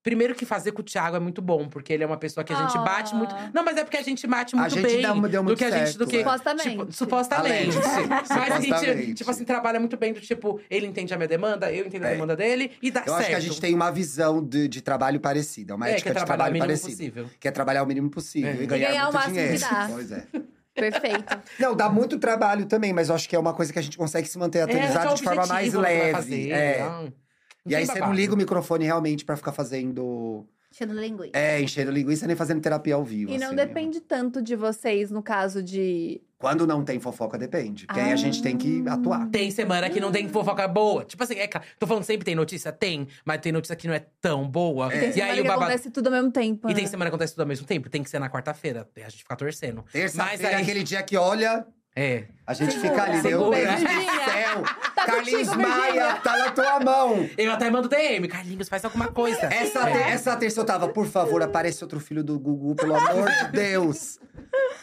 [SPEAKER 4] Primeiro que fazer com o Thiago é muito bom, porque ele é uma pessoa que a gente
[SPEAKER 1] Ah.
[SPEAKER 4] bate muito. Não, mas é porque a gente bate
[SPEAKER 2] A
[SPEAKER 4] muito
[SPEAKER 2] gente
[SPEAKER 4] bem.
[SPEAKER 2] dá uma- deu
[SPEAKER 4] do
[SPEAKER 2] muito
[SPEAKER 4] que a gente do
[SPEAKER 2] certo,
[SPEAKER 4] que
[SPEAKER 2] é.
[SPEAKER 1] Supostamente.
[SPEAKER 4] Tipo, supostamente.
[SPEAKER 2] Além de-
[SPEAKER 4] Mas a gente,
[SPEAKER 2] supostamente.
[SPEAKER 4] tipo assim, trabalha muito bem do tipo, ele entende a minha demanda, eu entendo a
[SPEAKER 2] É.
[SPEAKER 4] demanda dele e dá
[SPEAKER 2] Eu
[SPEAKER 4] Tá certo.
[SPEAKER 2] acho que a gente tem uma visão de, de trabalho parecida, uma
[SPEAKER 4] é, que
[SPEAKER 2] ética
[SPEAKER 4] é
[SPEAKER 2] de
[SPEAKER 4] trabalhar o
[SPEAKER 2] trabalho
[SPEAKER 4] mínimo
[SPEAKER 2] parecida.
[SPEAKER 4] possível.
[SPEAKER 2] Que é trabalhar o mínimo possível
[SPEAKER 4] É.
[SPEAKER 2] e
[SPEAKER 4] E
[SPEAKER 2] ganhar,
[SPEAKER 1] ganhar o
[SPEAKER 2] muito
[SPEAKER 1] máximo que
[SPEAKER 2] dinheiro.
[SPEAKER 1] dá.
[SPEAKER 2] Pois é.
[SPEAKER 1] Perfeito.
[SPEAKER 2] Não, dá muito trabalho também, mas eu acho que é uma coisa que a gente consegue se manter atualizado
[SPEAKER 4] esse é o
[SPEAKER 2] de forma
[SPEAKER 4] objetivo
[SPEAKER 2] mais
[SPEAKER 4] do que vai
[SPEAKER 2] leve.
[SPEAKER 4] fazer, né?
[SPEAKER 2] é.
[SPEAKER 4] não. Não
[SPEAKER 2] E
[SPEAKER 4] tem
[SPEAKER 2] aí você não
[SPEAKER 4] babado.
[SPEAKER 2] liga o microfone realmente pra ficar fazendo.
[SPEAKER 3] Enchendo linguiça.
[SPEAKER 2] É, enchendo linguiça nem fazendo terapia ao vivo.
[SPEAKER 1] E não
[SPEAKER 2] assim, né?
[SPEAKER 1] depende tanto de vocês, no caso de.
[SPEAKER 2] Quando não tem fofoca, depende. Porque
[SPEAKER 1] Ah.
[SPEAKER 2] aí a gente tem que atuar.
[SPEAKER 4] Tem semana que não
[SPEAKER 2] Hum.
[SPEAKER 4] tem fofoca boa. Tipo assim, é claro. Tô falando sempre tem notícia? Tem. Mas tem notícia que não é tão boa.
[SPEAKER 2] É.
[SPEAKER 4] E aí o babado.
[SPEAKER 1] acontece tudo ao mesmo tempo.
[SPEAKER 4] E tem
[SPEAKER 1] né?
[SPEAKER 4] semana que acontece tudo ao mesmo tempo. Tem que ser na quarta-feira. A gente fica torcendo.
[SPEAKER 2] Terça-feira
[SPEAKER 4] aí-
[SPEAKER 2] é aquele dia que olha,
[SPEAKER 4] É.
[SPEAKER 2] a gente fica ali, meu
[SPEAKER 4] Segura.
[SPEAKER 2] Deus
[SPEAKER 1] Virgínia.
[SPEAKER 2] do céu.
[SPEAKER 1] Tá
[SPEAKER 2] Carlinhos
[SPEAKER 1] contigo, Virgínia.
[SPEAKER 2] Maia, tá na tua mão.
[SPEAKER 4] Eu até mando DM. Carlinhos, faz alguma coisa.
[SPEAKER 2] é
[SPEAKER 4] É.
[SPEAKER 2] Essa, te- essa terça eu tava, por favor, aparece outro filho do Gugu, pelo amor de Deus.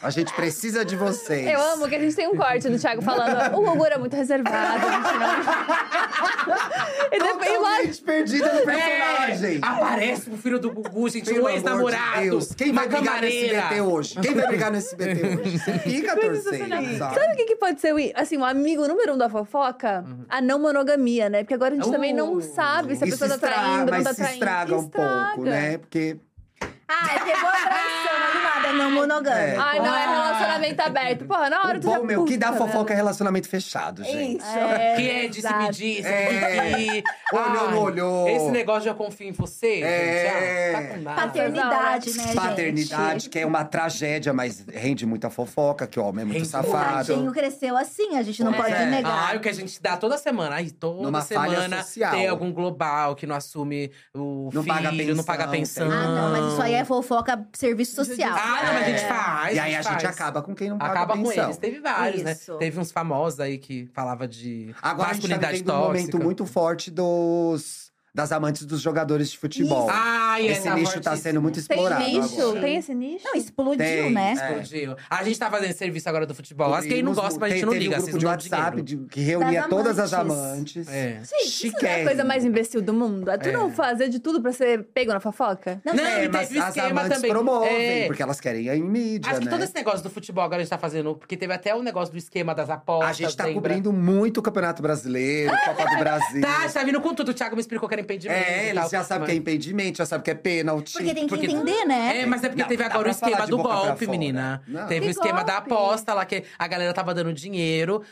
[SPEAKER 2] A gente precisa de vocês.
[SPEAKER 1] Eu amo que a gente tem um corte do Thiago falando: o Gugu era muito reservado. a gente não-" e depois, e lógico,
[SPEAKER 2] Totalmente perdida no personagem.
[SPEAKER 4] Aparece o filho do Gugu, É. gente.
[SPEAKER 2] Pelo
[SPEAKER 4] um
[SPEAKER 2] amor de
[SPEAKER 4] ex-namorado.
[SPEAKER 2] Deus. Quem vai
[SPEAKER 4] uma
[SPEAKER 2] brigar no
[SPEAKER 4] camareira.
[SPEAKER 2] SBT hoje? Quem vai brigar no SBT hoje? Você fica torcendo,
[SPEAKER 1] assim, né? Sabe
[SPEAKER 2] sabe?
[SPEAKER 1] o que, que pode ser o, i- assim, o amigo número um da fofoca? A não monogamia, né? Porque agora a gente
[SPEAKER 4] Uh,
[SPEAKER 1] também não sabe se a
[SPEAKER 2] Isso
[SPEAKER 1] pessoa tá
[SPEAKER 2] estraga-
[SPEAKER 1] traindo,
[SPEAKER 2] mas
[SPEAKER 1] não tá
[SPEAKER 2] Uhum. se
[SPEAKER 1] traindo.
[SPEAKER 2] estraga um pouco,
[SPEAKER 1] Estraga.
[SPEAKER 2] né? Porque
[SPEAKER 3] Ah, pegou a traição animada, não monogâmica.
[SPEAKER 1] Ai, não, é relacionamento aberto. Porra, na hora
[SPEAKER 2] Ah, o
[SPEAKER 1] tu já
[SPEAKER 2] bom, meu, que dá
[SPEAKER 1] puta, né?
[SPEAKER 2] fofoca é relacionamento fechado, gente.
[SPEAKER 1] É,
[SPEAKER 4] Que é de se
[SPEAKER 1] exato.
[SPEAKER 4] medir, se
[SPEAKER 2] É.
[SPEAKER 4] medir.
[SPEAKER 2] Olhou,
[SPEAKER 4] Ai,
[SPEAKER 2] não olhou.
[SPEAKER 4] Esse negócio de eu confio em você,
[SPEAKER 2] É.
[SPEAKER 4] gente. Ah, tá com nada.
[SPEAKER 3] Paternidade, né, gente?
[SPEAKER 2] Paternidade, que é uma tragédia, mas rende muita fofoca, que o homem é muito
[SPEAKER 4] Rende
[SPEAKER 3] O
[SPEAKER 2] safado.
[SPEAKER 3] tadinho cresceu assim, a gente não
[SPEAKER 2] É.
[SPEAKER 3] pode
[SPEAKER 2] É.
[SPEAKER 3] negar.
[SPEAKER 4] Ah, o que a gente dá toda semana. Aí toda
[SPEAKER 2] Numa falha
[SPEAKER 4] semana
[SPEAKER 2] social.
[SPEAKER 4] tem algum global que não assume o
[SPEAKER 2] Não
[SPEAKER 4] filho,
[SPEAKER 2] paga
[SPEAKER 4] não paga a
[SPEAKER 2] pensão,
[SPEAKER 4] pensão.
[SPEAKER 2] tem.
[SPEAKER 3] Ah, não, mas isso aí é fofoca serviço social. né?
[SPEAKER 4] Ah, não, mas a gente
[SPEAKER 2] É.
[SPEAKER 4] faz.
[SPEAKER 2] E aí a gente
[SPEAKER 4] faz.
[SPEAKER 2] acaba com quem não paga
[SPEAKER 4] Acaba com
[SPEAKER 2] pensão.
[SPEAKER 4] eles. Teve vários,
[SPEAKER 3] Isso.
[SPEAKER 4] né? Teve uns famosos aí que falava de
[SPEAKER 2] Agora a gente tá
[SPEAKER 4] masculinidade
[SPEAKER 2] vivendo um
[SPEAKER 4] tóxica.
[SPEAKER 2] momento muito forte dos, das amantes dos jogadores de futebol.
[SPEAKER 4] Ai,
[SPEAKER 2] Esse
[SPEAKER 4] é,
[SPEAKER 2] nicho tá
[SPEAKER 4] fortíssimo.
[SPEAKER 2] sendo muito
[SPEAKER 1] Tem
[SPEAKER 2] explorado
[SPEAKER 1] nicho?
[SPEAKER 2] agora.
[SPEAKER 1] Tem esse nicho?
[SPEAKER 3] Não, explodiu,
[SPEAKER 2] Tem,
[SPEAKER 3] né?
[SPEAKER 2] é.
[SPEAKER 4] Explodiu. A gente tá fazendo serviço agora do futebol. As
[SPEAKER 2] E
[SPEAKER 4] quem não
[SPEAKER 2] nos-
[SPEAKER 4] gosta, mas a gente
[SPEAKER 2] tem-
[SPEAKER 4] não
[SPEAKER 2] teve
[SPEAKER 4] liga.
[SPEAKER 2] um
[SPEAKER 4] Vocês
[SPEAKER 2] grupo de
[SPEAKER 4] não dinheiro.
[SPEAKER 2] WhatsApp de- que reunia
[SPEAKER 3] Das
[SPEAKER 2] todas as amantes.
[SPEAKER 3] amantes.
[SPEAKER 4] É.
[SPEAKER 1] Gente, isso não é a coisa mais imbecil do mundo. É tu
[SPEAKER 4] É.
[SPEAKER 1] não fazer de tudo pra ser pego na fofoca?
[SPEAKER 4] Não,
[SPEAKER 2] É,
[SPEAKER 4] e
[SPEAKER 2] mas
[SPEAKER 4] teve
[SPEAKER 2] as
[SPEAKER 4] esquema
[SPEAKER 2] amantes
[SPEAKER 4] também.
[SPEAKER 2] promovem,
[SPEAKER 4] É.
[SPEAKER 2] porque elas querem ir em mídia,
[SPEAKER 4] Acho que
[SPEAKER 2] né?
[SPEAKER 4] todo esse negócio do futebol agora a gente tá fazendo, porque teve até o negócio do esquema das apostas.
[SPEAKER 2] A gente tá
[SPEAKER 4] lembra?
[SPEAKER 2] cobrindo muito o Campeonato Brasileiro, Copa do Brasil.
[SPEAKER 4] Tá, a gente tá vindo com tudo. O Thiago me explicou que era impedimento.
[SPEAKER 2] É,
[SPEAKER 4] e
[SPEAKER 2] eles
[SPEAKER 4] tal,
[SPEAKER 2] já sabem que é
[SPEAKER 4] mas-
[SPEAKER 2] impedimento, já sabem que é pênalti.
[SPEAKER 3] Porque tem que
[SPEAKER 4] Porque-
[SPEAKER 3] entender, né?
[SPEAKER 4] É, mas é porque
[SPEAKER 2] Não,
[SPEAKER 4] teve
[SPEAKER 2] dá
[SPEAKER 4] agora o
[SPEAKER 2] pra falar
[SPEAKER 4] esquema
[SPEAKER 2] de
[SPEAKER 4] do
[SPEAKER 2] boca pra
[SPEAKER 4] golpe,
[SPEAKER 2] fora.
[SPEAKER 4] menina.
[SPEAKER 2] Não.
[SPEAKER 4] Teve
[SPEAKER 1] Que
[SPEAKER 4] o esquema da
[SPEAKER 1] golpe?
[SPEAKER 4] aposta lá, que a galera tava dando dinheiro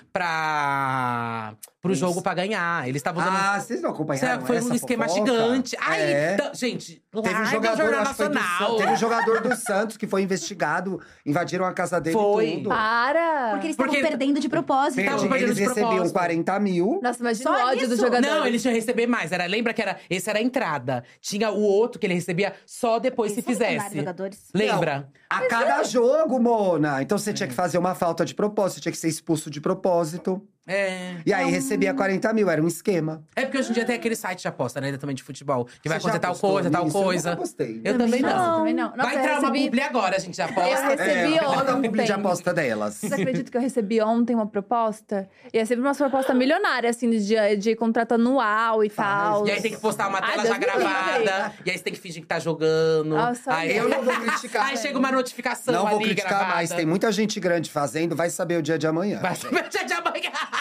[SPEAKER 4] pra... pro
[SPEAKER 2] Isso.
[SPEAKER 4] jogo pra ganhar. Eles estavam dando…
[SPEAKER 2] Ah, vocês não acompanharam
[SPEAKER 4] Sabe, foi
[SPEAKER 2] essa
[SPEAKER 4] um esquema
[SPEAKER 2] fofoca?
[SPEAKER 4] gigante. Ai,
[SPEAKER 2] É.
[SPEAKER 4] então- gente, lá
[SPEAKER 2] Teve um
[SPEAKER 4] no
[SPEAKER 2] jogador,
[SPEAKER 4] Jornal
[SPEAKER 2] acho que foi do
[SPEAKER 4] Nacional.
[SPEAKER 2] Santos, teve um jogador do Santos que foi investigado, invadiram a casa dele
[SPEAKER 4] Foi.
[SPEAKER 2] e tudo.
[SPEAKER 1] Para!
[SPEAKER 3] Porque eles
[SPEAKER 4] Porque-
[SPEAKER 3] estavam perdendo de propósito.
[SPEAKER 4] tava
[SPEAKER 2] Perdi-
[SPEAKER 4] perdendo
[SPEAKER 2] eles
[SPEAKER 4] de
[SPEAKER 2] recebiam
[SPEAKER 4] propósito.
[SPEAKER 2] 40 mil.
[SPEAKER 1] Nossa, imagina
[SPEAKER 3] Só
[SPEAKER 1] o ódio do
[SPEAKER 3] isso?
[SPEAKER 1] um jogador.
[SPEAKER 4] Não, eles tinham que receber mais. Era, lembra que era, esse era a entrada. Tinha o outro que ele recebia só depois se
[SPEAKER 3] Eles são milionários,
[SPEAKER 4] fizesse.
[SPEAKER 3] jogadores.
[SPEAKER 4] Lembra?
[SPEAKER 2] A cada jogo, Mona. Então
[SPEAKER 4] É.
[SPEAKER 2] você tinha que fazer uma falta de propósito, você tinha que ser expulso de propósito.
[SPEAKER 4] É.
[SPEAKER 2] E aí recebia 40 mil, era um esquema.
[SPEAKER 4] É porque hoje em dia tem aquele site de aposta, né? Também de futebol. Que vai
[SPEAKER 2] Ah. Você já
[SPEAKER 4] acontecer tal
[SPEAKER 2] apostou
[SPEAKER 4] coisa, tal
[SPEAKER 2] nisso? Eu nunca
[SPEAKER 4] coisa.
[SPEAKER 2] apostei.
[SPEAKER 4] Eu também não.
[SPEAKER 1] Nossa, também não. Nossa,
[SPEAKER 4] vai
[SPEAKER 1] eu
[SPEAKER 4] entrar uma
[SPEAKER 1] recebi-
[SPEAKER 4] publi agora, a gente já
[SPEAKER 1] Eu
[SPEAKER 4] aposta.
[SPEAKER 1] recebi
[SPEAKER 2] é, manda um publi
[SPEAKER 1] ontem.
[SPEAKER 2] de aposta delas.
[SPEAKER 1] Vocês acreditam que eu recebi ontem uma proposta? E é sempre uma proposta milionária, assim, de, de contrato anual e tal.
[SPEAKER 4] E aí tem que postar uma
[SPEAKER 1] Ai,
[SPEAKER 4] tela
[SPEAKER 1] Deus
[SPEAKER 4] já
[SPEAKER 1] me livre.
[SPEAKER 4] gravada. E aí você tem que fingir que tá jogando.
[SPEAKER 1] Nossa,
[SPEAKER 4] aí,
[SPEAKER 2] Eu não vou criticar.
[SPEAKER 4] aí chega uma notificação
[SPEAKER 2] Não
[SPEAKER 4] ali
[SPEAKER 2] vou criticar
[SPEAKER 4] gravada.
[SPEAKER 2] mais. Tem muita gente grande fazendo, vai saber o dia de amanhã.
[SPEAKER 4] Vai saber é o dia de amanhã.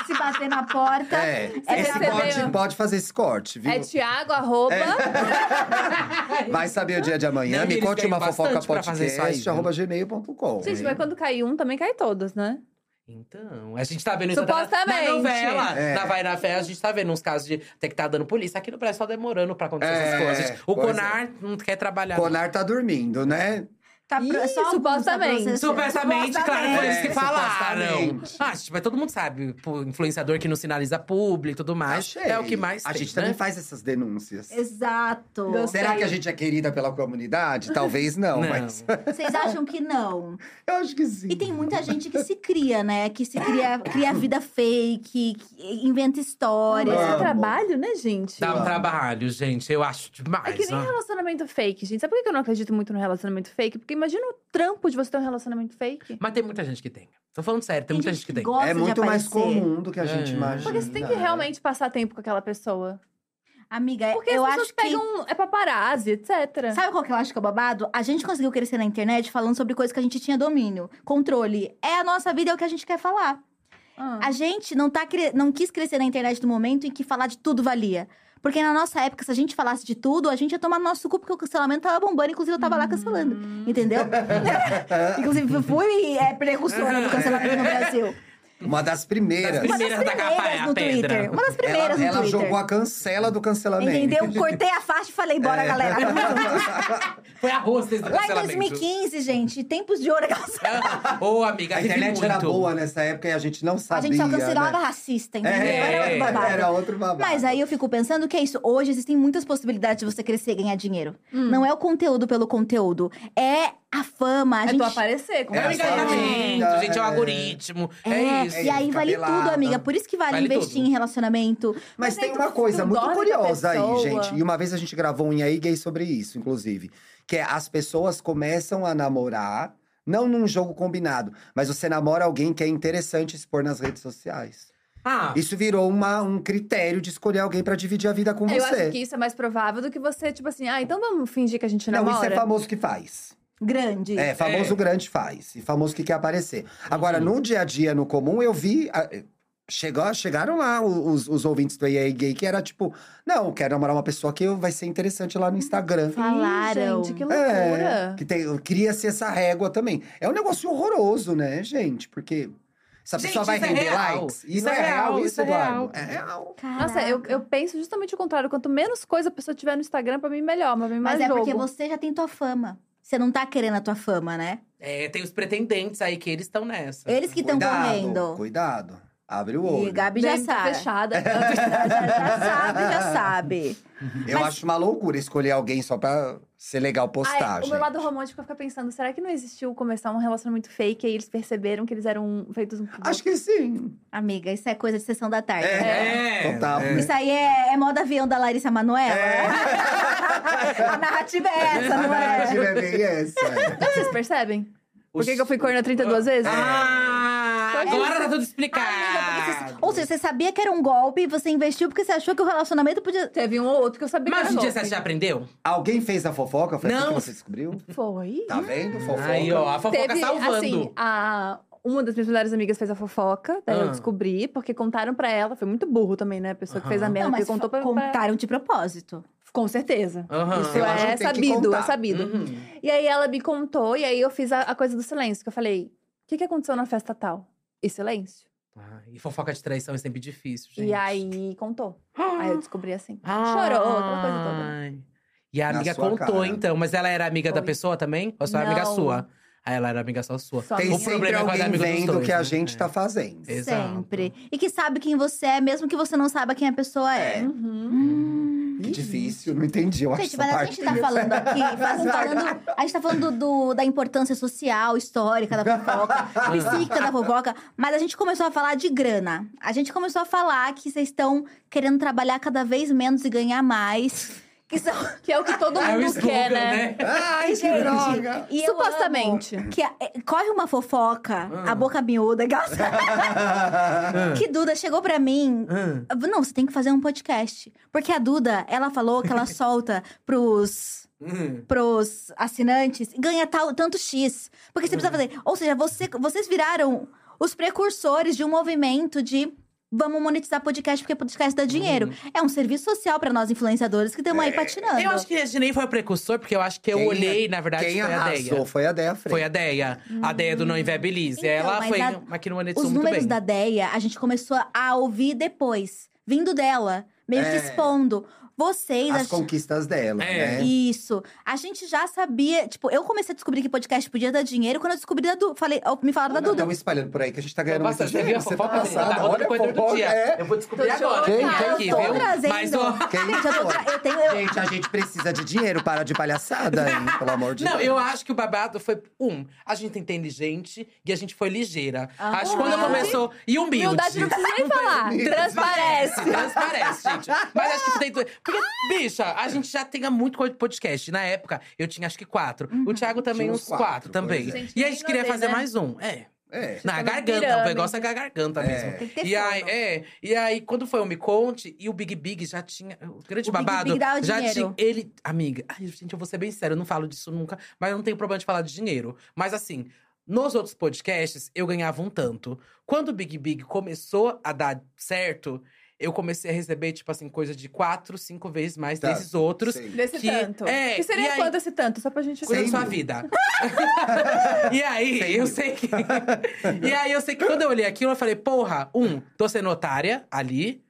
[SPEAKER 3] Se bater na porta.
[SPEAKER 2] É,
[SPEAKER 1] Você
[SPEAKER 2] esse
[SPEAKER 1] recebeu.
[SPEAKER 2] corte, pode fazer esse corte, viu?
[SPEAKER 1] É Thiago, arroba.
[SPEAKER 4] É.
[SPEAKER 2] Vai saber o dia de amanhã.
[SPEAKER 4] Não, e
[SPEAKER 2] Me
[SPEAKER 4] eles
[SPEAKER 2] conte uma
[SPEAKER 4] ganham
[SPEAKER 2] fofoca
[SPEAKER 4] bastante pra fazer isso aí,
[SPEAKER 2] podcast,
[SPEAKER 4] viu?
[SPEAKER 2] arroba gmail.com.
[SPEAKER 1] Gente, mas quando cai um, também cai todos, né?
[SPEAKER 4] Então, a gente tá vendo isso até na-
[SPEAKER 1] Supostamente.
[SPEAKER 4] na novela.
[SPEAKER 2] É.
[SPEAKER 4] Na Vai na Fé, a gente tá vendo uns casos de ter que tá dando polícia. Aqui no Brasil só demorando pra acontecer
[SPEAKER 2] É,
[SPEAKER 4] essas coisas. O
[SPEAKER 2] pois
[SPEAKER 4] Conar não quer trabalhar.
[SPEAKER 2] Conar tá dormindo, né?
[SPEAKER 3] Tá pro-
[SPEAKER 1] Ih,
[SPEAKER 3] só alguns,
[SPEAKER 1] supostamente.
[SPEAKER 3] tá
[SPEAKER 4] Supostamente,
[SPEAKER 3] processando.
[SPEAKER 4] claro, foi
[SPEAKER 2] É,
[SPEAKER 4] isso que falaram.
[SPEAKER 2] supostamente.
[SPEAKER 4] Ah, gente, mas todo mundo sabe. pô, influenciador que não sinaliza público e tudo mais.
[SPEAKER 2] Achei.
[SPEAKER 4] É o que mais
[SPEAKER 2] A
[SPEAKER 4] tem,
[SPEAKER 2] gente tá
[SPEAKER 4] né?
[SPEAKER 2] também faz essas denúncias.
[SPEAKER 3] Exato.
[SPEAKER 1] Gostei.
[SPEAKER 2] Será que a gente é querida pela comunidade? Talvez não,
[SPEAKER 4] Não.
[SPEAKER 2] mas
[SPEAKER 3] Vocês acham que não?
[SPEAKER 2] eu acho que sim.
[SPEAKER 3] E tem muita gente que se cria, né? Que se cria, cria vida fake, que inventa histórias.
[SPEAKER 1] Isso é
[SPEAKER 2] Amo.
[SPEAKER 1] trabalho, né, gente?
[SPEAKER 4] Dá um
[SPEAKER 2] Amo.
[SPEAKER 4] trabalho, gente. Eu acho
[SPEAKER 1] É
[SPEAKER 4] demais.
[SPEAKER 1] que nem
[SPEAKER 4] ó.
[SPEAKER 1] relacionamento fake, gente. Sabe por que eu não acredito muito no relacionamento fake? Porque imagina o trampo de você ter um relacionamento fake.
[SPEAKER 4] Mas tem muita gente que tem. Tô falando sério, tem, muita gente que tem.
[SPEAKER 3] gosta
[SPEAKER 2] é
[SPEAKER 3] de
[SPEAKER 2] muito mais
[SPEAKER 3] aparecer.
[SPEAKER 2] comum do que a gente
[SPEAKER 4] É.
[SPEAKER 2] imagina.
[SPEAKER 1] Porque você tem que realmente passar tempo com aquela pessoa.
[SPEAKER 3] Amiga,
[SPEAKER 1] Porque
[SPEAKER 3] É, eu
[SPEAKER 1] as pessoas
[SPEAKER 3] acho que...
[SPEAKER 1] pegam. É paparazzi, etc.
[SPEAKER 3] Sabe qual que eu acho que é o babado? A gente conseguiu crescer na internet falando sobre coisas que a gente tinha domínio, controle. É a nossa vida, é o que a gente quer falar.
[SPEAKER 1] Ah.
[SPEAKER 3] A gente não, tá cre- não quis crescer na internet no momento em que falar de tudo valia. Porque na nossa época, se a gente falasse de tudo, a gente ia tomar no nosso cu, porque o cancelamento tava bombando, inclusive eu tava lá cancelando.
[SPEAKER 2] Hum.
[SPEAKER 3] Entendeu? inclusive, eu fui é, precursora do cancelamento no Brasil.
[SPEAKER 2] Uma das primeiras.
[SPEAKER 4] Das
[SPEAKER 3] Uma das
[SPEAKER 4] Primeiras da
[SPEAKER 3] primeiras
[SPEAKER 4] Capaia,
[SPEAKER 3] no
[SPEAKER 4] pedra.
[SPEAKER 3] Twitter. Uma
[SPEAKER 2] né,
[SPEAKER 3] das
[SPEAKER 2] Ela,
[SPEAKER 3] primeiras
[SPEAKER 2] ela
[SPEAKER 3] no Twitter.
[SPEAKER 2] jogou a cancela do cancelamento.
[SPEAKER 3] Entendeu? Cortei a faixa e falei,
[SPEAKER 2] É.
[SPEAKER 3] bora, galera. tamo junto.
[SPEAKER 4] Foi a roça desse
[SPEAKER 3] Lá em
[SPEAKER 4] cancelamento.
[SPEAKER 3] 2015, gente, tempos de ouro. aquelas-
[SPEAKER 4] Ô, amiga,
[SPEAKER 2] A
[SPEAKER 4] vive
[SPEAKER 2] internet
[SPEAKER 4] muito.
[SPEAKER 2] era boa nessa época e a gente não
[SPEAKER 3] A
[SPEAKER 2] sabia.
[SPEAKER 3] gente só cancelava
[SPEAKER 2] né?
[SPEAKER 3] racista, entendeu?
[SPEAKER 2] É,
[SPEAKER 3] Era outro babado.
[SPEAKER 2] era outro babado.
[SPEAKER 3] Mas aí eu fico pensando que é isso. Hoje existem muitas possibilidades de você crescer e ganhar dinheiro. Não é o conteúdo pelo conteúdo. É a fama. A
[SPEAKER 1] É
[SPEAKER 3] gente...
[SPEAKER 1] tu aparecer, com
[SPEAKER 4] É
[SPEAKER 2] É,
[SPEAKER 4] um engajamento,
[SPEAKER 2] é.
[SPEAKER 4] gente, é um algoritmo. É,
[SPEAKER 3] É,
[SPEAKER 4] isso.
[SPEAKER 3] e aí
[SPEAKER 2] ficar
[SPEAKER 3] vale
[SPEAKER 2] pelada.
[SPEAKER 3] tudo, amiga. Por isso que vale,
[SPEAKER 4] Vale
[SPEAKER 3] investir
[SPEAKER 4] tudo.
[SPEAKER 3] em relacionamento.
[SPEAKER 2] Mas,
[SPEAKER 1] Mas aí
[SPEAKER 2] tem
[SPEAKER 1] tu-
[SPEAKER 2] uma coisa
[SPEAKER 1] tu
[SPEAKER 2] muito
[SPEAKER 1] dorme com a
[SPEAKER 2] curiosa aí,
[SPEAKER 1] pessoa.
[SPEAKER 2] gente. E uma vez a gente gravou um E aí gay sobre isso, inclusive. Que é as pessoas começam a namorar, não num jogo combinado, mas você namora alguém que é interessante expor nas redes sociais.
[SPEAKER 4] Ah,
[SPEAKER 2] Isso virou uma, um critério de escolher alguém pra dividir a vida com
[SPEAKER 1] Eu
[SPEAKER 2] você.
[SPEAKER 1] acho que isso é mais provável do que você, tipo assim, ah, então vamos fingir que a gente
[SPEAKER 2] Não,
[SPEAKER 1] namora.
[SPEAKER 2] isso é famoso que faz.
[SPEAKER 3] Grande.
[SPEAKER 2] É, famoso
[SPEAKER 4] É. Uhum.
[SPEAKER 2] grande faz. E famoso que quer aparecer. Agora, no dia a dia, no comum, eu vi. ah, eh, Chegou, chegaram lá o- os, os ouvintes do EA Gay, que era tipo, não, eu quero namorar uma pessoa que eu- vai ser interessante lá no Instagram.
[SPEAKER 1] Ih,
[SPEAKER 3] Falaram.
[SPEAKER 1] Gente, que
[SPEAKER 2] É,
[SPEAKER 1] loucura.
[SPEAKER 2] que tem- cria-se essa régua também. É um negócio horroroso, né, gente? Porque essa
[SPEAKER 4] Gente,
[SPEAKER 2] pessoa vai
[SPEAKER 4] isso é
[SPEAKER 2] vender
[SPEAKER 4] real.
[SPEAKER 2] likes.
[SPEAKER 4] Isso é real, isso é real.
[SPEAKER 2] É real.
[SPEAKER 1] Nossa, eu, eu penso justamente o contrário. Quanto menos coisa a pessoa tiver no Instagram, pra mim melhor. Pra mim mais
[SPEAKER 3] Mas é
[SPEAKER 1] jogo.
[SPEAKER 3] porque você já tem tua fama. Você não tá querendo a tua fama, né?
[SPEAKER 4] é, tem os pretendentes aí que eles estão nessa.
[SPEAKER 3] Eles que estão
[SPEAKER 2] Cuidado,
[SPEAKER 3] correndo.
[SPEAKER 2] cuidado. Abre o olho.
[SPEAKER 3] E Gabi já
[SPEAKER 1] Deve tá
[SPEAKER 3] sabe.
[SPEAKER 1] fechada.
[SPEAKER 3] Já, já sabe, já sabe.
[SPEAKER 2] Eu
[SPEAKER 3] Mas-
[SPEAKER 2] acho uma loucura escolher alguém só pra ser legal postar,
[SPEAKER 1] Ai, o
[SPEAKER 2] gente.
[SPEAKER 1] meu lado romântico fica pensando, será que não existiu começar um relacionamento fake e aí eles perceberam que eles eram feitos um pro
[SPEAKER 2] Acho que sim.
[SPEAKER 3] Amiga, isso é coisa de sessão da tarde. né?
[SPEAKER 2] É.
[SPEAKER 4] É.
[SPEAKER 2] Total.
[SPEAKER 4] é.
[SPEAKER 3] Isso aí é, é moda avião da Larissa Manoela? né? a narrativa é essa,
[SPEAKER 2] A
[SPEAKER 3] não é?
[SPEAKER 2] narrativa é bem essa. é.
[SPEAKER 1] outro? Vocês percebem? Por que,
[SPEAKER 4] Os-
[SPEAKER 1] que eu fui corna 32 vezes?
[SPEAKER 4] Ah,
[SPEAKER 1] Foi
[SPEAKER 4] agora
[SPEAKER 1] isso.
[SPEAKER 4] tá tudo
[SPEAKER 3] Ah, Amiga, porque
[SPEAKER 4] explicado.
[SPEAKER 3] você- ou seja, você sabia que era um golpe e você investiu porque você achou que o relacionamento podia.
[SPEAKER 1] Teve um ou outro que eu sabia que
[SPEAKER 4] Mas hoje em
[SPEAKER 1] era
[SPEAKER 4] dia
[SPEAKER 1] golpe.
[SPEAKER 4] você já aprendeu?
[SPEAKER 2] Alguém fez a fofoca? Foi assim
[SPEAKER 4] Não. Hum.
[SPEAKER 2] que você descobriu?
[SPEAKER 1] Foi?
[SPEAKER 2] Tá vendo? Fofoca.
[SPEAKER 4] Aí, ó, a fofoca
[SPEAKER 1] Teve,
[SPEAKER 4] salvando.
[SPEAKER 1] assim, a... Uma das minhas melhores amigas fez a fofoca, daí
[SPEAKER 4] Ah.
[SPEAKER 1] eu descobri, porque contaram pra ela. Foi muito burro também, né? A pessoa que fez a
[SPEAKER 4] Aham.
[SPEAKER 1] merda, porque contou
[SPEAKER 3] fa-
[SPEAKER 1] pra, pra...
[SPEAKER 3] contaram de propósito.
[SPEAKER 1] Com certeza.
[SPEAKER 4] Aham.
[SPEAKER 1] Isso
[SPEAKER 2] Eu acho que tem
[SPEAKER 1] é
[SPEAKER 2] que
[SPEAKER 1] sabido,
[SPEAKER 2] contar.
[SPEAKER 1] é sabido.
[SPEAKER 4] Uhum.
[SPEAKER 1] E aí ela me contou, e aí eu fiz a, a coisa do silêncio, que eu falei: o que, que aconteceu na festa tal? E silêncio.
[SPEAKER 4] Ah, e fofoca de traição é sempre difícil, gente.
[SPEAKER 1] E aí contou. Aí eu descobri assim.
[SPEAKER 4] Ah.
[SPEAKER 1] Chorou, aquela coisa toda. né?
[SPEAKER 4] Ai. E a
[SPEAKER 2] Na
[SPEAKER 4] amiga
[SPEAKER 2] sua
[SPEAKER 4] contou,
[SPEAKER 2] cara.
[SPEAKER 4] então. Mas ela era amiga da
[SPEAKER 1] Foi.
[SPEAKER 4] pessoa também? Ou só era
[SPEAKER 1] Não.
[SPEAKER 4] amiga sua? Ah, ela era amiga só sua.
[SPEAKER 1] Só
[SPEAKER 2] Tem
[SPEAKER 1] minha.
[SPEAKER 4] O
[SPEAKER 2] sempre
[SPEAKER 4] problema é quando é
[SPEAKER 2] alguém
[SPEAKER 4] amigo dos
[SPEAKER 2] vendo o
[SPEAKER 4] dois,
[SPEAKER 2] que a
[SPEAKER 4] né?
[SPEAKER 2] gente
[SPEAKER 4] É.
[SPEAKER 2] tá fazendo.
[SPEAKER 4] Exato.
[SPEAKER 3] Sempre. E que sabe quem você é, mesmo que você não saiba quem a pessoa é.
[SPEAKER 1] Uhum.
[SPEAKER 3] Hum.
[SPEAKER 2] Que difícil, não entendi. Eu acho é
[SPEAKER 3] Gente,
[SPEAKER 2] essa
[SPEAKER 3] mas a
[SPEAKER 2] parte.
[SPEAKER 3] gente tá falando aqui, faz- falando- a gente tá falando do- do- da importância social, histórica da fofoca,
[SPEAKER 1] Ah,
[SPEAKER 3] psíquica da fofoca, mas a gente começou a falar de grana. A gente começou a falar que vocês estão querendo trabalhar cada vez menos e ganhar mais. Que são.
[SPEAKER 1] Que é o que todo
[SPEAKER 4] É o
[SPEAKER 1] mundo
[SPEAKER 4] slogan,
[SPEAKER 1] quer, né?
[SPEAKER 4] né?
[SPEAKER 2] Ai, que
[SPEAKER 3] Gente,
[SPEAKER 2] droga!
[SPEAKER 3] e eu
[SPEAKER 1] Supostamente.
[SPEAKER 3] amo Que a- é, corre uma fofoca,
[SPEAKER 4] Ah.
[SPEAKER 3] a boca miúda, aquelas- que Duda chegou pra mim.
[SPEAKER 4] Ah.
[SPEAKER 3] Não, você tem que fazer um podcast. Porque a Duda, ela falou que ela solta pros.
[SPEAKER 4] Hum.
[SPEAKER 3] pros assinantes ganha tal, tanto X. Porque você precisa
[SPEAKER 4] Uhum.
[SPEAKER 3] fazer. Ou seja, você- vocês viraram os precursores de um movimento de. Vamos monetizar podcast porque podcast dá dinheiro. É um serviço social pra nós influenciadores que estamos aí patinando.
[SPEAKER 4] Uhum. É, Eu acho que a gente nem foi precursor, porque eu acho que eu
[SPEAKER 2] Quem-
[SPEAKER 4] olhei, na verdade,
[SPEAKER 2] Quem
[SPEAKER 4] foi a
[SPEAKER 2] arrasou
[SPEAKER 4] Deia.
[SPEAKER 2] foi a Deia Freire.
[SPEAKER 4] Foi a Deia. A Deia
[SPEAKER 1] Hum.
[SPEAKER 4] do Não Inviabilize.
[SPEAKER 3] Então,
[SPEAKER 4] ela
[SPEAKER 3] mas
[SPEAKER 4] foi
[SPEAKER 3] a-
[SPEAKER 4] uma que não monetizou
[SPEAKER 3] Os
[SPEAKER 4] muito
[SPEAKER 3] números
[SPEAKER 4] bem.
[SPEAKER 3] da DEA a gente começou a ouvir depois, vindo dela, meio
[SPEAKER 2] É.
[SPEAKER 3] que expondo. Vocês
[SPEAKER 2] As
[SPEAKER 3] ach-
[SPEAKER 2] conquistas dela,
[SPEAKER 4] É.
[SPEAKER 2] né?
[SPEAKER 3] Isso. A gente já sabia. Tipo, eu comecei a descobrir que podcast podia dar dinheiro quando eu descobri da Duda. Falei, me falaram da Duda.
[SPEAKER 2] Estão espalhando por aí que a gente tá ganhando
[SPEAKER 4] Nossa,
[SPEAKER 2] muito
[SPEAKER 4] você viu
[SPEAKER 2] dinheiro.
[SPEAKER 4] a
[SPEAKER 2] Você tá
[SPEAKER 4] fofoca? Você
[SPEAKER 2] passada,
[SPEAKER 4] tá
[SPEAKER 2] olha
[SPEAKER 4] outra
[SPEAKER 2] a
[SPEAKER 4] coisa do
[SPEAKER 2] fofoca.
[SPEAKER 4] dia.
[SPEAKER 2] É.
[SPEAKER 4] Eu vou descobrir
[SPEAKER 1] Tô
[SPEAKER 4] agora.
[SPEAKER 1] chocada.
[SPEAKER 2] Quem- quem
[SPEAKER 4] aqui,
[SPEAKER 3] Ah, eu tô
[SPEAKER 4] viu?
[SPEAKER 3] trazendo.
[SPEAKER 4] Mas, ó,
[SPEAKER 2] Quem
[SPEAKER 3] Gente, eu, tô tra- eu tenho. eu-
[SPEAKER 2] Gente, a gente precisa de dinheiro, para de palhaçada, hein? Pelo amor de
[SPEAKER 4] Não,
[SPEAKER 2] Deus.
[SPEAKER 4] eu acho que o babado foi. Um, a gente é inteligente e a gente foi ligeira.
[SPEAKER 1] Ah,
[SPEAKER 4] acho que quando
[SPEAKER 1] humilde.
[SPEAKER 4] começou. E humilde.
[SPEAKER 1] Humildade não precisa nem falar. Transparece.
[SPEAKER 4] Transparece, gente. Mas acho que tem. tudo. Porque, bicha, a gente já tinha muito coisa de podcast. Na época, eu tinha acho que quatro. O Thiago também,
[SPEAKER 2] Tinha
[SPEAKER 4] uns
[SPEAKER 2] uns
[SPEAKER 4] quatro,
[SPEAKER 2] quatro,
[SPEAKER 4] também.
[SPEAKER 2] pois
[SPEAKER 1] é.
[SPEAKER 4] E a gente queria
[SPEAKER 1] Uhum. Gente,
[SPEAKER 4] fazer
[SPEAKER 1] né?
[SPEAKER 4] mais um. É.
[SPEAKER 2] É.
[SPEAKER 4] Na
[SPEAKER 1] Chama
[SPEAKER 4] garganta, o
[SPEAKER 1] pirâmide.
[SPEAKER 4] negócio é com a garganta mesmo.
[SPEAKER 2] é.
[SPEAKER 3] Tem que ter
[SPEAKER 4] E aí,
[SPEAKER 3] fono.
[SPEAKER 4] é, e aí, quando foi o Me Conte, e o Big Big já tinha. O grande
[SPEAKER 3] O Big
[SPEAKER 4] babado.
[SPEAKER 3] Big dava
[SPEAKER 4] já tinha.
[SPEAKER 3] dinheiro.
[SPEAKER 4] Ele. Amiga, ai, gente, eu vou ser bem sério, eu não falo disso nunca, mas eu não tenho problema de falar de dinheiro. Mas assim, nos outros podcasts, eu ganhava um tanto. Quando o Big Big começou a dar certo, eu comecei a receber, tipo assim, coisa de quatro, cinco vezes mais
[SPEAKER 2] Tá,
[SPEAKER 4] desses outros.
[SPEAKER 2] sei.
[SPEAKER 1] Desse
[SPEAKER 4] Que-
[SPEAKER 1] tanto.
[SPEAKER 4] é,
[SPEAKER 1] que
[SPEAKER 4] e
[SPEAKER 1] seria
[SPEAKER 4] aí-
[SPEAKER 1] quanto esse tanto? Só pra gente.
[SPEAKER 4] Cuida da
[SPEAKER 2] Cem
[SPEAKER 4] sua
[SPEAKER 2] mil.
[SPEAKER 4] vida. e aí,
[SPEAKER 2] Cem
[SPEAKER 4] eu
[SPEAKER 2] mil.
[SPEAKER 4] sei que. e aí, eu sei que quando eu olhei aquilo, eu falei, porra, um, tô sendo otária ali.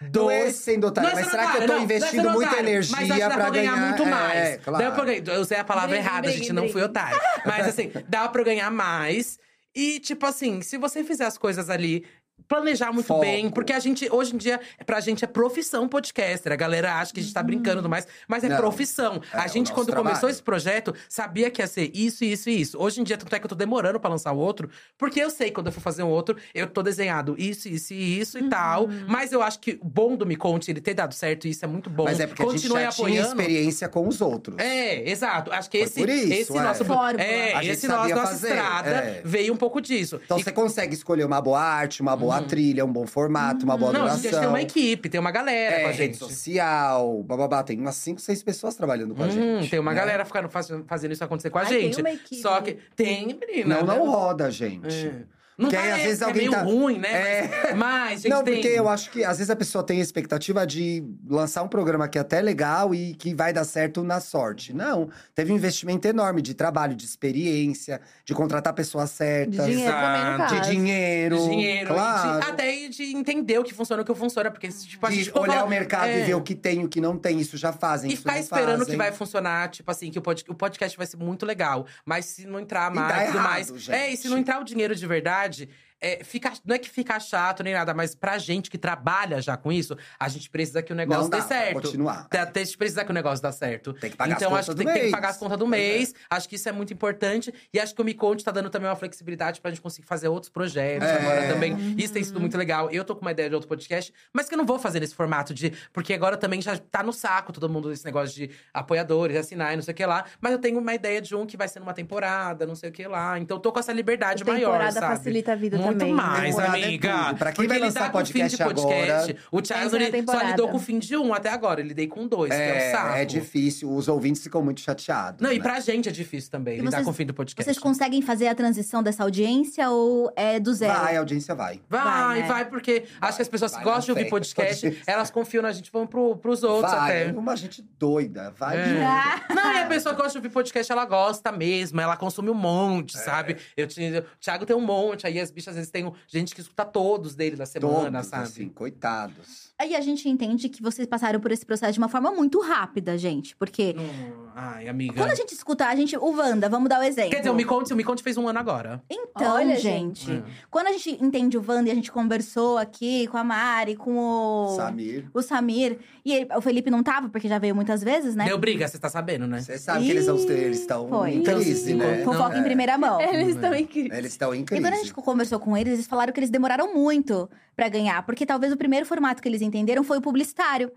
[SPEAKER 2] Não é
[SPEAKER 4] Dois.
[SPEAKER 2] sendo otário,
[SPEAKER 4] Não é
[SPEAKER 2] mas
[SPEAKER 4] sendo
[SPEAKER 2] será que eu
[SPEAKER 4] otário,
[SPEAKER 2] tô
[SPEAKER 4] não, não é
[SPEAKER 2] investindo
[SPEAKER 4] sendo
[SPEAKER 2] muita
[SPEAKER 4] otário,
[SPEAKER 2] energia
[SPEAKER 4] mas acho que dá
[SPEAKER 2] pra ganhar,
[SPEAKER 4] muito mais.
[SPEAKER 2] É, claro.
[SPEAKER 4] Dá pra eu ganhar- Eu usei a palavra
[SPEAKER 1] Brigue,
[SPEAKER 4] errada,
[SPEAKER 1] brigue,
[SPEAKER 4] gente, não fui otário. Mas assim, dá pra eu ganhar mais. E, tipo assim, se você fizer as coisas ali. Planejar muito
[SPEAKER 2] Foco.
[SPEAKER 4] bem, porque a gente, hoje em dia, pra gente é profissão podcaster. A galera acha que a gente tá brincando e tudo mais, mas é
[SPEAKER 2] Não.
[SPEAKER 4] profissão.
[SPEAKER 2] É,
[SPEAKER 4] a
[SPEAKER 2] o
[SPEAKER 4] gente,
[SPEAKER 2] nosso
[SPEAKER 4] quando começou
[SPEAKER 2] trabalho.
[SPEAKER 4] esse projeto, sabia que ia ser isso, isso e isso. Hoje em dia, tanto é que eu tô demorando pra lançar o outro, porque eu sei que quando eu for fazer um outro, eu tô desenhado isso, isso e isso
[SPEAKER 1] Uhum.
[SPEAKER 4] e tal. Mas eu acho que o bom do Me Conte, ele ter dado certo, isso é muito bom.
[SPEAKER 2] Mas é porque a gente
[SPEAKER 4] Continue
[SPEAKER 2] já tinha experiência com os outros.
[SPEAKER 4] É, exato. Acho que
[SPEAKER 2] Foi
[SPEAKER 4] esse,
[SPEAKER 2] por isso,
[SPEAKER 4] esse
[SPEAKER 2] é.
[SPEAKER 4] nosso.
[SPEAKER 3] Fórmula.
[SPEAKER 4] É,
[SPEAKER 2] A gente
[SPEAKER 4] esse nosso,
[SPEAKER 2] sabia
[SPEAKER 4] nossa
[SPEAKER 2] fazer,
[SPEAKER 4] estrada
[SPEAKER 2] é.
[SPEAKER 4] veio um pouco disso.
[SPEAKER 2] Então
[SPEAKER 4] E- Uhum.
[SPEAKER 2] você consegue escolher uma boa arte, uma boa trilha, um bom formato, uma boa
[SPEAKER 4] não, a
[SPEAKER 2] duração.
[SPEAKER 4] gente tem uma equipe, tem uma galera
[SPEAKER 2] é,
[SPEAKER 4] com a
[SPEAKER 2] rede
[SPEAKER 4] gente.
[SPEAKER 2] social, bababá. Tem umas 5, 6 pessoas trabalhando com a
[SPEAKER 4] Hum,
[SPEAKER 2] gente.
[SPEAKER 4] tem uma
[SPEAKER 2] né?
[SPEAKER 4] galera ficando, faz- fazendo isso acontecer com a
[SPEAKER 1] Ai, tem
[SPEAKER 4] gente.
[SPEAKER 1] uma equipe.
[SPEAKER 4] Só que tem, menina.
[SPEAKER 2] Não,
[SPEAKER 4] né?
[SPEAKER 2] não roda, gente.
[SPEAKER 4] É. Não
[SPEAKER 2] Porque aí,
[SPEAKER 4] parece,
[SPEAKER 2] às vezes,
[SPEAKER 4] é
[SPEAKER 2] alguém
[SPEAKER 4] meio
[SPEAKER 2] tá-
[SPEAKER 4] ruim, né?
[SPEAKER 2] É.
[SPEAKER 4] Mas, mas, gente,
[SPEAKER 2] Não,
[SPEAKER 4] tem...
[SPEAKER 2] porque eu acho que às vezes a pessoa tem a expectativa de lançar um programa que é até legal e que vai dar certo na sorte. Não, teve um investimento enorme de trabalho, de experiência, de contratar pessoas
[SPEAKER 1] De
[SPEAKER 2] certas,
[SPEAKER 1] dinheiro também, no
[SPEAKER 4] de é
[SPEAKER 1] caso.
[SPEAKER 2] de dinheiro,
[SPEAKER 4] de dinheiro,
[SPEAKER 2] claro.
[SPEAKER 4] e de- até e de entender o que funciona e o que não funciona. Porque, tipo, a
[SPEAKER 2] de
[SPEAKER 4] gente for
[SPEAKER 2] olhar
[SPEAKER 4] falar-
[SPEAKER 2] o mercado
[SPEAKER 4] é.
[SPEAKER 2] e ver o que tem, o que não tem, isso já fazem.
[SPEAKER 4] E
[SPEAKER 2] isso
[SPEAKER 4] ficar
[SPEAKER 2] não
[SPEAKER 4] esperando que
[SPEAKER 2] fazem.
[SPEAKER 4] vai funcionar, tipo assim, que o pod- o podcast vai ser muito legal. Mas se não entrar
[SPEAKER 2] E
[SPEAKER 4] mais
[SPEAKER 2] dá
[SPEAKER 4] tudo
[SPEAKER 2] errado,
[SPEAKER 4] mais.
[SPEAKER 2] gente.
[SPEAKER 4] É, e se não entrar o dinheiro de verdade. é, fica- não é que fica chato nem nada, mas pra gente que trabalha já com isso, a gente precisa que o negócio
[SPEAKER 2] não dá
[SPEAKER 4] dê
[SPEAKER 2] pra
[SPEAKER 4] certo.
[SPEAKER 2] continuar.
[SPEAKER 4] Tá- A gente precisa que o negócio dá certo.
[SPEAKER 2] Tem que pagar
[SPEAKER 4] então,
[SPEAKER 2] as
[SPEAKER 4] acho
[SPEAKER 2] contas do
[SPEAKER 4] que tem, tem que
[SPEAKER 2] mês.
[SPEAKER 4] pagar as contas do mês. Acho que isso é muito importante. E acho que o Me Conte tá dando também uma flexibilidade pra gente conseguir fazer outros projetos
[SPEAKER 2] É.
[SPEAKER 4] agora também. Isso tem sido muito legal. Eu tô com uma ideia de outro podcast, mas que eu não vou fazer nesse formato de. Porque agora também já tá no saco todo mundo esse negócio de apoiadores, assinar e não sei o que lá. Mas eu tenho uma ideia de um que vai ser numa temporada, não sei o que lá. Então eu tô com essa liberdade maior.
[SPEAKER 1] temporada
[SPEAKER 4] Sabe?
[SPEAKER 1] facilita a vida também. né?
[SPEAKER 4] Muito mais,
[SPEAKER 2] Temporada é
[SPEAKER 4] amiga.
[SPEAKER 2] tudo. Pra quem
[SPEAKER 4] Porque
[SPEAKER 2] vai
[SPEAKER 4] ele
[SPEAKER 2] lançar
[SPEAKER 4] tá com fim de
[SPEAKER 2] podcast
[SPEAKER 4] podcast. O Charles
[SPEAKER 1] Sempre na
[SPEAKER 4] ele só
[SPEAKER 1] temporada.
[SPEAKER 4] lidou com o fim de um até agora. Ele dei com dois, que é o saco.
[SPEAKER 2] É, é difícil, os ouvintes ficam muito chateados.
[SPEAKER 4] Não, e
[SPEAKER 2] né?
[SPEAKER 4] pra gente é difícil também
[SPEAKER 3] E
[SPEAKER 4] lidar
[SPEAKER 3] vocês-
[SPEAKER 4] com o fim do podcast.
[SPEAKER 3] Vocês conseguem fazer a transição dessa audiência ou é do zero?
[SPEAKER 2] Vai, a audiência vai.
[SPEAKER 4] Vai, vai,
[SPEAKER 3] Vai, né?
[SPEAKER 4] porque acho que as pessoas que
[SPEAKER 2] vai
[SPEAKER 4] gostam
[SPEAKER 2] na
[SPEAKER 4] de ouvir
[SPEAKER 2] fé.
[SPEAKER 4] podcast, elas confiam na gente, vão pro, pros outros
[SPEAKER 2] vai,
[SPEAKER 4] até.
[SPEAKER 2] uma gente doida, vai.
[SPEAKER 4] É.
[SPEAKER 2] de- um
[SPEAKER 4] Não, e a pessoa que gosta de ouvir podcast, ela gosta mesmo, ela consome um monte,
[SPEAKER 3] É.
[SPEAKER 4] sabe? Eu tinha, o Thiago tem um monte, aí as bichas às vezes tem um, gente que escuta todos dele da semana,
[SPEAKER 2] Todos,
[SPEAKER 4] sabe?
[SPEAKER 2] assim, coitados.
[SPEAKER 3] Aí Ah, a gente entende que vocês passaram por esse processo de uma forma muito rápida, gente. Porque
[SPEAKER 4] Não- Ai, amiga.
[SPEAKER 3] quando a gente escuta, a gente. O Wanda, vamos dar o exemplo.
[SPEAKER 4] Quer dizer, o Me Conte, o Me Conte fez um ano agora.
[SPEAKER 3] Então,
[SPEAKER 1] Olha,
[SPEAKER 3] gente,
[SPEAKER 4] É.
[SPEAKER 3] quando a gente entende o Wanda e a gente conversou aqui com a Mari, com o.
[SPEAKER 2] Samir,
[SPEAKER 3] O Samir. E ele- o Felipe não tava, porque já veio muitas vezes, né?
[SPEAKER 4] Deu briga, você tá sabendo, né?
[SPEAKER 2] você sabe que eles vão ter, eles estão
[SPEAKER 3] Foi.
[SPEAKER 2] em
[SPEAKER 4] Então,
[SPEAKER 2] crise,
[SPEAKER 4] sim,
[SPEAKER 2] né?
[SPEAKER 3] Fofoca
[SPEAKER 2] Não,
[SPEAKER 3] em
[SPEAKER 2] é.
[SPEAKER 3] primeira mão.
[SPEAKER 1] Eles estão incríveis.
[SPEAKER 2] Eles estão em
[SPEAKER 3] E
[SPEAKER 2] crise.
[SPEAKER 3] quando a gente conversou com eles, eles falaram que eles demoraram muito pra ganhar, porque talvez o primeiro formato que eles entenderam foi o publicitário.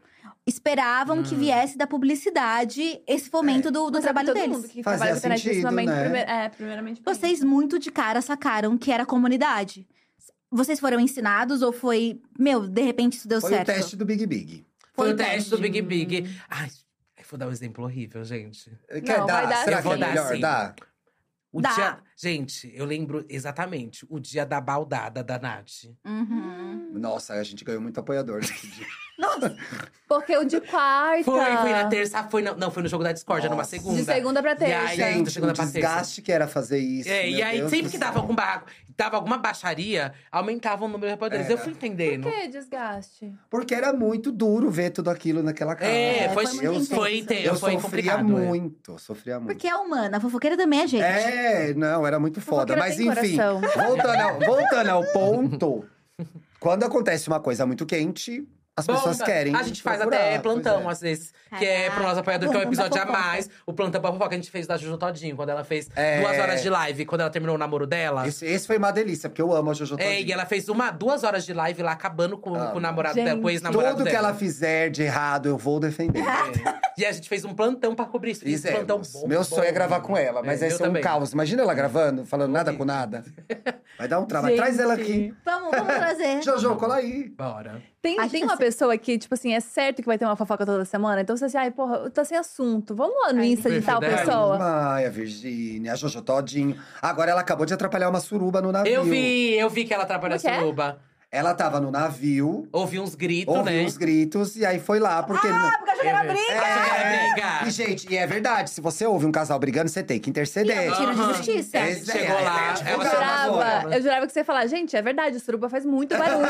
[SPEAKER 3] Esperavam que
[SPEAKER 4] Hum.
[SPEAKER 3] viesse da publicidade esse fomento do, do
[SPEAKER 1] Mas é
[SPEAKER 3] trabalho
[SPEAKER 1] todo
[SPEAKER 3] deles.
[SPEAKER 1] mundo que
[SPEAKER 2] Fazia
[SPEAKER 1] trabalha com internet,
[SPEAKER 2] sentido,
[SPEAKER 1] principalmente,
[SPEAKER 2] né?
[SPEAKER 1] primeir- é, primeiramente. pra
[SPEAKER 3] Vocês muito de cara sacaram que era comunidade. Vocês foram ensinados ou foi, meu, de repente isso deu
[SPEAKER 2] Foi
[SPEAKER 3] certo?
[SPEAKER 2] o teste do Big Big.
[SPEAKER 4] Foi,
[SPEAKER 3] Foi
[SPEAKER 4] o teste do Big
[SPEAKER 1] Hum.
[SPEAKER 4] Big. Ai, eu vou dar um exemplo horrível, gente.
[SPEAKER 2] Quer
[SPEAKER 1] Não, vai
[SPEAKER 2] dar? Será
[SPEAKER 1] dar
[SPEAKER 4] sim.
[SPEAKER 2] que é
[SPEAKER 4] Eu vou dar
[SPEAKER 2] melhor
[SPEAKER 4] sim.
[SPEAKER 2] dar?
[SPEAKER 4] O
[SPEAKER 3] Dá.
[SPEAKER 4] dia. Gente, eu lembro exatamente o dia da baldada da Nath.
[SPEAKER 1] Hum.
[SPEAKER 3] Uhum.
[SPEAKER 2] Nossa, a gente ganhou muito apoiador nesse dia.
[SPEAKER 1] mim. Porque o de quarta.
[SPEAKER 4] Foi, foi na terça, foi na- não, foi no jogo da Discord, numa
[SPEAKER 2] Nossa.
[SPEAKER 4] segunda.
[SPEAKER 1] De segunda pra
[SPEAKER 4] E aí,
[SPEAKER 1] terça.
[SPEAKER 4] Ai, gente,
[SPEAKER 2] gente, o
[SPEAKER 4] segunda pra terça.
[SPEAKER 2] desgaste que era fazer isso.
[SPEAKER 4] É, e
[SPEAKER 2] meu
[SPEAKER 4] aí,
[SPEAKER 2] Deus
[SPEAKER 4] sempre
[SPEAKER 2] do
[SPEAKER 4] que
[SPEAKER 2] céu.
[SPEAKER 4] dava algum barraco, dava alguma baixaria, aumentava o número de repórteres.
[SPEAKER 2] É.
[SPEAKER 4] Eu fui entendendo.
[SPEAKER 1] Por que desgaste?
[SPEAKER 2] Porque era muito duro ver tudo aquilo naquela casa.
[SPEAKER 4] É, foi,
[SPEAKER 3] foi muito
[SPEAKER 4] foi,
[SPEAKER 3] intenso.
[SPEAKER 4] intenso,
[SPEAKER 2] eu
[SPEAKER 4] foi
[SPEAKER 2] sofria
[SPEAKER 4] complicado. é.
[SPEAKER 2] muito, sofria muito.
[SPEAKER 3] Porque é humana, a fofoqueira também é gente.
[SPEAKER 2] É, não, era muito foda.
[SPEAKER 1] Fofoqueira
[SPEAKER 2] Mas
[SPEAKER 1] tem
[SPEAKER 2] enfim,
[SPEAKER 1] coração.
[SPEAKER 2] voltando ao, voltando ao ponto, quando acontece uma coisa muito quente, as
[SPEAKER 4] Bom, tá,
[SPEAKER 2] pessoas querem.
[SPEAKER 4] A gente faz
[SPEAKER 2] procurar,
[SPEAKER 4] até
[SPEAKER 2] pois
[SPEAKER 4] plantão,
[SPEAKER 2] é.
[SPEAKER 4] às vezes. Que é pro nosso apoiador, que é um
[SPEAKER 3] Caraca, plantão
[SPEAKER 4] episódio
[SPEAKER 3] da
[SPEAKER 4] a
[SPEAKER 3] fofoca.
[SPEAKER 4] mais. O plantão pra fofoca que a gente fez da Juju Todinho, quando ela fez
[SPEAKER 2] É.
[SPEAKER 4] duas horas de live, quando ela terminou o namoro dela.
[SPEAKER 2] Esse, esse foi uma delícia, porque eu amo a Jojo
[SPEAKER 4] assim. É,
[SPEAKER 2] Todinho.
[SPEAKER 4] e ela fez uma, duas horas de live lá, acabando com,
[SPEAKER 2] Ah,
[SPEAKER 4] com o namorado dela, com o
[SPEAKER 1] gente.
[SPEAKER 4] ex-namorado
[SPEAKER 2] Tudo que
[SPEAKER 4] é dela.
[SPEAKER 2] ela fizer de errado, eu vou defender.
[SPEAKER 4] É. E a gente fez um plantão pra cobrir isso. Fizemos. Plantão
[SPEAKER 2] Fizemos.
[SPEAKER 4] bom,
[SPEAKER 2] é Meu
[SPEAKER 4] bom,
[SPEAKER 2] sonho é gravar
[SPEAKER 4] bom.
[SPEAKER 2] com ela, mas
[SPEAKER 4] É,
[SPEAKER 2] esse
[SPEAKER 4] eu
[SPEAKER 2] é um
[SPEAKER 4] também.
[SPEAKER 2] caos. Imagina ela gravando, falando nada com nada. Vai dar um trabalho. Traz ela aqui.
[SPEAKER 3] Vamos, vamos trazer.
[SPEAKER 2] Jojo, cola aí.
[SPEAKER 4] Bora.
[SPEAKER 1] Tem,
[SPEAKER 3] Acho
[SPEAKER 1] tem
[SPEAKER 3] que
[SPEAKER 1] uma
[SPEAKER 3] assim-
[SPEAKER 1] pessoa que, tipo assim, é certo que vai ter uma fofoca toda semana. Então você assim, ai, porra, tá sem assunto. Vamos lá no
[SPEAKER 6] Ai.
[SPEAKER 1] Insta de
[SPEAKER 4] Perfil
[SPEAKER 1] tal
[SPEAKER 2] É
[SPEAKER 4] dela.
[SPEAKER 1] pessoa.
[SPEAKER 2] Maia, Virgínia, a Jojo Todinho. Agora ela acabou de atrapalhar uma suruba no navio.
[SPEAKER 4] Eu vi, eu vi que ela atrapalhou a
[SPEAKER 1] Como que é?
[SPEAKER 4] suruba.
[SPEAKER 2] Ela tava no navio,
[SPEAKER 4] Ouvi uns gritos,
[SPEAKER 2] ouviu
[SPEAKER 4] né?
[SPEAKER 2] os gritos e aí foi lá, porque.
[SPEAKER 5] Ah, porque eu achei que era briga.
[SPEAKER 4] É, briga.
[SPEAKER 2] E, gente, e é verdade, se você ouve um casal brigando, você tem que interceder.
[SPEAKER 4] E é
[SPEAKER 3] Tiro de
[SPEAKER 4] Aham.
[SPEAKER 3] justiça.
[SPEAKER 2] Esse é-
[SPEAKER 4] Chegou lá,
[SPEAKER 2] é né? advogado
[SPEAKER 1] Eu
[SPEAKER 4] ela
[SPEAKER 1] jurava,
[SPEAKER 2] agora.
[SPEAKER 1] eu jurava que você ia falar, gente, é verdade, suruba faz muito barulho.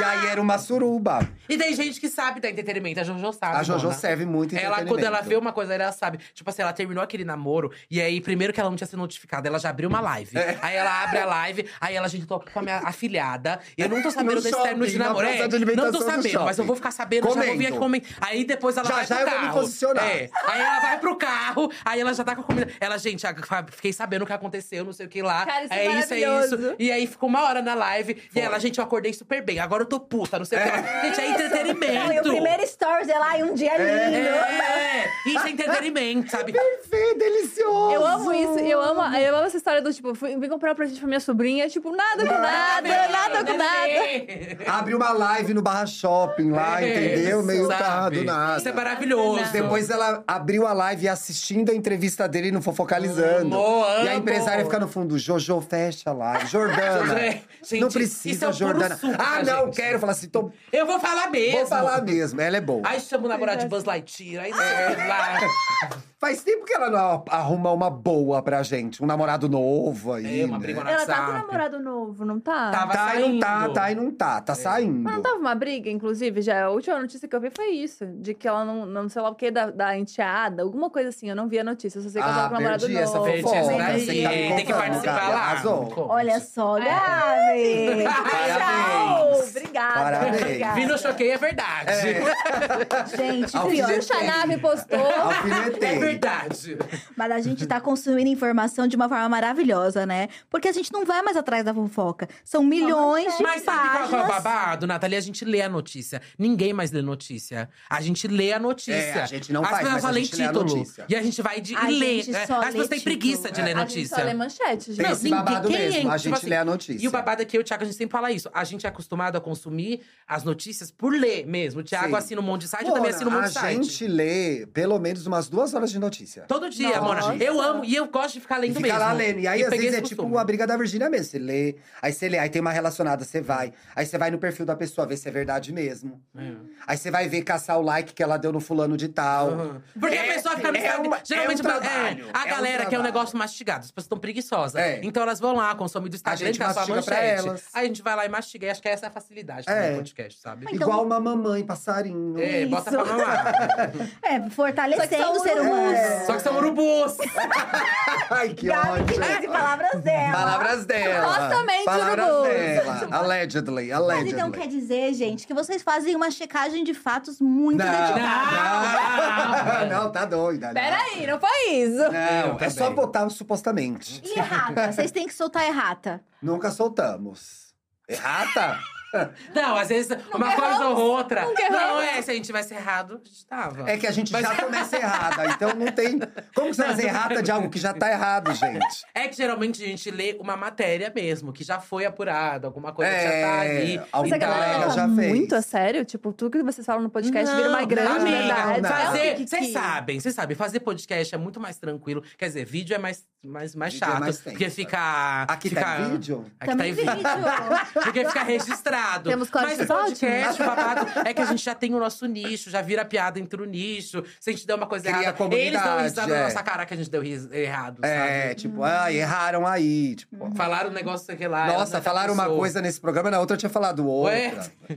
[SPEAKER 2] E aí era uma suruba.
[SPEAKER 4] E tem gente que sabe da entretenimento, a Jojo sabe.
[SPEAKER 2] A Jojo
[SPEAKER 4] dona.
[SPEAKER 2] serve muito
[SPEAKER 4] Ela,
[SPEAKER 2] entretenimento.
[SPEAKER 4] quando ela vê uma coisa, ela sabe. Tipo assim, ela terminou aquele namoro, e aí, primeiro que ela não tinha sido notificada, ela já abriu uma live.
[SPEAKER 2] É.
[SPEAKER 4] Aí ela abre a live, aí ela, gente, tô aqui com a minha afilhada. Eu não tô sabendo
[SPEAKER 2] No
[SPEAKER 4] desse
[SPEAKER 2] shopping,
[SPEAKER 4] término de
[SPEAKER 2] na
[SPEAKER 4] namoro.
[SPEAKER 2] praça
[SPEAKER 4] É,
[SPEAKER 2] de
[SPEAKER 4] não
[SPEAKER 2] alimentação
[SPEAKER 4] tô
[SPEAKER 2] do
[SPEAKER 4] sabendo, mas eu
[SPEAKER 2] shopping.
[SPEAKER 4] vou ficar sabendo, já vou vir aqui
[SPEAKER 2] Comendo.
[SPEAKER 4] comer. Aí depois ela
[SPEAKER 2] Já,
[SPEAKER 4] vai
[SPEAKER 2] já
[SPEAKER 4] pro
[SPEAKER 2] eu
[SPEAKER 4] carro.
[SPEAKER 2] vou me posicionar.
[SPEAKER 4] É. Aí ela vai pro carro, aí ela já tá com a comida. Ela, gente, ah, fiquei sabendo o que aconteceu, não sei o que lá.
[SPEAKER 1] Cara, isso é
[SPEAKER 4] é isso, é
[SPEAKER 1] maravilhoso.
[SPEAKER 4] isso. E aí ficou uma hora na live. E ela, gente, eu acordei super bem. Agora eu tô puta, não sei o que lá. Gente, é entretenimento.
[SPEAKER 5] Não, e o primeiro stories é lá, e um dia lindo.
[SPEAKER 4] É, isso é entretenimento, sabe?
[SPEAKER 2] Vê, delicioso!
[SPEAKER 1] Eu amo isso, eu amo, eu amo essa história do tipo, fui, vim comprar um presente pra minha sobrinha, tipo, nada com
[SPEAKER 5] é
[SPEAKER 1] nada, nada com nada.
[SPEAKER 4] É.
[SPEAKER 2] Abre uma live no Barra Shopping lá, Ah, entendeu? Meio tá, do
[SPEAKER 4] Isso é
[SPEAKER 2] nada.
[SPEAKER 4] maravilhoso.
[SPEAKER 2] Depois ela abriu a live assistindo a entrevista dele no Fofocalizando.
[SPEAKER 4] Amo,
[SPEAKER 2] E a
[SPEAKER 4] amo.
[SPEAKER 2] empresária fica no fundo, Jojo, fecha a live. Jordana,
[SPEAKER 4] É. Gente,
[SPEAKER 2] não
[SPEAKER 4] isso
[SPEAKER 2] precisa,
[SPEAKER 4] é o puro
[SPEAKER 2] Jordana.
[SPEAKER 4] suco,
[SPEAKER 2] ah,
[SPEAKER 4] né,
[SPEAKER 2] não,
[SPEAKER 4] gente?
[SPEAKER 2] quero. Falar assim, tô,
[SPEAKER 4] Eu vou falar mesmo.
[SPEAKER 2] vou falar É. mesmo, ela é boa.
[SPEAKER 4] Aí chama o namorado de Buzz Lightyear, aí não sei o que lá.
[SPEAKER 2] Faz tempo que ela não arruma uma boa pra gente. Um namorado novo aí,
[SPEAKER 4] É, uma
[SPEAKER 2] né?
[SPEAKER 4] briga no
[SPEAKER 1] Ela tá com
[SPEAKER 4] WhatsApp.
[SPEAKER 1] namorado novo, não tá?
[SPEAKER 4] Tava
[SPEAKER 2] Tá e não tá,
[SPEAKER 4] saindo. É.
[SPEAKER 2] tá e não tá. Tá saindo.
[SPEAKER 1] Mas não tava uma briga, inclusive, já. A última notícia que eu vi foi isso. De que ela não, não sei lá o que, da, da enteada, alguma coisa assim. Eu não vi a notícia, eu só sei que ela
[SPEAKER 2] ah,
[SPEAKER 1] tava com namorado
[SPEAKER 2] perdi
[SPEAKER 1] novo.
[SPEAKER 2] essa fofoca.
[SPEAKER 4] Perdi essa daí.
[SPEAKER 2] Você tá me
[SPEAKER 4] é, Tem que
[SPEAKER 2] contando,
[SPEAKER 4] participar
[SPEAKER 2] Gabi,
[SPEAKER 4] lá.
[SPEAKER 2] Arrasou.
[SPEAKER 5] Olha só,
[SPEAKER 4] É.
[SPEAKER 5] Gabi.
[SPEAKER 2] Parabéns.
[SPEAKER 1] Obrigada.
[SPEAKER 2] Parabéns.
[SPEAKER 4] Vi no choquei, é verdade. É,
[SPEAKER 5] Gente,
[SPEAKER 2] Alfinete.
[SPEAKER 5] pior.
[SPEAKER 1] O Xanave postou.
[SPEAKER 2] Alfinetei.
[SPEAKER 4] É verdade.
[SPEAKER 3] Mas a gente tá consumindo informação de uma forma maravilhosa, né? Porque a gente não vai mais atrás da fofoca. São milhões de
[SPEAKER 4] Mas sabe qual que é o
[SPEAKER 3] páginas.
[SPEAKER 4] babado, Nathalie? A gente lê a notícia. Ninguém mais lê notícia. A gente lê a notícia.
[SPEAKER 2] É, a gente não
[SPEAKER 4] As
[SPEAKER 2] faz,
[SPEAKER 4] pessoas
[SPEAKER 2] mas
[SPEAKER 4] só
[SPEAKER 2] a
[SPEAKER 4] lêem
[SPEAKER 2] gente lê a
[SPEAKER 4] título.
[SPEAKER 2] notícia.
[SPEAKER 4] E a gente vai de
[SPEAKER 3] A
[SPEAKER 4] e lê.
[SPEAKER 3] gente
[SPEAKER 4] né?
[SPEAKER 3] só
[SPEAKER 4] As
[SPEAKER 3] lê
[SPEAKER 4] pessoas têm
[SPEAKER 3] título. É,
[SPEAKER 4] preguiça de ler
[SPEAKER 1] É, A gente
[SPEAKER 4] notícia.
[SPEAKER 1] só lê manchete, gente.
[SPEAKER 2] Tem
[SPEAKER 4] Não,
[SPEAKER 2] esse
[SPEAKER 4] ninguém-
[SPEAKER 2] babado
[SPEAKER 4] quem é,
[SPEAKER 2] mesmo.
[SPEAKER 4] tipo
[SPEAKER 2] A gente
[SPEAKER 4] assim,
[SPEAKER 2] lê a notícia.
[SPEAKER 4] E o babado é que eu e o Thiago, a gente sempre fala isso. A gente é acostumado a consumir as notícias por ler mesmo. O Thiago
[SPEAKER 2] Sim.
[SPEAKER 4] assina um monte de site, eu
[SPEAKER 2] Mona,
[SPEAKER 4] também assino um monte
[SPEAKER 2] a
[SPEAKER 4] de site.
[SPEAKER 2] gente lê pelo menos umas duas horas de notícia.
[SPEAKER 4] Todo dia,
[SPEAKER 2] Nossa.
[SPEAKER 4] Mona. Eu amo e eu gosto de ficar
[SPEAKER 2] E
[SPEAKER 4] lendo
[SPEAKER 2] fica
[SPEAKER 4] mesmo.
[SPEAKER 2] lá lendo. E aí,
[SPEAKER 4] E
[SPEAKER 2] às
[SPEAKER 4] peguei
[SPEAKER 2] vezes, é
[SPEAKER 4] esse
[SPEAKER 2] tipo
[SPEAKER 4] costume.
[SPEAKER 2] a briga da Virgínia mesmo. Você lê, aí você lê, aí tem uma relacionada, você vai. Aí você vai no perfil da pessoa, ver se é verdade mesmo.
[SPEAKER 4] É.
[SPEAKER 2] Aí você vai ver, caçar o like que ela deu no fulano de tal.
[SPEAKER 4] Porque
[SPEAKER 2] É-
[SPEAKER 4] a pessoa fica no
[SPEAKER 2] é
[SPEAKER 4] Instagram.
[SPEAKER 2] uma- é
[SPEAKER 4] geralmente
[SPEAKER 2] um trabalho,
[SPEAKER 4] a
[SPEAKER 2] é um
[SPEAKER 4] galera quer um
[SPEAKER 2] trabalho.
[SPEAKER 4] negócio mastigado. As pessoas estão preguiçosas.
[SPEAKER 2] É.
[SPEAKER 4] Então elas vão lá, consomem do Instagram,
[SPEAKER 2] gente
[SPEAKER 4] tá só a
[SPEAKER 2] mastiga pra
[SPEAKER 4] manchete.
[SPEAKER 2] elas.
[SPEAKER 4] Aí a gente vai lá e mastiga. E acho que essa é a facilidade também
[SPEAKER 2] É.
[SPEAKER 4] do podcast, sabe?
[SPEAKER 3] Então-
[SPEAKER 2] Igual uma mamãe, passarinho.
[SPEAKER 4] É, bota pra mamar.
[SPEAKER 3] É, fortalecendo
[SPEAKER 1] Só que
[SPEAKER 3] o
[SPEAKER 1] são
[SPEAKER 3] ser humano.
[SPEAKER 4] Só que são urubus.
[SPEAKER 2] Ai, que
[SPEAKER 5] Gabi que
[SPEAKER 2] ódio.
[SPEAKER 5] disse palavras dela.
[SPEAKER 2] Palavras dela.
[SPEAKER 1] Supostamente,
[SPEAKER 2] Palavras
[SPEAKER 1] Urubu.
[SPEAKER 2] dela. Allegedly,
[SPEAKER 3] Mas
[SPEAKER 2] allegedly.
[SPEAKER 3] então quer dizer, gente, que vocês fazem uma checagem de fatos muito
[SPEAKER 2] Não,
[SPEAKER 3] dedicada.
[SPEAKER 2] não,
[SPEAKER 4] Não.
[SPEAKER 2] não, tá doida. não.
[SPEAKER 1] Peraí, não foi isso.
[SPEAKER 2] Não,
[SPEAKER 4] Tá
[SPEAKER 2] é só
[SPEAKER 4] bem.
[SPEAKER 2] botar o supostamente.
[SPEAKER 3] E errata? Vocês têm que soltar errata.
[SPEAKER 2] Nunca soltamos. Errata?
[SPEAKER 4] Não, às vezes uma coisa ou outra.
[SPEAKER 1] Nunca erramos.
[SPEAKER 4] Não, é, se a gente tivesse errado, a gente tava.
[SPEAKER 2] É que a gente
[SPEAKER 4] Mas-
[SPEAKER 2] já começa errada, então não tem. Como que você vai fazer errata de algo que já tá errado, gente?
[SPEAKER 4] É que geralmente a gente lê uma matéria mesmo, que já foi apurada, alguma coisa que já tá
[SPEAKER 2] É,
[SPEAKER 4] ali.
[SPEAKER 2] algum
[SPEAKER 1] Essa
[SPEAKER 4] Então,
[SPEAKER 1] galera
[SPEAKER 2] colega
[SPEAKER 1] leva
[SPEAKER 2] já fez.
[SPEAKER 1] muito a sério. Tipo, tudo que vocês falam no podcast vira uma grande
[SPEAKER 2] amiga,
[SPEAKER 1] verdade.
[SPEAKER 2] não.
[SPEAKER 1] É o
[SPEAKER 4] Fazer,
[SPEAKER 1] que-
[SPEAKER 4] vocês
[SPEAKER 1] que-
[SPEAKER 4] sabem, vocês sabem, fazer podcast é muito mais tranquilo. Quer dizer, vídeo é mais, mais, mais
[SPEAKER 2] Vídeo é
[SPEAKER 4] chato.
[SPEAKER 2] mais tenso,
[SPEAKER 4] porque
[SPEAKER 2] é.
[SPEAKER 4] fica.
[SPEAKER 2] Aqui
[SPEAKER 4] fica,
[SPEAKER 2] tá vídeo?
[SPEAKER 4] Aqui tá em
[SPEAKER 3] Também
[SPEAKER 4] vídeo.
[SPEAKER 3] vídeo.
[SPEAKER 4] Porque fica registrado.
[SPEAKER 1] Temos códigos
[SPEAKER 4] Mas o podcast, o babado, é que a gente já tem o nosso nicho, já vira piada entre o nicho. Se a gente der uma coisa
[SPEAKER 2] Cria
[SPEAKER 4] errada, eles dão
[SPEAKER 2] comunidade,
[SPEAKER 4] risada na
[SPEAKER 2] é.
[SPEAKER 4] nossa cara que a gente deu ris- errado,
[SPEAKER 2] É,
[SPEAKER 4] sabe?
[SPEAKER 3] Hum.
[SPEAKER 2] tipo, ah, erraram aí. Tipo,
[SPEAKER 3] Uhum.
[SPEAKER 4] Falaram um negócio sei lá. ela não
[SPEAKER 2] nossa,
[SPEAKER 4] é
[SPEAKER 2] falaram
[SPEAKER 4] da
[SPEAKER 2] uma
[SPEAKER 4] pessoa.
[SPEAKER 2] coisa nesse programa, na outra eu tinha falado outra.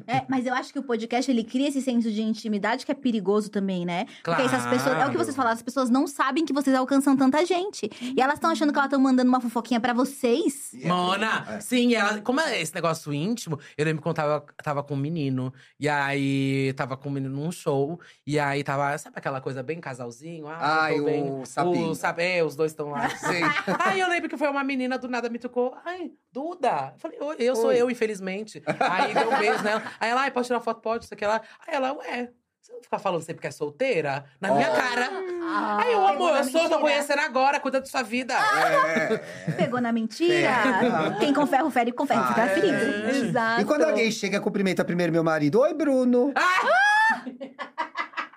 [SPEAKER 3] É, mas eu acho que o podcast, ele cria esse senso de intimidade que é perigoso também, né?
[SPEAKER 4] Claro.
[SPEAKER 3] Porque essas pessoas, é o que vocês falaram, as pessoas não sabem que vocês alcançam tanta gente. E elas estão achando que elas estão mandando uma fofoquinha pra vocês.
[SPEAKER 2] E é-
[SPEAKER 4] Mona,
[SPEAKER 2] é.
[SPEAKER 4] sim, ela. Como é esse negócio íntimo, eu lembro quando tava, tava com um menino. E aí tava com um menino num show. E aí tava, sabe aquela coisa bem casalzinho? Ah,
[SPEAKER 2] Ai,
[SPEAKER 4] tô bem.
[SPEAKER 2] o sapinho.
[SPEAKER 4] O sap- é, os dois estão lá.
[SPEAKER 2] Sim.
[SPEAKER 4] aí eu lembro que foi uma menina do nada me tocou. Ai, Duda! Eu Falei, "Oi, eu sou
[SPEAKER 2] Oi.
[SPEAKER 4] eu, infelizmente. Aí deu um beijo nela. Aí ela, ai, posso tirar foto? Pode, isso aqui lá. Aí ela, ué. Você não fica falando sempre que é solteira? Na minha
[SPEAKER 2] Ó.
[SPEAKER 4] cara.
[SPEAKER 3] Ah,
[SPEAKER 4] Aí, eu
[SPEAKER 3] pegou
[SPEAKER 4] amor,
[SPEAKER 3] na
[SPEAKER 4] eu sou, tô
[SPEAKER 3] mentira.
[SPEAKER 4] conhecendo agora, cuida da sua vida.
[SPEAKER 2] É.
[SPEAKER 3] Pegou na mentira.
[SPEAKER 2] É.
[SPEAKER 3] Quem com ferro, fere com ferro.
[SPEAKER 2] Ah,
[SPEAKER 3] Fica
[SPEAKER 2] é.
[SPEAKER 3] ferido.
[SPEAKER 1] Exato.
[SPEAKER 2] E quando alguém chega, cumprimenta primeiro meu marido. Oi, Bruno.
[SPEAKER 4] Ah,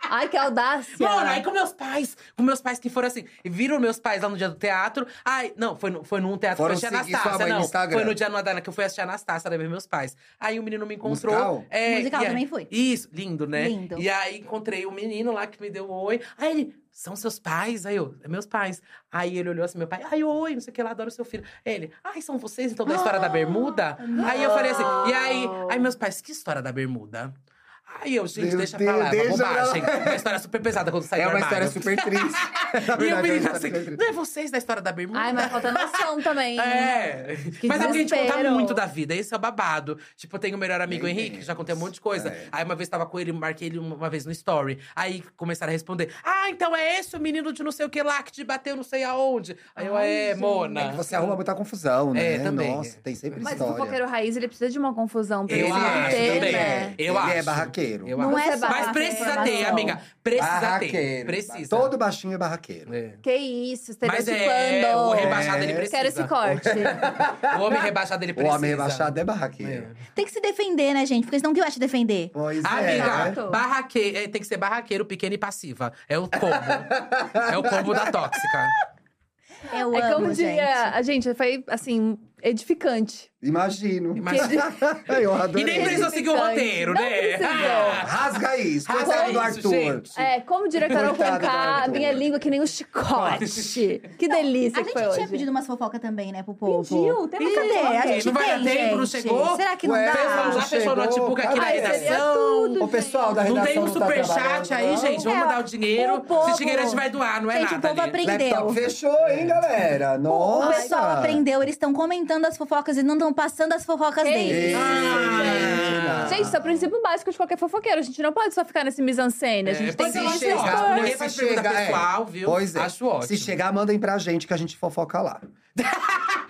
[SPEAKER 1] Ai, que audácia.
[SPEAKER 4] Mano, aí com meus pais, com meus pais que foram assim, viram meus pais lá no dia do teatro. Ai, não, foi, no, foi num teatro
[SPEAKER 2] Foram
[SPEAKER 4] que eu
[SPEAKER 2] seguir
[SPEAKER 4] achei
[SPEAKER 2] sua
[SPEAKER 4] Anastácia,
[SPEAKER 2] mãe no
[SPEAKER 4] não.
[SPEAKER 2] Instagram.
[SPEAKER 4] foi no dia no Adana que eu fui assistir a Anastácia, né, ver meus pais. Aí o menino me encontrou.
[SPEAKER 2] Musical?
[SPEAKER 4] É,
[SPEAKER 3] Musical
[SPEAKER 4] e aí-
[SPEAKER 3] também fui.
[SPEAKER 4] Isso, lindo, né?
[SPEAKER 3] Lindo.
[SPEAKER 4] E aí encontrei o menino lá que me deu um oi. Aí ele, são seus pais? Aí eu, é meus pais. Aí ele olhou assim, meu pai, ai, oi, não sei o que lá, adoro seu filho. Ele, ai, são vocês então da história da bermuda?
[SPEAKER 1] Ah,
[SPEAKER 4] Aí eu falei assim, e aí, aí meus pais, que história da bermuda? Aí eu, gente,
[SPEAKER 2] Meu
[SPEAKER 4] deixa
[SPEAKER 2] Deus,
[SPEAKER 4] pra lá, é
[SPEAKER 2] deixa
[SPEAKER 4] uma bobagem.
[SPEAKER 2] pra
[SPEAKER 4] Uma história super pesada quando saiu
[SPEAKER 2] É
[SPEAKER 4] do
[SPEAKER 2] uma
[SPEAKER 4] armário.
[SPEAKER 2] história super triste. Na
[SPEAKER 4] E o
[SPEAKER 2] verdade, é uma
[SPEAKER 4] menino
[SPEAKER 2] história
[SPEAKER 4] assim,
[SPEAKER 2] super triste.
[SPEAKER 4] não é vocês da história da bermuda?
[SPEAKER 1] Ai, mas falta noção também.
[SPEAKER 4] É. Mas é porque a gente conta
[SPEAKER 1] desespero.
[SPEAKER 4] muito da vida, esse é o babado. Tipo, eu tenho o melhor amigo
[SPEAKER 2] Meu
[SPEAKER 4] Henrique, que já contei um monte de coisa.
[SPEAKER 2] Deus, é.
[SPEAKER 4] Aí uma vez tava com ele, marquei ele uma vez no story. Aí começaram a responder: Ah, então é esse o menino de não sei o que lá que te bateu não sei aonde. Aí eu, é, Mona.
[SPEAKER 2] Você arruma muita confusão, né?
[SPEAKER 4] É, também,
[SPEAKER 2] Nossa,
[SPEAKER 4] é.
[SPEAKER 2] tem sempre
[SPEAKER 1] Mas o
[SPEAKER 2] história.
[SPEAKER 1] fofoqueiro raiz, ele precisa de uma confusão pra
[SPEAKER 4] Eu
[SPEAKER 1] ele
[SPEAKER 4] acho
[SPEAKER 1] ter,
[SPEAKER 4] também.
[SPEAKER 1] né?
[SPEAKER 4] Eu
[SPEAKER 2] Ele é
[SPEAKER 4] acho.
[SPEAKER 2] barraqueiro.
[SPEAKER 4] Eu
[SPEAKER 3] Não
[SPEAKER 4] acho.
[SPEAKER 3] é só
[SPEAKER 4] Mas
[SPEAKER 3] a
[SPEAKER 4] precisa ter,
[SPEAKER 3] afirmação.
[SPEAKER 4] amiga. Precisa ter.
[SPEAKER 2] barraqueiro.
[SPEAKER 4] Precisa.
[SPEAKER 2] Todo baixinho é barraqueiro.
[SPEAKER 4] É.
[SPEAKER 1] Que isso,
[SPEAKER 4] Mas
[SPEAKER 1] estereotipando.
[SPEAKER 4] é, o rebaixado
[SPEAKER 2] É.
[SPEAKER 4] ele precisa.
[SPEAKER 1] Quero esse corte.
[SPEAKER 4] O homem rebaixado ele
[SPEAKER 2] O
[SPEAKER 4] precisa.
[SPEAKER 2] homem rebaixado é
[SPEAKER 4] É.
[SPEAKER 2] barraqueiro.
[SPEAKER 3] Tem que se defender, né, gente? Porque senão quem vai te defender?
[SPEAKER 2] Pois é.
[SPEAKER 4] Amiga,
[SPEAKER 1] Exato.
[SPEAKER 4] barraqueiro, é, tem que ser barraqueiro, pequeno e passiva. É o combo. é o combo da tóxica.
[SPEAKER 3] Eu
[SPEAKER 1] é
[SPEAKER 3] amo,
[SPEAKER 1] como
[SPEAKER 3] gente.
[SPEAKER 1] dia. A gente, foi assim, edificante.
[SPEAKER 2] Imagino.
[SPEAKER 4] Imagina.
[SPEAKER 2] Eu
[SPEAKER 4] E nem
[SPEAKER 2] adorei.
[SPEAKER 4] precisou seguir o roteiro,
[SPEAKER 1] Não
[SPEAKER 4] né?
[SPEAKER 1] precisou.
[SPEAKER 2] Rasga isso.
[SPEAKER 4] Rasga
[SPEAKER 2] Coitado do
[SPEAKER 4] isso,
[SPEAKER 2] Arthur.
[SPEAKER 4] gente.
[SPEAKER 1] É, como diria Carol
[SPEAKER 2] Coitada da
[SPEAKER 1] Conká, a
[SPEAKER 2] Arthur.
[SPEAKER 1] minha língua que nem um chicote. que delícia
[SPEAKER 3] A
[SPEAKER 1] que
[SPEAKER 3] gente
[SPEAKER 1] foi
[SPEAKER 3] tinha
[SPEAKER 1] hoje.
[SPEAKER 3] pedido umas fofocas também, né, pro povo.
[SPEAKER 1] Pediu, teve
[SPEAKER 3] Ih, cadê?
[SPEAKER 1] fofoca.
[SPEAKER 3] A gente
[SPEAKER 4] Não vai
[SPEAKER 3] tem,
[SPEAKER 4] dar tempo, não
[SPEAKER 3] gente.
[SPEAKER 4] chegou?
[SPEAKER 3] Será que não
[SPEAKER 2] Ué,
[SPEAKER 4] Fechou,
[SPEAKER 3] dá?
[SPEAKER 4] já fechou o
[SPEAKER 2] Chegou,
[SPEAKER 4] notebook aqui na
[SPEAKER 2] cadê?
[SPEAKER 1] Seria
[SPEAKER 4] redação.
[SPEAKER 1] tudo,
[SPEAKER 2] Ô, pessoal da
[SPEAKER 4] Não tem
[SPEAKER 2] redação
[SPEAKER 4] um
[SPEAKER 2] tá
[SPEAKER 4] superchat
[SPEAKER 2] trabalhando,
[SPEAKER 4] aí,
[SPEAKER 2] não?
[SPEAKER 4] gente? Vamos
[SPEAKER 3] É,
[SPEAKER 4] mandar o dinheiro.
[SPEAKER 3] o povo-
[SPEAKER 4] Esse dinheiro a gente vai doar, não é
[SPEAKER 3] Gente, o
[SPEAKER 4] nada.
[SPEAKER 3] povo
[SPEAKER 4] ali.
[SPEAKER 3] aprendeu.
[SPEAKER 2] Laptop fechou, hein, galera? Nossa.
[SPEAKER 3] O pessoal aprendeu, eles estão comentando as fofocas e não estão passando as fofocas
[SPEAKER 1] Que
[SPEAKER 3] deles.
[SPEAKER 1] isso,
[SPEAKER 4] Ah.
[SPEAKER 1] Gente, isso é o princípio básico de qualquer fofoqueiro. A gente não pode só ficar nesse mise-en-scène. A gente
[SPEAKER 4] É,
[SPEAKER 1] tem
[SPEAKER 4] se
[SPEAKER 1] que se
[SPEAKER 4] chegar,
[SPEAKER 1] expor.
[SPEAKER 4] ninguém vai
[SPEAKER 2] Se
[SPEAKER 4] perguntar
[SPEAKER 2] chega, é.
[SPEAKER 4] pessoal, viu?
[SPEAKER 2] Pois é.
[SPEAKER 4] Acho ótimo.
[SPEAKER 2] Se chegar, mandem pra gente que a gente fofoca lá.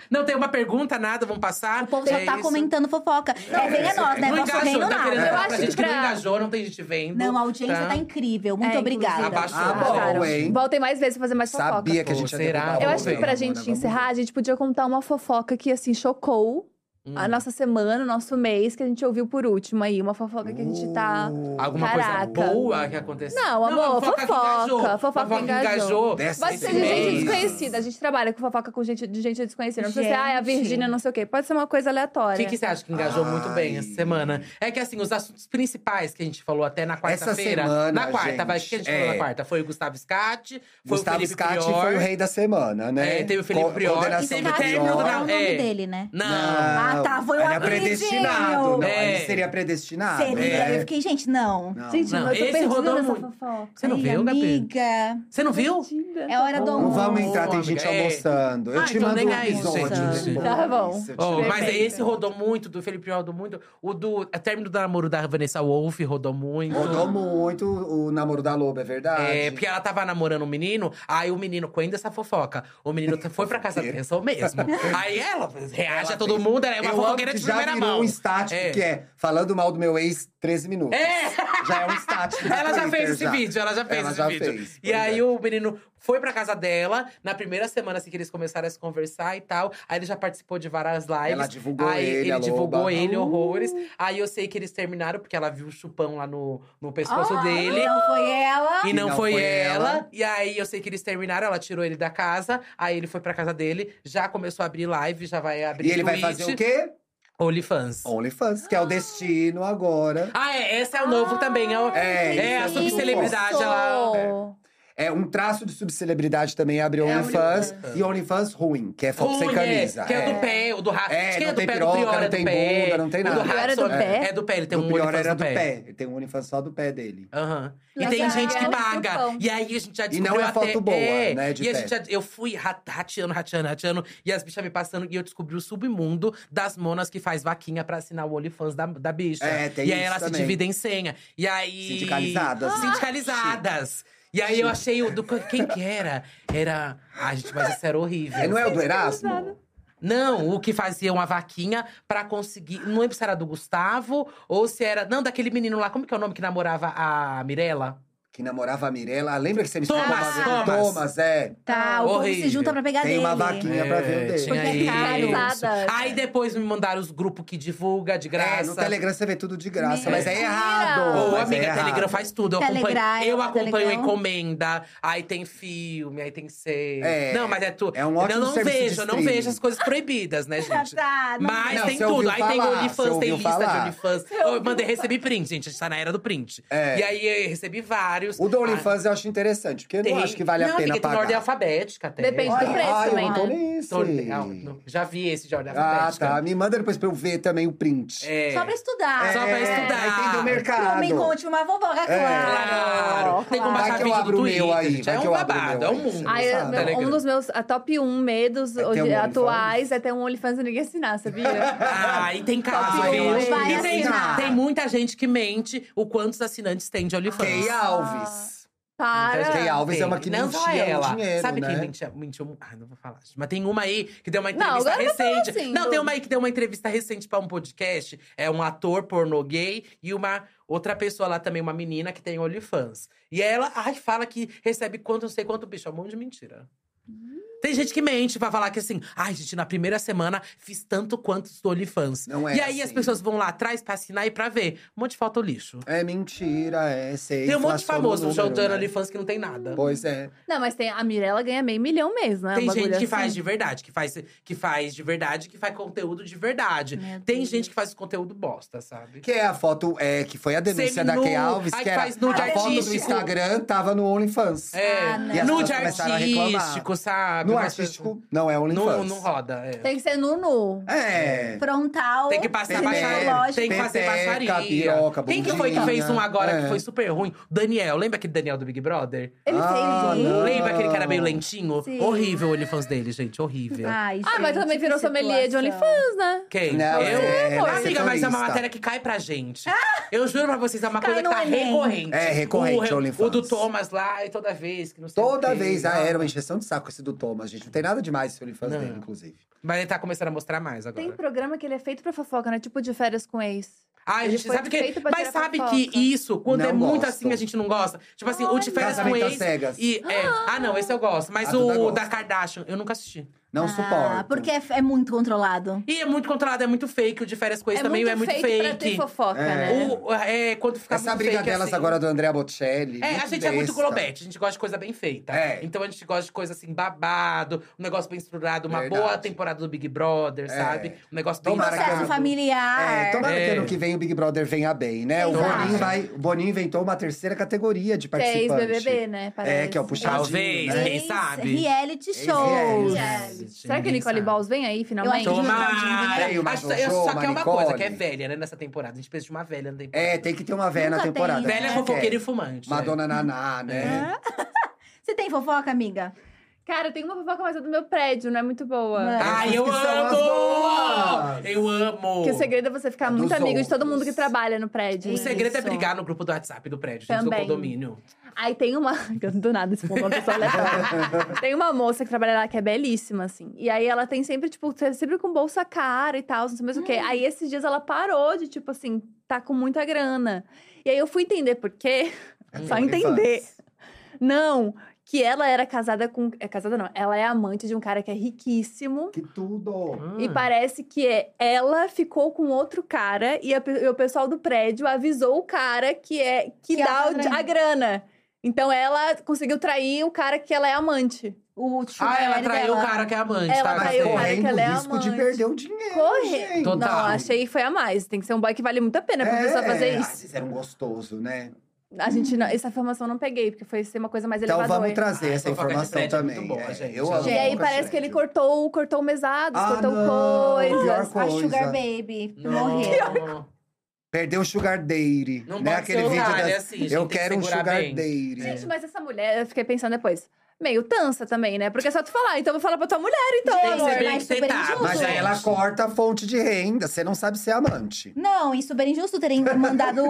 [SPEAKER 4] Não tem uma pergunta, nada, vamos passar.
[SPEAKER 3] O povo só
[SPEAKER 4] É
[SPEAKER 3] tá
[SPEAKER 4] isso.
[SPEAKER 3] comentando fofoca. É, venha nós, né?
[SPEAKER 4] Não
[SPEAKER 3] Nosso
[SPEAKER 4] engajou, tá querendo
[SPEAKER 3] reino nada.
[SPEAKER 1] Eu
[SPEAKER 4] falar pra
[SPEAKER 1] acho
[SPEAKER 4] gente que não
[SPEAKER 1] pra-
[SPEAKER 4] engajou, não tem gente vendo.
[SPEAKER 3] Não, a audiência tá, incrível. Muito
[SPEAKER 1] É,
[SPEAKER 3] obrigada.
[SPEAKER 1] inclusive,
[SPEAKER 4] Abaixou.
[SPEAKER 2] Ah, bom,
[SPEAKER 1] arrasaram.
[SPEAKER 2] hein?
[SPEAKER 1] Voltem mais vezes pra fazer mais fofoca.
[SPEAKER 2] Sabia que a gente
[SPEAKER 4] Pô,
[SPEAKER 2] ia derrubar
[SPEAKER 4] será?
[SPEAKER 2] a
[SPEAKER 1] Eu
[SPEAKER 4] Vamos
[SPEAKER 1] acho
[SPEAKER 4] ver,
[SPEAKER 1] que pra
[SPEAKER 2] Ramona,
[SPEAKER 1] gente
[SPEAKER 2] vamos ver.
[SPEAKER 1] encerrar, a gente podia contar uma fofoca que, assim, chocou
[SPEAKER 4] Hum.
[SPEAKER 1] a nossa semana, o nosso mês, que a gente ouviu por último aí. Uma fofoca que a gente tá.
[SPEAKER 2] Uh,
[SPEAKER 4] Alguma
[SPEAKER 1] Caraca.
[SPEAKER 4] coisa boa que aconteceu.
[SPEAKER 1] Não, amor,
[SPEAKER 4] que
[SPEAKER 1] fofoca,
[SPEAKER 4] engajou.
[SPEAKER 1] fofoca
[SPEAKER 4] Fofoca que
[SPEAKER 1] engajou.
[SPEAKER 4] engajou.
[SPEAKER 2] Dessa
[SPEAKER 1] Pode
[SPEAKER 2] Esse
[SPEAKER 1] ser de gente
[SPEAKER 2] mês.
[SPEAKER 1] desconhecida. A gente trabalha com fofoca com gente, de gente desconhecida. Não precisa ser,
[SPEAKER 3] Gente.
[SPEAKER 1] ah, a Virgínia, não sei o quê. Pode ser uma coisa
[SPEAKER 4] O
[SPEAKER 1] aleatória.
[SPEAKER 4] que, que você acha que engajou muito bem essa
[SPEAKER 2] Ai.
[SPEAKER 4] semana? É que assim, os assuntos principais que a gente falou até na
[SPEAKER 2] Essa
[SPEAKER 4] quarta-feira.
[SPEAKER 2] semana,
[SPEAKER 4] na quarta, vai. O que a gente
[SPEAKER 2] gente,
[SPEAKER 4] falou na
[SPEAKER 2] é.
[SPEAKER 4] quarta? Foi o Gustavo Scatti, foi
[SPEAKER 2] Gustavo
[SPEAKER 4] o Felipe
[SPEAKER 2] Scatti
[SPEAKER 4] Prior.
[SPEAKER 2] foi o rei da semana, né?
[SPEAKER 4] É, teve o Felipe
[SPEAKER 2] Co-
[SPEAKER 4] Prior, que
[SPEAKER 2] coordenação
[SPEAKER 4] teve
[SPEAKER 2] do
[SPEAKER 4] o
[SPEAKER 3] Cara,
[SPEAKER 4] término
[SPEAKER 3] não
[SPEAKER 4] do
[SPEAKER 3] é o
[SPEAKER 4] Não,
[SPEAKER 3] nome
[SPEAKER 4] é.
[SPEAKER 3] dele, né?
[SPEAKER 4] Não.
[SPEAKER 3] Ah, tá, foi o
[SPEAKER 2] Era
[SPEAKER 3] apelidinho.
[SPEAKER 2] é predestinado. Não,
[SPEAKER 4] É.
[SPEAKER 2] ele seria predestinado.
[SPEAKER 3] Seria.
[SPEAKER 2] né?
[SPEAKER 3] Eu fiquei, gente, não.
[SPEAKER 2] Não,
[SPEAKER 1] Gente,
[SPEAKER 4] Não,
[SPEAKER 1] eu tô
[SPEAKER 4] esse
[SPEAKER 1] perdida
[SPEAKER 4] rodou
[SPEAKER 1] nessa
[SPEAKER 4] muito.
[SPEAKER 1] fofoca.
[SPEAKER 4] Você não
[SPEAKER 3] Ai,
[SPEAKER 4] viu, Gabi?
[SPEAKER 3] amiga.
[SPEAKER 4] Você não viu?
[SPEAKER 1] Perdida.
[SPEAKER 3] É hora do
[SPEAKER 2] não
[SPEAKER 3] almoço.
[SPEAKER 2] vamos entrar, tem
[SPEAKER 4] amiga,
[SPEAKER 2] gente
[SPEAKER 4] é.
[SPEAKER 2] almoçando. Eu
[SPEAKER 4] Ah,
[SPEAKER 2] te
[SPEAKER 4] então
[SPEAKER 2] mando
[SPEAKER 4] nem
[SPEAKER 2] um
[SPEAKER 4] é isso,
[SPEAKER 2] episódio.
[SPEAKER 4] gente.
[SPEAKER 2] depois.
[SPEAKER 1] Tá bom.
[SPEAKER 2] Eu te
[SPEAKER 4] Oh,
[SPEAKER 2] mando. um
[SPEAKER 4] mas
[SPEAKER 1] Perfeito.
[SPEAKER 4] esse rodou muito, do Felipe Prior rodou muito. O do o término do namoro da Vanessa Wolff rodou muito.
[SPEAKER 2] Rodou muito o namoro da loba, é verdade.
[SPEAKER 4] É, porque ela tava namorando um menino, aí o menino, com ainda essa fofoca, o menino foi pra casa, pensou mesmo. aí ela reage a todo mundo, ela é uma
[SPEAKER 2] eu amo
[SPEAKER 4] fofoqueira
[SPEAKER 2] que
[SPEAKER 4] de
[SPEAKER 2] já
[SPEAKER 4] primeira
[SPEAKER 2] virou
[SPEAKER 4] mão.
[SPEAKER 2] um estático
[SPEAKER 4] É.
[SPEAKER 2] que é falando mal do meu ex 13 minutos.
[SPEAKER 4] É.
[SPEAKER 2] Já é um estático. do
[SPEAKER 4] Ela já
[SPEAKER 2] Twitter,
[SPEAKER 4] fez esse
[SPEAKER 2] já.
[SPEAKER 4] vídeo, ela já fez
[SPEAKER 2] Ela
[SPEAKER 4] esse
[SPEAKER 2] já
[SPEAKER 4] vídeo.
[SPEAKER 2] fez,
[SPEAKER 4] e
[SPEAKER 2] pois
[SPEAKER 4] aí
[SPEAKER 2] é.
[SPEAKER 4] o menino foi pra casa dela, na primeira semana assim que eles começaram a se conversar e tal. Aí ele já participou de várias lives.
[SPEAKER 2] Ela divulgou
[SPEAKER 4] aí
[SPEAKER 2] ele, a
[SPEAKER 4] divulgou
[SPEAKER 2] loba.
[SPEAKER 4] ele horrores. Aí eu sei que eles terminaram, porque ela viu o chupão lá no, no pescoço
[SPEAKER 3] Ah,
[SPEAKER 4] dele.
[SPEAKER 3] Não foi ela.
[SPEAKER 4] E não, foi, ela. E aí eu sei que eles terminaram, ela tirou ele da casa, aí ele foi pra casa dele, já começou a abrir live, já vai abrir
[SPEAKER 2] E ele vai
[SPEAKER 4] Twitch, Ah.
[SPEAKER 2] fazer o quê?
[SPEAKER 4] OnlyFans.
[SPEAKER 2] OnlyFans, que é o destino agora.
[SPEAKER 4] Ah, é, esse é o novo também, é, o-
[SPEAKER 2] É,
[SPEAKER 4] é a
[SPEAKER 2] isso é muito
[SPEAKER 4] subcelebridade lá.
[SPEAKER 2] É um traço de subcelebridade também abrir
[SPEAKER 3] É,
[SPEAKER 2] OnlyFans.
[SPEAKER 4] OnlyFans.
[SPEAKER 2] E OnlyFans ruim, que é foto
[SPEAKER 4] Ruim,
[SPEAKER 2] sem
[SPEAKER 4] é,
[SPEAKER 2] camisa.
[SPEAKER 4] Que é, o do pé, o do rato.
[SPEAKER 2] É,
[SPEAKER 4] Quem é
[SPEAKER 2] não
[SPEAKER 4] do
[SPEAKER 2] tem
[SPEAKER 4] pé,
[SPEAKER 2] piroca,
[SPEAKER 4] do pior,
[SPEAKER 2] não
[SPEAKER 4] é do
[SPEAKER 2] tem
[SPEAKER 4] pé.
[SPEAKER 2] bunda, não tem
[SPEAKER 4] O
[SPEAKER 2] nada.
[SPEAKER 4] do
[SPEAKER 1] Pior é do
[SPEAKER 4] Hudson,
[SPEAKER 1] pé?
[SPEAKER 4] É do pé, ele tem
[SPEAKER 2] do
[SPEAKER 4] um
[SPEAKER 2] pior
[SPEAKER 4] olho
[SPEAKER 2] era
[SPEAKER 4] do
[SPEAKER 2] do
[SPEAKER 4] pé.
[SPEAKER 2] pé. Ele Tem um OnlyFans só do pé dele.
[SPEAKER 4] Aham. E
[SPEAKER 1] Mas
[SPEAKER 4] tem
[SPEAKER 1] é-
[SPEAKER 4] gente que
[SPEAKER 1] é
[SPEAKER 4] paga.
[SPEAKER 1] desculpão.
[SPEAKER 4] E aí a gente já
[SPEAKER 2] E
[SPEAKER 4] descobriu
[SPEAKER 2] não é
[SPEAKER 4] até-
[SPEAKER 2] foto boa,
[SPEAKER 4] é.
[SPEAKER 2] né, de
[SPEAKER 4] e a
[SPEAKER 2] pé.
[SPEAKER 4] gente já- eu fui ra- rateando, rateando, rateando. E as bichas me passando. E eu descobri o submundo das monas que faz vaquinha pra assinar o OnlyFans da, da bicha.
[SPEAKER 2] É, tem
[SPEAKER 4] e aí
[SPEAKER 2] isso
[SPEAKER 4] elas se
[SPEAKER 2] também.
[SPEAKER 4] dividem em senha. E aí… Ah,
[SPEAKER 2] Sindicalizadas, né?
[SPEAKER 4] Sindicalizadas. E aí eu achei o do… Quem que era? Era… Ai, gente, mas isso era horrível.
[SPEAKER 2] É, não é o do é Erasmo?
[SPEAKER 4] Não, o que fazia uma vaquinha pra conseguir. Não lembro se era do Gustavo ou se era. Não, daquele menino lá, como que é o nome que namorava a Mirella?
[SPEAKER 2] Que namorava a Mirella. Lembra que você me
[SPEAKER 4] Thomas,
[SPEAKER 2] falou uma vez?
[SPEAKER 4] Thomas.
[SPEAKER 2] Thomas, é.
[SPEAKER 3] Tá, o povo se
[SPEAKER 4] Horrível.
[SPEAKER 3] junta pra pegar
[SPEAKER 2] Tem
[SPEAKER 3] dele.
[SPEAKER 2] uma vaquinha pra ver o dele.
[SPEAKER 4] tinha
[SPEAKER 3] Porque é caro.
[SPEAKER 4] isso. Aí depois me mandaram os grupos que divulga de graça.
[SPEAKER 2] É, no Telegram você vê tudo de graça,
[SPEAKER 3] Meu
[SPEAKER 2] mas é
[SPEAKER 3] Deus.
[SPEAKER 2] errado.
[SPEAKER 4] Ô,
[SPEAKER 2] mas
[SPEAKER 4] amiga,
[SPEAKER 2] é errado.
[SPEAKER 4] Telegram faz tudo. Eu acompanho,
[SPEAKER 3] Telegram,
[SPEAKER 4] eu acompanho
[SPEAKER 3] Telegram.
[SPEAKER 4] encomenda, aí tem filme, aí tem série.
[SPEAKER 2] É,
[SPEAKER 4] não, mas é tudo.
[SPEAKER 2] é um
[SPEAKER 4] eu
[SPEAKER 2] ótimo
[SPEAKER 4] não
[SPEAKER 2] serviço de
[SPEAKER 4] vejo, eu não
[SPEAKER 2] streaming.
[SPEAKER 4] vejo as coisas proibidas, né, gente?
[SPEAKER 7] Tá, não-
[SPEAKER 4] Mas
[SPEAKER 2] Não,
[SPEAKER 4] tem
[SPEAKER 2] você ouviu
[SPEAKER 4] tudo. Aí tem
[SPEAKER 2] falar, você
[SPEAKER 4] OnlyFans, tem
[SPEAKER 2] ouviu
[SPEAKER 4] lista
[SPEAKER 2] falar.
[SPEAKER 4] de OnlyFans. Eu mandei recebi print, gente. A gente tá na era do print.
[SPEAKER 2] É.
[SPEAKER 4] E aí eu recebi vários.
[SPEAKER 2] O do
[SPEAKER 4] Ah,
[SPEAKER 2] OnlyFans eu acho interessante, porque eu não
[SPEAKER 4] tem-
[SPEAKER 2] acho que vale
[SPEAKER 4] não,
[SPEAKER 2] a pena
[SPEAKER 4] amiga, Tem na ordem
[SPEAKER 2] pagar.
[SPEAKER 4] alfabética até.
[SPEAKER 1] Depende do preço
[SPEAKER 2] ai,
[SPEAKER 1] também,
[SPEAKER 2] eu não tô
[SPEAKER 1] né?
[SPEAKER 2] nesse.
[SPEAKER 4] Ordem- ah, não. Já vi esse de ordem
[SPEAKER 2] Ah,
[SPEAKER 4] alfabética.
[SPEAKER 2] tá. Me manda depois pra eu ver também o print.
[SPEAKER 4] É.
[SPEAKER 3] Só pra estudar.
[SPEAKER 4] É, Só pra estudar.
[SPEAKER 2] pra entender o
[SPEAKER 7] Não
[SPEAKER 2] mercado.
[SPEAKER 7] me conte uma fofoca, claro.
[SPEAKER 4] É, Claro. Tem que
[SPEAKER 2] Vai
[SPEAKER 4] baixar
[SPEAKER 2] que eu
[SPEAKER 4] vídeo do
[SPEAKER 2] abro o meu
[SPEAKER 4] Twitter.
[SPEAKER 2] aí,
[SPEAKER 4] gente.
[SPEAKER 2] vai
[SPEAKER 4] É
[SPEAKER 2] que
[SPEAKER 4] um
[SPEAKER 2] eu abro o
[SPEAKER 4] babado,
[SPEAKER 2] meu
[SPEAKER 4] é um
[SPEAKER 2] aí, você
[SPEAKER 4] mundo.
[SPEAKER 2] não
[SPEAKER 1] Aí,
[SPEAKER 2] sabe.
[SPEAKER 1] meu-
[SPEAKER 4] Telegram.
[SPEAKER 1] um dos meus a top 1 medos
[SPEAKER 2] É ter
[SPEAKER 1] hoje,
[SPEAKER 2] um OnlyFans.
[SPEAKER 1] atuais é ter um OnlyFans e ninguém assinar, sabia?
[SPEAKER 4] Ah, e tem caso,
[SPEAKER 2] Ah, eu
[SPEAKER 4] gente.
[SPEAKER 2] acho que
[SPEAKER 4] E tem,
[SPEAKER 2] assinar.
[SPEAKER 4] tem muita gente que mente o quantos assinantes tem de OnlyFans.
[SPEAKER 2] Key Alves.
[SPEAKER 1] Para!
[SPEAKER 2] Key Alves
[SPEAKER 4] Tem.
[SPEAKER 2] é uma que
[SPEAKER 4] não
[SPEAKER 2] mentia
[SPEAKER 4] só ela.
[SPEAKER 2] no dinheiro,
[SPEAKER 4] Sabe
[SPEAKER 2] né?
[SPEAKER 4] quem mentia, mentiu? Ah, não vou falar. gente. Mas tem uma aí que deu uma
[SPEAKER 1] Não,
[SPEAKER 4] entrevista
[SPEAKER 1] agora eu vou falar
[SPEAKER 4] recente.
[SPEAKER 1] assim,
[SPEAKER 4] não,
[SPEAKER 1] do-
[SPEAKER 4] tem uma aí que deu uma entrevista recente pra um podcast. É um ator pornô gay e uma outra pessoa lá também, uma menina que tem OnlyFans. E ela, ai, fala que recebe quanto, não sei quanto, bicho. É um monte de mentira. Tem gente que mente pra falar que assim, ai, gente, na primeira semana fiz tanto quanto do OnlyFans.
[SPEAKER 2] Não é
[SPEAKER 4] e aí as
[SPEAKER 2] assim.
[SPEAKER 4] pessoas vão lá atrás pra assinar e pra ver. Um monte de foto lixo.
[SPEAKER 2] É mentira, é sei.
[SPEAKER 4] Tem um monte
[SPEAKER 2] inflaciona
[SPEAKER 4] de
[SPEAKER 2] o
[SPEAKER 4] famoso
[SPEAKER 2] número,
[SPEAKER 4] jogando
[SPEAKER 2] né?
[SPEAKER 4] OnlyFans que não tem nada.
[SPEAKER 2] Pois é.
[SPEAKER 1] Não, mas tem, a Mirella ganha meio milhão mesmo, né? Um
[SPEAKER 4] Tem
[SPEAKER 1] bagulho
[SPEAKER 4] gente que
[SPEAKER 1] assim.
[SPEAKER 4] faz de verdade, que faz, que faz de verdade, que faz conteúdo de verdade.
[SPEAKER 3] Meu
[SPEAKER 4] Tem
[SPEAKER 3] Deus.
[SPEAKER 4] gente que faz conteúdo bosta, sabe?
[SPEAKER 2] Que é a foto é, que foi a denúncia da
[SPEAKER 4] Seminu,
[SPEAKER 2] Key Alves,
[SPEAKER 4] aí
[SPEAKER 2] que era
[SPEAKER 4] faz nude
[SPEAKER 2] a foto do
[SPEAKER 4] artístico.
[SPEAKER 2] Instagram tava no OnlyFans.
[SPEAKER 4] É,
[SPEAKER 3] Ah, não.
[SPEAKER 2] E as
[SPEAKER 4] nude
[SPEAKER 2] pessoas começaram a reclamar.
[SPEAKER 4] artístico, sabe?
[SPEAKER 2] No
[SPEAKER 4] Umas
[SPEAKER 2] artístico, não é
[SPEAKER 4] coisas- Não,
[SPEAKER 2] OnlyFans.
[SPEAKER 4] não roda, é.
[SPEAKER 1] Tem que ser nu nu.
[SPEAKER 2] É.
[SPEAKER 3] Frontal.
[SPEAKER 4] Tem que passar
[SPEAKER 2] Pepeca,
[SPEAKER 4] baixaria. Tem que fazer
[SPEAKER 2] pepeca,
[SPEAKER 4] baixaria.
[SPEAKER 2] piroca,
[SPEAKER 4] Quem que foi que
[SPEAKER 2] bundinha,
[SPEAKER 4] fez um agora
[SPEAKER 2] é.
[SPEAKER 4] que foi super ruim? Daniel. Lembra aquele Daniel do Big Brother?
[SPEAKER 1] Ele
[SPEAKER 2] Ah,
[SPEAKER 1] fez.
[SPEAKER 2] não.
[SPEAKER 4] Lembra aquele que era meio lentinho?
[SPEAKER 3] Sim.
[SPEAKER 4] Horrível o OnlyFans dele, gente. Horrível.
[SPEAKER 3] Ai,
[SPEAKER 1] Ah, mas
[SPEAKER 3] gente,
[SPEAKER 1] também
[SPEAKER 3] que
[SPEAKER 1] virou sommelier de
[SPEAKER 3] um tipo situação.
[SPEAKER 1] OnlyFans, né?
[SPEAKER 4] Quem?
[SPEAKER 2] Não,
[SPEAKER 4] eu?
[SPEAKER 2] é,
[SPEAKER 4] Ah, amiga, mas é uma
[SPEAKER 2] setorista.
[SPEAKER 4] matéria que cai pra gente. Eu juro pra vocês, é uma
[SPEAKER 3] Cai
[SPEAKER 4] coisa que
[SPEAKER 3] no
[SPEAKER 4] tá
[SPEAKER 3] Enem.
[SPEAKER 4] recorrente.
[SPEAKER 2] É, recorrente,
[SPEAKER 4] O re- o,
[SPEAKER 2] OnlyFans.
[SPEAKER 4] do Thomas lá, e toda vez, que não sei o
[SPEAKER 2] Toda
[SPEAKER 4] quê.
[SPEAKER 2] vez ah, era uma injeção de saco esse do Thomas, gente. Não tem nada demais esse OnlyFans
[SPEAKER 4] Não.
[SPEAKER 2] dele, inclusive.
[SPEAKER 4] Mas ele tá começando a mostrar mais agora.
[SPEAKER 1] Tem programa que ele é feito pra fofoca, né? Tipo de férias com ex.
[SPEAKER 4] Ai,
[SPEAKER 1] Ele
[SPEAKER 4] gente,
[SPEAKER 1] foi
[SPEAKER 4] sabe que.
[SPEAKER 1] feito pra
[SPEAKER 4] Mas
[SPEAKER 1] tirar
[SPEAKER 4] sabe
[SPEAKER 1] fofoca.
[SPEAKER 4] que isso, quando
[SPEAKER 2] Não
[SPEAKER 4] é muito
[SPEAKER 2] gosto.
[SPEAKER 4] assim, a gente não gosta? Tipo assim, o de férias com
[SPEAKER 2] Casamento às
[SPEAKER 4] ex.
[SPEAKER 2] cegas.
[SPEAKER 4] E, é. Ah, não, esse eu gosto. Mas
[SPEAKER 2] A Duda
[SPEAKER 4] o
[SPEAKER 2] gosta.
[SPEAKER 4] da Kardashian, eu nunca assisti.
[SPEAKER 2] Não
[SPEAKER 3] Ah,
[SPEAKER 2] suporto.
[SPEAKER 3] Porque é, é muito controlado.
[SPEAKER 4] E é muito controlado, é muito fake. O de férias com ex também é muito
[SPEAKER 1] feito pra ter
[SPEAKER 4] fake.
[SPEAKER 1] fofoca,
[SPEAKER 2] É.
[SPEAKER 1] né?
[SPEAKER 4] O- é, quando fica
[SPEAKER 2] Essa
[SPEAKER 4] muito
[SPEAKER 2] briga
[SPEAKER 4] fake,
[SPEAKER 2] delas
[SPEAKER 4] assim.
[SPEAKER 2] agora do André Bocelli.
[SPEAKER 4] É, a gente é muito
[SPEAKER 2] besta.
[SPEAKER 4] globete, a gente gosta de coisa bem feita.
[SPEAKER 2] É.
[SPEAKER 4] Então a gente gosta de coisa assim, babado, um negócio bem estruturado, uma
[SPEAKER 2] Verdade.
[SPEAKER 4] boa temporada do Big Brother,
[SPEAKER 2] É.
[SPEAKER 4] sabe? Um negócio bem
[SPEAKER 2] Tomara que
[SPEAKER 4] babado.
[SPEAKER 3] Processo
[SPEAKER 2] eu-
[SPEAKER 1] Ah,
[SPEAKER 3] familiar.
[SPEAKER 2] É, tomara
[SPEAKER 4] É.
[SPEAKER 2] que ano que vem o Big Brother venha bem, né? O
[SPEAKER 3] Exato.
[SPEAKER 2] Boninho, vai, o Boninho inventou uma terceira categoria de
[SPEAKER 1] Fez
[SPEAKER 2] participante.
[SPEAKER 1] BBB, né?
[SPEAKER 2] É,
[SPEAKER 1] Parece.
[SPEAKER 2] que é o puxadinho,
[SPEAKER 4] Talvez,
[SPEAKER 2] né?
[SPEAKER 4] quem sabe?
[SPEAKER 3] Reality
[SPEAKER 2] Esse
[SPEAKER 3] show.
[SPEAKER 2] reality.
[SPEAKER 1] Será que Nicole Balls vem aí, finalmente?
[SPEAKER 3] Eu acho que-
[SPEAKER 4] Tomara!
[SPEAKER 2] Veio uma
[SPEAKER 4] Acho-
[SPEAKER 2] Jojo,
[SPEAKER 4] Só que é
[SPEAKER 2] uma
[SPEAKER 4] uma coisa,
[SPEAKER 2] Nicole.
[SPEAKER 4] que é velha, né, nessa temporada. A gente precisa de uma velha na temporada.
[SPEAKER 2] É, tem que ter uma véia na
[SPEAKER 3] Nunca tem,
[SPEAKER 2] temporada.
[SPEAKER 3] né?
[SPEAKER 4] Velha,
[SPEAKER 2] É.
[SPEAKER 4] fofoqueira e fumante.
[SPEAKER 2] Madonna Naná, né?
[SPEAKER 3] Você tem fofoca, amiga?
[SPEAKER 1] Cara, tem uma fofoca, mas é do meu prédio, não é muito boa.
[SPEAKER 3] Não.
[SPEAKER 4] É. Ai,
[SPEAKER 2] Essas
[SPEAKER 4] eu
[SPEAKER 2] que são as
[SPEAKER 4] amo!
[SPEAKER 2] boas!
[SPEAKER 4] Eu amo!
[SPEAKER 1] Porque o segredo é você ficar
[SPEAKER 2] É
[SPEAKER 1] muito
[SPEAKER 2] dos
[SPEAKER 1] amigo de todo mundo
[SPEAKER 2] outros.
[SPEAKER 1] que trabalha no prédio.
[SPEAKER 4] O
[SPEAKER 1] né?
[SPEAKER 4] segredo é
[SPEAKER 3] Isso.
[SPEAKER 4] brigar no grupo do WhatsApp do prédio, gente, do
[SPEAKER 1] Também.
[SPEAKER 4] condomínio.
[SPEAKER 1] Aí tem uma. Do nada, esse povo é uma pessoa aleatória. tem uma moça que trabalha lá que é belíssima, assim. E aí ela tem sempre, tipo, tá sempre com bolsa cara e tal, não sei mais o quê. Aí esses dias ela parou de, tipo assim, tá com muita grana. E aí eu fui entender por quê. Só entender. Não, que ela era casada com. É casada não, ela é amante de um cara que é riquíssimo.
[SPEAKER 2] Que tudo!
[SPEAKER 1] E parece que é, ela ficou com outro cara e, a pe- e o pessoal do prédio avisou o cara que é que,
[SPEAKER 3] Que
[SPEAKER 1] dá
[SPEAKER 3] ela
[SPEAKER 1] o
[SPEAKER 3] tá
[SPEAKER 1] di- a grana. Então ela conseguiu trair o cara que ela é amante.
[SPEAKER 3] O
[SPEAKER 4] Ah, ela
[SPEAKER 3] sugar
[SPEAKER 4] traiu
[SPEAKER 3] dela.
[SPEAKER 4] o cara que é amante,
[SPEAKER 1] Ela
[SPEAKER 4] tá?
[SPEAKER 2] Mas
[SPEAKER 1] traiu o cara
[SPEAKER 4] Gostei.
[SPEAKER 1] que
[SPEAKER 2] correndo
[SPEAKER 1] ela é
[SPEAKER 2] o risco de
[SPEAKER 1] amante.
[SPEAKER 2] perder o dinheiro,
[SPEAKER 1] Corre-
[SPEAKER 2] gente.
[SPEAKER 4] Total.
[SPEAKER 1] Não, achei que foi a mais. Tem que ser um boy que vale muito a pena pra pessoa fazer
[SPEAKER 2] Ah,
[SPEAKER 1] isso.
[SPEAKER 2] Vocês eram gostoso, né?
[SPEAKER 1] A gente não- essa informação eu não peguei, porque foi ser uma coisa mais
[SPEAKER 2] Então
[SPEAKER 1] elevadora.
[SPEAKER 2] vamos trazer
[SPEAKER 4] Ah,
[SPEAKER 2] essa
[SPEAKER 4] fofoca de
[SPEAKER 2] informação
[SPEAKER 4] prédio é muito
[SPEAKER 2] também.
[SPEAKER 4] boa,
[SPEAKER 2] é.
[SPEAKER 4] gente.
[SPEAKER 2] Eu amo
[SPEAKER 1] E aí
[SPEAKER 2] fofoca
[SPEAKER 1] parece
[SPEAKER 2] de
[SPEAKER 1] que ele
[SPEAKER 2] prédio.
[SPEAKER 1] cortou, cortou mesados,
[SPEAKER 2] Ah,
[SPEAKER 1] cortou
[SPEAKER 2] não, pior
[SPEAKER 1] coisas.
[SPEAKER 2] coisa.
[SPEAKER 3] A Sugar Baby. Morreu.
[SPEAKER 4] Não,
[SPEAKER 2] Perdeu o Sugar Daddy.
[SPEAKER 4] não
[SPEAKER 2] né?
[SPEAKER 4] pode ser
[SPEAKER 2] Aquele vídeo
[SPEAKER 4] otário,
[SPEAKER 2] das-
[SPEAKER 4] assim, gente,
[SPEAKER 2] Eu
[SPEAKER 4] tem que
[SPEAKER 2] quero um
[SPEAKER 4] segurar
[SPEAKER 2] Sugar
[SPEAKER 4] bem.
[SPEAKER 2] Daddy.
[SPEAKER 1] Gente, mas essa mulher, eu fiquei pensando depois. meio tansa também, né? Porque é só tu falar, então eu vou falar pra tua mulher, então,
[SPEAKER 3] Gente,
[SPEAKER 4] Tem que
[SPEAKER 1] amor.
[SPEAKER 4] ser bem
[SPEAKER 3] mas super
[SPEAKER 4] sentado.
[SPEAKER 3] injusto.
[SPEAKER 2] Mas aí ela
[SPEAKER 4] gente.
[SPEAKER 2] corta a fonte de renda. Você não sabe ser amante.
[SPEAKER 3] Não, e super injusto terem mandado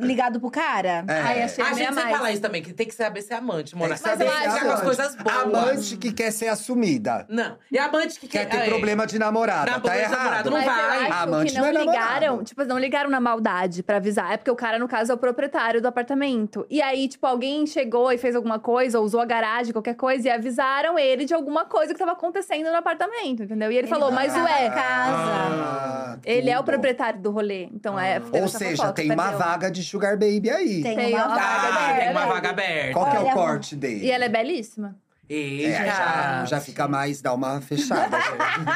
[SPEAKER 3] ligado pro cara.
[SPEAKER 2] É.
[SPEAKER 1] Ai, achei
[SPEAKER 4] A
[SPEAKER 1] a minha
[SPEAKER 4] gente sempre
[SPEAKER 1] mais.
[SPEAKER 4] fala isso também, que tem que saber ser amante,
[SPEAKER 2] Tem
[SPEAKER 4] Mona.
[SPEAKER 2] que
[SPEAKER 4] Tem
[SPEAKER 2] saber
[SPEAKER 4] que
[SPEAKER 1] eu acho
[SPEAKER 2] ser
[SPEAKER 4] ficar com as
[SPEAKER 2] amante.
[SPEAKER 4] coisas boas.
[SPEAKER 2] Amante que quer ser assumida.
[SPEAKER 4] Não. E amante que
[SPEAKER 2] Quer
[SPEAKER 4] quer.
[SPEAKER 2] ter
[SPEAKER 4] é,
[SPEAKER 2] problema de namorada.
[SPEAKER 4] Namorado,
[SPEAKER 2] tá errado.
[SPEAKER 4] namorado, não
[SPEAKER 1] Mas
[SPEAKER 4] vai.
[SPEAKER 1] eu acho
[SPEAKER 2] Amante
[SPEAKER 1] que não,
[SPEAKER 2] não é namorado.
[SPEAKER 1] ligaram, tipo, não ligaram na maldade pra avisar. É porque o cara, no caso, é o proprietário do apartamento. E aí, tipo, alguém chegou e fez alguma coisa, ou usou a garagem, qualquer coisa, e avisaram ele de alguma coisa que tava acontecendo no apartamento, entendeu? E ele, falou,
[SPEAKER 3] não
[SPEAKER 1] mas
[SPEAKER 3] tava
[SPEAKER 1] ué,
[SPEAKER 3] na casa.
[SPEAKER 1] ele é
[SPEAKER 2] "Ah,
[SPEAKER 1] o
[SPEAKER 2] tudo. Ah.
[SPEAKER 1] proprietário do rolê. Então é. teve
[SPEAKER 2] Ou
[SPEAKER 1] essa
[SPEAKER 2] seja,
[SPEAKER 1] fofoca,
[SPEAKER 2] tem uma
[SPEAKER 1] perdeu.
[SPEAKER 2] vaga de sugar baby aí.
[SPEAKER 3] Tem,
[SPEAKER 1] Tem
[SPEAKER 3] uma
[SPEAKER 1] uma
[SPEAKER 3] vaga
[SPEAKER 1] vaga
[SPEAKER 4] Ah,
[SPEAKER 3] aberta.
[SPEAKER 4] tem uma
[SPEAKER 1] aberta.
[SPEAKER 4] vaga aberta.
[SPEAKER 2] é. Qual que é
[SPEAKER 3] Olha,
[SPEAKER 2] o corte dele?
[SPEAKER 1] E ela é belíssima.
[SPEAKER 4] E
[SPEAKER 2] É, já, já fica mais, dá uma fechada.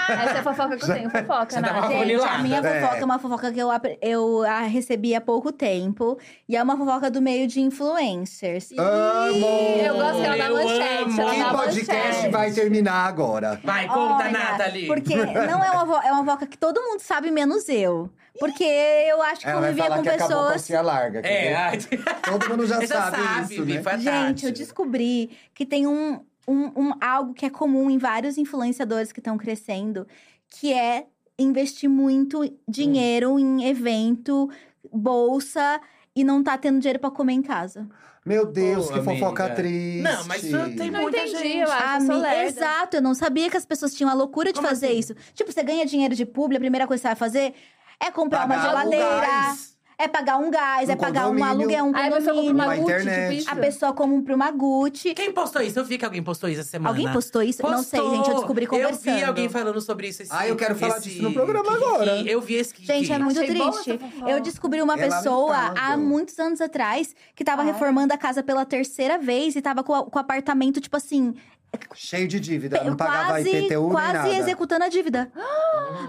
[SPEAKER 1] Essa é a fofoca que eu tenho, fofoca,
[SPEAKER 2] tá
[SPEAKER 4] Já dá
[SPEAKER 1] né?
[SPEAKER 4] uma
[SPEAKER 3] Gente, a
[SPEAKER 4] funilada.
[SPEAKER 3] minha
[SPEAKER 2] É.
[SPEAKER 3] fofoca é uma fofoca que eu, apre- eu a recebi há pouco tempo. E é uma fofoca do meio de influencers.
[SPEAKER 2] Ah, Amo!
[SPEAKER 1] Eu gosto que ela dá
[SPEAKER 4] Eu
[SPEAKER 1] manchete.
[SPEAKER 4] amo.
[SPEAKER 1] Ela
[SPEAKER 2] Que
[SPEAKER 1] dá
[SPEAKER 2] podcast
[SPEAKER 1] manchete.
[SPEAKER 2] vai terminar agora?
[SPEAKER 4] Vai, conta,
[SPEAKER 3] Olha,
[SPEAKER 4] Nathalie.
[SPEAKER 3] Porque não é uma, vo- é uma fofoca que todo mundo sabe, menos eu. Porque eu acho que
[SPEAKER 2] Ela vai
[SPEAKER 3] convivia
[SPEAKER 2] falar
[SPEAKER 3] Tipo, com
[SPEAKER 2] que acabou a
[SPEAKER 3] pessoas.
[SPEAKER 2] calcinha larga. quer
[SPEAKER 4] É,
[SPEAKER 2] ver?
[SPEAKER 4] ai,
[SPEAKER 2] Todo mundo já,
[SPEAKER 4] já
[SPEAKER 2] sabe,
[SPEAKER 4] sabe,
[SPEAKER 2] isso,
[SPEAKER 4] Vi,
[SPEAKER 2] né?
[SPEAKER 4] foi a
[SPEAKER 3] Gente,
[SPEAKER 4] Tati.
[SPEAKER 3] eu descobri que tem um, um, um algo que é comum em vários influenciadores que estão crescendo, que é investir muito dinheiro
[SPEAKER 2] Hum.
[SPEAKER 3] em evento, bolsa e não tá tendo dinheiro pra comer em casa.
[SPEAKER 2] Meu Deus,
[SPEAKER 4] Ô,
[SPEAKER 2] que fofoca
[SPEAKER 4] amiga.
[SPEAKER 2] triste.
[SPEAKER 4] Não, mas isso tem
[SPEAKER 1] Não
[SPEAKER 4] muita
[SPEAKER 1] entendi,
[SPEAKER 4] gente.
[SPEAKER 1] eu acho. eu sou
[SPEAKER 3] Ami-
[SPEAKER 1] lerda.
[SPEAKER 3] Ah, Exato, eu não sabia que as pessoas tinham a loucura de
[SPEAKER 4] Como
[SPEAKER 3] fazer
[SPEAKER 4] assim?
[SPEAKER 3] isso. Tipo, você ganha dinheiro de publi, a primeira coisa que você vai fazer é comprar
[SPEAKER 2] Pagar
[SPEAKER 3] uma
[SPEAKER 2] o
[SPEAKER 3] geladeira,
[SPEAKER 2] gás.
[SPEAKER 3] é pagar um gás,
[SPEAKER 2] Um
[SPEAKER 3] é pagar um
[SPEAKER 2] condomínio.
[SPEAKER 3] aluguel, um
[SPEAKER 1] Aí a pessoa compra
[SPEAKER 3] condomínio.
[SPEAKER 1] uma
[SPEAKER 2] Na
[SPEAKER 1] Gucci,
[SPEAKER 2] internet.
[SPEAKER 1] tipo isso.
[SPEAKER 3] A pessoa compra um uma Gucci.
[SPEAKER 4] Quem postou isso? Eu vi que alguém postou isso essa semana.
[SPEAKER 3] Alguém postou isso? Não sei,
[SPEAKER 4] Postou.
[SPEAKER 3] gente. Eu descobri conversando.
[SPEAKER 4] Eu vi alguém falando sobre isso. Esse,
[SPEAKER 2] Ah, eu quero falar
[SPEAKER 4] esse-
[SPEAKER 2] disso no programa agora.
[SPEAKER 4] Eu vi esse que-
[SPEAKER 3] Gente,
[SPEAKER 4] que-
[SPEAKER 3] é muito
[SPEAKER 1] Achei boa
[SPEAKER 3] triste.
[SPEAKER 1] essa fofoca.
[SPEAKER 3] Eu descobri uma
[SPEAKER 2] É
[SPEAKER 3] pessoa há
[SPEAKER 2] lamentável.
[SPEAKER 3] muitos anos atrás que tava
[SPEAKER 1] Ai.
[SPEAKER 3] reformando a casa pela terceira vez e tava com, a- com o apartamento, tipo assim,
[SPEAKER 2] Cheio de dívida,
[SPEAKER 3] pe-
[SPEAKER 2] não pagava
[SPEAKER 3] quase,
[SPEAKER 2] IPTU nem nada.
[SPEAKER 3] quase executando a dívida.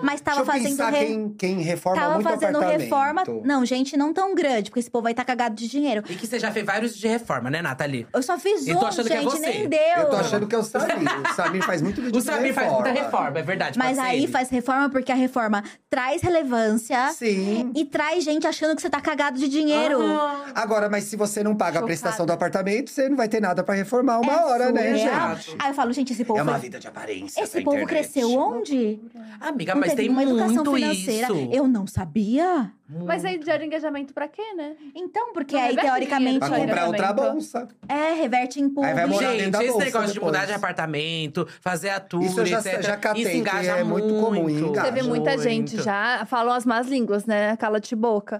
[SPEAKER 3] Mas tava
[SPEAKER 2] Deixa eu
[SPEAKER 3] fazendo
[SPEAKER 2] pensar
[SPEAKER 3] re-
[SPEAKER 2] quem, quem reforma
[SPEAKER 3] Tava
[SPEAKER 2] muito
[SPEAKER 3] fazendo
[SPEAKER 2] apartamento.
[SPEAKER 3] reforma. Não, gente, não tão grande, porque esse povo vai estar cagado de dinheiro.
[SPEAKER 4] E que você já fez vários de reforma, né, Nathalie?
[SPEAKER 3] Eu só fiz
[SPEAKER 4] Eu tô
[SPEAKER 3] um,
[SPEAKER 4] achando
[SPEAKER 3] gente,
[SPEAKER 4] que é você.
[SPEAKER 3] nem deu.
[SPEAKER 2] Eu tô achando que é o Samir. O Samir faz muito vídeo
[SPEAKER 4] O Samir
[SPEAKER 2] de
[SPEAKER 4] faz
[SPEAKER 2] reforma.
[SPEAKER 4] muita reforma, é verdade.
[SPEAKER 3] Mas
[SPEAKER 4] pode ser
[SPEAKER 3] aí
[SPEAKER 4] ele.
[SPEAKER 3] faz reforma porque a reforma traz relevância
[SPEAKER 2] Sim.
[SPEAKER 3] e traz gente achando que você tá cagado de dinheiro.
[SPEAKER 4] Ah,
[SPEAKER 2] Agora, mas se você não paga
[SPEAKER 1] Chocada.
[SPEAKER 2] a prestação do apartamento, você não vai ter nada pra reformar uma
[SPEAKER 3] É
[SPEAKER 2] hora, né,
[SPEAKER 3] surreal.
[SPEAKER 2] gente?
[SPEAKER 4] gente?
[SPEAKER 3] Aí eu falo, gente, esse povo
[SPEAKER 2] É uma
[SPEAKER 3] foi-
[SPEAKER 2] vida de aparência.
[SPEAKER 3] Esse povo cresceu onde?
[SPEAKER 4] Amiga,
[SPEAKER 3] Não
[SPEAKER 4] mas
[SPEAKER 3] teve
[SPEAKER 4] tem
[SPEAKER 3] uma educação
[SPEAKER 4] muito
[SPEAKER 3] financeira.
[SPEAKER 4] isso.
[SPEAKER 3] Eu não sabia.
[SPEAKER 1] Mas aí gera engajamento pra quê, né?
[SPEAKER 3] Então, porque
[SPEAKER 1] Não
[SPEAKER 3] aí,
[SPEAKER 1] reverte
[SPEAKER 3] teoricamente,
[SPEAKER 2] Pra
[SPEAKER 1] dinheiro,
[SPEAKER 3] é,
[SPEAKER 2] comprar outra
[SPEAKER 1] Apartamento.
[SPEAKER 2] bolsa.
[SPEAKER 3] reverte em público.
[SPEAKER 2] Aí vai morar dentro
[SPEAKER 4] Gente,
[SPEAKER 2] da
[SPEAKER 4] esse
[SPEAKER 2] bolsa
[SPEAKER 4] negócio de
[SPEAKER 2] depois.
[SPEAKER 4] mudar de apartamento, fazer a tour,
[SPEAKER 2] Isso eu já-
[SPEAKER 4] etc.
[SPEAKER 2] já catei,
[SPEAKER 4] isso
[SPEAKER 2] que
[SPEAKER 4] engaja
[SPEAKER 2] é muito comum,
[SPEAKER 4] Ah,
[SPEAKER 2] engaja.
[SPEAKER 1] Teve muita
[SPEAKER 4] muito.
[SPEAKER 1] gente já, falam as más línguas, né? Cala-te boca.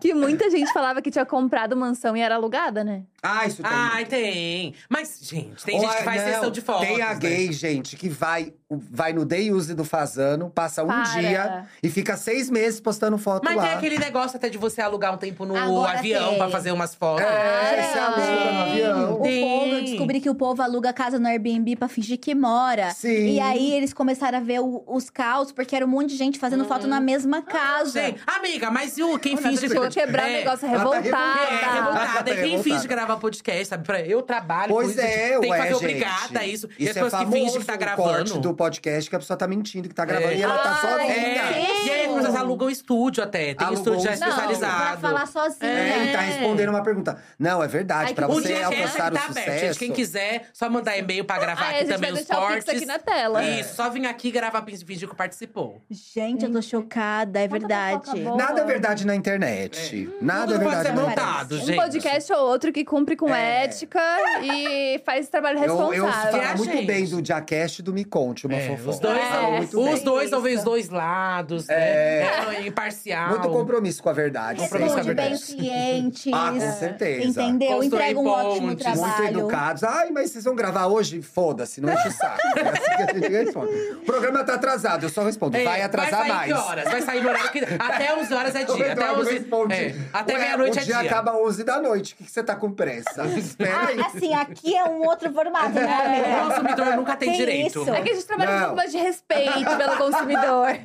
[SPEAKER 1] Que muita gente falava que tinha comprado mansão e era alugada, né?
[SPEAKER 2] ah, isso tem.
[SPEAKER 4] Ai, tem. Mas, gente, tem
[SPEAKER 2] Ou
[SPEAKER 4] gente
[SPEAKER 2] a-
[SPEAKER 4] que faz
[SPEAKER 2] não,
[SPEAKER 4] sessão de fotos.
[SPEAKER 2] Tem a
[SPEAKER 4] né?
[SPEAKER 2] gay, gente, que vai, vai no day use do Fazano, passa um
[SPEAKER 1] Para.
[SPEAKER 2] dia e fica seis meses postando foto
[SPEAKER 4] Mas
[SPEAKER 2] lá.
[SPEAKER 4] tem aquele negócio até de você alugar um tempo no
[SPEAKER 3] Agora
[SPEAKER 4] avião
[SPEAKER 3] tem.
[SPEAKER 4] pra fazer umas fotos.
[SPEAKER 2] É, você
[SPEAKER 1] Para.
[SPEAKER 2] aluga no
[SPEAKER 3] O
[SPEAKER 2] avião.
[SPEAKER 4] Tem.
[SPEAKER 3] povo, eu descobri que o povo aluga casa no Airbnb pra fingir que mora.
[SPEAKER 2] Sim.
[SPEAKER 3] E aí eles começaram a ver o- os caos, porque era um monte de gente fazendo foto
[SPEAKER 2] Uhum.
[SPEAKER 3] na mesma casa.
[SPEAKER 4] Gente, amiga, mas e o
[SPEAKER 1] Quem
[SPEAKER 4] quem finge
[SPEAKER 1] finge que quebrar o negócio é
[SPEAKER 2] ela tá
[SPEAKER 1] revoltada.
[SPEAKER 4] É, revoltada. E
[SPEAKER 2] É,
[SPEAKER 4] quem
[SPEAKER 2] revoltada.
[SPEAKER 4] finge gravar podcast, sabe? Pra- Eu trabalho,
[SPEAKER 2] Pois
[SPEAKER 4] com isso,
[SPEAKER 2] é,
[SPEAKER 4] tem
[SPEAKER 2] ué,
[SPEAKER 4] que fazer
[SPEAKER 2] gente.
[SPEAKER 4] obrigada isso. E as
[SPEAKER 2] é
[SPEAKER 4] pessoas que
[SPEAKER 2] famoso
[SPEAKER 4] fingem que tá
[SPEAKER 2] o corte
[SPEAKER 4] gravando.
[SPEAKER 2] do podcast que a pessoa tá mentindo que tá gravando
[SPEAKER 4] É.
[SPEAKER 2] e ela tá
[SPEAKER 3] Ai,
[SPEAKER 2] sozinha.
[SPEAKER 4] É, e aí as pessoas alugam estúdio até. Tem
[SPEAKER 2] Alugou
[SPEAKER 4] estúdio já
[SPEAKER 2] um
[SPEAKER 3] Não,
[SPEAKER 2] estúdio.
[SPEAKER 3] pra
[SPEAKER 4] especializado.
[SPEAKER 3] falar sozinha.
[SPEAKER 2] É, ele tá respondendo uma pergunta. Não, é verdade.
[SPEAKER 1] Ai,
[SPEAKER 2] Pra
[SPEAKER 1] que
[SPEAKER 4] O
[SPEAKER 1] bom.
[SPEAKER 2] você
[SPEAKER 4] dia que
[SPEAKER 2] alcançar
[SPEAKER 4] tá
[SPEAKER 2] o
[SPEAKER 4] aberto,
[SPEAKER 2] sucesso. é,
[SPEAKER 4] gente. Quem quiser, só mandar e-mail pra gravar
[SPEAKER 1] Ah,
[SPEAKER 4] aqui
[SPEAKER 1] a gente
[SPEAKER 4] também
[SPEAKER 1] vai
[SPEAKER 4] os
[SPEAKER 1] deixar o
[SPEAKER 4] cortes.
[SPEAKER 1] Pix aqui na tela.
[SPEAKER 4] Isso, só vim aqui gravar e fingir que participou.
[SPEAKER 3] Gente, eu tô chocada, é
[SPEAKER 1] Quanta
[SPEAKER 3] verdade.
[SPEAKER 1] fofoca boa.
[SPEAKER 2] Nada é verdade na internet. Nada é
[SPEAKER 4] Tudo pode
[SPEAKER 2] verdade
[SPEAKER 4] ser
[SPEAKER 2] na
[SPEAKER 4] montado,
[SPEAKER 2] internet.
[SPEAKER 1] Um
[SPEAKER 4] gente.
[SPEAKER 1] podcast ou outro que cumpre com
[SPEAKER 2] É.
[SPEAKER 1] ética e faz trabalho
[SPEAKER 2] Eu,
[SPEAKER 1] responsável.
[SPEAKER 2] eu falo muito
[SPEAKER 4] gente.
[SPEAKER 2] bem do Diacast e do Me Conte, uma
[SPEAKER 4] É,
[SPEAKER 2] fofoca.
[SPEAKER 4] os dois,
[SPEAKER 1] É,
[SPEAKER 2] Falo
[SPEAKER 4] são-
[SPEAKER 2] muito
[SPEAKER 4] os
[SPEAKER 2] bem.
[SPEAKER 4] dois ouvem os
[SPEAKER 1] isso.
[SPEAKER 4] dois lados,
[SPEAKER 2] É.
[SPEAKER 4] né? É. Imparcial.
[SPEAKER 2] Muito compromisso com a verdade.
[SPEAKER 4] Compromisso com a
[SPEAKER 2] sempre.
[SPEAKER 3] Responde bem os
[SPEAKER 4] verdade.
[SPEAKER 3] clientes.
[SPEAKER 2] Ah, com certeza.
[SPEAKER 3] Entendeu?
[SPEAKER 4] Construir
[SPEAKER 3] Entrega um ótimo
[SPEAKER 4] pontes.
[SPEAKER 2] Muito
[SPEAKER 3] trabalho.
[SPEAKER 2] educados. Ai, mas vocês vão gravar hoje? Foda-se, não enche o saco. É assim que a gente responde. O programa tá atrasado, eu só respondo.
[SPEAKER 4] É,
[SPEAKER 2] vai atrasar
[SPEAKER 4] vai sair
[SPEAKER 2] mais.
[SPEAKER 4] Que horas? Vai sair no horário que. Até 11 horas é
[SPEAKER 2] O
[SPEAKER 4] dia. Até,
[SPEAKER 2] Eduardo
[SPEAKER 4] 11
[SPEAKER 2] responde.
[SPEAKER 4] é, até
[SPEAKER 2] Ué,
[SPEAKER 4] meia-noite
[SPEAKER 2] O
[SPEAKER 4] é
[SPEAKER 2] dia
[SPEAKER 4] dia.
[SPEAKER 2] acaba 11 da noite. O que que você tá com pressa? Espera aí.
[SPEAKER 3] Ah, assim, aqui é um outro formato, né?
[SPEAKER 4] É,
[SPEAKER 3] amiga?
[SPEAKER 4] O consumidor nunca tem,
[SPEAKER 3] Tem
[SPEAKER 4] direito.
[SPEAKER 3] isso.
[SPEAKER 1] É que a gente trabalha com um
[SPEAKER 2] Não.
[SPEAKER 1] pouco mais de respeito pelo consumidor.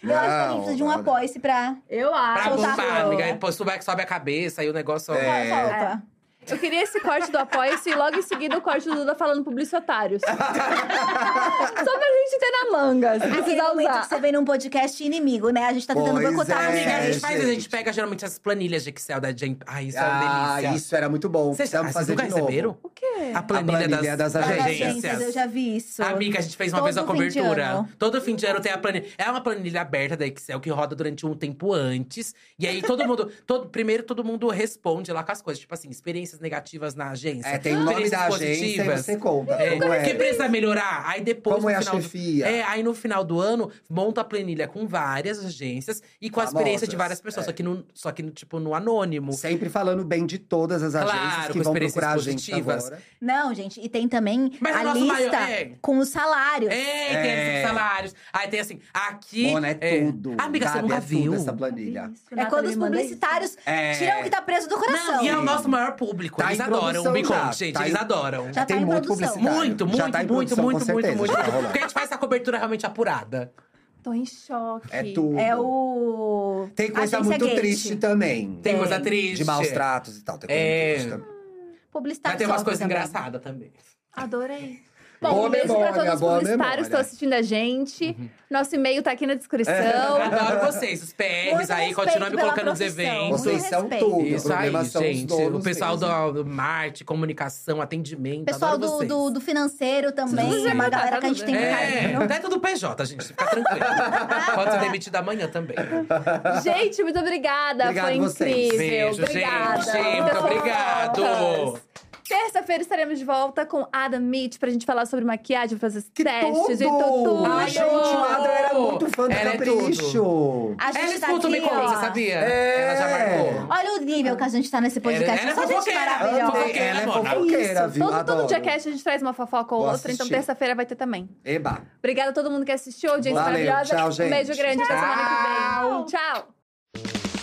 [SPEAKER 3] Eu acho que a gente precisa de um
[SPEAKER 2] Não,
[SPEAKER 3] apoio pra
[SPEAKER 1] Eu
[SPEAKER 4] Pra
[SPEAKER 1] acho.
[SPEAKER 3] Soltar a
[SPEAKER 4] bombar,
[SPEAKER 3] rola.
[SPEAKER 4] amiga. Aí, pô, sobe, sobe a cabeça e o negócio.
[SPEAKER 2] Ah, tá É.
[SPEAKER 3] Solta.
[SPEAKER 1] Eu queria esse corte do Apoia-se e logo em seguida o corte do Duda falando publicitários. Só pra gente ter na manga, se
[SPEAKER 3] Aquele
[SPEAKER 1] precisar
[SPEAKER 3] momento
[SPEAKER 1] usar.
[SPEAKER 3] que você vem num podcast inimigo, né? A gente tá tentando
[SPEAKER 2] Pois
[SPEAKER 3] boicotar.
[SPEAKER 2] é,
[SPEAKER 4] Amiga, a gente
[SPEAKER 2] gente.
[SPEAKER 4] faz, a gente pega geralmente as planilhas de Excel da Jane. Ai, isso é uma
[SPEAKER 2] Ah,
[SPEAKER 4] delícia.
[SPEAKER 2] isso era muito bom.
[SPEAKER 4] Vocês, ah,
[SPEAKER 2] Precisamos
[SPEAKER 4] vocês
[SPEAKER 2] fazer
[SPEAKER 4] nunca
[SPEAKER 2] de novo.
[SPEAKER 4] receberam?
[SPEAKER 1] O
[SPEAKER 3] É.
[SPEAKER 1] quê?
[SPEAKER 4] A planilha,
[SPEAKER 2] planilha
[SPEAKER 4] das,
[SPEAKER 2] das
[SPEAKER 3] Olha,
[SPEAKER 2] agências.
[SPEAKER 3] gente, eu já vi isso.
[SPEAKER 4] Amiga, a gente fez uma
[SPEAKER 3] Todo
[SPEAKER 4] vez a
[SPEAKER 3] fim de
[SPEAKER 4] cobertura.
[SPEAKER 3] ano.
[SPEAKER 4] Todo fim de ano tem a planilha. É uma planilha aberta da Excel que roda durante um tempo antes. E aí todo mundo. todo, primeiro todo mundo responde lá com as coisas. Tipo assim, experiências negativas na agência.
[SPEAKER 2] É, tem o nome da
[SPEAKER 4] experiências
[SPEAKER 2] agência e
[SPEAKER 4] positivas.
[SPEAKER 2] você conta.
[SPEAKER 4] É,
[SPEAKER 2] como
[SPEAKER 4] que
[SPEAKER 2] é,
[SPEAKER 4] precisa melhorar. Aí depois.
[SPEAKER 2] como
[SPEAKER 4] no
[SPEAKER 2] é a
[SPEAKER 4] final do-
[SPEAKER 2] chefia.
[SPEAKER 4] É, aí no final do ano, monta a planilha com várias agências e com a experiência de
[SPEAKER 2] Famosas,
[SPEAKER 4] várias pessoas.
[SPEAKER 2] é.
[SPEAKER 4] Só que, no, só que no, tipo, no anônimo.
[SPEAKER 2] Sempre falando bem de todas as
[SPEAKER 4] Claro,
[SPEAKER 2] agências
[SPEAKER 4] com
[SPEAKER 2] que vão
[SPEAKER 4] experiências
[SPEAKER 2] procurar a gente
[SPEAKER 4] positivas.
[SPEAKER 2] agora.
[SPEAKER 3] Não, gente, e tem também
[SPEAKER 4] Mas
[SPEAKER 3] a
[SPEAKER 4] o nosso
[SPEAKER 3] lista
[SPEAKER 4] maior- é.
[SPEAKER 3] com os salários.
[SPEAKER 4] É, tem
[SPEAKER 2] É.
[SPEAKER 4] esses salários. Aí tem assim, aqui.
[SPEAKER 2] Mona, é, tudo.
[SPEAKER 4] Amiga,
[SPEAKER 2] Gabi,
[SPEAKER 4] você nunca
[SPEAKER 2] é
[SPEAKER 4] viu.
[SPEAKER 2] Tudo essa planilha.
[SPEAKER 1] Isso,
[SPEAKER 3] É
[SPEAKER 1] Nathalie
[SPEAKER 3] quando os
[SPEAKER 1] me manda isso.
[SPEAKER 3] publicitários
[SPEAKER 2] É.
[SPEAKER 3] tiram o que tá preso do coração.
[SPEAKER 4] Não, e é o nosso maior público.
[SPEAKER 2] Tá
[SPEAKER 4] eles
[SPEAKER 2] em
[SPEAKER 4] adoram o
[SPEAKER 2] produção
[SPEAKER 4] Bicom,
[SPEAKER 2] já,
[SPEAKER 4] gente.
[SPEAKER 2] tá
[SPEAKER 4] eles
[SPEAKER 2] em-
[SPEAKER 4] adoram.
[SPEAKER 3] Já tá
[SPEAKER 2] tem
[SPEAKER 3] em
[SPEAKER 2] muito
[SPEAKER 3] produção.
[SPEAKER 2] publicitário.
[SPEAKER 4] Muito, muito,
[SPEAKER 2] Já tá em
[SPEAKER 4] muito, muito,
[SPEAKER 2] produção, com
[SPEAKER 4] muito,
[SPEAKER 2] certeza,
[SPEAKER 4] muito,
[SPEAKER 2] já tá rolando.
[SPEAKER 4] Porque a gente faz essa cobertura realmente apurada.
[SPEAKER 1] Tô em choque.
[SPEAKER 2] É tudo.
[SPEAKER 3] É o.
[SPEAKER 2] Tem coisa
[SPEAKER 3] Agência
[SPEAKER 2] muito
[SPEAKER 3] Gate. É.
[SPEAKER 2] triste também.
[SPEAKER 4] Tem coisa triste.
[SPEAKER 2] De maus tratos e tal. Tem coisa
[SPEAKER 4] É.
[SPEAKER 2] muito triste também.
[SPEAKER 3] Publicitário.
[SPEAKER 4] Mas tem umas
[SPEAKER 3] sofre
[SPEAKER 4] coisas
[SPEAKER 3] Tá também.
[SPEAKER 4] engraçadas também.
[SPEAKER 1] Adorei.
[SPEAKER 2] Boa
[SPEAKER 1] Bom, um beijo
[SPEAKER 2] memória,
[SPEAKER 1] pra todos os
[SPEAKER 2] boa
[SPEAKER 1] publicitários que estão
[SPEAKER 2] memória. Uhum.
[SPEAKER 1] assistindo a gente. Nosso e-mail tá aqui na descrição.
[SPEAKER 4] Adoro vocês, os PRs
[SPEAKER 3] Muito
[SPEAKER 4] aí,
[SPEAKER 3] respeito
[SPEAKER 4] continuam me
[SPEAKER 3] pela
[SPEAKER 4] colocando nos
[SPEAKER 3] profissão.
[SPEAKER 4] eventos.
[SPEAKER 2] Vocês
[SPEAKER 3] muito
[SPEAKER 2] são
[SPEAKER 3] respeito.
[SPEAKER 2] tudo. o
[SPEAKER 4] Isso aí,
[SPEAKER 2] problema são os
[SPEAKER 4] gente. O
[SPEAKER 2] donos
[SPEAKER 4] pessoal
[SPEAKER 2] mesmo.
[SPEAKER 4] do, do marketing, comunicação, atendimento.
[SPEAKER 3] Pessoal
[SPEAKER 4] adoro
[SPEAKER 3] do,
[SPEAKER 4] vocês.
[SPEAKER 3] do, do financeiro também.
[SPEAKER 1] Vocês
[SPEAKER 3] É uma
[SPEAKER 1] já
[SPEAKER 3] galera que a gente tem
[SPEAKER 1] mataram,
[SPEAKER 3] um
[SPEAKER 4] É,
[SPEAKER 3] carinho.
[SPEAKER 4] não é tudo PJ, gente. Fica tranquilo. Pode ser demitido amanhã também.
[SPEAKER 1] Gente, muito obrigada.
[SPEAKER 2] Obrigado
[SPEAKER 1] Foi
[SPEAKER 2] vocês.
[SPEAKER 1] incrível.
[SPEAKER 4] Beijo,
[SPEAKER 1] obrigada.
[SPEAKER 4] gente. Muito
[SPEAKER 1] Muitas
[SPEAKER 4] obrigado.
[SPEAKER 1] voltas. Terça-feira estaremos de volta com Adam Meat pra gente falar sobre maquiagem, fazer os testes e tudo.
[SPEAKER 2] Ai, gente, o Adam era muito fã do
[SPEAKER 4] Ela é
[SPEAKER 2] Capricho.
[SPEAKER 3] A gente
[SPEAKER 4] Ela
[SPEAKER 3] tá
[SPEAKER 4] escuta o
[SPEAKER 3] aqui,
[SPEAKER 4] Bicom,
[SPEAKER 3] ó.
[SPEAKER 4] você sabia?
[SPEAKER 2] É.
[SPEAKER 4] Ela já marcou.
[SPEAKER 3] Olha o nível que a gente tá nesse
[SPEAKER 4] Ela-
[SPEAKER 3] podcast.
[SPEAKER 4] ela
[SPEAKER 3] Só
[SPEAKER 4] é
[SPEAKER 3] gente
[SPEAKER 4] fofoqueira.
[SPEAKER 3] maravilhosa.
[SPEAKER 4] Fofoqueira.
[SPEAKER 2] Ela é
[SPEAKER 4] mano.
[SPEAKER 2] fofoqueira,
[SPEAKER 1] Isso.
[SPEAKER 2] viu?
[SPEAKER 1] Todo, todo
[SPEAKER 2] Adoro.
[SPEAKER 1] dia cast a gente traz uma fofoca ou
[SPEAKER 2] Vou
[SPEAKER 1] outra, então
[SPEAKER 2] assistir.
[SPEAKER 1] terça-feira vai ter também.
[SPEAKER 2] Eba.
[SPEAKER 1] Obrigada a todo mundo que assistiu, audiência
[SPEAKER 2] Valeu,
[SPEAKER 1] maravilhosa.
[SPEAKER 2] tchau, gente.
[SPEAKER 1] Um beijo grande, até semana que vem. Tchau!